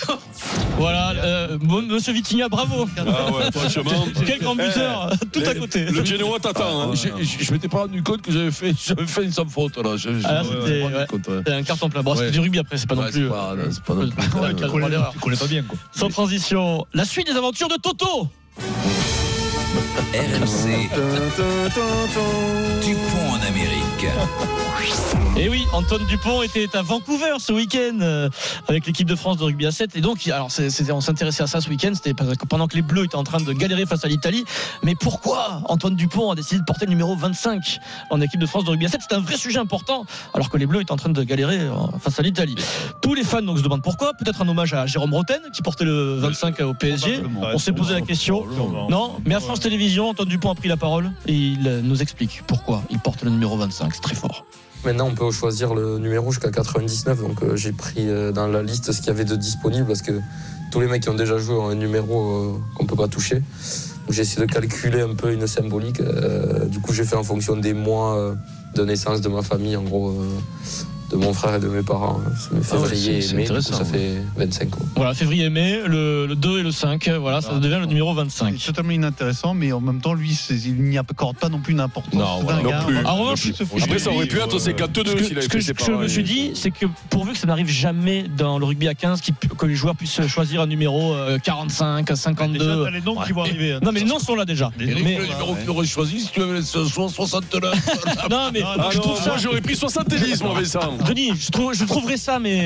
[SPEAKER 6] Voilà, euh, bon, Monsieur Vitinha, bravo.
[SPEAKER 3] Ah ouais, franchement. Eh,
[SPEAKER 6] Quel grand buteur, tout à côté.
[SPEAKER 17] Eh, Le Genoa t'attend. hein.
[SPEAKER 3] Je, je, je m'étais pas rendu compte que j'avais fait, j'avais fait une sans faute là. Je, je,
[SPEAKER 6] Ah, là,
[SPEAKER 3] je-
[SPEAKER 6] c'était-
[SPEAKER 3] je me rends
[SPEAKER 6] ouais.
[SPEAKER 3] compte, ouais.
[SPEAKER 6] C'est un carton plein. Bon,
[SPEAKER 3] Ouais.
[SPEAKER 6] c'est du rugby après, c'est pas non
[SPEAKER 3] Ouais,
[SPEAKER 6] plus. euh,
[SPEAKER 3] c'est pas- non, c'est pas non plus- euh,
[SPEAKER 6] Ouais, quel droit d'erreur.
[SPEAKER 14] pas bien, quoi.
[SPEAKER 6] Sans transition, la suite des aventures de Toto.
[SPEAKER 2] RMC. Dupont en Amérique.
[SPEAKER 6] Et oui, Antoine Dupont était à Vancouver ce week-end euh, avec l'équipe de France de rugby à 7. Et donc, alors, c'est- c'était- on s'intéressait à ça ce week-end. C'était parce que pendant que les Bleus étaient en train de galérer face à l'Italie. Mais pourquoi Antoine Dupont a décidé de porter le numéro 25 en équipe de France de rugby à 7 C'est un vrai sujet important alors que les Bleus étaient en train de galérer euh, face à l'Italie. Tous les fans donc, se demandent pourquoi. Peut-être un hommage à Jérôme Roten qui portait le 25 au PSG. On s'est posé la question. Non, mais à France Télévisions, Antoine Dupont a pris la parole et il euh, nous explique pourquoi il porte le numéro 25. C'est très fort.
[SPEAKER 19] Maintenant, on peut choisir le numéro jusqu'à 99. Donc, euh, j'ai pris euh, dans la liste ce qu'il y avait de disponible parce que tous les mecs qui ont déjà joué ont un numéro euh, qu'on ne peut pas toucher. Donc, J'ai essayé de calculer un peu une symbolique. Euh, du coup, j'ai fait en fonction des mois euh, de naissance de ma famille, en gros, euh, de mon frère et de mes parents. euh, C'est
[SPEAKER 6] Ah ouais,
[SPEAKER 19] février
[SPEAKER 6] c'est- c'est
[SPEAKER 19] et mai. du coup,
[SPEAKER 6] intéressant,
[SPEAKER 19] ça fait 25. quoi.
[SPEAKER 6] Voilà, février et mai, le, le 2 et le 5, euh, voilà, ça devient le numéro 25.
[SPEAKER 7] Ah, C'est totalement inintéressant, mais en même temps, lui, c'est- il n'y accorde pas non plus une importance.
[SPEAKER 3] Non, voilà,
[SPEAKER 7] dingue,
[SPEAKER 3] non
[SPEAKER 7] hein.
[SPEAKER 3] plus.
[SPEAKER 7] En
[SPEAKER 3] Non
[SPEAKER 7] revanche,
[SPEAKER 3] plus.
[SPEAKER 7] ce
[SPEAKER 3] Après,
[SPEAKER 7] Fouillet,
[SPEAKER 3] ça aurait pu
[SPEAKER 7] euh,
[SPEAKER 3] être, c'est 4-2
[SPEAKER 6] Ce que,
[SPEAKER 3] s'il avait
[SPEAKER 6] ce que
[SPEAKER 3] fait
[SPEAKER 6] je-
[SPEAKER 3] ses
[SPEAKER 6] ce que je me
[SPEAKER 3] pareils.
[SPEAKER 6] suis dit, c'est que pourvu que ça n'arrive jamais dans le rugby à 15, qui- que les joueurs puissent choisir un numéro euh, 45, 52.
[SPEAKER 14] Déjà, t'as les noms qui vont arriver, hein.
[SPEAKER 6] Non, mais les noms sont là déjà.
[SPEAKER 3] Et donc,
[SPEAKER 6] Mais-
[SPEAKER 3] le numéro que tu aurais choisi, si tu avais le 69.
[SPEAKER 6] Non, mais
[SPEAKER 3] Ah
[SPEAKER 6] je
[SPEAKER 3] non,
[SPEAKER 6] trouve ça.
[SPEAKER 3] moi, j'aurais pris 70, moi, Vincent.
[SPEAKER 14] Ah,
[SPEAKER 6] Denis, je, trouve- je trouverais ça, mais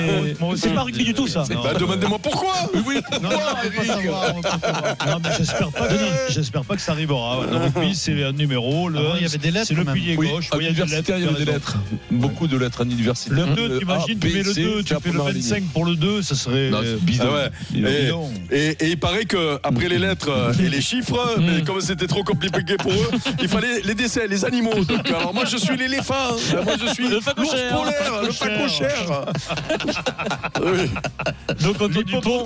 [SPEAKER 6] c'est pas rugby du tout ça.
[SPEAKER 3] Bah, demandez-moi pourquoi Oui, oui, pourquoi, Eric
[SPEAKER 14] Non, mais j'espère pas, que- j'espère pas que ça
[SPEAKER 5] Ah,
[SPEAKER 14] arrivera. Le rugby, c'est un numéro. Le
[SPEAKER 7] Avant, il y
[SPEAKER 14] un,
[SPEAKER 7] avait des lettres,
[SPEAKER 14] C'est le
[SPEAKER 7] quand même.
[SPEAKER 14] pilier
[SPEAKER 3] Oui,
[SPEAKER 14] gauche.
[SPEAKER 3] à
[SPEAKER 14] Oui, il y a des lettres,
[SPEAKER 3] l'université, il y avait des
[SPEAKER 14] t'as raison.
[SPEAKER 3] lettres. Beaucoup de lettres à l'université.
[SPEAKER 14] Le 2, t'imagines, tu mets le 2, tu fais le 25 pour le 2, ça serait.
[SPEAKER 3] Non, c'est bizarre.
[SPEAKER 14] Ah ouais.
[SPEAKER 5] Et,
[SPEAKER 14] Bidon.
[SPEAKER 5] et- et il paraît que après les lettres euh, et les chiffres,
[SPEAKER 20] Mm.
[SPEAKER 5] mais comme c'était trop compliqué pour eux, il fallait les décès, les animaux. Donc, alors moi je suis l'éléphant, moi je suis
[SPEAKER 6] Le
[SPEAKER 5] l'ours
[SPEAKER 6] phacochère,
[SPEAKER 5] polaire,
[SPEAKER 6] le
[SPEAKER 5] le facochère.
[SPEAKER 6] Donc Antoine Dupont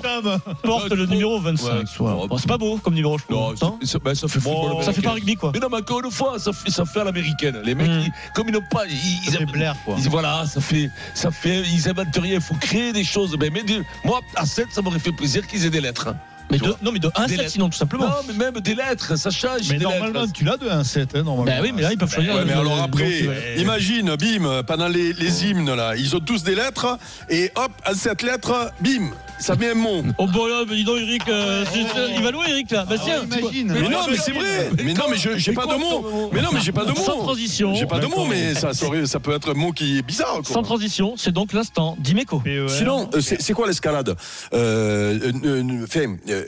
[SPEAKER 6] porte le numéro 25. Bon, c'est pas beau comme numéro, je trouve.
[SPEAKER 3] Non, c'est- ben, ça fait football
[SPEAKER 6] Ça fait
[SPEAKER 3] américain.
[SPEAKER 6] pas rugby quoi. Hmm.
[SPEAKER 3] Mais non, mais encore une fois, ça fait, ça fait à l'américaine. Les mecs, ils- comme ils n'ont pas. Ils, ils aiment- ils- voilà, ça fait, ça fait. Ils inventent rien. Il faut créer des choses. Mais, mais des- moi, à 7, ça m'aurait fait plaisir qu'ils aient des lettres. hein.
[SPEAKER 6] Mais
[SPEAKER 3] Tu
[SPEAKER 6] de-
[SPEAKER 3] vois.
[SPEAKER 6] non, mais de 1
[SPEAKER 3] Des
[SPEAKER 6] set
[SPEAKER 3] lettres.
[SPEAKER 6] sinon, tout simplement.
[SPEAKER 3] Non, mais même des lettres, ça change.
[SPEAKER 14] Mais
[SPEAKER 3] des
[SPEAKER 14] normalement,
[SPEAKER 3] lettres.
[SPEAKER 14] tu l'as de 1-7, hein, normalement.
[SPEAKER 6] Bah oui, mais là, ils peuvent choisir.
[SPEAKER 5] Ouais,
[SPEAKER 6] le-
[SPEAKER 5] mais alors
[SPEAKER 6] le-
[SPEAKER 5] après,
[SPEAKER 6] donc, ouais.
[SPEAKER 5] imagine, bim, pendant les, les hymnes là, ils ont tous des lettres et hop, à cette lettre, bim, ça met un mot.
[SPEAKER 6] Oh, bon, là, mais dis donc, Eric, euh, c'est- c'est- il va loin, Eric, là. Bah, tiens,
[SPEAKER 7] imagine.
[SPEAKER 5] Mais non, mais c'est vrai. Mais non, mais je- j'ai pas de mots. Mais non, mais j'ai pas de mots.
[SPEAKER 6] Sans transition.
[SPEAKER 5] J'ai pas de mots, mais ça, ça aurait- ça peut être un mot qui est bizarre. quoi.
[SPEAKER 6] Sans transition, c'est donc l'instant d'Imeco.
[SPEAKER 5] Sinon, euh, c'est c'est quoi l'escalade Euh, euh, euh, fait, euh, euh,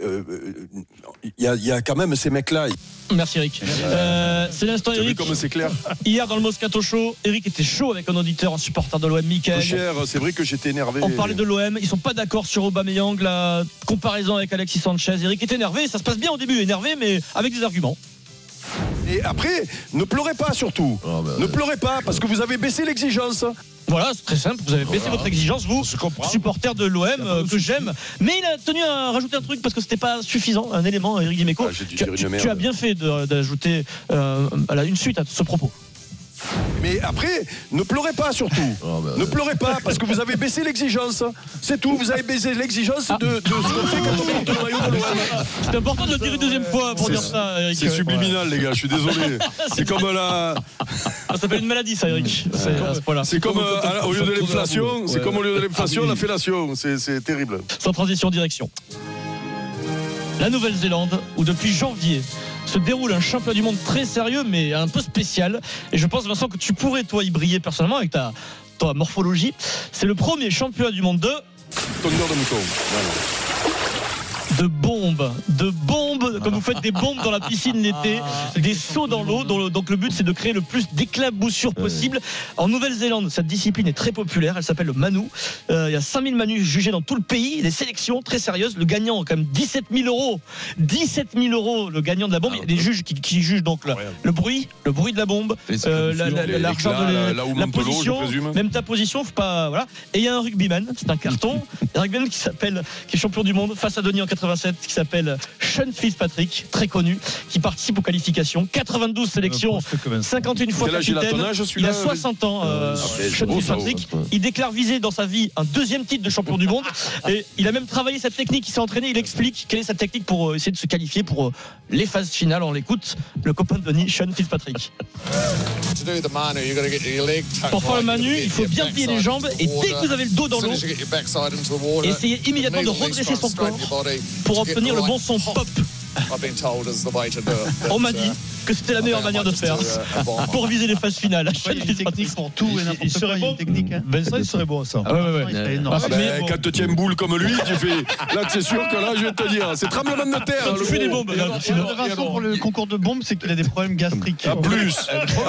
[SPEAKER 5] Il y, a- il y a quand même ces mecs-là.
[SPEAKER 6] Merci Eric. Euh, c'est l'instant
[SPEAKER 5] T'as vu
[SPEAKER 6] Eric.
[SPEAKER 5] comme c'est clair
[SPEAKER 6] Hier dans le Moscato Show, Eric était chaud avec un auditeur, un supporter de l'OM, Michael.
[SPEAKER 5] Cher, c'est vrai que j'étais énervé.
[SPEAKER 6] On parlait de l'OM, ils sont pas d'accord sur Aubameyang, la comparaison avec Alexis Sanchez. Eric est énervé, ça se passe bien au début, énervé mais avec des arguments.
[SPEAKER 5] Et après, ne pleurez pas surtout. ne pleurez pas parce que vous avez baissé l'exigence.
[SPEAKER 6] Voilà, c'est très simple, vous avez baissé votre exigence, vous, supporter de l'OM, euh, que j'aime. Mais il a tenu à rajouter un truc parce que c'était pas suffisant, un élément, Eric Dimeco.
[SPEAKER 5] Ah, j'ai dû
[SPEAKER 6] tu,
[SPEAKER 5] dire une
[SPEAKER 6] tu- tu
[SPEAKER 5] merde.
[SPEAKER 6] as bien fait de- d'ajouter euh, à la- une suite à ce propos.
[SPEAKER 5] Mais après, ne pleurez pas surtout. ne pleurez pas parce que vous avez baissé l'exigence. C'est tout, vous avez baissé l'exigence de, de ce qu'on fait quand on porte le maillot de l'OM.
[SPEAKER 6] C'est important de le dire une deuxième fois pour
[SPEAKER 5] C'est-
[SPEAKER 6] dire ça, Eric.
[SPEAKER 5] C'est subliminal, les gars, je suis désolé. C'est comme la.
[SPEAKER 6] Ça s'appelle une maladie, ça, Eric. C'est à ce point-là.
[SPEAKER 5] C'est comme euh, à la- au lieu de l'inflation, c'est
[SPEAKER 3] Ouais.
[SPEAKER 6] Ah
[SPEAKER 5] comme au lieu de l'inflation, la fellation. C'est c'est terrible.
[SPEAKER 6] Sans transition, direction. la Nouvelle-Zélande, où depuis janvier se déroule un championnat du monde très sérieux, mais un peu spécial. Et je pense, Vincent, que tu pourrais, toi, y briller personnellement avec ta, ta morphologie. C'est le premier championnat du monde de.
[SPEAKER 5] Tondeur de mouton. Voilà.
[SPEAKER 6] De bombes, de bombes, comme vous faites des bombes dans la piscine l'été,
[SPEAKER 5] Ah,
[SPEAKER 6] des sauts dans l'eau. dont le- Donc le but, c'est de créer le plus
[SPEAKER 5] Euh,
[SPEAKER 6] d'éclaboussures possible. En Nouvelle-Zélande, cette discipline est très populaire. Elle s'appelle le Manu. Euh, il y a 5000 Manus jugés dans tout le pays, des sélections très sérieuses. Le gagnant, quand même, 17 000 euros. 17 000 euros, le gagnant de la
[SPEAKER 5] Ah,
[SPEAKER 6] bombe. Il y a des juges qui, qui jugent donc le, le bruit, le bruit de la bombe,
[SPEAKER 5] Les
[SPEAKER 6] euh, la- la-
[SPEAKER 5] éclaboussures, les-
[SPEAKER 6] l'argent de
[SPEAKER 5] l'éclat,
[SPEAKER 6] la-
[SPEAKER 5] là où
[SPEAKER 6] la
[SPEAKER 5] monte l'eau, je
[SPEAKER 6] position,
[SPEAKER 5] présume.
[SPEAKER 6] même ta position, faut pas. Voilà. Et il y a un rugbyman, c'est un carton. un rugbyman qui s'appelle, qui est champion du monde face à Denis en 87, qui s'appelle Sean Fitzpatrick, très connu, qui participe aux qualifications. 92 sélections, 51 fois
[SPEAKER 5] Quel âge il a,
[SPEAKER 6] capitaine.
[SPEAKER 5] ton âge,
[SPEAKER 6] Il
[SPEAKER 5] celui-là,
[SPEAKER 6] a 60 ans, euh,
[SPEAKER 5] Ah ouais,
[SPEAKER 6] Sean
[SPEAKER 5] c'est beau, ça,
[SPEAKER 6] Fitzpatrick.
[SPEAKER 5] ouais.
[SPEAKER 6] Il déclare viser dans sa vie un deuxième titre de champion du monde. Et il a même travaillé sa technique, il s'est entraîné, il explique quelle est sa technique pour euh, essayer de se qualifier pour euh, les phases finales. On l'écoute, le copain de Denis, Sean Fitzpatrick.
[SPEAKER 17] Ah,
[SPEAKER 22] Pour faire le manu, il faut bien plier les jambes et dès que vous avez le dos dans l'eau, essayez immédiatement de redresser son corps pour obtenir le bon son pop.
[SPEAKER 6] On m'a dit que c'était la meilleure manière de faire pour viser les phases finales.
[SPEAKER 7] Ouais, il y a une technique pour tout et n'importe quoi. Il y a une technique. hein.
[SPEAKER 6] Vincent, il serait bon à ça.
[SPEAKER 7] Il serait énorme.
[SPEAKER 5] Ah ben, quand tu tiens une boule comme lui, tu fais. Là, c'est sûr que là, je vais te dire, c'est tremblement de terre.
[SPEAKER 7] Quand
[SPEAKER 5] le
[SPEAKER 7] tu fais des
[SPEAKER 5] gros.
[SPEAKER 7] bombes. Vincent, pour le concours de bombes, c'est qu'il a des problèmes gastriques. Euh,
[SPEAKER 5] À plus,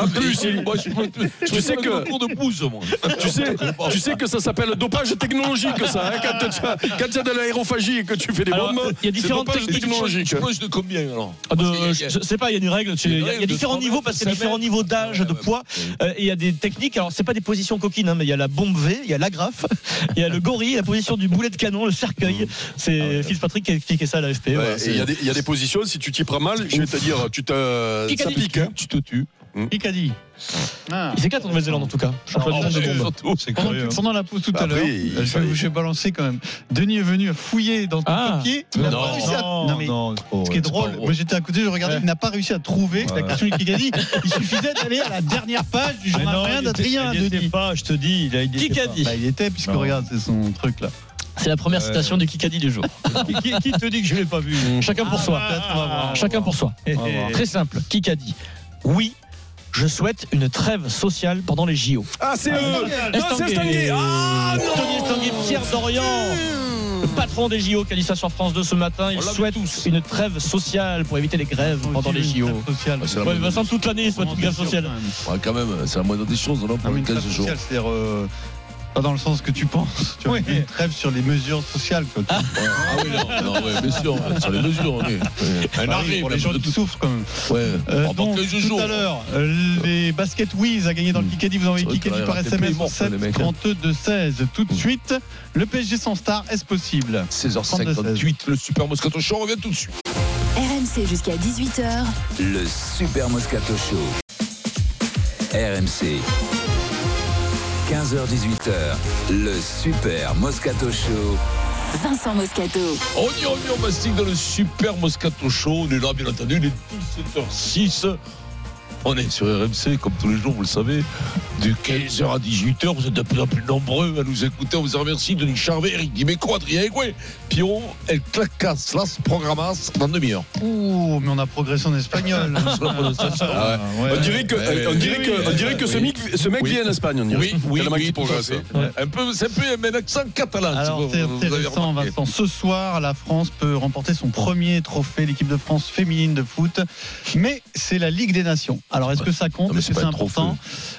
[SPEAKER 5] à plus. il- Tu sais que
[SPEAKER 3] de bouse, moi.
[SPEAKER 5] tu sais, tu sais que ça s'appelle dopage technologique, ça. hein, quand tu as, quand tu as de l'aérophagie et que tu fais des
[SPEAKER 6] Alors,
[SPEAKER 5] bombes,
[SPEAKER 6] il y a
[SPEAKER 5] c'est
[SPEAKER 6] différentes
[SPEAKER 5] dopage
[SPEAKER 6] techniques.
[SPEAKER 5] technologique.
[SPEAKER 6] Tu poses
[SPEAKER 3] de combien alors
[SPEAKER 6] Ah, de- je je sais pas, il y a une règle. tu-
[SPEAKER 3] Il y a
[SPEAKER 6] Il
[SPEAKER 3] une
[SPEAKER 6] y a, il y a
[SPEAKER 3] règle de
[SPEAKER 6] différents
[SPEAKER 3] 30,
[SPEAKER 6] niveaux parce qu'il y a
[SPEAKER 3] 5
[SPEAKER 6] différents niveaux d'âge, de poids. Euh, et il y a des techniques. Alors, c'est pas des positions coquines, hein, mais il y a la bombe V, il y a l'agrafe, il y a le gorille, la position du boulet de canon, le cercueil. C'est Fitzpatrick qui a expliqué ça à l'AFP.
[SPEAKER 5] Ouais,
[SPEAKER 6] voilà,
[SPEAKER 5] et
[SPEAKER 6] c'est-
[SPEAKER 5] Il y, a des- il y a des positions, si tu t'y prends mal, je vais te dire, tu te. Ça
[SPEAKER 6] Kikadi.
[SPEAKER 5] pique, hein.
[SPEAKER 3] Tu te tues.
[SPEAKER 7] Picardie.
[SPEAKER 6] Il s'éclate en Nouvelle-Zélande en tout cas. Championnat
[SPEAKER 7] Ah,
[SPEAKER 6] du monde de
[SPEAKER 7] euh,
[SPEAKER 6] bombe.
[SPEAKER 7] pendant,
[SPEAKER 3] hein.
[SPEAKER 7] pendant la pause tout
[SPEAKER 5] Bah
[SPEAKER 7] à l'heure,
[SPEAKER 5] après, il
[SPEAKER 7] euh, je,
[SPEAKER 5] fallait-
[SPEAKER 7] vais- je vais balancer quand même. Denis est venu fouiller dans ton
[SPEAKER 6] Ah.
[SPEAKER 7] papier. Il n'a
[SPEAKER 6] Non.
[SPEAKER 7] pas réussi à.
[SPEAKER 6] Non,
[SPEAKER 7] mais
[SPEAKER 6] non, c'est pas
[SPEAKER 7] ce
[SPEAKER 6] vrai,
[SPEAKER 7] qui est
[SPEAKER 6] c'est
[SPEAKER 7] drôle,
[SPEAKER 6] pas vrai.
[SPEAKER 7] moi j'étais à côté, je regardais,
[SPEAKER 6] Ouais.
[SPEAKER 7] il n'a pas réussi à trouver la
[SPEAKER 6] Ouais.
[SPEAKER 7] question du Kikadi. Il suffisait d'aller à la dernière page du
[SPEAKER 6] Mais
[SPEAKER 7] journal
[SPEAKER 6] non,
[SPEAKER 7] rien
[SPEAKER 6] il était-
[SPEAKER 7] d'Adrien.
[SPEAKER 6] il était
[SPEAKER 7] Denis.
[SPEAKER 6] pas, je te dis, il a- il était
[SPEAKER 7] Kikadi.
[SPEAKER 6] pas.
[SPEAKER 7] Bah, il était, puisque
[SPEAKER 6] Non.
[SPEAKER 7] regarde, c'est son truc là.
[SPEAKER 6] C'est la première citation du Kikadi du jour. oh. qui, qui- qui te dit que je l'ai pas vu Ah, Chacun pour soi. Chacun pour soi.
[SPEAKER 7] On va voir.
[SPEAKER 6] Très simple. Kikadi. Oui. Je souhaite une trêve sociale pendant les JO.
[SPEAKER 5] Ah, c'est eux Non, c'est Stanguet
[SPEAKER 6] Estanguet. Ah. Tony Estanguet, Pierre Dorian le patron des JO qui a dit ça sur France 2 ce matin, il souhaite une trêve sociale pour éviter les grèves pendant les JO.
[SPEAKER 3] Bah, c'est la
[SPEAKER 6] Ouais,
[SPEAKER 3] bonne
[SPEAKER 6] Vincent, toute l'année, il souhaite une grève sociale.
[SPEAKER 3] Ouais, quand même, c'est la moindre des choses, non, pour les 15 jours.
[SPEAKER 7] Ah Social, c'est-à-dire, euh, Pas dans le sens que tu penses. Tu vois, une trêve sur les mesures sociales. Quoi.
[SPEAKER 3] Ah oui, non, non, ouais, bien sûr, sur les mesures, Ah oui. Ouais. Un
[SPEAKER 7] Pareil
[SPEAKER 3] arrêt,
[SPEAKER 7] pour les
[SPEAKER 3] mais
[SPEAKER 7] gens
[SPEAKER 3] de
[SPEAKER 7] qui souffrent quand même.
[SPEAKER 3] Ouais,
[SPEAKER 7] Euh,
[SPEAKER 3] on
[SPEAKER 7] donc,
[SPEAKER 3] porte les
[SPEAKER 7] tout
[SPEAKER 3] jours.
[SPEAKER 7] à l'heure, euh, les baskets Wiz a gagné dans le Kikadi. Vous envoyez
[SPEAKER 3] C'est vrai que
[SPEAKER 7] Kikadi
[SPEAKER 3] là,
[SPEAKER 7] par
[SPEAKER 3] il y a
[SPEAKER 7] SMS
[SPEAKER 3] des
[SPEAKER 7] au
[SPEAKER 3] morts, les
[SPEAKER 7] 7
[SPEAKER 3] mecs, hein.
[SPEAKER 7] 32 16. Tout de suite, le PSG sans star, est-ce possible
[SPEAKER 3] 16h58, le Super Moscato Show, on revient tout de suite.
[SPEAKER 1] RMC jusqu'à 18h.
[SPEAKER 2] Le Super Moscato Show. RMC. 15h-18h, le Super Moscato Show.
[SPEAKER 1] Vincent Moscato.
[SPEAKER 3] On y revient, on mastique dans le Super Moscato Show. On est là, bien entendu, il est 17h06. On est sur RMC, comme tous les jours, vous le savez, de 15h à 18h. Vous êtes de plus en plus nombreux à nous écouter. On vous en remercie. Denis Charvet, Eric Dimeco, Adrien Egoué, Pierrot, El Clacas, Las Programas, dans une demi-heure.
[SPEAKER 7] Ouh, mais on a progressé en espagnol.
[SPEAKER 3] Ah ouais.
[SPEAKER 5] On dirait que,
[SPEAKER 3] Ouais,
[SPEAKER 5] on dirait
[SPEAKER 3] oui,
[SPEAKER 5] que, on
[SPEAKER 3] oui,
[SPEAKER 5] dirait que ce,
[SPEAKER 3] oui.
[SPEAKER 5] mec, ce mec
[SPEAKER 3] Oui.
[SPEAKER 5] vient en Espagne, on dirait.
[SPEAKER 3] Oui, oui,
[SPEAKER 5] Tellement qu'il
[SPEAKER 3] oui, tout à
[SPEAKER 5] progresse.
[SPEAKER 3] fait. Un peu, c'est un peu un accent catalan.
[SPEAKER 7] Alors,
[SPEAKER 3] si
[SPEAKER 7] c'est
[SPEAKER 3] vous- vous avez
[SPEAKER 7] intéressant,
[SPEAKER 3] remarqué.
[SPEAKER 7] Vincent. Ce soir, la France peut remporter son premier trophée, l'équipe de France féminine de foot. Mais c'est la Ligue des Nations. Alors, est-ce que ça compte
[SPEAKER 3] mais
[SPEAKER 7] Est-ce
[SPEAKER 3] c'est
[SPEAKER 7] que
[SPEAKER 3] pas
[SPEAKER 7] c'est
[SPEAKER 3] un trophée.
[SPEAKER 7] important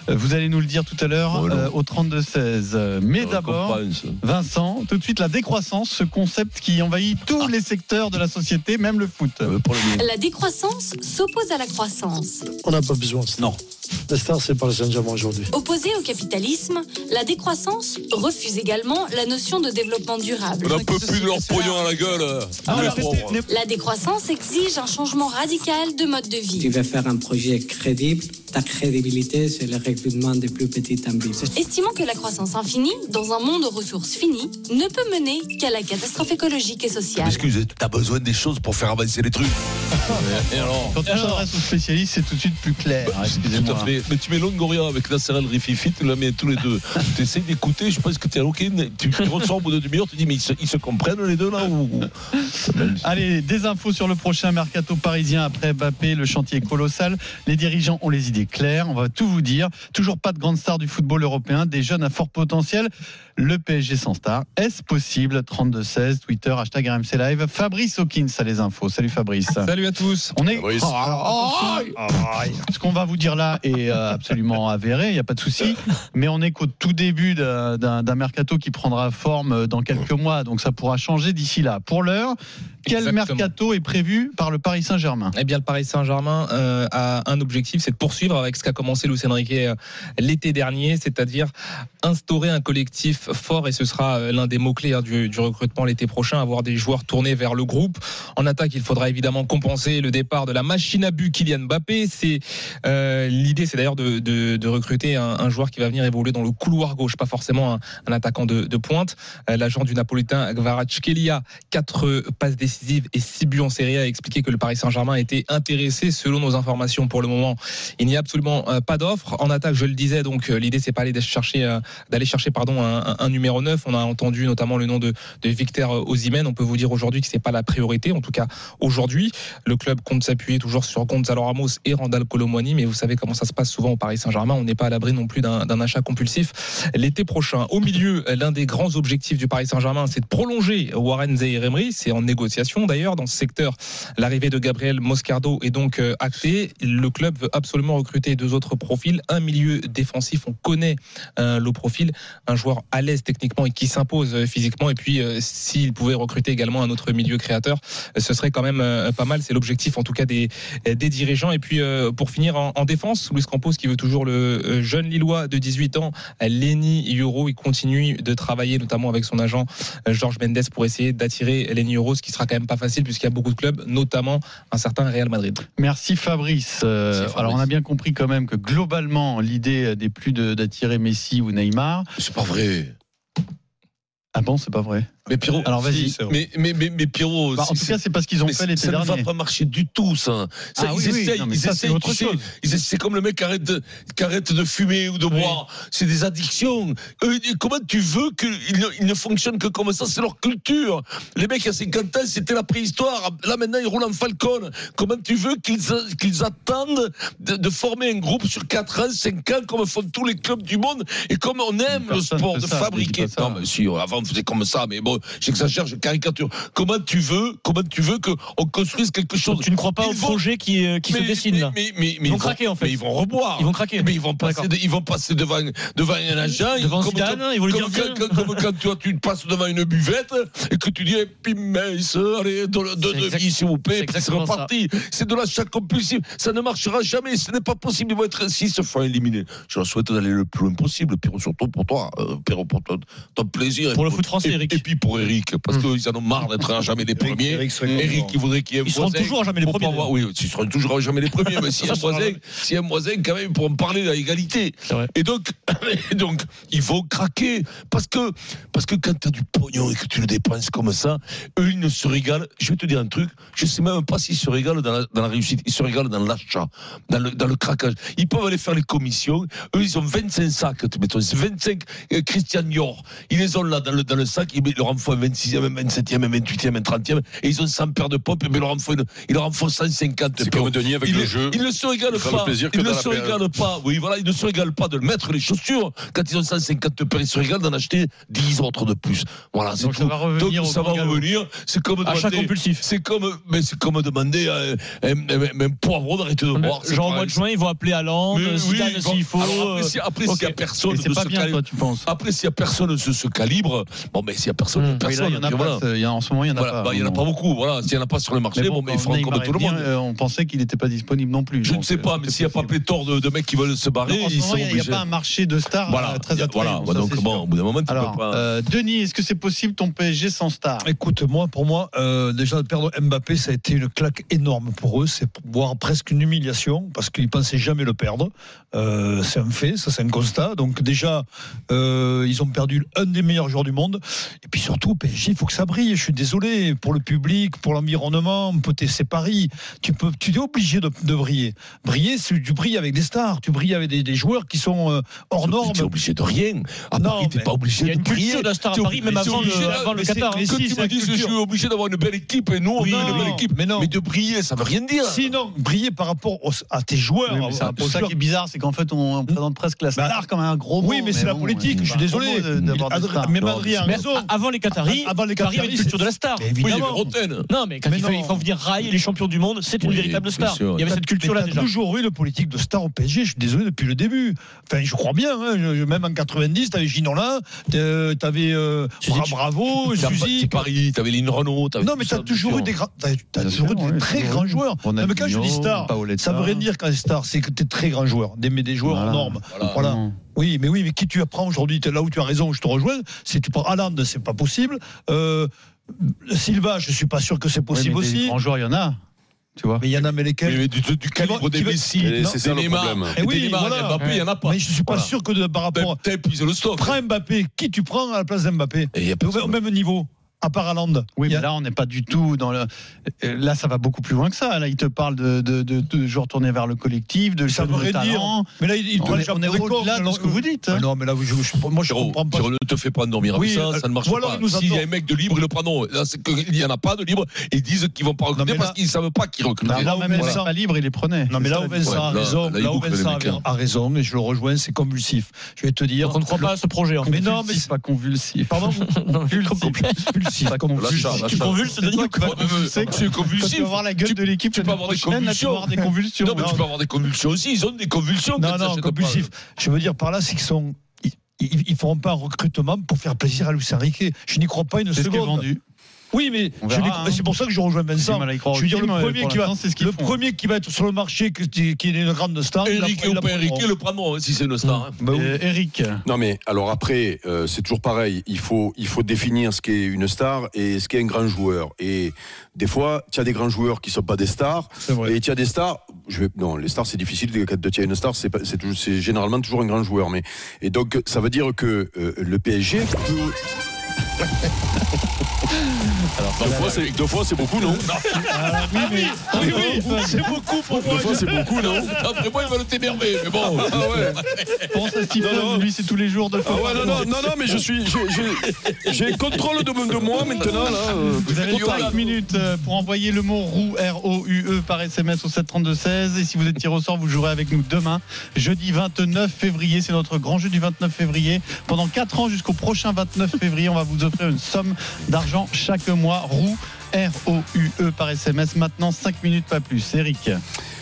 [SPEAKER 7] Euh, Vous allez nous le dire tout à l'heure
[SPEAKER 3] Oh, non.
[SPEAKER 7] euh, au 32-16. Mais
[SPEAKER 3] La
[SPEAKER 7] d'abord,
[SPEAKER 3] récompense.
[SPEAKER 7] Vincent, tout de suite, la décroissance, ce concept qui envahit
[SPEAKER 3] Ah.
[SPEAKER 7] tous les secteurs de la société, même le foot.
[SPEAKER 3] Euh,
[SPEAKER 23] La décroissance s'oppose à la croissance.
[SPEAKER 24] On n'a pas besoin. Non. La star, c'est Paris Saint-Germain aujourd'hui.
[SPEAKER 23] Opposée au capitalisme, la décroissance refuse également la notion de développement durable.
[SPEAKER 17] On n'en peut plus de leur pognon à la gueule. euh, tous les pauvres.
[SPEAKER 23] La décroissance exige un changement radical de mode de vie.
[SPEAKER 25] Tu vas faire un projet crédible. Ta crédibilité, c'est le recrutement des plus petites ambitions.
[SPEAKER 23] Estimant que la croissance infinie, dans un monde aux ressources finies, ne
[SPEAKER 3] Ah.
[SPEAKER 23] peut mener qu'à la catastrophe écologique et sociale.
[SPEAKER 3] Excusez, t'as besoin des choses pour faire avancer les trucs. Et alors
[SPEAKER 7] Quand on s'adresse aux spécialistes, c'est tout de suite plus clair.
[SPEAKER 3] Bah, Tout à
[SPEAKER 7] Excusez-moi.
[SPEAKER 3] fait. Mais tu mets Longoria avec Nasserel Rififit, tu la mets tous les deux. tu essaies d'écouter, je pense que tu es OK. Tu, tu ressors au bout de demi-heure, tu dis, mais ils se, ils se comprennent les deux là ou...
[SPEAKER 7] Allez, des infos sur le prochain mercato parisien après Bappé, le chantier est colossal. Les dirigeants ont les idées claires, on va tout vous dire. Toujours pas de grande star du football européen, des jeunes à fort potentiel. Le PSG sans star, est-ce possible 32-16, Twitter, hashtag RMC Live. Fabrice Hawkins a les infos. Salut Fabrice.
[SPEAKER 13] Salut à tous.
[SPEAKER 7] On est.
[SPEAKER 13] Fabrice.
[SPEAKER 7] Oh, alors, attention. Ce qu'on va vous dire là est euh, absolument avéré, il n'y a pas de souci. Mais on est qu'au tout début d'un- d'un d'un mercato qui prendra forme euh, dans quelques mois, donc ça pourra changer d'ici là. Pour l'heure, quel
[SPEAKER 20] Exactement.
[SPEAKER 7] mercato est prévu par le Paris Saint-Germain
[SPEAKER 20] Eh bien, le Paris Saint-Germain euh, a un objectif, c'est de poursuivre avec ce qu'a commencé Luis Enrique euh, l'été dernier, c'est-à-dire instaurer un collectif fort, et ce sera euh, l'un des mots-clés hein, du, du recrutement l'été prochain, avoir des joueurs tournés vers le groupe. En attaque, il faudra évidemment compenser le départ de la machine à but Kylian Mbappé. C'est euh, L'idée, c'est d'ailleurs de, de- de recruter un, un joueur qui va venir évoluer dans le couloir gauche, pas forcément un, un attaquant de, de pointe. Euh, L'agent du Napolitain, Kvaratskhelia, 4 passes décisives et 6 buts en Serie A, a expliqué que le Paris Saint-Germain était intéressé. Selon nos informations, pour le moment, il n'y a absolument euh, pas d'offre. En attaque, je le disais, donc euh, l'idée, c'est pas d'aller chercher, euh, d'aller chercher pardon, un, un- un numéro 9. On a entendu notamment le nom de, de Victor Osimhen. On peut vous dire aujourd'hui que c'est pas la priorité, en tout cas aujourd'hui. Le club compte s'appuyer toujours sur Gonzalo Ramos et Randall Colomwani, mais vous savez comment ça se passe souvent au Paris Saint-Germain. On n'est pas à l'abri non plus d'un d'un achat compulsif l'été prochain. Au milieu, l'un des grands objectifs du Paris Saint-Germain, c'est de prolonger Warren Zaïre-Emery. C'est en négociation d'ailleurs dans ce secteur. L'arrivée de Gabriel Moscardo est donc euh, actée. Le club veut absolument recruter deux autres profils. Un milieu défensif, on connaît euh, le profil, un joueur à l'aise techniquement et qui s'impose euh, physiquement. Et puis, euh, s'il pouvait recruter également un autre milieu créateur, euh, ce serait quand même euh, pas mal. C'est l'objectif en tout cas des, euh, des dirigeants. Et puis, euh, pour finir en, en défense, Luis Campos qui veut toujours le euh, jeune Lillois de 18 ans, euh, Lenny Euro. Il continue de travailler notamment avec son agent euh, Georges Mendes pour essayer d'attirer Lenny Euro, ce qui sera quand même pas facile puisqu'il y a beaucoup de clubs, notamment un certain Real Madrid.
[SPEAKER 7] Merci Fabrice. Euh, Alors on a bien compris quand même que globalement l'idée n'est plus de- d'attirer Messi ou Neymar.
[SPEAKER 3] C'est pas vrai.
[SPEAKER 7] Ah bon, c'est pas vrai.
[SPEAKER 3] Mais Pierrot,
[SPEAKER 7] Alors
[SPEAKER 3] si,
[SPEAKER 7] vas-y.
[SPEAKER 3] c'est vrai. mais, mais, mais, mais Pierrot,
[SPEAKER 7] Bah, en
[SPEAKER 3] c'est-
[SPEAKER 7] tout cas, c'est pas ce qu'ils ont
[SPEAKER 3] mais
[SPEAKER 7] fait
[SPEAKER 3] c'est-
[SPEAKER 7] l'été
[SPEAKER 3] Ça ne va
[SPEAKER 7] dernier.
[SPEAKER 3] pas marcher du tout, ça. Ça,
[SPEAKER 7] Ah
[SPEAKER 3] ils
[SPEAKER 7] oui, oui,
[SPEAKER 3] essayent,
[SPEAKER 7] non, mais
[SPEAKER 3] ils
[SPEAKER 7] ça, c'est
[SPEAKER 3] essayent,
[SPEAKER 7] autre
[SPEAKER 3] tu sais,
[SPEAKER 7] chose.
[SPEAKER 3] ils essayent- c'est comme le mec qui arrête de, qui arrête de fumer ou de boire. C'est des addictions. Euh, comment tu veux qu'ils ne, ils ne fonctionnent que comme ça C'est leur culture. Les mecs, à 50 ans, c'était la préhistoire. Là, maintenant, ils roulent en Falcon. Comment tu veux qu'ils a- qu'ils attendent de, de former un groupe sur 4 ans, 5 ans, comme font tous les clubs du monde et comme on aime le
[SPEAKER 7] Personne
[SPEAKER 3] sport,
[SPEAKER 7] fait
[SPEAKER 3] de
[SPEAKER 7] ça,
[SPEAKER 3] fabriquer.
[SPEAKER 7] dis pas ça.
[SPEAKER 3] Non, mais si, avant, on faisait comme ça, mais bon, j'exagère, je caricature. Comment tu veux, comment tu veux qu'on construise quelque chose
[SPEAKER 6] Tu ne crois pas
[SPEAKER 3] Ils
[SPEAKER 6] au
[SPEAKER 3] vont-
[SPEAKER 6] projet qui, euh, qui se
[SPEAKER 3] mais-
[SPEAKER 6] dessine
[SPEAKER 3] mais-
[SPEAKER 6] là
[SPEAKER 3] mais- mais- mais
[SPEAKER 6] Ils vont craquer, en fait.
[SPEAKER 3] Mais ils vont reboire.
[SPEAKER 6] Ils vont craquer.
[SPEAKER 3] Mais ils vont passer,
[SPEAKER 6] D'accord.
[SPEAKER 3] de- ils vont passer devant, devant un agent.
[SPEAKER 6] Devant
[SPEAKER 3] comme
[SPEAKER 6] Zidane,
[SPEAKER 3] quand-
[SPEAKER 6] ils vont lui
[SPEAKER 3] comme
[SPEAKER 6] dire
[SPEAKER 3] quand, comme- comme quand, toi, tu passes devant une buvette et que tu dis, eh, puis mince, allez, deux deux
[SPEAKER 6] C'est exact-
[SPEAKER 3] devis, s'il vous
[SPEAKER 6] c'est
[SPEAKER 3] plaît, puis c'est
[SPEAKER 6] exactement
[SPEAKER 3] reparti. C'est de l'achat compulsif. Ça ne marchera jamais. Ce n'est pas possible. Ils vont être s'ils se font éliminer. Je leur souhaite d'aller le plus loin possible, Pierrot, surtout pour toi, euh, Pierrot, pour ton, ton plaisir.
[SPEAKER 6] Pour
[SPEAKER 3] Et
[SPEAKER 6] le foot français,
[SPEAKER 3] et-
[SPEAKER 6] Eric. Hmm.
[SPEAKER 3] Et puis pour Eric, parce qu'ils en ont marre d'être à jamais les premiers. Eric, il voudrait qu'il y ait un
[SPEAKER 6] Ils seront
[SPEAKER 3] voisin
[SPEAKER 6] toujours à jamais les
[SPEAKER 3] pour
[SPEAKER 6] premiers,
[SPEAKER 3] pas avoir- Oui, ils seront toujours à jamais les premiers, mais s'il y a un
[SPEAKER 6] Ça, ça
[SPEAKER 3] voisin,
[SPEAKER 6] sera-
[SPEAKER 3] s'il y a un voisin, quand même, ils pourront parler d'égalité. Et donc, et donc, ils vont craquer. Parce que, parce que quand tu as du pognon et que tu le dépenses comme ça, eux, ils ne se régalent. Je vais te dire un truc, je sais même pas s'ils se régalent dans la, dans la réussite. Ils se régalent dans l'achat, dans le, dans le craquage. Ils peuvent aller faire les commissions. Eux, ils ont 25 sacs, tu mettons. c'est 25 euh, Christian Dior. Ils les ont là dans le, dans le sac. Ils ils leur en font un 26e, un 27e, un 28e, un 30e. Et ils ont 100 paires de pompes, mais ils leur en font, une- ils leur en font 150.
[SPEAKER 5] C'est
[SPEAKER 3] Pierrot.
[SPEAKER 5] comme Denis avec
[SPEAKER 3] Ils
[SPEAKER 5] le
[SPEAKER 3] ne-
[SPEAKER 5] jeu.
[SPEAKER 3] Ils ne se régalent
[SPEAKER 5] Il fera le
[SPEAKER 3] pas.
[SPEAKER 5] plaisir que
[SPEAKER 3] Ils
[SPEAKER 5] dans
[SPEAKER 3] ne
[SPEAKER 5] la
[SPEAKER 3] se
[SPEAKER 5] PL.
[SPEAKER 3] régalent pas. Oui, voilà, ils ne se régalent pas de mettre les chaussures. Quand ils ont 150 paires, ils se régalent d'en acheter 10 autres de plus. Voilà, c'est
[SPEAKER 7] Donc ça
[SPEAKER 3] tout.
[SPEAKER 7] va revenir
[SPEAKER 3] Donc
[SPEAKER 7] au
[SPEAKER 3] ça va
[SPEAKER 7] grand galop.
[SPEAKER 3] revenir. C'est comme
[SPEAKER 6] Achat
[SPEAKER 3] demander-
[SPEAKER 6] compulsif.
[SPEAKER 3] C'est comme, mais c'est comme demander à un, un- un- un poivron d'arrêter de boire. c'est
[SPEAKER 6] Genre au
[SPEAKER 3] pareil.
[SPEAKER 6] mois de juin, ils vont appeler Hollande,
[SPEAKER 7] euh,
[SPEAKER 3] Mais
[SPEAKER 6] Zidane
[SPEAKER 3] oui,
[SPEAKER 6] s'il faut.
[SPEAKER 3] bon, alors après, si- après,
[SPEAKER 6] Ok.
[SPEAKER 3] s'il y a personne
[SPEAKER 6] Et
[SPEAKER 3] de
[SPEAKER 6] c'est pas
[SPEAKER 3] ce
[SPEAKER 6] bien,
[SPEAKER 3] calibre-
[SPEAKER 6] toi, tu penses.
[SPEAKER 3] Après, s'il y a personne de ce calibre, bon, mais s'il y a personne,
[SPEAKER 7] Mmh.
[SPEAKER 3] il y a personne.
[SPEAKER 7] Oui, là, il y en a
[SPEAKER 3] puis
[SPEAKER 7] pas,
[SPEAKER 3] voilà.
[SPEAKER 7] c'est- il y en a- en ce moment, il y en a
[SPEAKER 3] Voilà,
[SPEAKER 7] pas,
[SPEAKER 3] bah, Il y en a
[SPEAKER 7] non.
[SPEAKER 3] pas beaucoup. Voilà, s'il y en a pas sur le marché, bon, mais ils feront
[SPEAKER 7] Neymar
[SPEAKER 3] comme tout le
[SPEAKER 7] est bien,
[SPEAKER 3] monde.
[SPEAKER 7] euh, on pensait qu'il n'était pas disponible non plus. euh,
[SPEAKER 3] Je ne sais pas, mais s'il n'y a pas pléthore de, de mecs qui veulent se barrer,
[SPEAKER 7] Non, en ce
[SPEAKER 3] ils
[SPEAKER 7] moment,
[SPEAKER 3] sont
[SPEAKER 7] il n'y a- il n'y a,
[SPEAKER 3] obligés.
[SPEAKER 7] pas un marché de stars
[SPEAKER 3] Voilà,
[SPEAKER 7] euh, très
[SPEAKER 3] il y a-
[SPEAKER 7] attrayant.
[SPEAKER 3] voilà,
[SPEAKER 7] ça,
[SPEAKER 3] donc
[SPEAKER 7] c'est
[SPEAKER 3] bon,
[SPEAKER 7] sûr.
[SPEAKER 3] au bout d'un moment, tu peux
[SPEAKER 7] Alors,
[SPEAKER 3] pas-
[SPEAKER 7] euh, Denis, est-ce que c'est possible ton PSG sans star
[SPEAKER 14] Écoute, moi, pour moi, euh, déjà, de perdre Mbappé, ça a été une claque énorme pour eux. C'est pour- voire presque une humiliation, parce qu'ils pensaient jamais le perdre. Euh, c'est un fait, ça, c'est un constat. Donc, déjà, euh, ils ont perdu un des meilleurs joueurs du monde. Et puis, sur- surtout, au PSG, il faut que ça brille. Je suis désolé pour le public, pour l'environnement, peut-être c'est Paris. Tu peux, tu es obligé de, de briller. Briller, c'est tu brilles avec des stars, tu brilles avec des, des joueurs qui sont euh, hors normes.
[SPEAKER 3] Tu es obligé de rien. À Paris, t'es pas obligé
[SPEAKER 6] Il y a
[SPEAKER 3] de
[SPEAKER 6] une
[SPEAKER 3] briller.
[SPEAKER 6] culture de la star à
[SPEAKER 3] T'es
[SPEAKER 6] Paris,
[SPEAKER 3] obligé-
[SPEAKER 6] même
[SPEAKER 3] t'es
[SPEAKER 6] avant
[SPEAKER 3] obligé
[SPEAKER 6] le-
[SPEAKER 3] de-
[SPEAKER 6] avant le
[SPEAKER 3] mais c'est-
[SPEAKER 6] Qatar, hein.
[SPEAKER 3] mais Que
[SPEAKER 6] Si,
[SPEAKER 3] tu
[SPEAKER 6] c'est
[SPEAKER 3] me
[SPEAKER 6] la
[SPEAKER 3] dises, je suis
[SPEAKER 6] culture.
[SPEAKER 3] obligé d'avoir une belle équipe et nous, on
[SPEAKER 6] Oui,
[SPEAKER 3] a une
[SPEAKER 6] non,
[SPEAKER 3] belle équipe.
[SPEAKER 6] mais non.
[SPEAKER 3] de briller, ça veut rien dire.
[SPEAKER 14] Sinon, briller par rapport aux-
[SPEAKER 6] Ah,
[SPEAKER 14] à tes joueurs.
[SPEAKER 6] hein,
[SPEAKER 7] Oui, mais c'est un
[SPEAKER 14] aux
[SPEAKER 7] peu ça
[SPEAKER 14] joueurs
[SPEAKER 7] qui est bizarre, c'est qu'en fait on, on présente presque la star comme un gros mot.
[SPEAKER 14] Bah, oui, mais, c'est la
[SPEAKER 7] bon,
[SPEAKER 14] politique,
[SPEAKER 7] ouais,
[SPEAKER 14] je suis
[SPEAKER 7] c'est un
[SPEAKER 14] désolé.
[SPEAKER 7] gros mot de- d'avoir des stars.
[SPEAKER 14] Mais
[SPEAKER 7] Non,
[SPEAKER 14] Adrien,
[SPEAKER 7] mais-
[SPEAKER 6] Avant les Qataris,
[SPEAKER 14] Avant les
[SPEAKER 6] Paris avait une
[SPEAKER 14] Qataris,
[SPEAKER 6] culture de la star.
[SPEAKER 14] Mais évidemment.
[SPEAKER 6] Oui, il y avait Roten. Non, mais quand
[SPEAKER 14] Mais
[SPEAKER 6] il, faut,
[SPEAKER 14] non.
[SPEAKER 6] il faut venir railler les champions du monde, c'est une
[SPEAKER 14] Oui,
[SPEAKER 6] véritable
[SPEAKER 14] bien
[SPEAKER 6] star.
[SPEAKER 14] sûr.
[SPEAKER 6] Il y avait
[SPEAKER 14] Mais
[SPEAKER 6] cette
[SPEAKER 14] t'as-
[SPEAKER 6] culture-là
[SPEAKER 14] mais t'as
[SPEAKER 6] déjà.
[SPEAKER 14] toujours eu le politique de star au PSG, je suis désolé, depuis le début. Enfin, je crois bien, hein, je- je- même en 90, t'avais Ginola, t'es- t'avais euh, Bra- Bravo,
[SPEAKER 3] T'as-
[SPEAKER 14] Suzy.
[SPEAKER 3] t'es Paris, t'avais Lynn Renault. t'avais
[SPEAKER 14] Non,
[SPEAKER 3] tout
[SPEAKER 14] mais
[SPEAKER 3] ça,
[SPEAKER 14] t'as toujours
[SPEAKER 3] bien
[SPEAKER 14] eu des,
[SPEAKER 3] sûr.
[SPEAKER 14] grands- t'as- t'as
[SPEAKER 3] Bien
[SPEAKER 14] toujours
[SPEAKER 3] sûr,
[SPEAKER 14] eu des
[SPEAKER 3] ouais,
[SPEAKER 14] très
[SPEAKER 3] toujours
[SPEAKER 14] grands
[SPEAKER 3] eu.
[SPEAKER 14] joueurs. Non, mais quand je dis
[SPEAKER 3] Ronaldinho,
[SPEAKER 14] star,
[SPEAKER 3] Paoletta.
[SPEAKER 14] ça veut rien dire quand star, c'est que t'es très grand joueur, des, mais des joueurs
[SPEAKER 3] Voilà.
[SPEAKER 14] en normes.
[SPEAKER 3] Voilà. Mmh.
[SPEAKER 14] Voilà. Oui, mais oui, mais qui tu apprends aujourd'hui t'es Là où tu as raison, je te rejoins. Si tu prends Haaland, c'est pas possible. Euh, Silva, je suis pas sûr que c'est possible
[SPEAKER 7] Oui, mais des
[SPEAKER 14] aussi.
[SPEAKER 7] grands joueurs, il y en a. Tu vois.
[SPEAKER 14] Mais il y en a, mais lesquels
[SPEAKER 3] Mais du, du calibre des Messi,
[SPEAKER 14] Et
[SPEAKER 3] des
[SPEAKER 14] c'est ça le
[SPEAKER 3] Neymar,
[SPEAKER 14] problème.
[SPEAKER 3] des
[SPEAKER 14] Eh oui,
[SPEAKER 3] Neymar,
[SPEAKER 14] voilà.
[SPEAKER 3] des Mbappé, il y en a pas.
[SPEAKER 14] Mais je suis pas
[SPEAKER 3] Voilà.
[SPEAKER 14] sûr que de, par rapport. à-
[SPEAKER 3] Pep, ils ont le stock.
[SPEAKER 14] Prends Mbappé, qui tu prends à la place d'Mbappé
[SPEAKER 3] Et il y a
[SPEAKER 14] Au même niveau, à part Haaland.
[SPEAKER 7] Oui,
[SPEAKER 14] Il y a-
[SPEAKER 7] mais là, on n'est pas du tout dans le. euh, Là, ça va beaucoup plus loin que ça. Là, il te parle de, de, de, de joueurs tournés vers le collectif, de
[SPEAKER 14] Ça
[SPEAKER 7] jeunes
[SPEAKER 14] veut rien dire.
[SPEAKER 7] talents.
[SPEAKER 14] Mais là, il, il
[SPEAKER 7] On
[SPEAKER 14] parle
[SPEAKER 7] est-
[SPEAKER 14] déjà
[SPEAKER 7] on est
[SPEAKER 14] pour des
[SPEAKER 7] au-delà
[SPEAKER 14] cornes,
[SPEAKER 7] de ce que vous dites, hein.
[SPEAKER 14] Ah Non, mais là, je, je- moi, je
[SPEAKER 3] Giro,
[SPEAKER 14] comprends pas.
[SPEAKER 3] Giro, ne te fais pas dormir avec
[SPEAKER 14] Oui,
[SPEAKER 3] ça,
[SPEAKER 14] euh,
[SPEAKER 3] ça ne marche
[SPEAKER 14] ou alors
[SPEAKER 3] pas.
[SPEAKER 14] ils nous
[SPEAKER 3] S'il y a
[SPEAKER 14] adorent.
[SPEAKER 3] un mec de libre, il le prend. Non, là, c'est qu'il n'y en a pas de libre. Ils disent qu'ils vont pas recruter
[SPEAKER 14] mais
[SPEAKER 3] parce
[SPEAKER 14] là-
[SPEAKER 3] qu'ils ne savent pas qui recruter.
[SPEAKER 14] Là, hein. là où
[SPEAKER 7] Même les
[SPEAKER 14] Vincent-
[SPEAKER 7] pas libres, il les prenait.
[SPEAKER 14] Non, mais là où Vincent
[SPEAKER 3] Ouais,
[SPEAKER 14] a
[SPEAKER 3] là-
[SPEAKER 14] raison,
[SPEAKER 3] là, il
[SPEAKER 14] là où
[SPEAKER 3] boucle les
[SPEAKER 14] Vincent
[SPEAKER 3] mecs,
[SPEAKER 14] a-
[SPEAKER 3] hein.
[SPEAKER 14] a raison, et je le rejoins, c'est convulsif. Je vais te dire.
[SPEAKER 6] Donc on ne croit pas à ce projet. en fait.
[SPEAKER 14] Mais non, mais
[SPEAKER 7] C'est pas convulsif.
[SPEAKER 14] Pardon Convulsif,
[SPEAKER 3] Lâche ça,
[SPEAKER 14] convulsif.
[SPEAKER 3] lâche
[SPEAKER 6] Tu
[SPEAKER 3] ça.
[SPEAKER 6] convulses, Denis
[SPEAKER 7] Toi, quand
[SPEAKER 3] Ouais, mais-
[SPEAKER 7] tu
[SPEAKER 3] monsieur
[SPEAKER 7] sais, quand
[SPEAKER 3] convulsif,
[SPEAKER 7] tu vas voir la gueule de l'équipe,
[SPEAKER 3] Tu peux avoir des
[SPEAKER 7] prochaine, là, tu vas
[SPEAKER 3] convulsions.
[SPEAKER 7] avoir des convulsions.
[SPEAKER 3] Non, mais tu peux avoir des convulsions aussi. Ils ont des convulsions.
[SPEAKER 14] Non,
[SPEAKER 3] quand ils
[SPEAKER 14] non,
[SPEAKER 3] achètent
[SPEAKER 14] compulsif. Je veux dire par là, c'est qu'ils sont. Ils, ils, ils feront pas un recrutement pour faire plaisir à Lucien Riquet. Je n'y crois pas une
[SPEAKER 7] C'est ce qui est
[SPEAKER 14] seconde.
[SPEAKER 7] vendu.
[SPEAKER 14] Oui, mais je
[SPEAKER 7] On verra,
[SPEAKER 14] n'y crois-
[SPEAKER 7] hein.
[SPEAKER 14] c'est pour ça que je rejoins
[SPEAKER 7] J'ai
[SPEAKER 14] Vincent.
[SPEAKER 7] du mal à y croire
[SPEAKER 14] Je veux dire, le
[SPEAKER 7] aussi, mais
[SPEAKER 14] premier,
[SPEAKER 7] pour
[SPEAKER 14] qui va,
[SPEAKER 7] l'instant, c'est ce qu'ils
[SPEAKER 14] le
[SPEAKER 7] font.
[SPEAKER 14] premier qui va être sur le marché, que- qui, est une grande star.
[SPEAKER 3] pas.
[SPEAKER 14] il la-
[SPEAKER 3] Eric
[SPEAKER 14] il
[SPEAKER 3] ou
[SPEAKER 14] la
[SPEAKER 3] pas Eric,
[SPEAKER 14] prendra.
[SPEAKER 3] ils le prendront hein, si c'est une star. hein.
[SPEAKER 7] Euh, Eric.
[SPEAKER 5] Non mais alors après, euh, c'est toujours pareil. Il faut, il faut définir ce qu'est une star et ce qu'est un grand joueur. Et des fois, tu as des grands joueurs qui sont pas des stars. Et tu as des stars. Je vais, non, les stars c'est difficile. de- Quand tu as une star, c'est pas- c'est toujours- c'est généralement toujours un grand joueur. Mais et donc ça veut dire que euh, le PSG. deux fois, c'est- deux fois, c'est beaucoup, non
[SPEAKER 14] Ah
[SPEAKER 3] Ah
[SPEAKER 14] Oui, mais- Ah oui, oui, c'est beaucoup pour
[SPEAKER 5] Deux
[SPEAKER 14] moi.
[SPEAKER 5] fois, c'est beaucoup, non
[SPEAKER 3] Après moi, il va le t'énerver. Mais bon, ah ouais.
[SPEAKER 7] Pense à
[SPEAKER 5] Non, non.
[SPEAKER 7] Stephen, lui, c'est tous les jours de
[SPEAKER 5] Ah ouais, non, non, non, non, mais je suis, j'ai- j'ai- j'ai le contrôle de, de moi maintenant là. euh,
[SPEAKER 7] Vous avez
[SPEAKER 5] Yo, là.
[SPEAKER 7] 5 minutes euh, pour envoyer le mot roux R-O-U-E E, par SMS au 732-16. Et si vous êtes tiré au sort, vous jouerez avec nous demain, jeudi 29 février. C'est notre grand jeu du 29 février. Pendant 4 ans jusqu'au prochain 29 février, on va vous offrir une somme d'argent chaque mois. Roux R-O-U-E E, par SMS. Maintenant, 5 minutes, pas plus. Eric.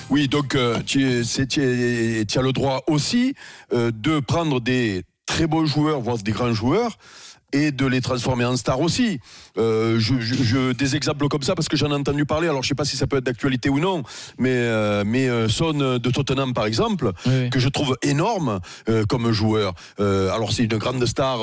[SPEAKER 5] Oui, donc euh, tu, c'est- tu es- tu as le droit aussi euh, de prendre des très beaux joueurs, voire des grands joueurs, et de les transformer en stars aussi. Euh, je, je- je- des exemples comme ça parce que j'en ai entendu parler. Alors je sais pas si ça peut être d'actualité ou non, mais euh, mais euh, Son de Tottenham par exemple, que je trouve énorme euh, comme joueur. Euh, alors c'est une grande star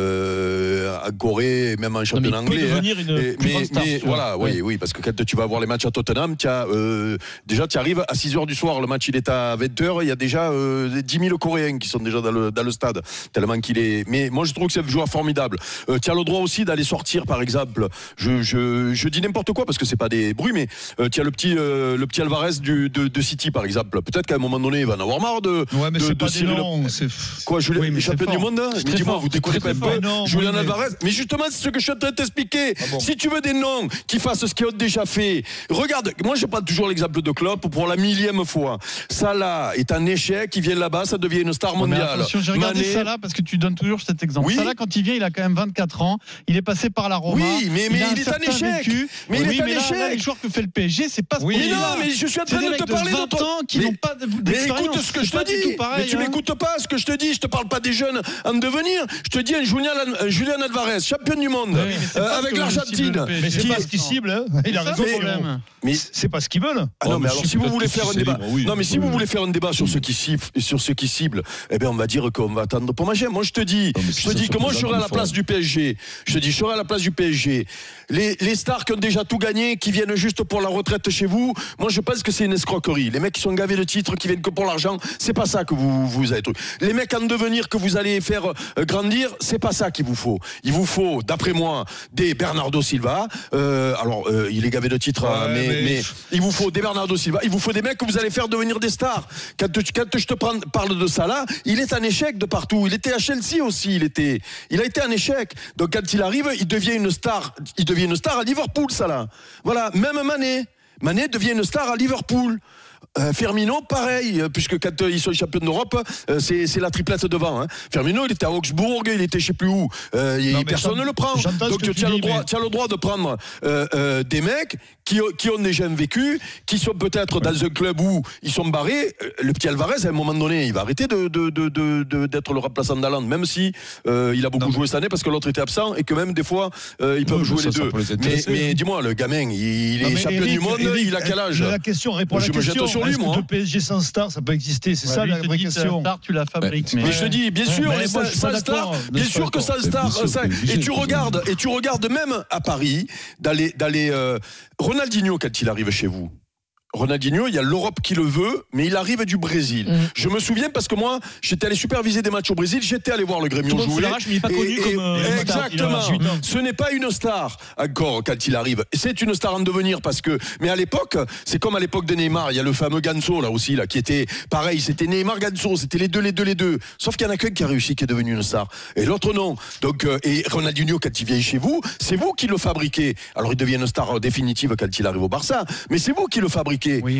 [SPEAKER 5] euh, à Corée, et même en championnat
[SPEAKER 6] il peut
[SPEAKER 5] anglais. hein.
[SPEAKER 6] devenir une
[SPEAKER 5] Et-
[SPEAKER 6] plus
[SPEAKER 5] mais-
[SPEAKER 6] grande star,
[SPEAKER 5] mais
[SPEAKER 6] tu vois.
[SPEAKER 5] voilà, oui,
[SPEAKER 6] Ouais.
[SPEAKER 5] oui, parce que quand tu vas voir les matchs à Tottenham, tu as, euh, déjà tu arrives à 6h du soir, le match il est à 20h, il y a déjà euh, 10 000 Coréens qui sont déjà dans le, dans le stade, tellement qu'il est... Mais moi je trouve que c'est un joueur formidable. Euh, tu as le droit aussi d'aller sortir par exemple, je, je, je dis n'importe quoi parce que c'est pas des bruits, mais euh, tu as le petit, euh, le petit Alvarez du, de, de City par exemple, peut-être qu'à un moment donné il va en avoir marre de...
[SPEAKER 14] Ouais, mais
[SPEAKER 5] de,
[SPEAKER 14] c'est
[SPEAKER 5] de
[SPEAKER 14] pas des
[SPEAKER 5] Cyril-
[SPEAKER 14] noms, c'est-
[SPEAKER 5] Quoi, Julien,
[SPEAKER 14] Oui, mais c'est
[SPEAKER 5] champion du
[SPEAKER 14] fort.
[SPEAKER 5] monde hein
[SPEAKER 14] C'est
[SPEAKER 5] Mais
[SPEAKER 14] très
[SPEAKER 5] dis-moi,
[SPEAKER 14] fort.
[SPEAKER 5] vous déconnez pas
[SPEAKER 14] Très,
[SPEAKER 5] un
[SPEAKER 14] très
[SPEAKER 5] peu
[SPEAKER 14] fort. Mais non,
[SPEAKER 5] Julien
[SPEAKER 14] oui, mais- Ah
[SPEAKER 5] Alvarez Mais justement, c'est ce que je suis en train de t'expliquer.
[SPEAKER 14] bon
[SPEAKER 5] Si tu veux des noms qui fassent ce qu'ils ont déjà fait, regarde, moi je prends toujours l'exemple de Klopp pour la millième fois. Salah est un échec, il vient là-bas, ça devient une star
[SPEAKER 7] Non, mais
[SPEAKER 5] mondiale.
[SPEAKER 7] attention, j'ai regardé
[SPEAKER 5] Mané-
[SPEAKER 7] Salah parce que tu donnes toujours cet exemple.
[SPEAKER 5] Oui.
[SPEAKER 7] Salah, quand il vient, il a quand même 24 ans. Il est passé par la Roma.
[SPEAKER 5] Oui, mais- mais
[SPEAKER 7] a
[SPEAKER 5] il est un
[SPEAKER 7] certain
[SPEAKER 5] échec.
[SPEAKER 7] vécu.
[SPEAKER 5] Mais il
[SPEAKER 7] Oui,
[SPEAKER 5] est un
[SPEAKER 7] là,
[SPEAKER 5] échec.
[SPEAKER 7] là, les joueurs que fait le PSG, c'est pas ce
[SPEAKER 14] Oui,
[SPEAKER 7] qu'on
[SPEAKER 5] mais
[SPEAKER 7] dit
[SPEAKER 5] non,
[SPEAKER 7] là.
[SPEAKER 5] mais je suis en
[SPEAKER 7] C'est
[SPEAKER 5] train
[SPEAKER 7] des
[SPEAKER 5] de
[SPEAKER 7] mecs
[SPEAKER 5] te parler de
[SPEAKER 7] 20
[SPEAKER 5] ton-
[SPEAKER 7] ans qui
[SPEAKER 5] Mais-
[SPEAKER 7] n'ont pas de-
[SPEAKER 5] Mais écoute
[SPEAKER 7] d'expérience.
[SPEAKER 5] ce que je
[SPEAKER 7] C'est pas
[SPEAKER 5] te
[SPEAKER 7] du
[SPEAKER 5] dis.
[SPEAKER 7] tout pareil,
[SPEAKER 5] mais tu
[SPEAKER 7] hein.
[SPEAKER 5] m'écoutes pas ce que je te dis. Je te parle pas des jeunes en devenir. Je te dis un Julian, un Julian Alvarez, champion du monde,
[SPEAKER 7] Oui, mais c'est
[SPEAKER 5] euh,
[SPEAKER 7] pas ce
[SPEAKER 5] avec
[SPEAKER 7] que cible
[SPEAKER 5] l'Argentine.
[SPEAKER 7] le PSG.
[SPEAKER 14] Mais c'est
[SPEAKER 5] qui-
[SPEAKER 14] pas ce qu'ils ciblent. hein. Il a
[SPEAKER 7] C'est ça,
[SPEAKER 14] raison,
[SPEAKER 7] le
[SPEAKER 14] Giro.
[SPEAKER 7] problème.
[SPEAKER 5] Mais
[SPEAKER 14] C'est pas ce qu'ils veulent.
[SPEAKER 5] Ah
[SPEAKER 7] Oh,
[SPEAKER 5] non, mais alors,
[SPEAKER 3] je
[SPEAKER 5] si vous
[SPEAKER 3] sais
[SPEAKER 5] voulez
[SPEAKER 3] pas
[SPEAKER 5] faire
[SPEAKER 3] si
[SPEAKER 5] un
[SPEAKER 3] c'est
[SPEAKER 5] débat,
[SPEAKER 3] libre, oui.
[SPEAKER 5] non, mais si vous voulez faire un débat sur ce qui cible, sur ce qui cible, eh bien, on va ben, dire qu'on va attendre pour Magem. Moi, je te dis,
[SPEAKER 3] mais
[SPEAKER 5] je
[SPEAKER 3] si
[SPEAKER 5] te
[SPEAKER 3] ça
[SPEAKER 5] dis
[SPEAKER 3] se
[SPEAKER 5] que moi,
[SPEAKER 3] présente
[SPEAKER 5] j'aurais
[SPEAKER 3] comme
[SPEAKER 5] la place du PSG, je te dis, je serai à la place du PSG. Les, les stars qui ont déjà tout gagné, qui viennent juste pour la retraite chez vous, moi je pense que c'est une escroquerie. Les mecs qui sont gavés de titres, qui viennent que pour l'argent, c'est pas ça que vous, vous avez. truc. Les mecs en devenir que vous allez faire euh, grandir, c'est pas ça qu'il vous faut. Il vous faut, d'après moi, des Bernardo Silva. Euh, alors, euh, il est gavé de titres, hein, mais, mais... il vous faut des Bernardo Silva. Il vous faut des mecs que vous allez faire devenir des stars. Quand, tu- quand je te prends- parle de ça là, il est un échec de partout. Il était à Chelsea aussi. Il était, il a été un échec. Donc quand il arrive, il devient une star. Il devient une star à Liverpool, ça là. Voilà. Même Mané, Mané devient une star à Liverpool. Euh, Firmino, pareil, euh, puisque quand euh, ils sont champions d'Europe, euh, c'est c'est la triplette devant. hein. Firmino, il était à Augsbourg, il était je sais plus où. Euh, il-
[SPEAKER 14] Non, mais
[SPEAKER 5] personne
[SPEAKER 14] j'en-
[SPEAKER 5] ne le prend.
[SPEAKER 14] j'entends ce
[SPEAKER 5] Donc
[SPEAKER 14] que
[SPEAKER 5] tu as,
[SPEAKER 14] tu
[SPEAKER 5] le
[SPEAKER 14] dis,
[SPEAKER 5] droit,
[SPEAKER 14] mais-
[SPEAKER 5] tu as le droit de prendre euh, euh, des mecs qui, ont- qui ont déjà vécu, qui sont peut-être dans un club où ils sont barrés. Euh, Le petit Alvarez, à un moment donné, il va arrêter de, de- de- de- de- d'être le remplaçant d'Aland, même si euh, il a beaucoup joué cette année parce que l'autre était absent et que même des fois, euh, ils peuvent
[SPEAKER 14] mais
[SPEAKER 5] jouer
[SPEAKER 14] ça,
[SPEAKER 5] les
[SPEAKER 14] ça
[SPEAKER 5] deux.
[SPEAKER 14] peut les
[SPEAKER 5] mais
[SPEAKER 14] intéresser.
[SPEAKER 5] mais dis-moi, le gamin, il, il
[SPEAKER 14] Non,
[SPEAKER 5] est
[SPEAKER 14] mais
[SPEAKER 5] champion
[SPEAKER 14] Eric,
[SPEAKER 5] du monde,
[SPEAKER 14] Eric,
[SPEAKER 5] il a quel âge
[SPEAKER 14] La question répond à la
[SPEAKER 5] Je me
[SPEAKER 14] question.
[SPEAKER 5] jette sur lui,
[SPEAKER 14] Est-ce que
[SPEAKER 5] moi. hein.
[SPEAKER 14] le PSG sans star, ça peut exister. C'est
[SPEAKER 5] Ouais,
[SPEAKER 14] ça
[SPEAKER 5] lui,
[SPEAKER 14] la
[SPEAKER 5] il te
[SPEAKER 14] vraie
[SPEAKER 5] dit, c'est
[SPEAKER 14] question.
[SPEAKER 5] un
[SPEAKER 7] star, tu la fabriques,
[SPEAKER 5] Mais je te dis, bien sûr, les stars- ça star, bien sûr que ça star, ça- et tu regardes, et tu regardes même à Paris, d'aller, d'aller, euh, Ronaldinho quand il arrive chez vous. Ronaldinho, il y a l'Europe qui le veut, mais il arrive du Brésil.
[SPEAKER 6] Mm.
[SPEAKER 5] Je me souviens parce que moi, j'étais allé superviser des matchs au Brésil, j'étais allé voir le Grêmio
[SPEAKER 6] Tout le monde se
[SPEAKER 5] jouer.
[SPEAKER 6] l'arrache, mais il est pas
[SPEAKER 5] Et-
[SPEAKER 6] connu
[SPEAKER 5] et-
[SPEAKER 6] comme, euh, une star. Il a
[SPEAKER 5] exactement.
[SPEAKER 6] 18 ans.
[SPEAKER 5] Ce n'est pas une star encore quand il arrive. C'est une star en devenir parce que. Mais à l'époque, c'est comme à l'époque de Neymar. Il y a le fameux Ganso là aussi là qui était pareil. C'était Neymar Ganso. C'était les deux, les deux, les deux. Sauf qu'il y en a qu'un qui a réussi, qui est devenu une star. Et l'autre non. Donc euh, et Ronaldinho quand il vient chez vous, c'est vous qui le fabriquez. Alors il devient une star euh, définitive quand il arrive au Barça. Mais c'est vous qui le fabriquez. Donc
[SPEAKER 14] Ouais,
[SPEAKER 5] vous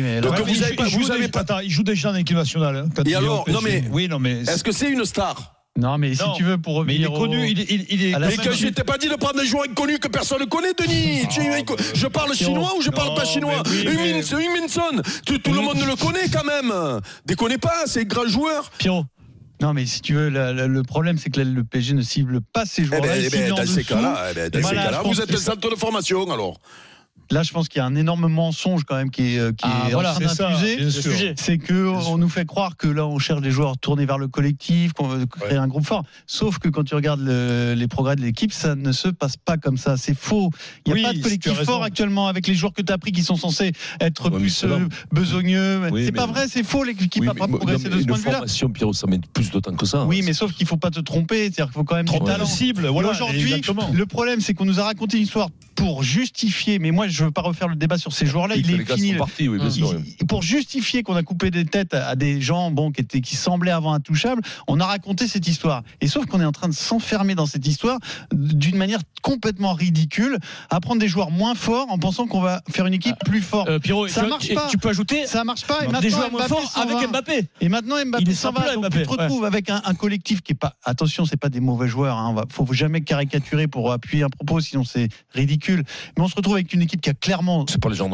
[SPEAKER 14] il
[SPEAKER 5] avez
[SPEAKER 14] joue-
[SPEAKER 5] pas,
[SPEAKER 14] il joue
[SPEAKER 5] vous avez
[SPEAKER 14] déjà-
[SPEAKER 5] pas.
[SPEAKER 14] attends, il joue déjà en équipe nationale. hein, quand il
[SPEAKER 5] Et
[SPEAKER 14] est au
[SPEAKER 5] alors, non
[SPEAKER 14] PSG.
[SPEAKER 5] mais,
[SPEAKER 14] Oui, non mais.
[SPEAKER 5] est-ce que c'est une star
[SPEAKER 7] Non, mais si
[SPEAKER 14] Non.
[SPEAKER 7] tu veux, pour
[SPEAKER 14] Mais il est
[SPEAKER 7] revenir.
[SPEAKER 14] connu,
[SPEAKER 7] au-
[SPEAKER 14] il est- il- il est-
[SPEAKER 7] à la
[SPEAKER 5] mais
[SPEAKER 7] même-
[SPEAKER 5] que je t'ai pas dit de prendre des joueurs inconnus que personne ne connaît,
[SPEAKER 7] Ah,
[SPEAKER 5] Denis. Tu- je parle chinois ou je parle pas chinois Humin- Huminson, tu-
[SPEAKER 7] Hum.
[SPEAKER 5] tout le monde le connaît quand même. Déconnez pas, c'est un grand joueur.
[SPEAKER 6] Pierrot.
[SPEAKER 7] Non, mais si tu veux, la- la- le problème, c'est que le PSG ne cible pas ces
[SPEAKER 5] Eh ben,
[SPEAKER 7] joueurs-là. il
[SPEAKER 5] eh ben,
[SPEAKER 7] cible en
[SPEAKER 5] dans ces
[SPEAKER 7] dessous.
[SPEAKER 5] cas-là, eh ben, dans ces
[SPEAKER 7] Voilà,
[SPEAKER 5] cas-là,
[SPEAKER 7] je pense
[SPEAKER 5] vous êtes
[SPEAKER 7] que
[SPEAKER 5] un centre de formation alors.
[SPEAKER 7] Là, je pense qu'il y a un énorme mensonge quand même qui est, euh, qui
[SPEAKER 6] Ah,
[SPEAKER 7] est
[SPEAKER 6] voilà,
[SPEAKER 7] en train
[SPEAKER 6] c'est ça,
[SPEAKER 7] d'infuser.
[SPEAKER 6] bien sûr.
[SPEAKER 7] C'est que on nous fait croire que là, on cherche des joueurs tournés vers le collectif, qu'on veut créer un groupe fort. Sauf que quand tu regardes le- les progrès de l'équipe, ça ne se passe pas comme ça. C'est faux. Il n'y
[SPEAKER 14] Oui,
[SPEAKER 7] a pas de
[SPEAKER 14] tu
[SPEAKER 7] collectif
[SPEAKER 14] as raison.
[SPEAKER 7] fort actuellement avec les joueurs que tu as pris qui sont censés être plus euh, besogneux.
[SPEAKER 3] Oui, mais-
[SPEAKER 7] c'est pas vrai, c'est faux. L'équipe n'a pas
[SPEAKER 3] mais-
[SPEAKER 7] progressé
[SPEAKER 3] non, mais
[SPEAKER 7] de ce
[SPEAKER 3] une
[SPEAKER 7] point de vue-là.
[SPEAKER 3] formation, Pierrot, ça met plus de temps que ça. hein.
[SPEAKER 7] Oui, mais sauf qu'il faut pas te tromper, c'est-à-dire qu'il faut quand même du
[SPEAKER 14] Tromper
[SPEAKER 7] talent.
[SPEAKER 14] la cible, voilà,
[SPEAKER 7] Et Aujourd'hui,
[SPEAKER 14] exactement.
[SPEAKER 7] le problème, c'est qu'on nous a raconté une histoire pour justifier. Mais moi, je veux pas refaire le débat sur ces joueurs-là.
[SPEAKER 3] Oui,
[SPEAKER 7] Il
[SPEAKER 3] que
[SPEAKER 7] est
[SPEAKER 3] les gars
[SPEAKER 7] fini.
[SPEAKER 3] sont
[SPEAKER 7] le-
[SPEAKER 3] partis, oui, bien
[SPEAKER 7] Il-
[SPEAKER 3] sûr, oui.
[SPEAKER 7] il- Pour justifier qu'on a coupé des têtes à à des gens, bon, qui étaient, qui semblaient avant intouchables, on a raconté cette histoire. Et sauf qu'on est en train de s'enfermer dans cette histoire d'une manière complètement ridicule, à prendre des joueurs moins forts en pensant qu'on va faire une équipe plus forte.
[SPEAKER 6] Euh, Pierrot,
[SPEAKER 7] ça
[SPEAKER 6] tu-
[SPEAKER 7] marche
[SPEAKER 6] et
[SPEAKER 7] pas.
[SPEAKER 6] tu peux ajouter
[SPEAKER 7] ça marche pas. Et
[SPEAKER 6] des
[SPEAKER 7] maintenant,
[SPEAKER 6] joueurs moins
[SPEAKER 7] Mbappé
[SPEAKER 6] forts
[SPEAKER 7] s'en
[SPEAKER 6] avec
[SPEAKER 7] va.
[SPEAKER 6] Mbappé.
[SPEAKER 7] Et maintenant, Mbappé
[SPEAKER 6] Il est
[SPEAKER 7] s'en
[SPEAKER 6] simple,
[SPEAKER 7] va. Donc,
[SPEAKER 6] Mbappé,
[SPEAKER 7] tu te retrouves avec un, un collectif qui est pas. Attention, c'est pas des mauvais joueurs. Hein, on va, faut jamais caricaturer pour appuyer un propos, sinon c'est ridicule. Mais on se retrouve avec une équipe qui a clairement,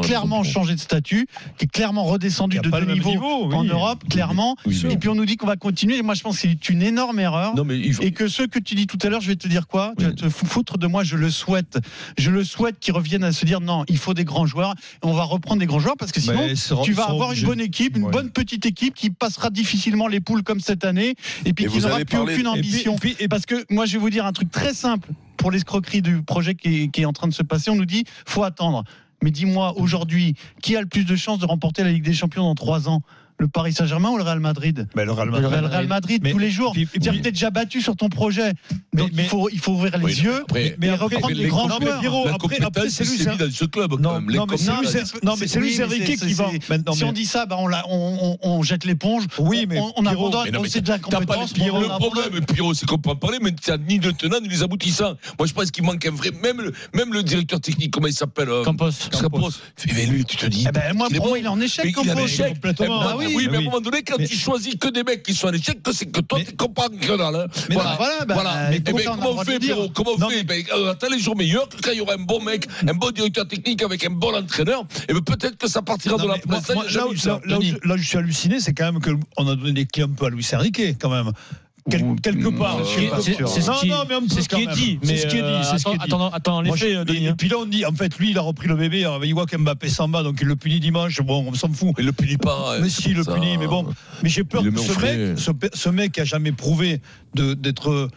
[SPEAKER 7] clairement changé de statut, qui est clairement redescendue de
[SPEAKER 14] pas
[SPEAKER 7] deux
[SPEAKER 14] le même
[SPEAKER 7] niveaux
[SPEAKER 14] niveau, oui.
[SPEAKER 7] en Europe, clairement. et puis on nous dit qu'on va continuer. Et moi, je pense que c'est une énorme erreur. Et que ce que tu dis tout à l'heure, je vais te dire quoi Tu vas te fou- foutre de moi. Je le souhaite. Je le souhaite qu'ils reviennent à se dire non, il faut des grands joueurs. On va reprendre des grands joueurs parce que sinon,
[SPEAKER 14] Mais ils seront-
[SPEAKER 7] tu
[SPEAKER 14] ils
[SPEAKER 7] vas
[SPEAKER 14] seront
[SPEAKER 7] avoir
[SPEAKER 14] obligés.
[SPEAKER 7] une bonne équipe, une bonne petite équipe qui passera difficilement les poules comme cette année et puis
[SPEAKER 5] Et
[SPEAKER 7] qui
[SPEAKER 5] vous
[SPEAKER 7] n'aura
[SPEAKER 5] avez
[SPEAKER 7] plus
[SPEAKER 5] parlé-
[SPEAKER 7] aucune
[SPEAKER 5] et puis-
[SPEAKER 7] ambition. Et parce que moi, je vais vous dire un truc très simple pour l'escroquerie du projet qui est, qui est en train de se passer. On nous dit faut attendre. Mais dis-moi aujourd'hui, qui a le plus de chances de remporter la Ligue des Champions dans trois ans le Paris Saint-Germain ou le Real Madrid
[SPEAKER 14] Mais le Real
[SPEAKER 7] Le
[SPEAKER 14] Madrid.
[SPEAKER 7] Real Madrid tous les jours.
[SPEAKER 14] puis-
[SPEAKER 7] Tu es déjà battu sur ton projet. Donc il, faut, il faut ouvrir les
[SPEAKER 3] Oui,
[SPEAKER 7] yeux
[SPEAKER 3] après-
[SPEAKER 7] et
[SPEAKER 14] mais après,
[SPEAKER 7] reprendre
[SPEAKER 14] mais
[SPEAKER 7] les
[SPEAKER 14] les
[SPEAKER 7] grands
[SPEAKER 14] grands-
[SPEAKER 7] joueurs.
[SPEAKER 14] mais Pierrot,
[SPEAKER 3] La
[SPEAKER 14] après-
[SPEAKER 3] compétence,
[SPEAKER 14] après,
[SPEAKER 3] c'est
[SPEAKER 14] c'est lui,
[SPEAKER 3] lui
[SPEAKER 14] c'est un-
[SPEAKER 3] dans ce club.
[SPEAKER 14] Non,
[SPEAKER 7] Euh,
[SPEAKER 3] quand même.
[SPEAKER 14] non,
[SPEAKER 3] Les
[SPEAKER 14] mais c'est lui,
[SPEAKER 3] compétences-
[SPEAKER 14] c'est- non, mais c'est
[SPEAKER 7] oui,
[SPEAKER 14] Luis
[SPEAKER 7] mais
[SPEAKER 14] Enrique
[SPEAKER 7] c'est-
[SPEAKER 14] qui va.
[SPEAKER 7] c'est-
[SPEAKER 14] Maintenant,
[SPEAKER 7] Si
[SPEAKER 14] mais-
[SPEAKER 7] on dit ça, bah, on, la- on- on- on jette l'éponge.
[SPEAKER 14] Oui,
[SPEAKER 7] on-
[SPEAKER 14] mais
[SPEAKER 7] on, on
[SPEAKER 14] Pierrot-
[SPEAKER 7] abandonne.
[SPEAKER 3] Mais non,
[SPEAKER 7] on
[SPEAKER 3] mais
[SPEAKER 7] sait de la
[SPEAKER 3] t'as pas
[SPEAKER 7] compétence.
[SPEAKER 3] les Pierrot.
[SPEAKER 7] on
[SPEAKER 3] Le
[SPEAKER 7] abandonne.
[SPEAKER 3] problème, Pierrot, c'est qu'on peut en parler, mais t'as ni le tenant ni les aboutissants. Moi, je pense qu'il manque un vrai. Même le, même le directeur technique, comment il s'appelle euh,
[SPEAKER 6] Campos.
[SPEAKER 3] Campos. Mais lui, tu te dis.
[SPEAKER 7] Eh ben, moi,
[SPEAKER 3] qu'il est
[SPEAKER 7] pour
[SPEAKER 3] bon.
[SPEAKER 7] moi, il est en échec,
[SPEAKER 3] Mais Il est en
[SPEAKER 7] Campos.
[SPEAKER 3] échec.
[SPEAKER 7] Complètement.
[SPEAKER 3] Eh ben,
[SPEAKER 7] Ah oui.
[SPEAKER 3] oui, mais à un moment donné, quand tu choisis que des mecs qui sont en échec, que c'est que toi, tu comprends que dalle, hein.
[SPEAKER 7] Mais non, voilà, bah, euh,
[SPEAKER 3] Eh ben,
[SPEAKER 7] écoute, on a le
[SPEAKER 3] Comment on
[SPEAKER 7] droit de
[SPEAKER 3] fait,
[SPEAKER 7] le dire.
[SPEAKER 3] Pierrot Comment on fait Ben, euh, Attends les jours meilleurs, que quand il y aura un bon mec, un bon directeur technique avec un bon entraîneur, et peut-être que ça partira
[SPEAKER 14] Non,
[SPEAKER 3] de la
[SPEAKER 14] mais moi-
[SPEAKER 3] presse. Ça,
[SPEAKER 14] moi,
[SPEAKER 3] j'ai
[SPEAKER 14] Là
[SPEAKER 3] jamais
[SPEAKER 14] où
[SPEAKER 3] vu ça,
[SPEAKER 14] là- là où
[SPEAKER 3] Denis.
[SPEAKER 14] je là où je suis halluciné, c'est quand même qu'on a donné des clés un peu à Luis Enrique, quand même. Quel- quelque part.
[SPEAKER 6] je suis pas
[SPEAKER 14] Quelque
[SPEAKER 6] sûr.
[SPEAKER 14] part.
[SPEAKER 6] C'est ce
[SPEAKER 14] Non,
[SPEAKER 6] qui-
[SPEAKER 14] non, mais un peu
[SPEAKER 6] c'est ce qui
[SPEAKER 14] quand
[SPEAKER 6] est
[SPEAKER 14] même.
[SPEAKER 6] dit, mais
[SPEAKER 14] C'est ce qui est dit.
[SPEAKER 6] euh,
[SPEAKER 14] c'est ce qui est
[SPEAKER 6] attends-
[SPEAKER 14] dit.
[SPEAKER 6] attends- attends, les
[SPEAKER 14] Moi, je-
[SPEAKER 6] faits, euh, Denis,
[SPEAKER 14] Et
[SPEAKER 6] hein.
[SPEAKER 14] puis là, on dit, en fait, lui, il a repris le bébé. euh, Il voit qu'Mbappé s'en va, donc il le punit dimanche. Bon, on s'en fout.
[SPEAKER 3] Il le punit pas.
[SPEAKER 14] Mais si, il le
[SPEAKER 3] ça-
[SPEAKER 14] punit, mais bon. Mais j'ai peur
[SPEAKER 3] Il le
[SPEAKER 14] que
[SPEAKER 3] met au
[SPEAKER 14] ce
[SPEAKER 3] frais.
[SPEAKER 14] mec, ce, pe- ce mec qui a jamais prouvé de- d'être euh,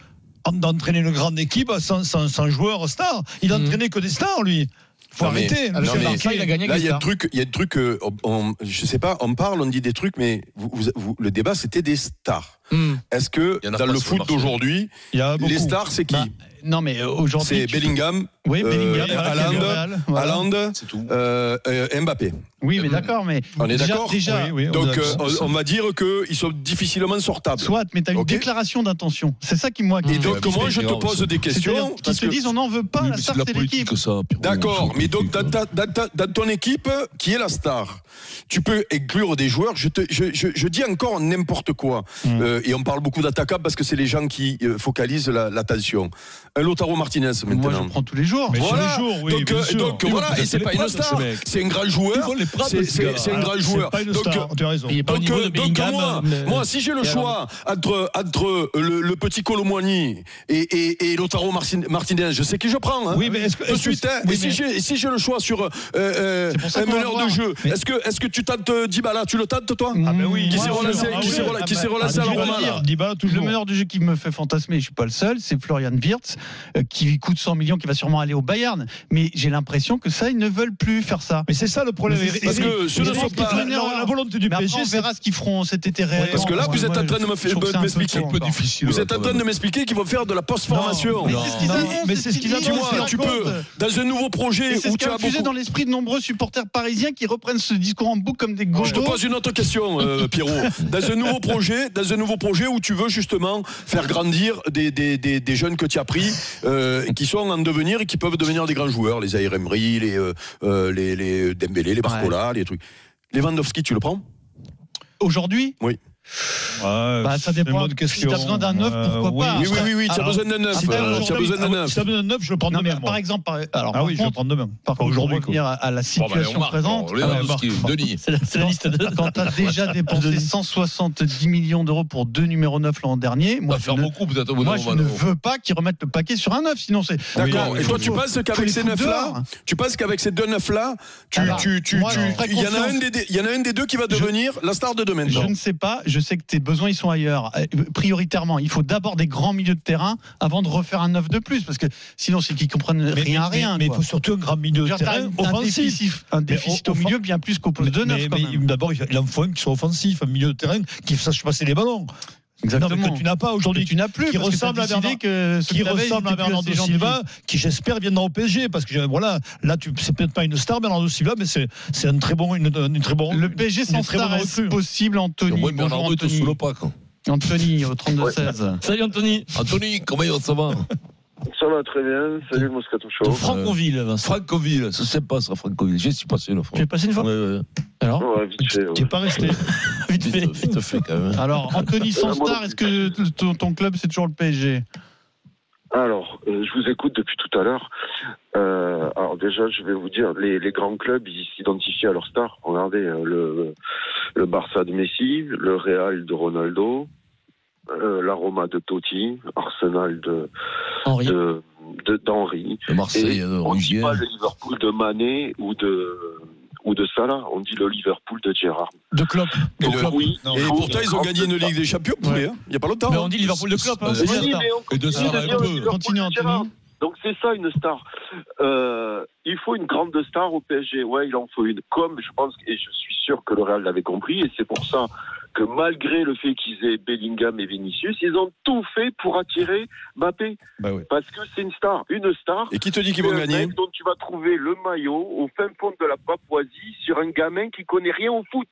[SPEAKER 14] d'entraîner une grande équipe sans, sans, sans joueur star. Il
[SPEAKER 6] Hmm.
[SPEAKER 14] entraînait que des stars, lui. Faut
[SPEAKER 5] Non, mais-
[SPEAKER 14] arrêter.
[SPEAKER 5] non,
[SPEAKER 14] monsieur
[SPEAKER 5] mais
[SPEAKER 14] Barca, il a gagné
[SPEAKER 5] Là,
[SPEAKER 14] avec
[SPEAKER 5] il y
[SPEAKER 14] des
[SPEAKER 5] a des
[SPEAKER 14] stars.
[SPEAKER 5] trucs, il y a des trucs, euh, on- on- je sais pas, on parle, on dit des trucs, mais vous- vous- vous- le débat, c'était des stars. Est-ce que
[SPEAKER 7] Il y en a
[SPEAKER 5] dans
[SPEAKER 7] pas
[SPEAKER 5] le
[SPEAKER 7] sur
[SPEAKER 5] foot
[SPEAKER 7] le marché.
[SPEAKER 5] d'aujourd'hui,
[SPEAKER 7] Il y a beaucoup.
[SPEAKER 5] les stars, c'est qui
[SPEAKER 7] Bah, non, mais aujourd'hui,
[SPEAKER 5] C'est
[SPEAKER 7] tu peux-
[SPEAKER 5] Bellingham,
[SPEAKER 7] Oui, Bellingham,
[SPEAKER 5] euh,
[SPEAKER 7] voilà, qui est
[SPEAKER 5] Haaland,
[SPEAKER 7] au Real, voilà.
[SPEAKER 5] Haaland, euh, euh, Mbappé.
[SPEAKER 7] Oui, mais d'accord, mais.
[SPEAKER 5] On est
[SPEAKER 7] déjà-
[SPEAKER 5] d'accord
[SPEAKER 7] Déjà,
[SPEAKER 5] Donc, euh, on, on va dire qu'ils sont difficilement sortables.
[SPEAKER 7] Soit, mais t'as une
[SPEAKER 5] Ok
[SPEAKER 7] déclaration d'intention. C'est ça qui moi.
[SPEAKER 5] Et donc, moi, je te pose des questions.
[SPEAKER 7] Qui se disent, on n'en veut pas, la star, c'est l'équipe.
[SPEAKER 5] D'accord, mais donc, dans, ta- dans ta- dans ton équipe, qui est la star Tu peux inclure des joueurs. Je, te, je, je- je dis encore n'importe quoi.
[SPEAKER 7] Hmm.
[SPEAKER 5] Euh, et on parle beaucoup d'attaquants parce que c'est les gens qui euh, focalisent la- l'attention. Euh, Lautaro Martinez, maintenant. Moi, je prends
[SPEAKER 7] tous les jours.
[SPEAKER 14] Mais
[SPEAKER 5] voilà.
[SPEAKER 14] tous les jours, oui,
[SPEAKER 5] donc,
[SPEAKER 14] bien
[SPEAKER 5] euh,
[SPEAKER 14] sûr.
[SPEAKER 5] donc,
[SPEAKER 14] Il va
[SPEAKER 5] voilà,
[SPEAKER 14] passer
[SPEAKER 5] et c'est
[SPEAKER 14] les
[SPEAKER 5] pas une
[SPEAKER 14] preuves, ce
[SPEAKER 5] star.
[SPEAKER 14] mec.
[SPEAKER 5] C'est un grand
[SPEAKER 14] Il
[SPEAKER 5] joueur.
[SPEAKER 14] vole les preuves,
[SPEAKER 5] C'est-
[SPEAKER 14] ce gars-là.
[SPEAKER 5] C'est c'est un
[SPEAKER 14] Alors,
[SPEAKER 5] grand
[SPEAKER 14] c'est
[SPEAKER 5] joueur.
[SPEAKER 14] pas une
[SPEAKER 5] Donc,
[SPEAKER 14] star,
[SPEAKER 5] euh,
[SPEAKER 14] tu as raison. Il est pas au
[SPEAKER 5] Donc,
[SPEAKER 14] niveau
[SPEAKER 5] euh,
[SPEAKER 14] de
[SPEAKER 5] donc,
[SPEAKER 14] Bellingham, hein,
[SPEAKER 5] moi,
[SPEAKER 14] mais-
[SPEAKER 5] moi, si j'ai le
[SPEAKER 14] Et alors-
[SPEAKER 5] choix entre, entre le, le petit Colomboigny et, et, et Lautaro Marcin- Martinez, je sais qui je prends. hein.
[SPEAKER 14] Oui, mais est-ce que-
[SPEAKER 5] De
[SPEAKER 14] est-ce que
[SPEAKER 5] suite,
[SPEAKER 14] c'est-
[SPEAKER 5] hein.
[SPEAKER 14] oui,
[SPEAKER 5] et, si
[SPEAKER 14] mais-
[SPEAKER 5] j'ai, et si j'ai le choix sur euh, euh,
[SPEAKER 14] C'est pour ça
[SPEAKER 5] un
[SPEAKER 14] qu'on va
[SPEAKER 5] meneur de
[SPEAKER 14] voir.
[SPEAKER 5] jeu,
[SPEAKER 14] Mais-
[SPEAKER 5] est-ce, que, est-ce que tu tentes euh, Dybala Tu le tentes, toi
[SPEAKER 7] Ah, ben oui.
[SPEAKER 5] Qui
[SPEAKER 7] Moi,
[SPEAKER 5] s'est
[SPEAKER 7] je-
[SPEAKER 5] relancé,
[SPEAKER 7] ah
[SPEAKER 5] qui
[SPEAKER 7] oui.
[SPEAKER 5] s'est rela-
[SPEAKER 7] Ah
[SPEAKER 5] qui
[SPEAKER 7] bah,
[SPEAKER 5] s'est relancé à la
[SPEAKER 7] je vais
[SPEAKER 5] Roma,
[SPEAKER 7] dire,
[SPEAKER 5] là
[SPEAKER 7] Dybala, toujours. Le meilleur du jeu qui me fait fantasmer, je suis pas le seul, c'est Florian Wirtz, euh, qui coûte 100 millions, qui va sûrement aller au Bayern. Mais j'ai l'impression que ça, ils ne veulent plus faire ça.
[SPEAKER 14] Mais c'est ça le problème.
[SPEAKER 7] Mais c'est-
[SPEAKER 14] Parce
[SPEAKER 7] c'est-
[SPEAKER 14] que ce
[SPEAKER 7] je
[SPEAKER 14] ne
[SPEAKER 7] pense
[SPEAKER 14] sont
[SPEAKER 7] qu'ils
[SPEAKER 14] pas-
[SPEAKER 7] font une
[SPEAKER 14] la-
[SPEAKER 7] erreur.
[SPEAKER 14] la volonté du
[SPEAKER 7] Mais après,
[SPEAKER 14] PSG,
[SPEAKER 7] on
[SPEAKER 14] c'est-
[SPEAKER 7] verra ce qu'ils feront cet été réellement.
[SPEAKER 5] Parce que là, vous
[SPEAKER 7] Moi,
[SPEAKER 5] êtes en train de me
[SPEAKER 7] je trouve que c'est
[SPEAKER 5] faire-
[SPEAKER 7] un peu
[SPEAKER 5] m'expliquer.
[SPEAKER 7] tôt encore.
[SPEAKER 5] Vous êtes en train de m'expliquer qu'ils vont faire de la post-formation.
[SPEAKER 7] Non, mais c'est ce qu'ils
[SPEAKER 5] Non.
[SPEAKER 7] annoncent,
[SPEAKER 5] Mais
[SPEAKER 7] c'est
[SPEAKER 5] c'est
[SPEAKER 7] ce
[SPEAKER 5] ce qu'ils
[SPEAKER 7] qu'ils
[SPEAKER 5] annoncent.
[SPEAKER 7] annoncent.
[SPEAKER 5] Tu peux, dans un nouveau projet
[SPEAKER 7] Et c'est
[SPEAKER 5] où
[SPEAKER 7] ce
[SPEAKER 5] tu
[SPEAKER 7] qui a
[SPEAKER 5] as
[SPEAKER 7] infusé
[SPEAKER 5] beaucoup-
[SPEAKER 7] dans l'esprit de nombreux supporters parisiens qui reprennent ce discours en boucle comme des gauchos.
[SPEAKER 5] Je te pose une autre question, euh, Pierrot. Dans un nouveau projet, dans un nouveau projet où tu veux justement faire grandir des, des, des, des jeunes que tu as pris, euh, qui sont en devenir et qui peuvent devenir des grands joueurs, les Ayremri, les, euh, euh, les, les Dembélé, les Barcola, les trucs. Lewandowski, tu le prends
[SPEAKER 7] Aujourd'hui
[SPEAKER 5] Oui.
[SPEAKER 7] Bah, ça dépend. Si t'as besoin d'un neuf, pourquoi pas
[SPEAKER 5] Euh,
[SPEAKER 14] hein.
[SPEAKER 5] Oui, oui, oui, oui, tu as
[SPEAKER 14] Ah,
[SPEAKER 5] besoin d'un neuf. euh, Tu as besoin d'un neuf.
[SPEAKER 14] Si t'as besoin d'un neuf, je le prends
[SPEAKER 7] Non, mais
[SPEAKER 14] demain.
[SPEAKER 7] par exemple, par- alors,
[SPEAKER 14] ah
[SPEAKER 7] par
[SPEAKER 14] oui, je le
[SPEAKER 7] contre,
[SPEAKER 14] prends demain. Par
[SPEAKER 7] Pour
[SPEAKER 14] contre, aujourd'hui,
[SPEAKER 7] revenir à, à la
[SPEAKER 5] ben,
[SPEAKER 14] Bon, bah, allez, on
[SPEAKER 7] situation
[SPEAKER 14] marque.
[SPEAKER 7] présente,
[SPEAKER 14] Bon, Lewandowski,
[SPEAKER 7] Ah, on marque.
[SPEAKER 14] Denis.
[SPEAKER 7] C'est la, c'est la liste de... quand t'as déjà dépensé 170 millions d'euros pour deux numéros 9 l'an dernier, moi, je, ne,
[SPEAKER 3] peut-être, au bout d'un
[SPEAKER 7] moi, je
[SPEAKER 3] moment,
[SPEAKER 7] ne
[SPEAKER 3] non.
[SPEAKER 7] veux pas qu'ils remettent le paquet sur un 9, sinon c'est.
[SPEAKER 5] D'accord.
[SPEAKER 7] Faut-
[SPEAKER 5] Et toi, tu
[SPEAKER 7] faut-
[SPEAKER 5] penses
[SPEAKER 7] faut
[SPEAKER 5] qu'avec
[SPEAKER 7] les
[SPEAKER 5] ces
[SPEAKER 7] foutre
[SPEAKER 5] neuf-là,
[SPEAKER 7] dehors.
[SPEAKER 5] tu penses qu'avec ces deux neuf-là, tu,
[SPEAKER 7] Alors,
[SPEAKER 5] tu, tu,
[SPEAKER 7] moi,
[SPEAKER 5] tu-
[SPEAKER 7] je ferai
[SPEAKER 5] il y en a un
[SPEAKER 7] confiance.
[SPEAKER 5] des, il y en a un des deux qui va devenir la star de demain.
[SPEAKER 7] Je ne sais pas, je sais que tes besoins ils sont ailleurs. Euh, Prioritairement, il faut d'abord des grands milieux de terrain avant de refaire un neuf de plus parce que sinon c'est qu'ils comprennent rien à
[SPEAKER 14] mais-
[SPEAKER 7] rien.
[SPEAKER 14] mais il
[SPEAKER 7] quoi.
[SPEAKER 14] faut surtout un grand milieu de
[SPEAKER 7] Je veux dire,
[SPEAKER 14] terrain
[SPEAKER 7] t'as un- un
[SPEAKER 14] offensif.
[SPEAKER 7] déficit- un
[SPEAKER 14] Mais
[SPEAKER 7] déficit
[SPEAKER 14] on-
[SPEAKER 7] au
[SPEAKER 14] on-
[SPEAKER 7] milieu bien plus qu'au poste de neuf,
[SPEAKER 14] mais-
[SPEAKER 7] quand
[SPEAKER 14] mais
[SPEAKER 7] même.
[SPEAKER 14] D'abord, il en faut un qui soit offensif, un milieu de terrain qui sache passer les ballons.
[SPEAKER 7] Exactement.
[SPEAKER 14] Non, mais que tu n'as pas aujourd'hui.
[SPEAKER 7] Que tu n'as plus,
[SPEAKER 14] Qui
[SPEAKER 7] parce que
[SPEAKER 14] ressemble
[SPEAKER 7] t'as
[SPEAKER 14] à Bernard,
[SPEAKER 7] décidé que
[SPEAKER 14] qui
[SPEAKER 7] celui de la veille,
[SPEAKER 14] ressemble
[SPEAKER 7] il
[SPEAKER 14] à
[SPEAKER 7] était plus
[SPEAKER 14] Bernardo
[SPEAKER 7] assez gentil.
[SPEAKER 14] Silva, qui j'espère viendra au PSG, parce que voilà, là, tu c'est peut-être pas une star, Bernardo Silva, mais c'est c'est un très bon, une, une très bon.
[SPEAKER 7] Le PSG
[SPEAKER 14] une
[SPEAKER 7] sans
[SPEAKER 14] très
[SPEAKER 7] star
[SPEAKER 14] bonne
[SPEAKER 7] est
[SPEAKER 14] recrue.
[SPEAKER 7] possible, Anthony.
[SPEAKER 3] Moi,
[SPEAKER 7] Bonjour,
[SPEAKER 3] Bernardo était
[SPEAKER 7] Anthony.
[SPEAKER 3] sous le pas,
[SPEAKER 5] hein.
[SPEAKER 3] quoi.
[SPEAKER 7] Anthony au 32-16.
[SPEAKER 6] Salut Anthony.
[SPEAKER 3] Anthony, comment ça va
[SPEAKER 8] Ça va très bien. Salut Moscato Show.
[SPEAKER 3] De Franconville, Franconville, ça c'est pas ça, Franconville. J'y suis passé une fois.
[SPEAKER 6] Euh, Tu es passé une fois
[SPEAKER 3] Ouais, ouais.
[SPEAKER 6] Alors
[SPEAKER 8] Ouais, vite fait, ouais.
[SPEAKER 6] Tu n'es pas resté.
[SPEAKER 3] Vite fait. Vite fait, quand même.
[SPEAKER 7] Alors, Anthony,
[SPEAKER 8] Euh,
[SPEAKER 7] sans star, est-ce que t- ton, ton club c'est toujours le PSG
[SPEAKER 8] Alors, euh, je vous écoute depuis tout à l'heure. Euh, alors déjà, je vais vous dire, les, les grands clubs, ils s'identifient à leur star. Regardez, euh, le, le Barça de Messi, le Real de Ronaldo, euh, la Roma de Totti, Arsenal de de- de- d'Henri.
[SPEAKER 3] Le Marseille
[SPEAKER 8] Et
[SPEAKER 3] de
[SPEAKER 8] on
[SPEAKER 3] Rougier.
[SPEAKER 8] dit pas le Liverpool de Mané ou de ou de Salah, on dit le Liverpool de Gérard.
[SPEAKER 14] De Klopp.
[SPEAKER 8] Donc, oui,
[SPEAKER 5] Et
[SPEAKER 8] oui,
[SPEAKER 5] pourtant, ils ont
[SPEAKER 8] en
[SPEAKER 5] gagné
[SPEAKER 8] fait,
[SPEAKER 5] une Ligue des Champions, poulet, hein, il n'y a pas longtemps.
[SPEAKER 6] Mais on dit Liverpool de Klopp, hein,
[SPEAKER 5] Euh,
[SPEAKER 6] c'est
[SPEAKER 5] oui,
[SPEAKER 6] la star.
[SPEAKER 8] mais on
[SPEAKER 3] Et de
[SPEAKER 8] continue
[SPEAKER 3] Sarah
[SPEAKER 8] de dire
[SPEAKER 3] Lemke.
[SPEAKER 8] Liverpool
[SPEAKER 3] Continue,
[SPEAKER 8] de
[SPEAKER 3] Anthony.
[SPEAKER 8] Gérard. Donc c'est ça une star. Euh, il faut une grande star au PSG. Ouais, il en faut une. Comme je pense et je suis sûr que le Real l'avait compris et c'est pour ça que malgré le fait qu'ils aient Bellingham et Vinicius, ils ont tout fait pour attirer Mbappé parce que c'est une star, une star.
[SPEAKER 5] Bah Et qui te dit qu'ils
[SPEAKER 8] C'est
[SPEAKER 5] vont
[SPEAKER 8] un
[SPEAKER 5] gagner
[SPEAKER 8] mec dont tu vas trouver le maillot au fin fond de la Papouasie sur un gamin qui connaît rien au foot.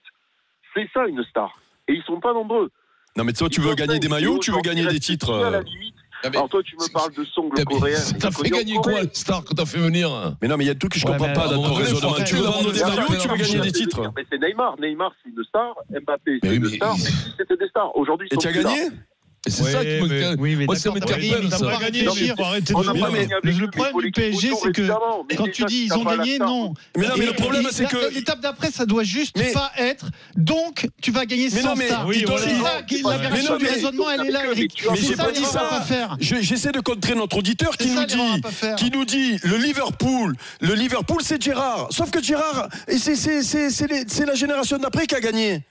[SPEAKER 8] C'est ça une star. Et ils sont pas nombreux.
[SPEAKER 5] Non, mais toi, tu
[SPEAKER 8] Ils
[SPEAKER 5] veux
[SPEAKER 8] sont
[SPEAKER 5] gagner
[SPEAKER 8] cinq.
[SPEAKER 5] des maillots ou tu veux
[SPEAKER 8] Et aujourd'hui,
[SPEAKER 5] gagner des
[SPEAKER 8] reste
[SPEAKER 5] titres
[SPEAKER 8] plus à la
[SPEAKER 5] euh,
[SPEAKER 8] limite. Alors toi, tu me parles de
[SPEAKER 3] T'as-
[SPEAKER 8] songles coréens.
[SPEAKER 3] T'as fait gagner quoi, le star que t'as fait venir hein
[SPEAKER 5] Mais non, mais il y a tout que je
[SPEAKER 3] Ouais,
[SPEAKER 5] comprends
[SPEAKER 3] mais
[SPEAKER 5] pas
[SPEAKER 3] à un
[SPEAKER 5] dans ton
[SPEAKER 3] moment donné,
[SPEAKER 5] raisonnement.
[SPEAKER 3] faut
[SPEAKER 5] Tu veux
[SPEAKER 3] arrêter
[SPEAKER 5] vendre des
[SPEAKER 3] d'avoir
[SPEAKER 5] maillots ou
[SPEAKER 3] des
[SPEAKER 5] tu veux gagner des titres
[SPEAKER 8] Mais c'est Neymar. Neymar, c'est une star. Mbappé, c'est une star. Messi, C'était des stars. Aujourd'hui, ils
[SPEAKER 5] Et
[SPEAKER 8] sont
[SPEAKER 5] tu as
[SPEAKER 8] plus
[SPEAKER 5] gagné
[SPEAKER 8] là.
[SPEAKER 3] Et C'est ça qui me. Moi, ça m'interpelle,
[SPEAKER 7] t'as
[SPEAKER 3] ça.
[SPEAKER 7] pas gagné, Gilles.
[SPEAKER 14] arrêter
[SPEAKER 8] On
[SPEAKER 7] de
[SPEAKER 8] a
[SPEAKER 7] jouer.
[SPEAKER 8] pas gagné
[SPEAKER 7] Le-
[SPEAKER 8] avec
[SPEAKER 7] Le
[SPEAKER 8] lui,
[SPEAKER 7] problème
[SPEAKER 8] faut
[SPEAKER 7] du
[SPEAKER 8] l'équipe
[SPEAKER 7] PSG,
[SPEAKER 8] autour,
[SPEAKER 7] c'est que
[SPEAKER 8] évidemment. Mais
[SPEAKER 7] quand
[SPEAKER 8] c'est
[SPEAKER 7] tu
[SPEAKER 8] ça
[SPEAKER 7] dis
[SPEAKER 8] qui
[SPEAKER 7] ils
[SPEAKER 8] t'a
[SPEAKER 7] ont
[SPEAKER 8] pas la
[SPEAKER 7] gagné,
[SPEAKER 8] star.
[SPEAKER 7] non.
[SPEAKER 8] Mais non, mais
[SPEAKER 7] Et-
[SPEAKER 8] le problème,
[SPEAKER 7] et-
[SPEAKER 8] c'est
[SPEAKER 7] la-
[SPEAKER 8] que-
[SPEAKER 7] L'étape d'après, ça doit juste
[SPEAKER 8] Mais-
[SPEAKER 7] pas être. Donc, tu vas gagner
[SPEAKER 5] Mais non,
[SPEAKER 7] sans
[SPEAKER 5] mais
[SPEAKER 7] star.
[SPEAKER 5] ils t'ont
[SPEAKER 7] C'est
[SPEAKER 5] dit-
[SPEAKER 7] ça qui
[SPEAKER 5] Mais
[SPEAKER 7] la
[SPEAKER 5] non,
[SPEAKER 7] version du
[SPEAKER 5] mais-
[SPEAKER 7] raisonnement, elle est là, Eric.
[SPEAKER 5] Mais
[SPEAKER 7] C'est
[SPEAKER 5] j'ai
[SPEAKER 7] ça
[SPEAKER 5] pas dit
[SPEAKER 7] l'erreur à pas
[SPEAKER 5] ça.
[SPEAKER 7] faire.
[SPEAKER 5] Je- J'essaie de contrer notre auditeur qui
[SPEAKER 7] C'est ça,
[SPEAKER 5] nous
[SPEAKER 7] l'erreur à
[SPEAKER 5] dit,
[SPEAKER 7] pas faire.
[SPEAKER 5] qui nous dit le Liverpool. Le Liverpool, c'est Gérard. Sauf que Gérard, et c'est- c'est c'est- c'est les- c'est la génération d'après qui a gagné.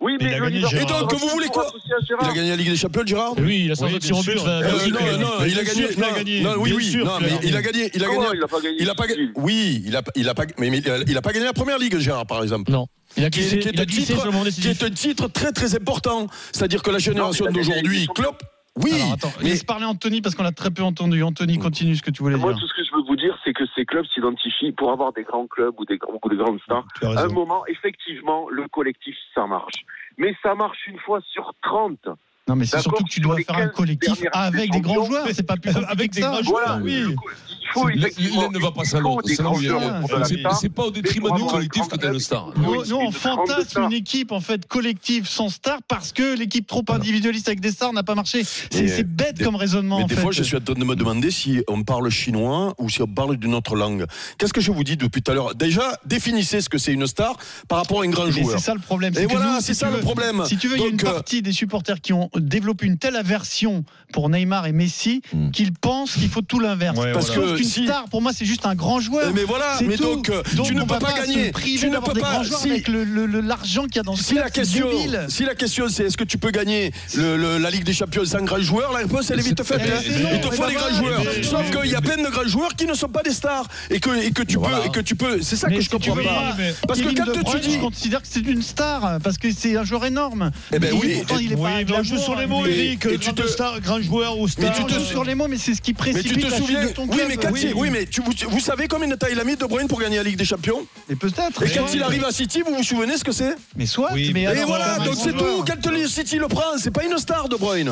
[SPEAKER 8] Oui, mais,
[SPEAKER 5] il a
[SPEAKER 8] le
[SPEAKER 5] gagné,
[SPEAKER 8] leader-
[SPEAKER 5] Gérard. Et donc,
[SPEAKER 8] Gérard,
[SPEAKER 5] vous voulez quoi
[SPEAKER 8] associé à Gérard.
[SPEAKER 5] Il a gagné la Ligue des Champions, Gérard
[SPEAKER 8] Oui, il a sorti
[SPEAKER 5] bien
[SPEAKER 8] de son
[SPEAKER 5] sûr.
[SPEAKER 8] but, là,
[SPEAKER 5] Euh,
[SPEAKER 8] bien sûr
[SPEAKER 5] non,
[SPEAKER 8] qu'il a
[SPEAKER 5] non,
[SPEAKER 8] gagné.
[SPEAKER 5] il a
[SPEAKER 8] Bien
[SPEAKER 5] gagné.
[SPEAKER 8] sûr qu'il a
[SPEAKER 5] non,
[SPEAKER 8] gagné.
[SPEAKER 5] non, oui,
[SPEAKER 8] Bien
[SPEAKER 5] oui,
[SPEAKER 8] sûr
[SPEAKER 5] non,
[SPEAKER 8] qu'il a
[SPEAKER 5] mais il a
[SPEAKER 8] gagné.
[SPEAKER 5] gagné, il a
[SPEAKER 8] Comment
[SPEAKER 5] gagné.
[SPEAKER 8] il a pas gagné
[SPEAKER 5] Il a pas, ga- oui, il a, il a pas, mais, mais il a- il a pas gagné la première ligue, Gérard, par exemple.
[SPEAKER 6] Non. Il a
[SPEAKER 5] qui, est-
[SPEAKER 6] glissé-
[SPEAKER 5] qui est
[SPEAKER 6] il a
[SPEAKER 5] un
[SPEAKER 6] glissé
[SPEAKER 5] titre,
[SPEAKER 6] sur le moment
[SPEAKER 5] qui est un titre très très important. C'est-à-dire que la génération
[SPEAKER 7] Non, mais il a gagné la
[SPEAKER 5] d'aujourd'hui,
[SPEAKER 7] Ligue des
[SPEAKER 5] Klopp, oui,
[SPEAKER 7] Alors, attends,
[SPEAKER 5] mais Mm.
[SPEAKER 7] laisse parler Anthony parce qu'on l'a très peu entendu. Anthony, continue ce que tu voulais
[SPEAKER 8] Moi,
[SPEAKER 7] dire.
[SPEAKER 8] tout ce que je veux vous dire, c'est que ces clubs s'identifient pour avoir des grands clubs ou des, grands- ou des grandes stars.
[SPEAKER 7] Tu as raison.
[SPEAKER 8] À un moment, effectivement, le collectif, ça marche. Mais ça marche une fois sur 30.
[SPEAKER 7] Non, mais c'est
[SPEAKER 8] D'accord,
[SPEAKER 7] surtout que tu
[SPEAKER 8] sur
[SPEAKER 7] dois
[SPEAKER 8] les
[SPEAKER 7] faire un
[SPEAKER 8] 15
[SPEAKER 7] collectif
[SPEAKER 8] dernières
[SPEAKER 7] avec des grands
[SPEAKER 8] champions.
[SPEAKER 7] joueurs. C'est pas plus compliqué
[SPEAKER 8] Avec
[SPEAKER 7] que
[SPEAKER 8] des
[SPEAKER 7] ça.
[SPEAKER 8] grands joueurs, Voilà, oui. oui. Il faut effectivement-
[SPEAKER 3] L'un ne va pas
[SPEAKER 8] il
[SPEAKER 3] sans
[SPEAKER 8] faut
[SPEAKER 3] l'autre.
[SPEAKER 8] des
[SPEAKER 3] C'est là où il y a
[SPEAKER 8] grands
[SPEAKER 3] le
[SPEAKER 8] joueurs,
[SPEAKER 3] problème.
[SPEAKER 8] c'est
[SPEAKER 3] C'est-
[SPEAKER 8] pas-
[SPEAKER 3] C'est pas au
[SPEAKER 8] mais
[SPEAKER 3] détriment
[SPEAKER 8] pour
[SPEAKER 3] du
[SPEAKER 8] avoir un
[SPEAKER 3] collectif que t'es le star.
[SPEAKER 7] Nous,
[SPEAKER 8] Oui,
[SPEAKER 7] nous, on
[SPEAKER 8] une grande
[SPEAKER 7] fantasme
[SPEAKER 8] star.
[SPEAKER 7] une équipe en fait collective sans star parce que l'équipe trop individualiste avec des stars n'a pas marché. C'est
[SPEAKER 5] Et, euh,
[SPEAKER 7] c'est bête
[SPEAKER 5] des-
[SPEAKER 7] comme raisonnement.
[SPEAKER 5] Mais
[SPEAKER 7] en
[SPEAKER 5] des
[SPEAKER 7] fait.
[SPEAKER 5] fois, je suis en train de me demander si on parle chinois ou si on parle d'une autre langue. Qu'est-ce que je vous dis depuis tout à l'heure Déjà, définissez ce que c'est une star par rapport à un grand
[SPEAKER 7] Mais
[SPEAKER 5] joueur.
[SPEAKER 7] C'est ça le problème.
[SPEAKER 5] Et
[SPEAKER 7] que
[SPEAKER 5] voilà,
[SPEAKER 7] nous,
[SPEAKER 5] c'est
[SPEAKER 7] si
[SPEAKER 5] ça
[SPEAKER 7] tu
[SPEAKER 5] le
[SPEAKER 7] veux-
[SPEAKER 5] problème.
[SPEAKER 7] Si tu veux, il y a une
[SPEAKER 5] Donc, euh,
[SPEAKER 7] partie des supporters qui ont développé une telle aversion pour Neymar et Messi qu'ils pensent qu'il faut tout l'inverse.
[SPEAKER 5] Ouais, Parce Hmm. voilà. que
[SPEAKER 7] qu'une
[SPEAKER 5] si- Eh,
[SPEAKER 7] star, pour moi, c'est juste un grand joueur.
[SPEAKER 5] Mais voilà,
[SPEAKER 7] C'est
[SPEAKER 5] mais
[SPEAKER 7] tout.
[SPEAKER 5] donc, euh, tu ne
[SPEAKER 7] on
[SPEAKER 5] peux
[SPEAKER 7] va
[SPEAKER 5] pas
[SPEAKER 7] se
[SPEAKER 5] gagner.
[SPEAKER 7] priver
[SPEAKER 5] Tu ne
[SPEAKER 7] d'avoir
[SPEAKER 5] peux
[SPEAKER 7] des
[SPEAKER 5] pas-
[SPEAKER 7] grands joueurs
[SPEAKER 5] si-
[SPEAKER 7] avec le- le- le- l'argent qu'il y a dans ce
[SPEAKER 5] Si
[SPEAKER 7] club,
[SPEAKER 5] la
[SPEAKER 7] c'est
[SPEAKER 5] question,
[SPEAKER 7] débile.
[SPEAKER 5] si la question c'est est-ce que tu peux gagner le- le- la Ligue des Champions sans grands joueurs, la réponse elle est vite faite.
[SPEAKER 7] Mais
[SPEAKER 5] hein.
[SPEAKER 7] c'est non,
[SPEAKER 5] Il te
[SPEAKER 7] mais
[SPEAKER 5] faut des
[SPEAKER 7] voilà, eh ben,
[SPEAKER 5] grands joueurs.
[SPEAKER 7] mais-
[SPEAKER 5] Sauf
[SPEAKER 7] mais-
[SPEAKER 5] qu'il y a plein de grands joueurs qui ne sont pas des stars et que et que tu peux et que tu peux. C'est ça
[SPEAKER 7] Mais
[SPEAKER 5] que je
[SPEAKER 7] si tu
[SPEAKER 5] comprends
[SPEAKER 7] veux,
[SPEAKER 5] pas.
[SPEAKER 7] mais-
[SPEAKER 5] Parce que
[SPEAKER 7] Kevin De
[SPEAKER 5] quand tu
[SPEAKER 7] Bruyne,
[SPEAKER 5] dis
[SPEAKER 7] je considère que c'est une star hein, parce que c'est un joueur énorme.
[SPEAKER 5] Eh ben
[SPEAKER 7] Mais
[SPEAKER 5] oui.
[SPEAKER 7] pourtant, il est
[SPEAKER 5] Oui,
[SPEAKER 7] pas
[SPEAKER 5] mais on
[SPEAKER 7] glamour,
[SPEAKER 5] joue sur les
[SPEAKER 7] hein,
[SPEAKER 5] mots,
[SPEAKER 7] mais-
[SPEAKER 5] Eric,
[SPEAKER 7] mais
[SPEAKER 5] grand
[SPEAKER 7] tu te-
[SPEAKER 5] star,
[SPEAKER 7] grand joueur ou
[SPEAKER 5] star,
[SPEAKER 7] Mais tu te
[SPEAKER 5] euh,
[SPEAKER 7] sur les mots, mais c'est ce qui
[SPEAKER 5] mais
[SPEAKER 7] précipite
[SPEAKER 5] tu te
[SPEAKER 7] la chute
[SPEAKER 5] souviens
[SPEAKER 7] de ton
[SPEAKER 5] Oui,
[SPEAKER 7] club.
[SPEAKER 5] mais Cathy, oui, mais tu, vous, vous savez combien de taille il a mis De Bruyne pour gagner la Ligue des Champions
[SPEAKER 7] Et peut-être.
[SPEAKER 5] Et
[SPEAKER 7] mais
[SPEAKER 5] quand
[SPEAKER 7] ouais.
[SPEAKER 5] il arrive à City, vous vous souvenez ce que c'est
[SPEAKER 7] Mais soit. mais
[SPEAKER 5] et
[SPEAKER 7] alors,
[SPEAKER 5] voilà,
[SPEAKER 7] euh,
[SPEAKER 5] donc c'est tout.
[SPEAKER 7] bonjour.
[SPEAKER 5] Quand le City le prend, c'est pas une star de Bruyne.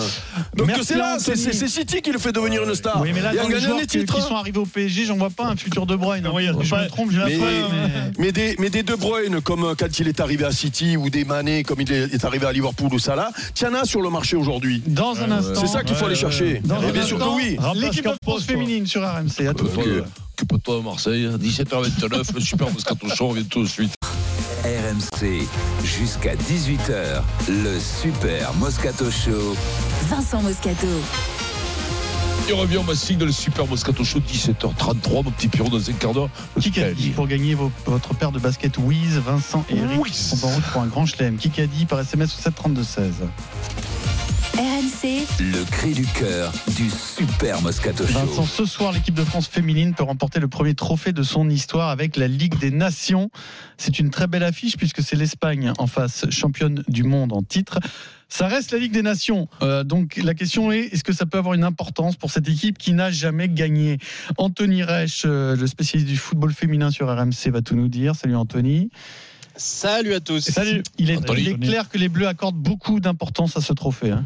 [SPEAKER 5] Donc
[SPEAKER 7] Merci
[SPEAKER 5] c'est là, c'est
[SPEAKER 7] Anthony.
[SPEAKER 5] c'est- c'est City qui le fait devenir une star.
[SPEAKER 7] Oui, mais là,
[SPEAKER 5] et en
[SPEAKER 7] dans les
[SPEAKER 5] gagnant
[SPEAKER 7] joueurs
[SPEAKER 5] les
[SPEAKER 7] qui,
[SPEAKER 5] titres.
[SPEAKER 7] qui sont arrivés au PSG, j'en vois pas un futur De Bruyne. hein. je me trompe, j'ai
[SPEAKER 5] hein. Mais, euh,
[SPEAKER 7] l'impression. mais-
[SPEAKER 5] mais des, mais des De Bruyne, comme euh, quand il est arrivé à City, ou des Mané, comme il est est arrivé à Liverpool ou Salah, tiens a sur le marché aujourd'hui.
[SPEAKER 7] Dans un instant.
[SPEAKER 5] C'est ça qu'il faut aller chercher.
[SPEAKER 7] euh, Dans
[SPEAKER 5] Et
[SPEAKER 7] un
[SPEAKER 5] bien sûr que
[SPEAKER 7] instant,
[SPEAKER 5] oui.
[SPEAKER 7] L'équipe de France féminine sur RMC. À tout de suite.
[SPEAKER 3] Occupe-toi à Marseille, 17h29, le super Moscato Show, on vient tout de suite.
[SPEAKER 2] RMC jusqu'à 18h, le super Moscato Show.
[SPEAKER 1] Vincent Moscato.
[SPEAKER 3] Et on revient au Massing dans le super Moscato Show, 17h33, mon petit Pierrot, dans un quart d'heure.
[SPEAKER 7] Qui a dit pour gagner vos- votre paire de baskets Wiz, Vincent et Eric sont en route pour un grand chelem. Qui a dit par SMS au 732-16
[SPEAKER 1] RMC.
[SPEAKER 2] Le cri du cœur du super Moscato Show.
[SPEAKER 7] Vincent, ce soir, l'équipe de France féminine peut remporter le premier trophée de son histoire avec la Ligue des Nations. C'est une très belle affiche puisque c'est l'Espagne en face, championne du monde en titre. Ça reste la Ligue des Nations. Euh, donc la question est, est-ce que ça peut avoir une importance pour cette équipe qui n'a jamais gagné Anthony Reich, euh, le spécialiste du football féminin sur RMC, va tout nous dire. Salut Anthony.
[SPEAKER 16] Salut à tous.
[SPEAKER 7] Salut. Il est, il est clair que les Bleus accordent beaucoup d'importance à ce trophée. hein.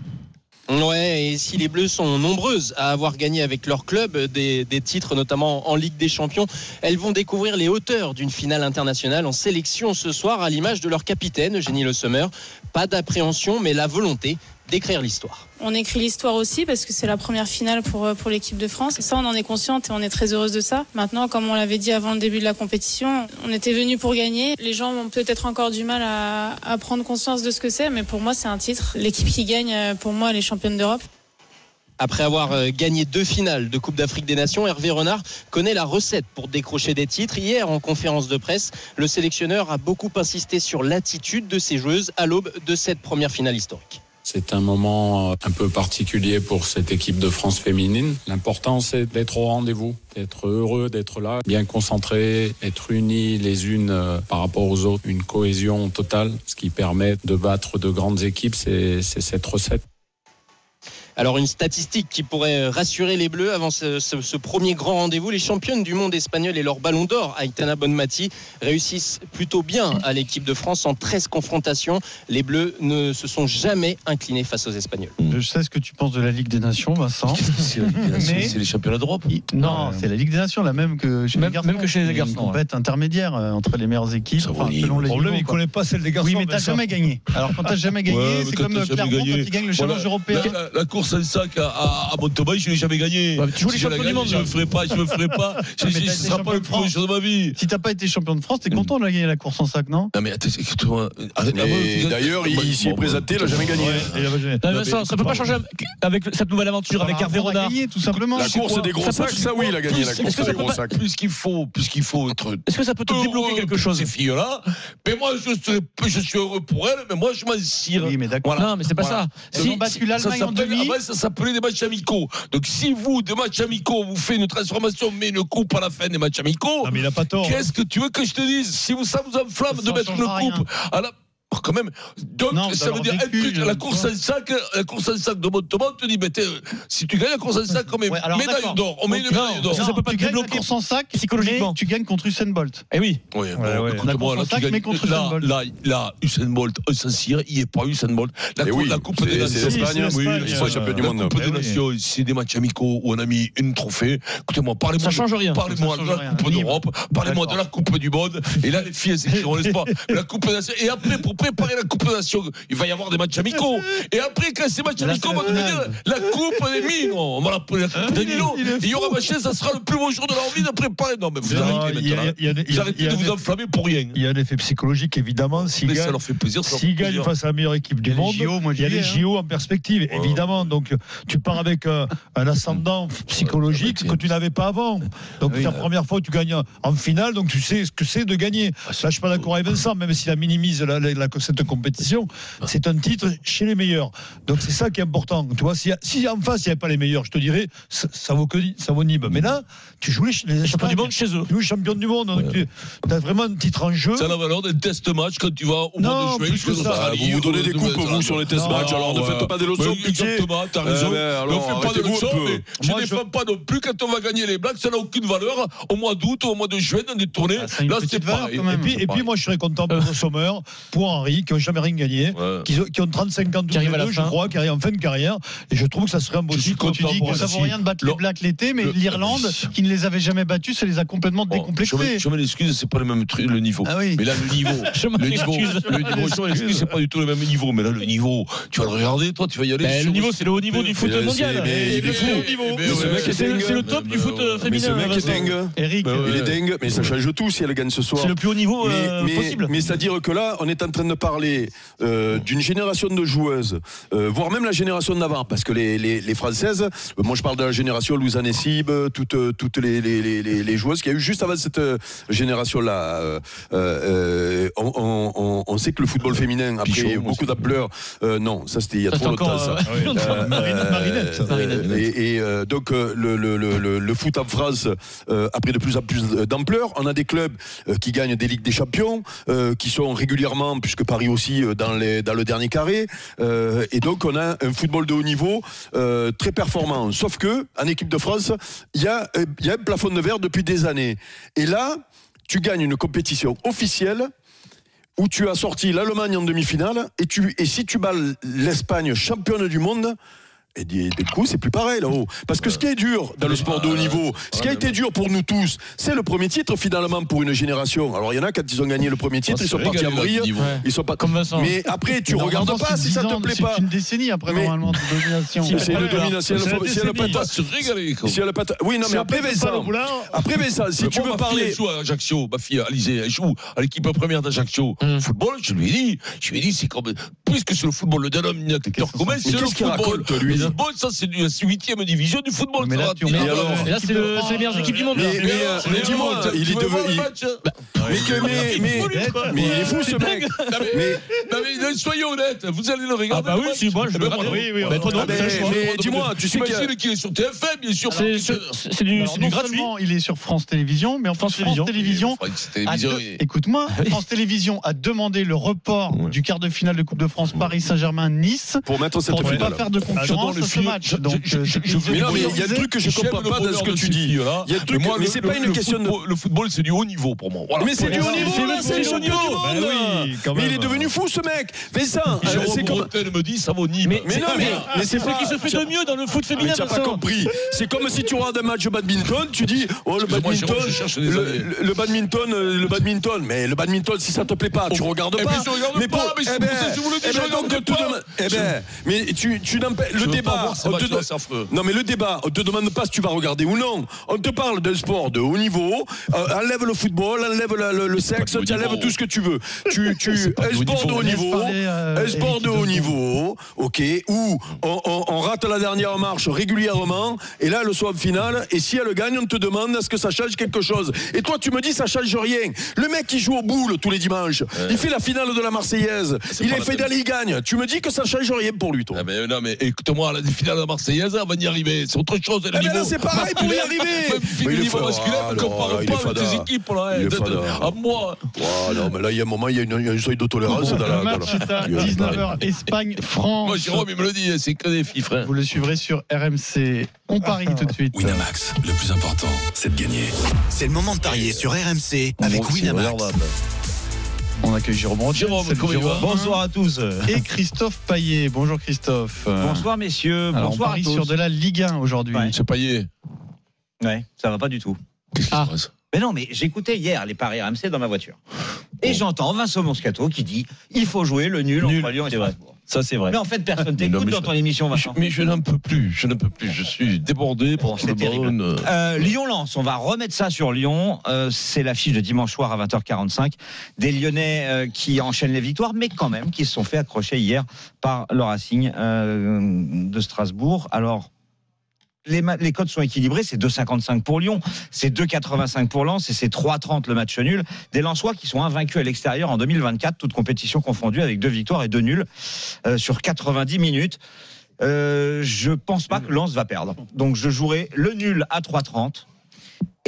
[SPEAKER 16] Ouais, et si les Bleus sont nombreuses à avoir gagné avec leur club des, des titres, notamment en Ligue des Champions, elles vont découvrir les hauteurs d'une finale internationale en sélection ce soir à l'image de leur capitaine, Eugénie Le Sommer. Pas d'appréhension, mais la volonté d'écrire l'histoire.
[SPEAKER 15] On écrit l'histoire aussi parce que c'est la première finale pour, euh, pour l'équipe de France. Et ça, on en est consciente et on est très heureuse de ça. Maintenant, comme on l'avait dit avant le début de la compétition, on était venus pour gagner. Les gens ont peut-être encore du mal à, à prendre conscience de ce que c'est, mais pour moi, c'est un titre. L'équipe qui gagne, euh, pour moi, elle est championne d'Europe.
[SPEAKER 16] Après avoir euh, gagné deux finales de Coupe d'Afrique des Nations, Hervé Renard connaît la recette pour décrocher des titres. Hier, en conférence de presse, le sélectionneur a beaucoup insisté sur l'attitude de ses joueuses à l'aube de cette première finale historique.
[SPEAKER 10] C'est un moment euh, un peu particulier pour cette équipe de France féminine. L'important, c'est d'être au rendez-vous, d'être heureux, d'être là, bien concentrés, être unis les unes euh, par rapport aux autres, une cohésion totale, ce qui permet de battre de grandes équipes, c'est c'est cette recette.
[SPEAKER 16] Alors une statistique qui pourrait euh, rassurer les Bleus avant ce, ce- ce premier grand rendez-vous, les championnes du monde espagnol et leur ballon d'or, Aitana Bonmati, réussissent plutôt bien à l'équipe de France en 13 confrontations. Les Bleus ne se sont jamais inclinés face aux Espagnols.
[SPEAKER 7] Je sais ce que tu penses de la Ligue des Nations, Vincent. Mais-
[SPEAKER 3] Mm. C'est les championnats d'Europe.
[SPEAKER 7] Non, c'est la Ligue des Nations, la même que chez
[SPEAKER 3] Même-
[SPEAKER 7] les garçons.
[SPEAKER 3] même que chez les
[SPEAKER 7] Il y a une
[SPEAKER 3] garçons, ouais.
[SPEAKER 7] compète intermédiaire euh, entre les meilleures équipes. enfin, selon les
[SPEAKER 14] Le problème,
[SPEAKER 7] niveaux,
[SPEAKER 14] il
[SPEAKER 7] quoi.
[SPEAKER 14] connaît pas celle des garçons.
[SPEAKER 7] Oui, mais t'as
[SPEAKER 14] Vincent.
[SPEAKER 7] jamais gagné. Alors quand t'as jamais gagné,
[SPEAKER 14] Ouais, mais
[SPEAKER 7] c'est
[SPEAKER 14] quand
[SPEAKER 7] comme
[SPEAKER 14] t'as
[SPEAKER 7] euh,
[SPEAKER 14] jamais
[SPEAKER 7] Clermont
[SPEAKER 14] gagné,
[SPEAKER 7] quand il gagne le
[SPEAKER 14] voilà,
[SPEAKER 7] challenge européen.
[SPEAKER 14] la- la- la course
[SPEAKER 3] course en sac à, à, à Montemay, je ne l'ai jamais gagné.
[SPEAKER 7] Bah, mais tu joues les
[SPEAKER 3] Si je la
[SPEAKER 7] champions
[SPEAKER 3] gagne,
[SPEAKER 7] du monde,
[SPEAKER 3] Je ne le
[SPEAKER 7] là.
[SPEAKER 3] ferai pas, je ne le ferai pas. Je-
[SPEAKER 7] Non, mais
[SPEAKER 3] je- Ce
[SPEAKER 7] t'as été
[SPEAKER 3] ne sera
[SPEAKER 7] champion
[SPEAKER 3] pas le
[SPEAKER 7] de
[SPEAKER 3] premier
[SPEAKER 7] France.
[SPEAKER 3] jour de ma vie. Mm.
[SPEAKER 7] Si t'as pas été champion de France, t'es content de gagner la course en sac, non
[SPEAKER 3] Non, mais attends, écoute-moi. ah,
[SPEAKER 5] Et d'ailleurs, il s'y est présenté, il a jamais gagné.
[SPEAKER 6] Non, mais Vincent, ça peut pas changer avec cette nouvelle aventure avec Hervé Rodin.
[SPEAKER 7] tout simplement.
[SPEAKER 5] La course des gros sacs, ça oui, il a gagné la course des gros sacs.
[SPEAKER 3] Plus qu'il faut, plus qu'il faut être.
[SPEAKER 6] Est-ce que ça peut te débloquer quelque chose
[SPEAKER 3] Ces filles-là, mais moi je, serais- je suis heureux pour elles, mais moi je m'en cire.
[SPEAKER 7] Oui, mais d'accord.
[SPEAKER 6] Non, mais c'est pas ça. Si-
[SPEAKER 3] Donc,
[SPEAKER 6] battu
[SPEAKER 3] ça
[SPEAKER 6] l'Allemagne en
[SPEAKER 3] s'appelle-
[SPEAKER 6] demi.
[SPEAKER 3] avant, ça s'appelait des matchs amicaux. Donc si vous, des matchs amicaux, vous faites une transformation, mais une coupe à la fin des matchs amicaux.
[SPEAKER 7] Ah, mais il a pas tort. hein.
[SPEAKER 3] Qu'est-ce que tu veux que je te dise Si vous, ça vous enflamme
[SPEAKER 7] Ça
[SPEAKER 3] de mettre une
[SPEAKER 7] changera rien.
[SPEAKER 3] coupe à la. Oh, Quand même, donc
[SPEAKER 7] Non,
[SPEAKER 3] ça
[SPEAKER 7] d'avoir
[SPEAKER 3] veut dire un
[SPEAKER 7] vécu, euh,
[SPEAKER 3] truc,
[SPEAKER 7] je-
[SPEAKER 3] la course en sac, la course en sac de Montemont, tu dis, mais t'es- si tu gagnes la course en sac, on met
[SPEAKER 7] Ouais, alors,
[SPEAKER 3] médaille
[SPEAKER 7] d'accord.
[SPEAKER 3] d'or, on met une
[SPEAKER 7] Donc,
[SPEAKER 3] médaille
[SPEAKER 7] non,
[SPEAKER 3] d'or.
[SPEAKER 7] non, tu gagnes la course en sac, psychologiquement. tu gagnes contre Usain Bolt.
[SPEAKER 6] Eh oui.
[SPEAKER 3] Oui, bon,
[SPEAKER 7] ouais.
[SPEAKER 3] écoute-moi,
[SPEAKER 7] La course
[SPEAKER 3] là,
[SPEAKER 7] au
[SPEAKER 3] tu
[SPEAKER 7] sac,
[SPEAKER 3] gagnes-
[SPEAKER 7] mais contre
[SPEAKER 3] là,
[SPEAKER 7] Usain Bolt.
[SPEAKER 3] Là, là, Usain Bolt, on s'en cire, il est pas Usain Bolt. La,
[SPEAKER 5] Eh
[SPEAKER 3] cou-
[SPEAKER 5] oui,
[SPEAKER 3] la Coupe
[SPEAKER 5] c'est-
[SPEAKER 3] des
[SPEAKER 5] c'est
[SPEAKER 3] Nations.
[SPEAKER 5] l'Espagne, hein. Oui, oui, ils sont
[SPEAKER 3] euh,
[SPEAKER 5] champions du
[SPEAKER 3] la
[SPEAKER 5] monde.
[SPEAKER 3] Coupe
[SPEAKER 5] Eh
[SPEAKER 3] des
[SPEAKER 5] oui.
[SPEAKER 3] Nations, c'est des matchs amicaux où on a mis une trophée. Écoutez-moi, parlez-moi
[SPEAKER 6] Ça
[SPEAKER 3] de-
[SPEAKER 6] change rien.
[SPEAKER 3] parlez-moi
[SPEAKER 6] Ça
[SPEAKER 3] de
[SPEAKER 6] change
[SPEAKER 3] la
[SPEAKER 6] rien.
[SPEAKER 3] Coupe
[SPEAKER 6] Libre.
[SPEAKER 3] d'Europe, parlez-moi de
[SPEAKER 6] D'accord.
[SPEAKER 3] la Coupe du Monde. Et là, les filles, elles s'écriront, n'est-ce pas La Coupe des Nations. Et après, pour préparer la Coupe des Nations, il va y avoir des matchs amicaux. Et après, quand ces matchs
[SPEAKER 7] Là,
[SPEAKER 3] amicaux
[SPEAKER 7] c'est
[SPEAKER 3] vont
[SPEAKER 7] la
[SPEAKER 3] devenir
[SPEAKER 7] finale.
[SPEAKER 3] la Coupe des Mines, on va l'appeler la
[SPEAKER 6] Hein
[SPEAKER 3] Coupe des Nilos.
[SPEAKER 7] il est
[SPEAKER 3] Et Yoram Hachem, ça sera le plus beau jour de leur vie de préparer. Non, mais vous
[SPEAKER 14] Non,
[SPEAKER 3] arrêtez
[SPEAKER 14] il y a-
[SPEAKER 3] maintenant.
[SPEAKER 14] il y a- il y
[SPEAKER 3] Vous
[SPEAKER 14] a-
[SPEAKER 3] arrêtez
[SPEAKER 14] il y a
[SPEAKER 3] de
[SPEAKER 14] des-
[SPEAKER 3] vous enflammer pour rien.
[SPEAKER 14] Il y a un effet psychologique, évidemment. S'il
[SPEAKER 3] Mais ça
[SPEAKER 14] gagne,
[SPEAKER 3] leur fait plaisir, ça leur
[SPEAKER 14] s'il
[SPEAKER 3] fait
[SPEAKER 14] gagne
[SPEAKER 3] plaisir.
[SPEAKER 14] face à la meilleure équipe
[SPEAKER 7] Il y
[SPEAKER 14] du
[SPEAKER 7] a les
[SPEAKER 14] monde,
[SPEAKER 7] JO, moi,
[SPEAKER 14] il y a
[SPEAKER 7] j'y
[SPEAKER 14] les
[SPEAKER 7] vais, hein.
[SPEAKER 14] JO en perspective, évidemment. Donc, tu pars avec euh, un ascendant psychologique que tu n'avais pas avant. Donc, c'est la première fois que tu gagnes en finale, donc tu sais ce que c'est de gagner.
[SPEAKER 3] Ah,
[SPEAKER 14] Là, je suis pas d'accord avec Vincent, même s'il a minimise la- la- la- cette compétition,
[SPEAKER 3] Ah.
[SPEAKER 14] c'est un titre chez les meilleurs. Donc, c'est ça qui est important. Tu vois, si, si en face, il n'y avait pas les meilleurs, je te dirais, ça, ça vaut que ça vaut nib. Mais là, tu joues les, les
[SPEAKER 6] champions du
[SPEAKER 14] Espagnes.
[SPEAKER 6] monde chez eux.
[SPEAKER 14] Tu joues champion du monde. donc Tu as vraiment un titre en jeu.
[SPEAKER 3] Ça a la valeur des test matchs quand tu vas au
[SPEAKER 14] Non,
[SPEAKER 3] mois de juin.
[SPEAKER 14] plus que
[SPEAKER 3] jusqu'aux
[SPEAKER 14] ça.
[SPEAKER 3] Australies,
[SPEAKER 5] Vous vous donnez des
[SPEAKER 3] aux-
[SPEAKER 5] coupes,
[SPEAKER 3] aux-
[SPEAKER 5] vous, sur les test
[SPEAKER 3] euh, Non,
[SPEAKER 5] matchs, alors ne
[SPEAKER 3] ouais.
[SPEAKER 5] faites pas des leçons,
[SPEAKER 3] Mais
[SPEAKER 5] pitié.
[SPEAKER 3] Exactement, t'as
[SPEAKER 5] Eh
[SPEAKER 3] raison.
[SPEAKER 5] ben, alors,
[SPEAKER 3] ne fais pas de
[SPEAKER 5] arrêtez-vous
[SPEAKER 3] leçons,
[SPEAKER 5] un peu.
[SPEAKER 3] mais je ne défends pas non plus quand on va gagner les blagues, ça n'a aucune valeur. Au mois d'août, au mois de juin, dans des tournées,
[SPEAKER 7] Ah, c'est une
[SPEAKER 3] là
[SPEAKER 7] petite
[SPEAKER 3] c'est
[SPEAKER 7] valeur,
[SPEAKER 3] pareil.
[SPEAKER 7] quand même.
[SPEAKER 14] Et puis, et puis moi, je serais content pour Sommer, pour Henri, qui n'ont jamais rien gagné,
[SPEAKER 3] Ouais.
[SPEAKER 14] qui, qui ont 35 ans tous
[SPEAKER 6] Qui arrivent
[SPEAKER 14] les
[SPEAKER 6] à la
[SPEAKER 14] deux, je
[SPEAKER 6] fin.
[SPEAKER 14] crois, qui arrivent en fin de carrière. Et je trouve que ça serait un beau
[SPEAKER 3] Je suis
[SPEAKER 14] titre.
[SPEAKER 7] Tu dis que ça vaut rien de battre les
[SPEAKER 3] Le-
[SPEAKER 7] Blacks l'été, mais
[SPEAKER 3] le-
[SPEAKER 7] l'Irlande, qui ne les avait jamais battus, ça les a complètement
[SPEAKER 3] Bon, je
[SPEAKER 7] décomplexés.
[SPEAKER 3] mets- je mets l'excuse, c'est pas le même truc, le niveau.
[SPEAKER 7] Ah oui.
[SPEAKER 3] Mais là, le niveau,
[SPEAKER 6] Je m'en
[SPEAKER 3] le niveau,
[SPEAKER 6] excuse.
[SPEAKER 3] le niveau, je mets l'excuse, c'est pas du tout le même niveau. Mais là, le niveau, tu vas le regarder, toi, tu vas y aller.
[SPEAKER 6] Ben,
[SPEAKER 3] sur-
[SPEAKER 6] le niveau, c'est le haut niveau du foot
[SPEAKER 5] Mais
[SPEAKER 6] mondial.
[SPEAKER 5] c'est- mais il est
[SPEAKER 6] Le
[SPEAKER 5] fou.
[SPEAKER 6] haut niveau.
[SPEAKER 5] Mais ce mec est
[SPEAKER 6] C'est le-
[SPEAKER 5] dingue.
[SPEAKER 6] c'est le top du foot euh,
[SPEAKER 5] Mais
[SPEAKER 6] féminin.
[SPEAKER 5] ce mec est
[SPEAKER 6] Vincent.
[SPEAKER 5] dingue.
[SPEAKER 14] Eric,
[SPEAKER 5] Il est dingue, mais ça change tout si elle gagne ce soir.
[SPEAKER 6] C'est le plus haut niveau
[SPEAKER 5] Mais,
[SPEAKER 6] euh,
[SPEAKER 5] mais-
[SPEAKER 6] possible.
[SPEAKER 5] mais c'est-à-dire que là, on est en train de parler euh, d'une génération de joueuses, euh, voire même la génération d'avant, parce que les, les- les Françaises, euh, moi je parle de la génération Lousanne et Sib, euh, toutes, euh, toutes les, les- les- les- les joueuses qu'il y a eu juste avant cette euh, génération-là. Euh, euh, on, on- on- on sait que le football féminin a pris
[SPEAKER 3] Pichon,
[SPEAKER 5] beaucoup d'ampleur. Euh, non, ça c'était il y a
[SPEAKER 6] Ça, c'est
[SPEAKER 5] trop longtemps.
[SPEAKER 6] encore,
[SPEAKER 5] ça.
[SPEAKER 6] euh,
[SPEAKER 5] Euh,
[SPEAKER 14] Marinette, Marinette.
[SPEAKER 5] euh,
[SPEAKER 6] Marinette.
[SPEAKER 5] Et, et, euh, donc euh, le, le- le- le- le foot en France euh, a pris de plus en plus d'ampleur. On a des clubs euh, qui gagnent des ligues des champions, euh, qui sont régulièrement, puisque Paris aussi, euh, dans, les- dans le dernier carré. Euh, et donc on a un football de haut niveau euh, très performant. Sauf que en équipe de France, il y, a, euh, il y a un plafond de verre depuis des années. Et là, tu gagnes une compétition officielle où tu as sorti l'Allemagne en demi-finale et, tu, et si tu bats l'Espagne championne du monde, et des, des coups, c'est plus pareil là-haut. Parce que ce qui est dur dans le sport de haut niveau, ce qui a été dur pour nous tous, c'est le premier titre finalement pour une génération. Alors il y en a quand ils ont gagné le premier titre,
[SPEAKER 3] Ah,
[SPEAKER 5] ils sont
[SPEAKER 3] c'est
[SPEAKER 5] partis en
[SPEAKER 3] régalé,
[SPEAKER 5] vrille,
[SPEAKER 3] là, qui dit, ouais.
[SPEAKER 5] ils sont pas.
[SPEAKER 6] Comme Vincent.
[SPEAKER 5] Mais après, tu regardes
[SPEAKER 7] Normalement,
[SPEAKER 5] pas
[SPEAKER 7] c'est
[SPEAKER 5] si ça
[SPEAKER 7] 10
[SPEAKER 5] te
[SPEAKER 7] ans,
[SPEAKER 5] plaît
[SPEAKER 7] C'est
[SPEAKER 5] pas.
[SPEAKER 7] une décennie après,
[SPEAKER 5] Mais-
[SPEAKER 7] normalement, de domination.
[SPEAKER 5] C'est une domination.
[SPEAKER 14] C'est la
[SPEAKER 5] Si elle a pas
[SPEAKER 14] décennie.
[SPEAKER 5] de-
[SPEAKER 3] On va se régaler, quoi.
[SPEAKER 5] Si elle a pas de- Oui, non,
[SPEAKER 14] Si
[SPEAKER 5] mais
[SPEAKER 14] on
[SPEAKER 5] après
[SPEAKER 14] pète pas le
[SPEAKER 5] Vincent.
[SPEAKER 14] boulard,
[SPEAKER 5] Après Vincent, si
[SPEAKER 3] Mais
[SPEAKER 5] tu
[SPEAKER 3] moi,
[SPEAKER 5] veux
[SPEAKER 3] ma fille,
[SPEAKER 5] parler.
[SPEAKER 3] elle joue à Ajaccio, ma fille Alizé, elle joue à l'équipe première d'Ajaccio.
[SPEAKER 5] Hmm.
[SPEAKER 3] Football, je lui ai dit, je lui ai dit, c'est comme, plus que c'est le football, le dénominateur commun,
[SPEAKER 5] Mais
[SPEAKER 3] c'est le
[SPEAKER 5] qu'est-ce qu'il
[SPEAKER 3] football.
[SPEAKER 5] raconte, lui
[SPEAKER 3] Le football, ça, c'est du- c'est huitième division du football.
[SPEAKER 7] Mais
[SPEAKER 3] ça
[SPEAKER 7] là,
[SPEAKER 3] va,
[SPEAKER 7] tu
[SPEAKER 3] tu
[SPEAKER 7] regardes-
[SPEAKER 3] vois.
[SPEAKER 5] alors
[SPEAKER 6] Et Là, c'est le- c'est les meilleures équipes du monde. là.
[SPEAKER 5] Mais, mais, euh,
[SPEAKER 3] Mais
[SPEAKER 5] dis-moi,
[SPEAKER 3] alors,
[SPEAKER 5] il
[SPEAKER 3] tu
[SPEAKER 5] est
[SPEAKER 3] veux
[SPEAKER 5] devenu.
[SPEAKER 3] voir le match
[SPEAKER 5] Mais que- mais- mais- mais il est fou ce mec.
[SPEAKER 3] Non, mais-
[SPEAKER 5] Mais
[SPEAKER 3] non, mais soyez honnêtes, vous allez le regarder.
[SPEAKER 6] Ah, bah
[SPEAKER 3] le
[SPEAKER 6] oui,
[SPEAKER 3] match.
[SPEAKER 6] si, moi, je
[SPEAKER 3] Eh
[SPEAKER 6] le
[SPEAKER 3] ben,
[SPEAKER 6] regarde.
[SPEAKER 3] bravo.
[SPEAKER 6] Oui, oui,
[SPEAKER 3] Ah,
[SPEAKER 6] ben, toi, non,
[SPEAKER 3] ben,
[SPEAKER 6] c'est le choix.
[SPEAKER 3] mais
[SPEAKER 5] Bah, dis-moi, tu sais qu'il y a-
[SPEAKER 3] T'imagines qu'il est sur TFM, bien sûr.
[SPEAKER 6] C'est c'est- c'est du
[SPEAKER 7] Alors,
[SPEAKER 6] c'est
[SPEAKER 7] non
[SPEAKER 6] du gratuit.
[SPEAKER 7] seulement il est sur France Télévisions, mais en France,
[SPEAKER 6] France Télévisions.
[SPEAKER 7] France Télévisions
[SPEAKER 3] France
[SPEAKER 7] a
[SPEAKER 3] Télévisions,
[SPEAKER 7] de-
[SPEAKER 3] il-
[SPEAKER 7] Ah, euh, Écoute-moi, France Télévisions a demandé le report du quart de finale de Coupe de France Paris Saint-Germain-Nice
[SPEAKER 5] pour mettre cette
[SPEAKER 7] pour ne pas
[SPEAKER 5] finale.
[SPEAKER 7] faire de
[SPEAKER 3] J'adore
[SPEAKER 7] concurrence
[SPEAKER 3] les
[SPEAKER 7] à ce
[SPEAKER 3] filles.
[SPEAKER 7] match.
[SPEAKER 3] Je-
[SPEAKER 7] Donc,
[SPEAKER 3] je-
[SPEAKER 7] euh,
[SPEAKER 3] je- je-
[SPEAKER 7] ils
[SPEAKER 5] Mais non,
[SPEAKER 7] ont
[SPEAKER 5] mais il y a un
[SPEAKER 7] autorisé-
[SPEAKER 5] truc que je
[SPEAKER 3] J'aime
[SPEAKER 5] comprends
[SPEAKER 3] le
[SPEAKER 5] pas dans ce que
[SPEAKER 3] bonheur de
[SPEAKER 5] tu
[SPEAKER 3] ces
[SPEAKER 5] dis.
[SPEAKER 3] filles-là.
[SPEAKER 5] Il y a un truc,
[SPEAKER 3] moi,
[SPEAKER 5] mais
[SPEAKER 3] le-
[SPEAKER 5] c'est pas
[SPEAKER 3] le-
[SPEAKER 5] une
[SPEAKER 3] le
[SPEAKER 5] question de.
[SPEAKER 3] football- Le football, c'est du haut niveau pour moi. Voilà.
[SPEAKER 5] Mais c'est du haut niveau, là, c'est le champion du
[SPEAKER 3] Bah
[SPEAKER 5] monde. Mais il est devenu fou, ce mec. Vincent, euh,
[SPEAKER 3] Jérôme
[SPEAKER 5] c'est comme.
[SPEAKER 3] Bretel me dit, ça vaut ni.
[SPEAKER 5] Mais, non, mais, mais c'est Ah,
[SPEAKER 6] ce qui se fait de mieux dans le foot féminin.
[SPEAKER 5] Mais t'as pas
[SPEAKER 6] Vincent.
[SPEAKER 5] compris. C'est comme si tu regardes un match de badminton, tu dis oh le
[SPEAKER 3] Excuse-moi,
[SPEAKER 5] badminton,
[SPEAKER 3] Jérôme, je cherche des
[SPEAKER 5] le,
[SPEAKER 3] années.
[SPEAKER 5] le- le badminton, euh, le badminton. Mais le badminton, si ça te plaît pas, tu regardes
[SPEAKER 3] Eh
[SPEAKER 5] pas.
[SPEAKER 3] ben, je regarde pas, mais c'est
[SPEAKER 5] eh
[SPEAKER 3] pour
[SPEAKER 5] ben,
[SPEAKER 3] ça que je vous le dis,
[SPEAKER 5] eh
[SPEAKER 3] je
[SPEAKER 5] ben,
[SPEAKER 3] regarde
[SPEAKER 5] donc,
[SPEAKER 3] pas.
[SPEAKER 5] tu demandes- eh ben, mais tu, tu n'empêches
[SPEAKER 3] Je
[SPEAKER 5] le
[SPEAKER 3] veux pas
[SPEAKER 5] débat.
[SPEAKER 3] voir ce
[SPEAKER 5] on te
[SPEAKER 3] match-là,
[SPEAKER 5] donne-
[SPEAKER 3] c'est affreux.
[SPEAKER 5] Euh. non mais le débat, on te demande pas si tu vas regarder ou non. On te parle d'un sport de haut niveau. euh, enlève le football, enlève la- le, le sexe, tu enlèves tout ce que tu veux. Tu, tu,
[SPEAKER 3] C'est pas
[SPEAKER 5] un
[SPEAKER 3] du haut
[SPEAKER 5] sport de haut
[SPEAKER 3] niveau. Laisse
[SPEAKER 5] niveau,
[SPEAKER 3] parler, euh,
[SPEAKER 5] un sport
[SPEAKER 3] Eric
[SPEAKER 5] de haut
[SPEAKER 3] Zemmour.
[SPEAKER 5] niveau, ok, où on, on- on rate la dernière marche régulièrement, et là, le soir final, et si elle gagne, on te demande est-ce que ça change quelque chose. Et toi, tu me dis, ça change rien. Le mec, qui joue au boule tous les dimanches, il fait la finale de la Marseillaise,
[SPEAKER 3] C'est
[SPEAKER 5] il
[SPEAKER 3] pas
[SPEAKER 5] est
[SPEAKER 3] la
[SPEAKER 5] fédéral, il gagne. Tu me dis que ça change rien pour lui, toi.
[SPEAKER 3] Ah, mais non, mais écoute-moi, la finale de la Marseillaise, on va y arriver. C'est autre chose.
[SPEAKER 5] Ah, mais là, c'est pareil pour y
[SPEAKER 3] masculin,
[SPEAKER 5] arriver.
[SPEAKER 3] même si
[SPEAKER 5] Mais il
[SPEAKER 3] le
[SPEAKER 5] est
[SPEAKER 3] niveau
[SPEAKER 5] fort, Ah,
[SPEAKER 3] masculin, ne
[SPEAKER 5] alors,
[SPEAKER 3] compare
[SPEAKER 5] il est
[SPEAKER 3] pas avec
[SPEAKER 5] fada.
[SPEAKER 3] tes équipes, là.
[SPEAKER 5] Il est
[SPEAKER 3] eh, de- de-
[SPEAKER 5] fada.
[SPEAKER 3] À moi.
[SPEAKER 5] Oh, non, mais là, il y a un moment, il y a, une- il y a un seuil de tolérance. dans la- dans
[SPEAKER 7] Le
[SPEAKER 5] la-
[SPEAKER 7] match est à
[SPEAKER 5] Il y a-
[SPEAKER 7] 19h Espagne-France.
[SPEAKER 3] Moi, Jérôme, il me le dit, c'est que des filles, frère.
[SPEAKER 7] Vous le suivrez sur RMC. On parie tout de suite.
[SPEAKER 26] Winamax, le plus important, c'est de gagner. C'est le moment de parier sur RMC avec Winamax.
[SPEAKER 7] On accueille Jérôme Rothschild.
[SPEAKER 26] Jérôme,
[SPEAKER 7] Salut,
[SPEAKER 26] comment il va
[SPEAKER 7] Bonsoir
[SPEAKER 12] à tous.
[SPEAKER 7] Et Christophe Paillet. Bonjour Christophe. Euh,
[SPEAKER 12] Bonsoir messieurs,
[SPEAKER 7] alors,
[SPEAKER 12] bonsoir
[SPEAKER 7] on
[SPEAKER 12] à
[SPEAKER 7] parie
[SPEAKER 12] tous.
[SPEAKER 7] sur de la Ligue 1 aujourd'hui.
[SPEAKER 12] Ouais.
[SPEAKER 7] C'est
[SPEAKER 3] Paillet.
[SPEAKER 12] Ouais, ça va pas du tout.
[SPEAKER 7] Ah.
[SPEAKER 12] Mais non, mais j'écoutais hier les paris RMC dans ma voiture. Et j'entends Vincent Moscato qui dit il faut jouer le nul, entre Lyon et Strasbourg. Ça, c'est vrai. Mais en fait, personne
[SPEAKER 3] Mais non,
[SPEAKER 12] t'écoute
[SPEAKER 3] mais
[SPEAKER 12] dans
[SPEAKER 3] je-
[SPEAKER 12] ton émission, Vincent.
[SPEAKER 3] Mais je n'en peux plus, je n'en peux plus. Je suis débordé pour tout le monde.
[SPEAKER 12] Euh, Lyon-Lens, on va remettre ça sur Lyon. Euh, c'est l'affiche de dimanche soir à 20h45. Des Lyonnais euh, qui enchaînent les victoires, mais quand même qui se sont fait accrocher hier par le Racing euh, de Strasbourg. Alors. Les, ma- les codes sont équilibrés, c'est 2,55 pour Lyon, c'est 2,85 pour Lens et c'est 3,30 le match nul. Des Lensois qui sont invaincus à l'extérieur en 2024, toutes compétitions confondues, avec deux victoires et deux nuls euh, sur 90 minutes. Euh, je pense pas que Lens va perdre. Donc je jouerai le nul à 3,30.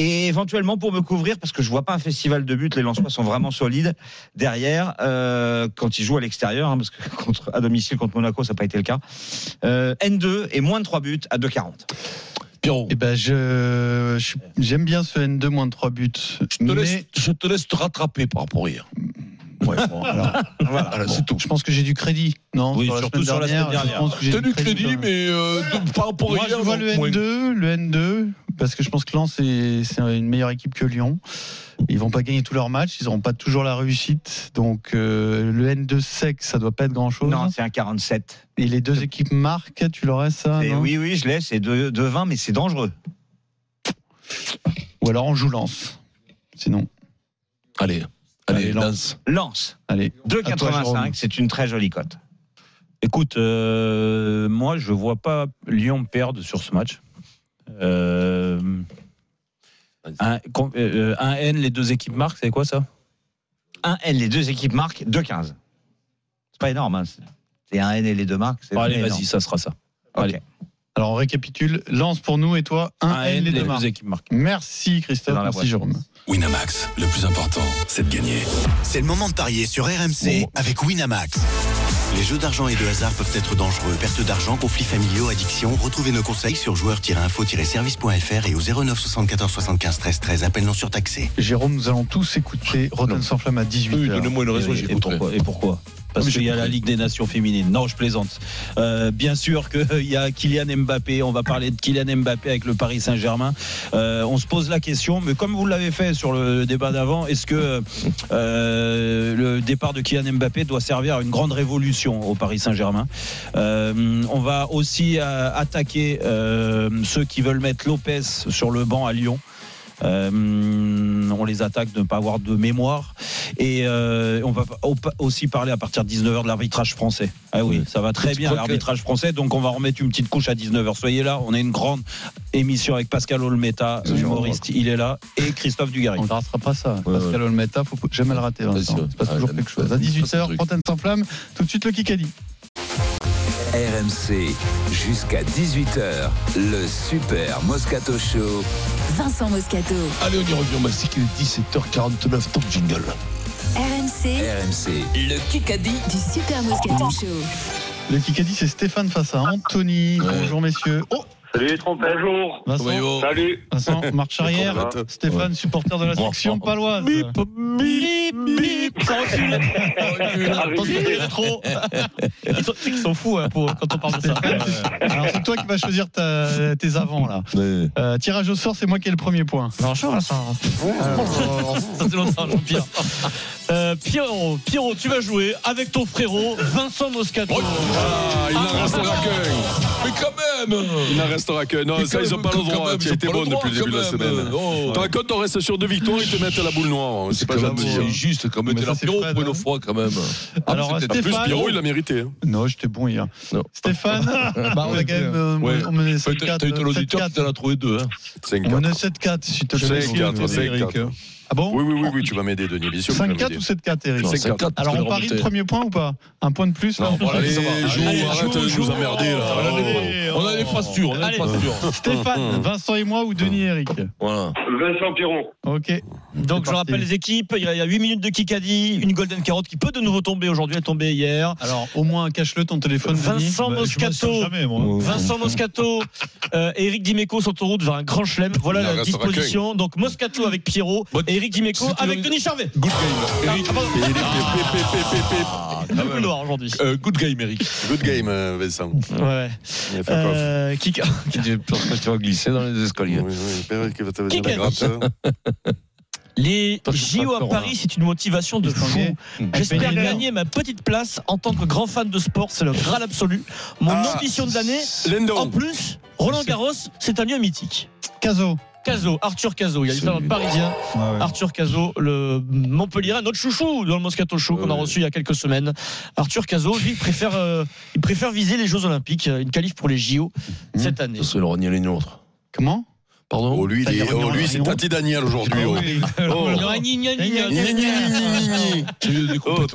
[SPEAKER 12] Et éventuellement pour me couvrir, parce que je vois pas un festival de buts, les Lensois sont vraiment solides derrière euh, quand ils jouent à l'extérieur, hein, parce que contre, à domicile contre Monaco, ça n'a pas été le cas. Euh, N2 et moins de 3 buts à 2,40.
[SPEAKER 7] Eh ben, je, je- j'aime bien ce N2 moins 3 buts.
[SPEAKER 3] Je te, laisse, je te laisse te rattraper par rapport à hier.
[SPEAKER 7] Ouais, bon, alors,
[SPEAKER 3] voilà, c'est tout.
[SPEAKER 7] Je pense que j'ai du crédit, non
[SPEAKER 3] Oui,
[SPEAKER 7] Sur la
[SPEAKER 3] surtout
[SPEAKER 7] semaine
[SPEAKER 3] sur la semaine
[SPEAKER 7] dernière, je
[SPEAKER 3] dernière.
[SPEAKER 7] pense que j'ai
[SPEAKER 3] T'as
[SPEAKER 7] du
[SPEAKER 3] du crédit,
[SPEAKER 7] quand même.
[SPEAKER 3] mais euh, de- par rapport
[SPEAKER 7] Moi,
[SPEAKER 3] à
[SPEAKER 7] je
[SPEAKER 3] hier.
[SPEAKER 7] vois le
[SPEAKER 3] moins.
[SPEAKER 7] N2, le N2, parce que je pense que Lens est- c'est une meilleure équipe que Lyon. Ils vont pas gagner tous leurs matchs, ils n'auront pas toujours la réussite. Donc euh, le N2 sec, ça doit pas être grand chose.
[SPEAKER 12] Non, c'est un 47.
[SPEAKER 7] Et les deux équipes marquent, tu l'aurais ça
[SPEAKER 12] Et
[SPEAKER 7] non
[SPEAKER 12] oui, oui, je l'ai, c'est 2 20, mais c'est dangereux.
[SPEAKER 7] Ou alors on joue Lens. Sinon.
[SPEAKER 3] Allez, allez, lance.
[SPEAKER 12] Lance.
[SPEAKER 7] Allez. à toi,
[SPEAKER 12] 2,85,
[SPEAKER 7] Jérôme.
[SPEAKER 12] c'est une très jolie cote.
[SPEAKER 18] Écoute, euh, moi, je vois pas Lyon perdre sur ce match. Euh, un, com- euh, un N, les deux équipes marquent, c'est quoi ça
[SPEAKER 12] Un N, les deux équipes marquent 2,15. C'est pas énorme. hein. C'est un N et les deux marques. c'est
[SPEAKER 18] Bon, allez,
[SPEAKER 12] pas
[SPEAKER 18] vas-y,
[SPEAKER 12] énorme.
[SPEAKER 18] ça sera ça.
[SPEAKER 12] Ok.
[SPEAKER 18] Allez.
[SPEAKER 7] Alors on récapitule, Lens pour nous et toi, 1
[SPEAKER 18] Un
[SPEAKER 7] N, les deux
[SPEAKER 18] deux
[SPEAKER 7] marques.
[SPEAKER 18] équipes marquent.
[SPEAKER 7] Merci Christophe, merci Jérôme.
[SPEAKER 26] Winamax, le plus important, c'est de gagner. C'est le moment de parier sur RMC avec Winamax. Les jeux d'argent et de hasard peuvent être dangereux. Perte d'argent, conflits familiaux, addiction. Retrouvez nos conseils sur joueurs-info-service.fr et au 09 74 75 13 13. Appel non surtaxé.
[SPEAKER 7] Jérôme, nous allons tous écouter Rotten sans flamme à 18h.
[SPEAKER 18] Et- et pourquoi, et pourquoi parce qu'il y a la Ligue des Nations féminines. Non, je plaisante. Euh, bien sûr qu'il y a Kylian Mbappé. On va parler de Kylian Mbappé avec le Paris Saint-Germain. Euh, on se pose la question, mais comme vous l'avez fait sur le débat d'avant, est-ce que euh, le départ de Kylian Mbappé doit servir à une grande révolution au Paris Saint-Germain Euh, On va aussi euh, attaquer euh, ceux qui veulent mettre Lopez sur le banc à Lyon. Euh, on les attaque de ne pas avoir de mémoire. Et euh, on va op- aussi parler à partir de 19h de l'arbitrage français. Ah oui, ça va très
[SPEAKER 12] Je
[SPEAKER 18] bien
[SPEAKER 12] crois que-
[SPEAKER 18] l'arbitrage français. Donc on va remettre une petite couche à 19h. Soyez là, on a une grande émission avec Pascal Olmeta, humoriste, il est là, et Christophe Dugarry.
[SPEAKER 7] On ne ratera pas ça. Pascal Olmeta, faut jamais le rater. Vincent. Il se passe toujours quelque chose. À 18h, Rotten sans flamme, tout de suite le Kikadi.
[SPEAKER 2] RMC jusqu'à 18h, le Super Moscato Show.
[SPEAKER 1] Vincent Moscato.
[SPEAKER 3] Allez, on y revient, Mastic, il est 17h49, top jingle.
[SPEAKER 1] RMC.
[SPEAKER 2] RMC, le
[SPEAKER 1] Kikadi du Super Moscato Show.
[SPEAKER 7] Le Kikadi, c'est Stéphane face à Anthony. Bonjour messieurs. Oh
[SPEAKER 22] Salut les trompettes. Bonjour.
[SPEAKER 7] Vincent.
[SPEAKER 22] Salut.
[SPEAKER 7] Vincent, marche arrière.
[SPEAKER 22] Comment ça
[SPEAKER 7] Stéphane, supporter de la section paloise. Bip, bip, bip. Ça recule. trop. Ils sont, ils sont fous hein, pour- quand on parle de ça. Alors, c'est toi qui vas choisir ta- tes avants, là. Euh, tirage au sort, c'est moi qui ai le premier point.
[SPEAKER 6] Bonjour, Vincent. Ça fait longtemps, Jean-Pierre. Euh, Pierrot, Pierrot, tu vas jouer avec ton frérot Vincent Moscato.
[SPEAKER 5] il en restera
[SPEAKER 3] qu'un. Mais quand même
[SPEAKER 5] Il n'en restera que. Non,
[SPEAKER 3] Mais
[SPEAKER 5] Ah, ça,
[SPEAKER 3] quand
[SPEAKER 5] ils n'ont
[SPEAKER 3] même,
[SPEAKER 5] pas le
[SPEAKER 3] quand
[SPEAKER 5] droit.
[SPEAKER 3] même,
[SPEAKER 5] Tu
[SPEAKER 3] ils
[SPEAKER 5] as
[SPEAKER 3] ont
[SPEAKER 5] été
[SPEAKER 3] pas le
[SPEAKER 5] bon
[SPEAKER 3] droit,
[SPEAKER 5] depuis le début de la
[SPEAKER 3] quand même.
[SPEAKER 5] semaine.
[SPEAKER 3] Oh.
[SPEAKER 5] T'en rends compte, on reste sur deux victoires, ils te mettent à la boule noire. hein. C'est pas gentil.
[SPEAKER 3] C'est juste, quand même, t'es la Pierrot pour
[SPEAKER 5] hein.
[SPEAKER 3] une fois, quand même.
[SPEAKER 7] Alors, euh,
[SPEAKER 3] Ah, c'est peut-être-
[SPEAKER 7] Stéphane-
[SPEAKER 3] En plus, Pierrot, il
[SPEAKER 5] l'a mérité. hein.
[SPEAKER 7] Non, j'étais bon hier. Stéphane, bah, on a quand même. euh,
[SPEAKER 3] Ouais.
[SPEAKER 7] on menait
[SPEAKER 3] T'as- T'as
[SPEAKER 7] 7-4.
[SPEAKER 3] eu ton auditeur qui t'en a trouvé deux. hein.
[SPEAKER 7] On menait 7-4, si tu veux.
[SPEAKER 5] 5-4, 5-4.
[SPEAKER 7] Ah bon
[SPEAKER 5] Oui, oui, oui, oui, tu vas m'aider, Denis. bien sûr que tu vas
[SPEAKER 7] 5-4
[SPEAKER 5] m'aider.
[SPEAKER 7] ou 7-4, Eric
[SPEAKER 5] Non, 5-4,
[SPEAKER 7] Alors,
[SPEAKER 5] parce
[SPEAKER 7] on
[SPEAKER 5] que
[SPEAKER 7] parie
[SPEAKER 5] le
[SPEAKER 7] le premier point ou pas Un point de plus là
[SPEAKER 5] Non, voilà, Allez, ça va. joue, Allez, arrête joue, de nous joue. emmerder, là.
[SPEAKER 3] On a des- Oh, on a des phrases sûres, on a des
[SPEAKER 7] Allez,
[SPEAKER 3] phrases sûres.
[SPEAKER 5] Hum.
[SPEAKER 7] Stéphane, Vincent et moi ou Denis et Eric
[SPEAKER 3] Voilà.
[SPEAKER 22] Vincent Piron.
[SPEAKER 7] Ok.
[SPEAKER 6] Donc
[SPEAKER 7] parti.
[SPEAKER 6] je rappelle les équipes, il y a il y a 8 minutes de Kikadi, une Golden Carotte qui peut de nouveau tomber aujourd'hui, elle est tombée hier.
[SPEAKER 7] Alors au moins cache-le ton téléphone.
[SPEAKER 6] Vincent
[SPEAKER 7] Denis. Bah, je me
[SPEAKER 6] Moscato,
[SPEAKER 7] sers jamais, moi.
[SPEAKER 6] Vincent Moscato, euh, et Eric Dimeco sont en route vers un grand chelem. Voilà
[SPEAKER 7] Il en
[SPEAKER 6] la
[SPEAKER 7] restera
[SPEAKER 6] disposition. Donc Moscato avec Pierrot, et Eric Dimeco avec Denis Charvet. Ah, Good game. Eric, noir aujourd'hui.
[SPEAKER 3] Ah, Euh, good game, Eric.
[SPEAKER 5] Good game, euh, Vincent.
[SPEAKER 6] Ouais.
[SPEAKER 5] Il a fait quoi
[SPEAKER 6] Euh, Kika-
[SPEAKER 5] Je pense que tu vas glisser dans les escaliers. Oui, oui, Père qui va te mettre
[SPEAKER 6] Qui
[SPEAKER 5] la hein.
[SPEAKER 6] gagne
[SPEAKER 5] grappe. ça.
[SPEAKER 6] Les JO
[SPEAKER 5] pas
[SPEAKER 6] à
[SPEAKER 5] peur,
[SPEAKER 6] Paris, c'est une motivation de fou. J'espère
[SPEAKER 5] Pénélope.
[SPEAKER 6] gagner ma petite place en tant que grand fan de sport. C'est le graal absolu. Mon
[SPEAKER 5] Ah,
[SPEAKER 6] ambition de l'année.
[SPEAKER 5] Lindon.
[SPEAKER 6] En plus, Roland Garros, c'est un lieu mythique.
[SPEAKER 7] Caso.
[SPEAKER 6] Caso, Arthur Caso, il y a
[SPEAKER 7] Celui-
[SPEAKER 6] l'histoire parisien.
[SPEAKER 7] Ah ouais.
[SPEAKER 6] Arthur Caso, le Montpellier, notre chouchou dans le Moscato Show qu'on a reçu il y a quelques semaines. Arthur Caso, lui, il préfère, euh, il préfère viser les Jeux Olympiques, euh, une qualif pour les JO cette année.
[SPEAKER 20] C'est le renier les nôtres.
[SPEAKER 7] Comment
[SPEAKER 20] Pardon
[SPEAKER 5] Oh, lui, il est- oh, lui, c'est Tati Daniel aujourd'hui.
[SPEAKER 7] Ah
[SPEAKER 5] oh. Oh.
[SPEAKER 3] J'ai eu des
[SPEAKER 5] Oh,
[SPEAKER 3] coups de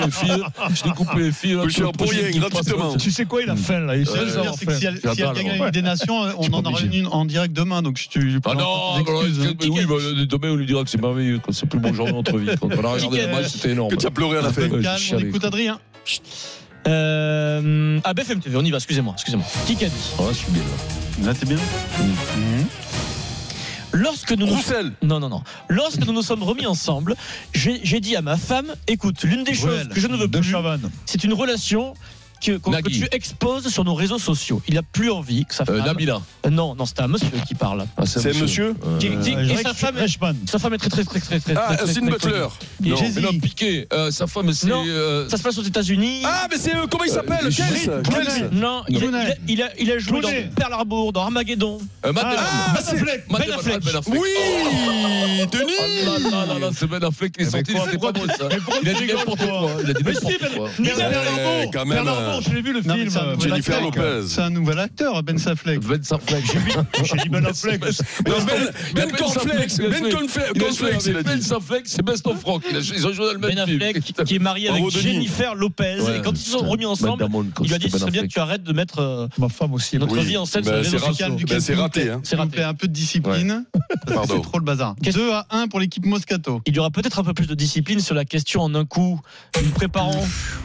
[SPEAKER 3] les filles. Je découpe les filles. là,
[SPEAKER 5] Plus cher
[SPEAKER 3] tout le
[SPEAKER 5] pour rien,
[SPEAKER 3] projet qui passe,
[SPEAKER 5] gratuitement.
[SPEAKER 3] là,
[SPEAKER 7] Tu sais quoi, il a faim là.
[SPEAKER 3] Il
[SPEAKER 7] Ce que
[SPEAKER 3] sait
[SPEAKER 7] je veux
[SPEAKER 3] ça,
[SPEAKER 7] dire,
[SPEAKER 3] en
[SPEAKER 7] c'est que
[SPEAKER 3] fait.
[SPEAKER 7] si elle, si elle
[SPEAKER 3] J'adore,
[SPEAKER 7] gagne
[SPEAKER 3] ouais.
[SPEAKER 7] la Ligue des Nations,
[SPEAKER 3] Je suis
[SPEAKER 7] on
[SPEAKER 3] pas
[SPEAKER 7] en aura
[SPEAKER 3] obligé.
[SPEAKER 7] une en direct demain, donc je- tu lui
[SPEAKER 3] Ah non,
[SPEAKER 7] présentes tes
[SPEAKER 3] alors,
[SPEAKER 7] excuses, hein.
[SPEAKER 3] mais oui, bah, demain on lui dira que c'est merveilleux, que c'est plus bon journée entre vies. Quand on a regardé le match, c'était énorme.
[SPEAKER 5] Que tu as pleuré à la fin.
[SPEAKER 3] Ouais,
[SPEAKER 6] Calme,
[SPEAKER 3] je suis
[SPEAKER 6] on
[SPEAKER 3] allé.
[SPEAKER 6] écoute Adrien. Euh, à BFM TV, on y va, excusez-moi, excusez-moi. Qui qu'a dit Mhm.
[SPEAKER 3] Ouais, Ah, je suis bien
[SPEAKER 7] là. Là, t'es bien
[SPEAKER 6] Lorsque nous nous... Non, non, non. Lorsque nous nous sommes remis ensemble, j'ai j'ai dit à ma femme, écoute, l'une des choses
[SPEAKER 7] Ruel,
[SPEAKER 6] que je ne veux
[SPEAKER 7] de
[SPEAKER 6] plus,
[SPEAKER 7] Chavannes.
[SPEAKER 6] c'est une relation que, qu'on- que
[SPEAKER 7] Nagui.
[SPEAKER 6] tu exposes sur nos réseaux sociaux. Il n'a plus envie que sa femme...
[SPEAKER 3] Nabila. Ah,
[SPEAKER 6] Euh, non, non, c'est un monsieur qui parle.
[SPEAKER 3] c'est un C'est un monsieur monsieur
[SPEAKER 6] Qui- qui-
[SPEAKER 3] Euh,
[SPEAKER 6] et sa
[SPEAKER 3] Reich-
[SPEAKER 6] femme, sa femme est très, très, très, très, très...
[SPEAKER 3] Ah,
[SPEAKER 6] très, très,
[SPEAKER 3] Austin
[SPEAKER 6] très connue.
[SPEAKER 3] Butler.
[SPEAKER 6] Et
[SPEAKER 3] Non,
[SPEAKER 6] Jay-Z.
[SPEAKER 3] mais non, Piqué. Euh, sa femme, c'est.
[SPEAKER 6] Non,
[SPEAKER 3] euh,
[SPEAKER 6] ça se passe aux États-Unis.
[SPEAKER 3] Ah, mais c'est, euh, comment il s'appelle Quels
[SPEAKER 6] Jay-Z.
[SPEAKER 3] Quels
[SPEAKER 6] Non, il a,
[SPEAKER 3] Jeunet.
[SPEAKER 6] il a- il a joué dans
[SPEAKER 3] Jeunet.
[SPEAKER 6] Pearl Harbor, dans Armageddon.
[SPEAKER 3] Euh, Matt Damon. Ah, c'est- Matt
[SPEAKER 6] Ben
[SPEAKER 3] Damon,
[SPEAKER 6] Affleck.
[SPEAKER 3] Ben Affleck.
[SPEAKER 5] Oui, Denis
[SPEAKER 3] Oh là là là là, c'est Ben Affleck qui est sorti,
[SPEAKER 6] quoi,
[SPEAKER 3] c'était pas bon ça.
[SPEAKER 6] pourquoi
[SPEAKER 3] Il a
[SPEAKER 6] tu
[SPEAKER 3] dit
[SPEAKER 6] rigoles,
[SPEAKER 3] n'importe quoi. Il a dit n'importe quoi.
[SPEAKER 5] Ouais, quand même. euh,
[SPEAKER 7] l'ai vu le
[SPEAKER 5] film, euh, Jennifer Lopez.
[SPEAKER 7] C'est un nouvel acteur, Ben Safleck.
[SPEAKER 3] Ben Safleck, j'ai
[SPEAKER 7] dit Ben Affleck.
[SPEAKER 5] Non, Ben- Ben Cornflakes, Ben Cornflakes, Cornflakes, il a
[SPEAKER 3] Ben
[SPEAKER 5] dit.
[SPEAKER 3] Safleck, c'est Best of Rock. Il a- Ils ont joué dans le même
[SPEAKER 6] Ben
[SPEAKER 3] film.
[SPEAKER 6] Affleck qui est marié
[SPEAKER 3] Bravo,
[SPEAKER 6] avec
[SPEAKER 3] Denis.
[SPEAKER 6] Jennifer Lopez.
[SPEAKER 3] Ouais,
[SPEAKER 6] et quand ils se sont
[SPEAKER 3] putain.
[SPEAKER 6] remis
[SPEAKER 3] Matt
[SPEAKER 6] ensemble,
[SPEAKER 3] Damon,
[SPEAKER 6] il lui a dit
[SPEAKER 3] c'était
[SPEAKER 6] ce serait
[SPEAKER 3] Ben
[SPEAKER 6] bien que tu arrêtes de mettre euh,
[SPEAKER 7] Ma femme aussi.
[SPEAKER 6] notre
[SPEAKER 5] Oui.
[SPEAKER 6] vie en scène
[SPEAKER 5] Ben,
[SPEAKER 6] sur
[SPEAKER 14] Bah,
[SPEAKER 6] les
[SPEAKER 5] c'est
[SPEAKER 6] réseaux
[SPEAKER 5] raté.
[SPEAKER 6] sociaux.
[SPEAKER 5] Ben, c'est raté, hein.
[SPEAKER 7] C'est raté. Un peu de discipline. parce que
[SPEAKER 5] Pardon.
[SPEAKER 7] C'est trop le bazar. 2 à 1 pour l'équipe Moscato.
[SPEAKER 6] Il y aura peut-être un peu plus de discipline sur la question en un coup. Nous préparons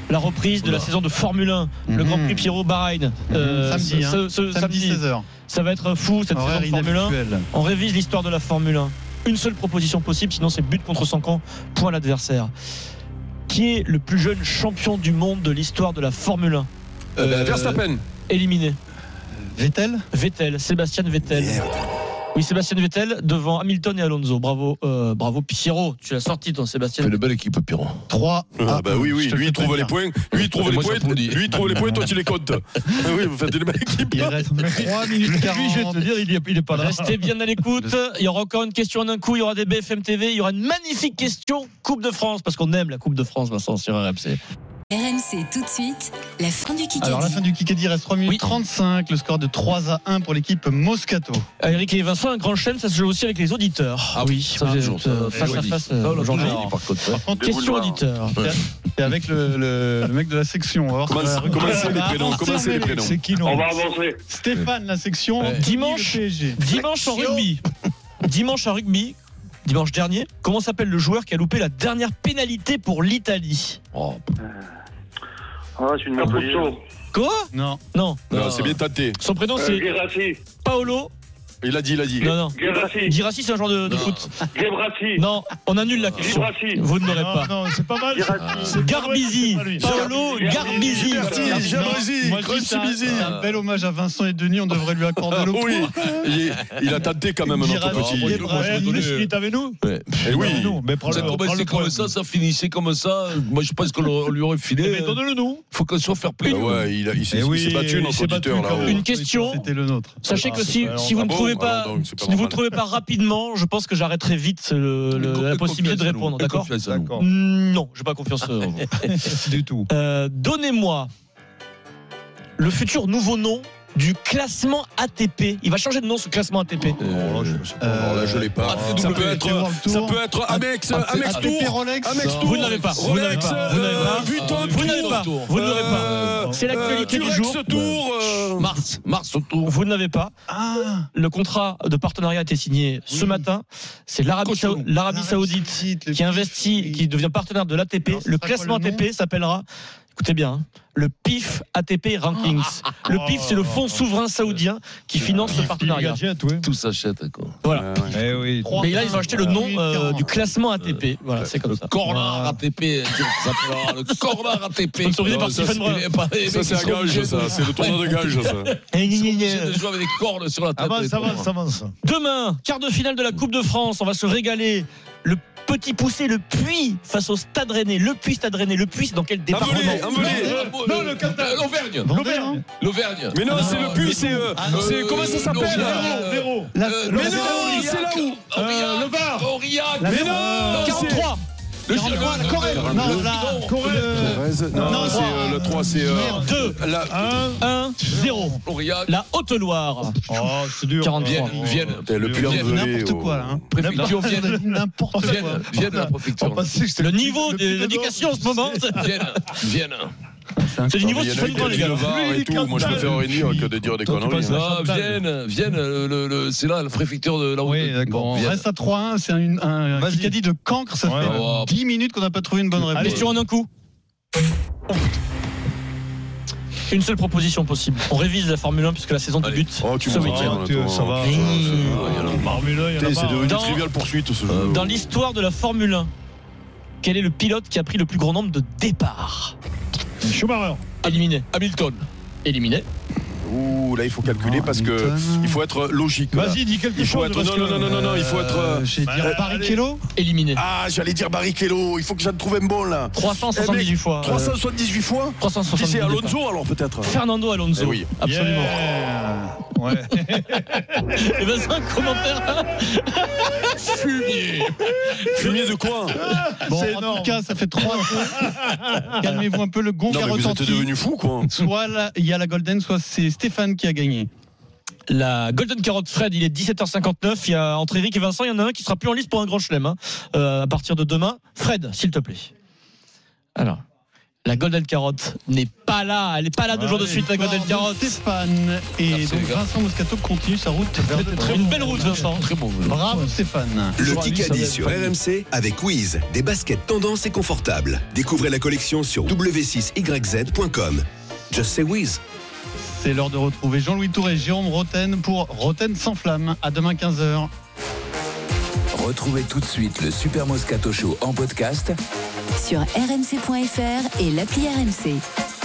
[SPEAKER 6] la reprise de la saison de Formule 1, le Grand Prix Pierrot Bahreïn. euh,
[SPEAKER 7] Mhm. Samedi,
[SPEAKER 6] ce- ce-
[SPEAKER 7] hein.
[SPEAKER 6] ce
[SPEAKER 7] Samedi, 16h.
[SPEAKER 6] Ça va être fou cette
[SPEAKER 7] Horaire
[SPEAKER 6] saison de Formule 1.
[SPEAKER 7] inhabituel.
[SPEAKER 6] On révise l'histoire de la Formule 1. Une seule proposition possible, sinon c'est but contre son camp, point à l'adversaire. Qui est le plus jeune champion du monde de l'histoire de la Formule 1
[SPEAKER 5] Euh, ben, Verstappen.
[SPEAKER 6] Éliminé.
[SPEAKER 7] Vettel
[SPEAKER 6] Vettel, Sébastien Vettel. Oui, Sébastien Vettel devant Hamilton et Alonso. Bravo, euh, bravo Pierrot, tu l'as sorti ton Sébastien.
[SPEAKER 20] Fait de belle équipe, Pierrot.
[SPEAKER 7] 3
[SPEAKER 5] Ah bah oui, oui, lui il trouve les points, lui il trouve
[SPEAKER 20] Et
[SPEAKER 5] les
[SPEAKER 20] moi, je
[SPEAKER 5] points,
[SPEAKER 20] m'applaudis.
[SPEAKER 5] lui il trouve les points, toi tu les comptes. Ah oui, vous faites une belle équipe.
[SPEAKER 7] Il reste 3 minutes 40.
[SPEAKER 6] Lui, je vais te
[SPEAKER 7] dire, il n'est pas
[SPEAKER 6] Restez bien à l'écoute. Il y aura encore une question en un coup. Il y aura des BFM TV. Il y aura une magnifique question Coupe de France parce qu'on aime la Coupe de France, Vincent, sur RMC.
[SPEAKER 1] RMC tout de suite, la fin du Kikadi.
[SPEAKER 7] Alors, la fin du Kikadi reste 3 minutes 35. Le score de 3 à 1 pour l'équipe Moscato.
[SPEAKER 6] Ah, Eric et Vincent, un grand chelem, ça se joue aussi avec les auditeurs. Ah oui,
[SPEAKER 7] ça, c'est toujours ça.
[SPEAKER 6] face à
[SPEAKER 7] Jeudi.
[SPEAKER 6] face.
[SPEAKER 7] Ça,
[SPEAKER 6] euh,
[SPEAKER 7] on l'a
[SPEAKER 6] aujourd'hui.
[SPEAKER 7] toujours dit, par contre, ouais.
[SPEAKER 6] Par contre,
[SPEAKER 7] Des
[SPEAKER 6] question
[SPEAKER 7] boules noires.
[SPEAKER 6] auditeur.
[SPEAKER 7] Ouais. Et avec le, le- le mec de la section. on va voir
[SPEAKER 6] Comment
[SPEAKER 7] si on va
[SPEAKER 6] c'est-
[SPEAKER 7] reconnaître.
[SPEAKER 6] comment c'est les
[SPEAKER 7] On va
[SPEAKER 6] prénoms,
[SPEAKER 7] avancer,
[SPEAKER 6] comment c'est les
[SPEAKER 7] mais
[SPEAKER 6] prénoms
[SPEAKER 7] c'est qui, non
[SPEAKER 6] On va avancer.
[SPEAKER 7] Stéphane, la section.
[SPEAKER 6] Ouais. Dimanche,
[SPEAKER 7] Denis, le PSG.
[SPEAKER 6] Dimanche en rugby. Dimanche en rugby. Dimanche dernier. Comment s'appelle le joueur qui a loupé la Oh. dernière pénalité pour l'Italie
[SPEAKER 8] Hein,
[SPEAKER 5] oh.
[SPEAKER 22] Ah, c'est une Montpellier.
[SPEAKER 6] Quoi
[SPEAKER 7] Non.
[SPEAKER 6] Non.
[SPEAKER 5] Non, c'est bien tenté.
[SPEAKER 6] Son prénom,
[SPEAKER 5] Euh,
[SPEAKER 6] c'est.
[SPEAKER 5] Guérassi.
[SPEAKER 6] Paolo.
[SPEAKER 5] Il a dit, il a dit.
[SPEAKER 6] Non, non.
[SPEAKER 5] Guérassi.
[SPEAKER 6] Guérassi, c'est un joueur de, de foot. Non, on annule la question.
[SPEAKER 5] Guérassi.
[SPEAKER 6] Vous ne l'aurez
[SPEAKER 7] Non,
[SPEAKER 6] pas.
[SPEAKER 7] non, c'est pas mal.
[SPEAKER 6] C'est Garbizi. Paolo Garbizi.
[SPEAKER 7] Moi, je dis ça, C'est un bel hommage à Vincent et Denis, on devrait lui accorder le
[SPEAKER 5] Oui, il, est- il a tenté quand même notre
[SPEAKER 7] Guérassi,
[SPEAKER 5] petit.
[SPEAKER 7] Guérassi,
[SPEAKER 5] Ouais,
[SPEAKER 7] Messi est
[SPEAKER 6] avec nous
[SPEAKER 14] ben,
[SPEAKER 5] Eh oui.
[SPEAKER 14] Non, mais prends-le,
[SPEAKER 3] ça
[SPEAKER 14] prends-le
[SPEAKER 3] commençait
[SPEAKER 14] pour
[SPEAKER 3] comme ça, ça finissait comme ça. Moi, je pense qu'on le- lui aurait filé. Mais
[SPEAKER 6] donne-le nous.
[SPEAKER 3] Faut qu'on soit fair play.
[SPEAKER 5] Ah ouais, il, a- il s'est
[SPEAKER 3] Eh
[SPEAKER 5] il
[SPEAKER 3] oui,
[SPEAKER 5] s'est battu,
[SPEAKER 3] il
[SPEAKER 5] notre
[SPEAKER 3] s'est battu
[SPEAKER 5] auditeur,
[SPEAKER 3] quand
[SPEAKER 5] là-haut.
[SPEAKER 3] même.
[SPEAKER 6] Une question.
[SPEAKER 7] C'était le nôtre.
[SPEAKER 6] Sachez
[SPEAKER 7] Ah,
[SPEAKER 6] que
[SPEAKER 7] c'est
[SPEAKER 6] si,
[SPEAKER 7] pas-
[SPEAKER 6] si vous
[SPEAKER 7] ah
[SPEAKER 6] ne
[SPEAKER 7] bon
[SPEAKER 6] trouvez pas,
[SPEAKER 7] Alors donc, c'est pas
[SPEAKER 6] si vous ne
[SPEAKER 7] normal.
[SPEAKER 6] trouvez pas rapidement, je pense que j'arrêterai vite le- le- la possibilité de répondre, d'accord Non, j'ai pas confiance euh, en vous.
[SPEAKER 14] du tout.
[SPEAKER 6] Euh, Donnez-moi le futur nouveau nom du classement ATP. Il va changer de nom ce classement ATP. euh,
[SPEAKER 5] Alors Oh, là, je l'ai pas.
[SPEAKER 6] Ça peut être-
[SPEAKER 5] ça peut être Amex, Amex Tour, Amex Tour.
[SPEAKER 6] Vous ne l'avez pas. Vous ne l'avez
[SPEAKER 5] Rolex,
[SPEAKER 6] pas. Vous ne l'avez pas.
[SPEAKER 5] euh, Vuitton,
[SPEAKER 6] Vous ne l'avez pas.
[SPEAKER 5] Tour.
[SPEAKER 6] Vous ne l'avez pas.
[SPEAKER 5] Euh,
[SPEAKER 6] C'est l'actualité
[SPEAKER 5] euh,
[SPEAKER 6] du
[SPEAKER 5] Durex
[SPEAKER 6] jour.
[SPEAKER 5] Tour,
[SPEAKER 6] Mars, Mars Tour. Vous ne l'avez pas. Le contrat de partenariat a été signé ce matin. C'est l'Arabie Sao- l'Arabie Saoudite qui investit, qui devient partenaire de l'ATP. Le classement ATP s'appellera. Écoutez bien, hein, le PIF ATP Rankings. Le PIF, c'est le fonds souverain saoudien qui finance le partenariat.
[SPEAKER 3] Tout s'achète, quoi.
[SPEAKER 6] Voilà.
[SPEAKER 3] Eh oui.
[SPEAKER 6] Mais là, ils ont acheté le nom euh, du classement ATP. Voilà, c'est comme ça.
[SPEAKER 3] Corlard ATP, euh, ça s'appellera le Corlard ATP.
[SPEAKER 6] Sponsorisé
[SPEAKER 3] Non,
[SPEAKER 6] par
[SPEAKER 3] ça,
[SPEAKER 6] Stephen
[SPEAKER 3] c'est-
[SPEAKER 6] Brun.
[SPEAKER 3] il est pas- les
[SPEAKER 6] Ça,
[SPEAKER 3] mecs, ils
[SPEAKER 6] c'est un
[SPEAKER 3] sont
[SPEAKER 6] gage,
[SPEAKER 3] obligés
[SPEAKER 6] ça. C'est le tournoi de gage,
[SPEAKER 3] Ils
[SPEAKER 6] ça.
[SPEAKER 3] sont obligés de jouer avec des cordes sur la tête.
[SPEAKER 14] Avance, avance, avance.
[SPEAKER 6] Demain, quart de finale de la Coupe de France, on va se régaler. Le petit poussé, le puits face au Stade Rennais. Le puits Stade Rennais, le puits c'est dans quel département
[SPEAKER 5] Amelé, Amelé.
[SPEAKER 3] Non, le Cantal. L'Auvergne.
[SPEAKER 6] L'Auvergne.
[SPEAKER 3] L'Auvergne.
[SPEAKER 5] Mais non, c'est le puits, c'est. euh,
[SPEAKER 3] Ah,
[SPEAKER 5] c'est-
[SPEAKER 3] euh,
[SPEAKER 5] Comment ça s'appelle
[SPEAKER 3] l'Auvergne.
[SPEAKER 5] euh,
[SPEAKER 3] Véro.
[SPEAKER 5] La-
[SPEAKER 3] Euh,
[SPEAKER 5] Mais
[SPEAKER 3] Véro,
[SPEAKER 5] non, c'est là où
[SPEAKER 3] Aurillac.
[SPEAKER 5] Euh, Le Var.
[SPEAKER 3] Aurillac.
[SPEAKER 5] Mais non, c'est-
[SPEAKER 6] 43.
[SPEAKER 3] Le- le-
[SPEAKER 5] 43,
[SPEAKER 3] le-
[SPEAKER 5] la Corrèze.
[SPEAKER 3] le-
[SPEAKER 5] Non,
[SPEAKER 3] le-
[SPEAKER 5] la
[SPEAKER 3] non.
[SPEAKER 5] Corrèze. Non,
[SPEAKER 6] Non,
[SPEAKER 5] c'est
[SPEAKER 6] trois.
[SPEAKER 5] euh, le 3, c'est.
[SPEAKER 6] 2, 1, 0. La Haute-Loire.
[SPEAKER 14] Oh, c'est dur.
[SPEAKER 6] 43.
[SPEAKER 3] Vienne, Vienne.
[SPEAKER 5] Le puits
[SPEAKER 3] Vienne.
[SPEAKER 5] envolé. oh.
[SPEAKER 6] hein.
[SPEAKER 14] hein.
[SPEAKER 3] Préfecture Vienne.
[SPEAKER 7] N'importe
[SPEAKER 3] Vienne, Vienne, la préfecture.
[SPEAKER 6] Le niveau de l'éducation en ce moment. c'est-
[SPEAKER 3] Vienne, Vienne.
[SPEAKER 6] C'est du niveau
[SPEAKER 5] Il y en a
[SPEAKER 6] Stephen
[SPEAKER 5] qui
[SPEAKER 6] Brun,
[SPEAKER 5] a
[SPEAKER 6] les
[SPEAKER 5] dit
[SPEAKER 6] gars.
[SPEAKER 5] le Var et tout. Moi, je préfère réunir que de dire des
[SPEAKER 3] Toi, tu
[SPEAKER 5] conneries. hein.
[SPEAKER 3] passes là, Ah, Vienne, Vienne, le- le- le- c'est là, la préfecture de la route. Oui,
[SPEAKER 7] On reste à 3-1, c'est un, un, un caddie de cancre, ça fait
[SPEAKER 3] Ouais.
[SPEAKER 7] 10 minutes qu'on n'a pas trouvé une bonne réponse.
[SPEAKER 6] Allez, sur un coup.
[SPEAKER 7] Eh,
[SPEAKER 6] Une seule proposition possible. On révise la Formule 1 puisque la saison débute
[SPEAKER 5] Oh, tu
[SPEAKER 6] ce
[SPEAKER 5] m'en
[SPEAKER 6] week-end.
[SPEAKER 5] tiens,
[SPEAKER 14] ça va.
[SPEAKER 5] Putain, C'est devenu
[SPEAKER 6] Dans-
[SPEAKER 5] trivial poursuite ce jeu.
[SPEAKER 6] Dans l'histoire de la Formule 1, quel est le pilote qui a pris le plus grand nombre de départs
[SPEAKER 14] Schumacher.
[SPEAKER 6] Éliminé.
[SPEAKER 3] Hamilton.
[SPEAKER 6] Éliminé.
[SPEAKER 5] Ouh, là, il faut calculer parce que il faut être euh, logique. là.
[SPEAKER 14] Vas-y, dis quelque
[SPEAKER 5] Il faut
[SPEAKER 14] chose.
[SPEAKER 5] être-
[SPEAKER 14] parce
[SPEAKER 5] non,
[SPEAKER 14] que-
[SPEAKER 5] non, non, non, non, non, il faut être, euh,
[SPEAKER 7] Je vais dire
[SPEAKER 5] euh,
[SPEAKER 7] Barrichello
[SPEAKER 6] Bah, Éliminé.
[SPEAKER 5] Ah, j'allais dire Barrichello. Il faut que j'en trouve un bon là.
[SPEAKER 6] 378
[SPEAKER 5] Eh, mec,
[SPEAKER 6] fois. euh,
[SPEAKER 5] 378 fois.
[SPEAKER 6] 378
[SPEAKER 5] Si c'est
[SPEAKER 6] départs.
[SPEAKER 5] Alonso alors peut-être.
[SPEAKER 6] Fernando Alonso.
[SPEAKER 5] Eh oui.
[SPEAKER 6] Absolument.
[SPEAKER 14] Ouais.
[SPEAKER 6] Et Vincent, Eh ben, un commentaire.
[SPEAKER 3] Fumier.
[SPEAKER 5] Fumier de quoi
[SPEAKER 7] Bon, en tout cas, ça fait 3 Calmez-vous un peu, le gong
[SPEAKER 5] Non,
[SPEAKER 7] a
[SPEAKER 5] mais vous êtes
[SPEAKER 7] retenti.
[SPEAKER 5] devenu fou quoi.
[SPEAKER 7] Soit la- il y a la Golden, soit c'est Stéphane qui a gagné.
[SPEAKER 6] La Golden Carotte Fred, il est 17h59. Il y a entre Eric et Vincent, il y en a un qui sera plus en liste pour un grand chelem hein, euh, à partir de demain. Fred, s'il te plaît. Alors, la Golden Carotte n'est pas là. Elle n'est pas là deux jours de suite, la Golden Carotte.
[SPEAKER 7] Stéphane et
[SPEAKER 6] Merci,
[SPEAKER 7] donc
[SPEAKER 6] les gars.
[SPEAKER 7] Vincent Moscato continue sa route vers le
[SPEAKER 6] Une belle route, Vincent.
[SPEAKER 7] Bravo Stéphane.
[SPEAKER 12] Le Kikadi sur RMC avec Wiz, des baskets tendance et confortables. Découvrez la collection sur w6yz.com. Just say Wiz.
[SPEAKER 7] C'est l'heure de retrouver Jean-Louis Touré et Jérôme Roten pour Roten sans flamme. À demain 15h.
[SPEAKER 27] Retrouvez tout de suite le Super Moscato Show en podcast
[SPEAKER 1] Sur rmc.fr et l'appli RMC.